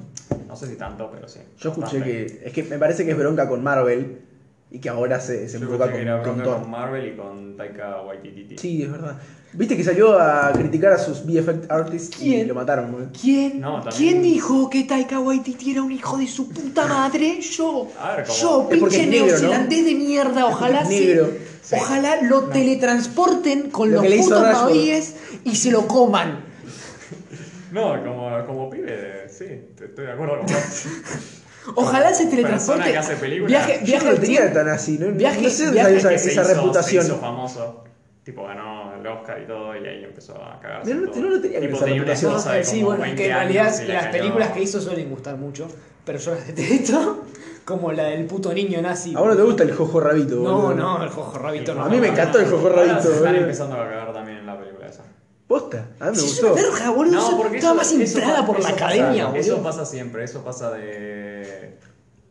[SPEAKER 6] No sé si tanto, pero sí.
[SPEAKER 5] Yo escuché
[SPEAKER 6] Bastante.
[SPEAKER 5] que. Es que me parece que es bronca con Marvel y que ahora se, se
[SPEAKER 6] Yo
[SPEAKER 5] embroca
[SPEAKER 6] escuché que
[SPEAKER 5] con,
[SPEAKER 6] era
[SPEAKER 5] con
[SPEAKER 6] bronca
[SPEAKER 5] Thor.
[SPEAKER 6] con Marvel y con Taika Waititi.
[SPEAKER 5] Sí, es verdad. Viste que salió a criticar a sus VFX artists y
[SPEAKER 2] ¿Quién?
[SPEAKER 5] lo mataron, boludo.
[SPEAKER 2] ¿Quién,
[SPEAKER 6] No, también-
[SPEAKER 2] ¿quién dijo que Taika Waititi era un hijo de su puta madre? Yo,
[SPEAKER 6] A ver, ¿cómo?
[SPEAKER 2] yo,
[SPEAKER 5] Es porque
[SPEAKER 2] pinche
[SPEAKER 5] es negro, ¿no?
[SPEAKER 2] neozelandés de mierda, ojalá
[SPEAKER 5] Es
[SPEAKER 2] se-
[SPEAKER 5] negro.
[SPEAKER 2] Ojalá lo teletransporten con
[SPEAKER 5] Lo que le
[SPEAKER 2] los
[SPEAKER 5] hizo
[SPEAKER 2] putos
[SPEAKER 5] Rashford.
[SPEAKER 2] maoríes y se lo coman.
[SPEAKER 6] No, como, como pibe, sí, te- estoy de acuerdo con vos.
[SPEAKER 2] Ojalá se
[SPEAKER 6] Persona
[SPEAKER 2] teletransporte.
[SPEAKER 6] que hace películas.
[SPEAKER 2] Viaje,
[SPEAKER 5] Yo
[SPEAKER 2] viaje
[SPEAKER 5] no
[SPEAKER 2] al
[SPEAKER 5] lo tenía
[SPEAKER 2] tiempo.
[SPEAKER 5] tan así, ¿no?
[SPEAKER 2] Viaje-
[SPEAKER 5] no sé dónde
[SPEAKER 2] viaje
[SPEAKER 5] salió esa,
[SPEAKER 6] Que se
[SPEAKER 5] esa
[SPEAKER 6] hizo-
[SPEAKER 5] reputación.
[SPEAKER 6] Se hizo famoso. Tipo, ganó el Oscar y todo, y ahí empezó a cagarse.
[SPEAKER 5] Pero no-
[SPEAKER 6] todo.
[SPEAKER 5] no lo tenía que
[SPEAKER 6] tipo,
[SPEAKER 5] esa
[SPEAKER 6] tenía una
[SPEAKER 5] reputación.
[SPEAKER 6] esposa de
[SPEAKER 2] sí,
[SPEAKER 6] como
[SPEAKER 2] bueno, es
[SPEAKER 6] 20
[SPEAKER 2] que en realidad
[SPEAKER 6] años y la
[SPEAKER 2] las
[SPEAKER 6] cayó.
[SPEAKER 2] películas que hizo suelen gustar mucho, pero yo las detesto, como la del puto niño nazi.
[SPEAKER 5] A vos no te gusta el Jojo Rabito,
[SPEAKER 2] No,
[SPEAKER 5] boludo.
[SPEAKER 2] no, el Jojo Rabito no.
[SPEAKER 5] A mí me encantó el Jojo
[SPEAKER 6] Ahora
[SPEAKER 5] Rabito,
[SPEAKER 6] se están
[SPEAKER 5] boludo.
[SPEAKER 6] empezando a cagar también en la película esa.
[SPEAKER 5] Posta, a mí Ah, me
[SPEAKER 2] Sí, es una
[SPEAKER 5] gustó.
[SPEAKER 2] verga, boludo. eso estaba más
[SPEAKER 6] eso
[SPEAKER 2] inflada
[SPEAKER 6] pa-
[SPEAKER 2] por la
[SPEAKER 6] eso pasa-
[SPEAKER 2] academia,
[SPEAKER 6] Eso
[SPEAKER 2] boludo.
[SPEAKER 6] pasa siempre, eso pasa de...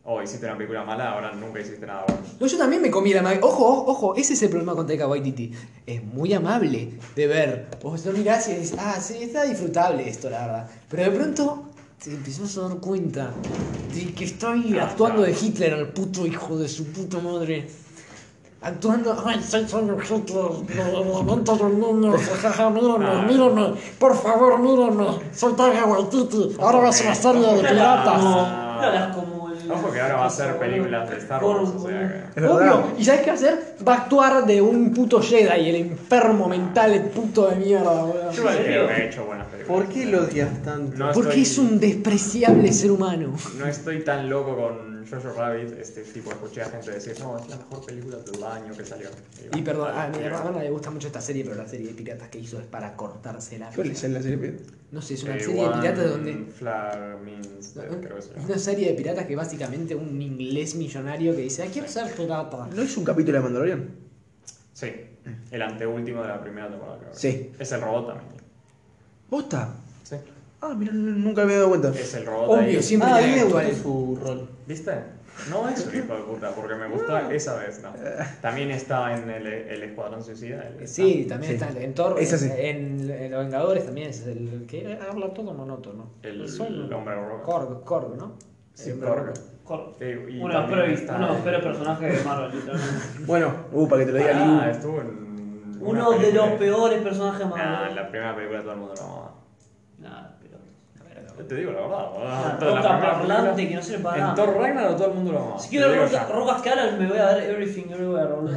[SPEAKER 6] Oh, hiciste una película mala, ahora nunca hiciste nada bueno.
[SPEAKER 2] No, Pues yo también me comí la magia. Ojo, ojo, ojo, ese es el problema con Taika Waititi. Es muy amable de ver. Vos lo mirás y dices, ah, sí, está disfrutable esto, la verdad. Pero de pronto te empezás a dar cuenta de que estoy
[SPEAKER 6] Ah,
[SPEAKER 2] actuando de Hitler al puto hijo de su puta madre. Actuando, ay, soy solo Hitler, lo- lo lamento a los niños, jajaja,
[SPEAKER 6] Ah.
[SPEAKER 2] mírenme, mírenme, por favor, mírenme, soy Taika Waititi, ahora va a ser una serie de piratas.
[SPEAKER 3] No hablas como el.
[SPEAKER 6] Ojo que Ah. ahora va a ser películas de Star Wars, o sea
[SPEAKER 5] Es verdad.
[SPEAKER 2] Obvio, ¿y sabes qué va a hacer? Va a actuar de un puto Jedi, el enfermo mental, el puto de mierda, boludo.
[SPEAKER 6] que... Yo creo que he hecho buenas películas.
[SPEAKER 4] ¿Por qué lo odias tanto?
[SPEAKER 6] No
[SPEAKER 2] Porque es
[SPEAKER 6] estoy-
[SPEAKER 2] un despreciable ser humano.
[SPEAKER 6] No estoy tan loco con Jojo Rabbit, este tipo, escuché a gente decir, no, es la mejor película del año que salió.
[SPEAKER 2] Y perdón, a mi hermana le gusta mucho esta serie, pero la serie de piratas que hizo es para cortarse la
[SPEAKER 5] ¿Cuál
[SPEAKER 2] vida.
[SPEAKER 5] es la serie?
[SPEAKER 2] No sé, es
[SPEAKER 6] eh,
[SPEAKER 2] una serie de piratas donde.
[SPEAKER 6] Flamins, creo que se llama.
[SPEAKER 2] Una serie de piratas que básicamente un inglés millonario que dice, ah, quiero ser pirata.
[SPEAKER 5] ¿No hizo un capítulo de Mandalorian?
[SPEAKER 6] Sí, el anteúltimo de la primera temporada, creo. que
[SPEAKER 5] Sí.
[SPEAKER 6] Es el robot también.
[SPEAKER 5] ¿Bosta?
[SPEAKER 6] Sí.
[SPEAKER 5] Ah, mira, no- nunca me había dado cuenta.
[SPEAKER 6] Es el robot
[SPEAKER 2] Obvio,
[SPEAKER 6] ahí.
[SPEAKER 2] siempre
[SPEAKER 4] Ah, a mí
[SPEAKER 2] tiene
[SPEAKER 4] me
[SPEAKER 2] que
[SPEAKER 4] gustó
[SPEAKER 2] actuar el-
[SPEAKER 4] su rol.
[SPEAKER 6] ¿Viste? No es un hijo de puta, porque me gustó esa vez, no. También está en el, el Escuadrón Suicida. el-
[SPEAKER 2] Sí, también está en Thor,
[SPEAKER 5] Esa sí.
[SPEAKER 2] en, en Los Vengadores también es el que habla todo monótono.
[SPEAKER 6] El,
[SPEAKER 2] Soy
[SPEAKER 6] el hombre rojo.
[SPEAKER 2] Korg, Korg, ¿no?
[SPEAKER 6] Sí,
[SPEAKER 2] El hombre
[SPEAKER 6] Korg.
[SPEAKER 2] rojo.
[SPEAKER 3] Cor-
[SPEAKER 6] Sí, y
[SPEAKER 3] Uno de los
[SPEAKER 6] también
[SPEAKER 3] peores
[SPEAKER 6] está-
[SPEAKER 3] uno de los peores personajes de Marvel, literalmente.
[SPEAKER 5] Bueno, uh, para que te lo diga
[SPEAKER 6] Ah,
[SPEAKER 5] Liu.
[SPEAKER 6] estuvo en. una
[SPEAKER 3] Uno de
[SPEAKER 6] película.
[SPEAKER 3] los peores personajes de
[SPEAKER 6] Nah, en
[SPEAKER 3] Marvel.
[SPEAKER 6] Ah, la primera película todo el mundo lo amaba.
[SPEAKER 3] Nada, pero.
[SPEAKER 6] Yo te digo Ah, la verdad,
[SPEAKER 5] Ah,
[SPEAKER 6] boludo. Todas las
[SPEAKER 3] Roca
[SPEAKER 6] primeras
[SPEAKER 3] parlante que
[SPEAKER 6] películas-
[SPEAKER 3] no sirve para
[SPEAKER 6] En
[SPEAKER 3] nada.
[SPEAKER 6] Thor Ragnarok todo el mundo lo amaba.
[SPEAKER 3] Si
[SPEAKER 6] Te
[SPEAKER 3] quiero
[SPEAKER 6] digo
[SPEAKER 3] roca-
[SPEAKER 6] ya.
[SPEAKER 3] rocas caras, me voy a ver Everything Everywhere, boludo.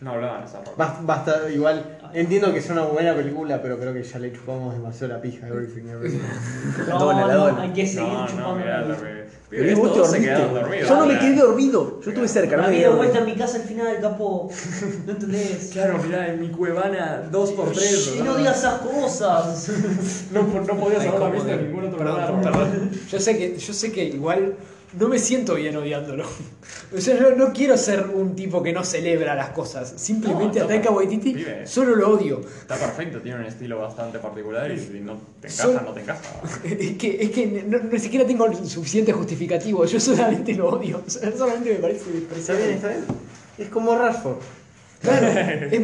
[SPEAKER 6] No hablaban esa roca.
[SPEAKER 4] Bas- Basta, igual. Entiendo que es una buena película, pero creo que ya le chupamos demasiado la pija. Everything, everything.
[SPEAKER 3] No,
[SPEAKER 5] dona, la
[SPEAKER 3] no,
[SPEAKER 5] dona.
[SPEAKER 3] hay que seguir
[SPEAKER 6] No, no,
[SPEAKER 3] chupando.
[SPEAKER 6] mirá
[SPEAKER 3] la
[SPEAKER 6] la
[SPEAKER 3] vida.
[SPEAKER 6] re-
[SPEAKER 5] Pero vos te
[SPEAKER 6] Todos se
[SPEAKER 5] dormiste.
[SPEAKER 6] quedaron dormidos. Ah.
[SPEAKER 5] Yo no me quedé dormido. Yo estuve cerca, no
[SPEAKER 3] La
[SPEAKER 5] me
[SPEAKER 3] vi
[SPEAKER 5] quedé
[SPEAKER 3] de vuelta en
[SPEAKER 5] dormido.
[SPEAKER 3] mi casa al final, capo. ¿No entendés?
[SPEAKER 6] Claro, mirá, en mi cuevana 2x3.
[SPEAKER 3] Y no digas esas cosas.
[SPEAKER 6] No, no podías
[SPEAKER 2] Ay,
[SPEAKER 6] haberla
[SPEAKER 2] cómo
[SPEAKER 6] visto en
[SPEAKER 2] de-
[SPEAKER 6] ningún otro
[SPEAKER 2] Perdón,
[SPEAKER 6] lugar.
[SPEAKER 2] perdón. Yo sé que, yo sé que igual no me siento bien odiándolo. O sea, yo no quiero ser un tipo que no celebra las cosas. Simplemente a
[SPEAKER 6] No, no,
[SPEAKER 2] Taika Waititi
[SPEAKER 6] pibe. eh.
[SPEAKER 2] solo lo odio.
[SPEAKER 6] Está perfecto, tiene un estilo bastante particular y si no te encaja,
[SPEAKER 2] Son-
[SPEAKER 6] no te encaja.
[SPEAKER 2] Es que, es que no, ni siquiera tengo el suficiente justificativo. Yo solamente lo odio. Solamente me parece
[SPEAKER 4] Está bien,
[SPEAKER 2] despreciable.
[SPEAKER 4] está bien. Es como Rashford.
[SPEAKER 2] Claro, es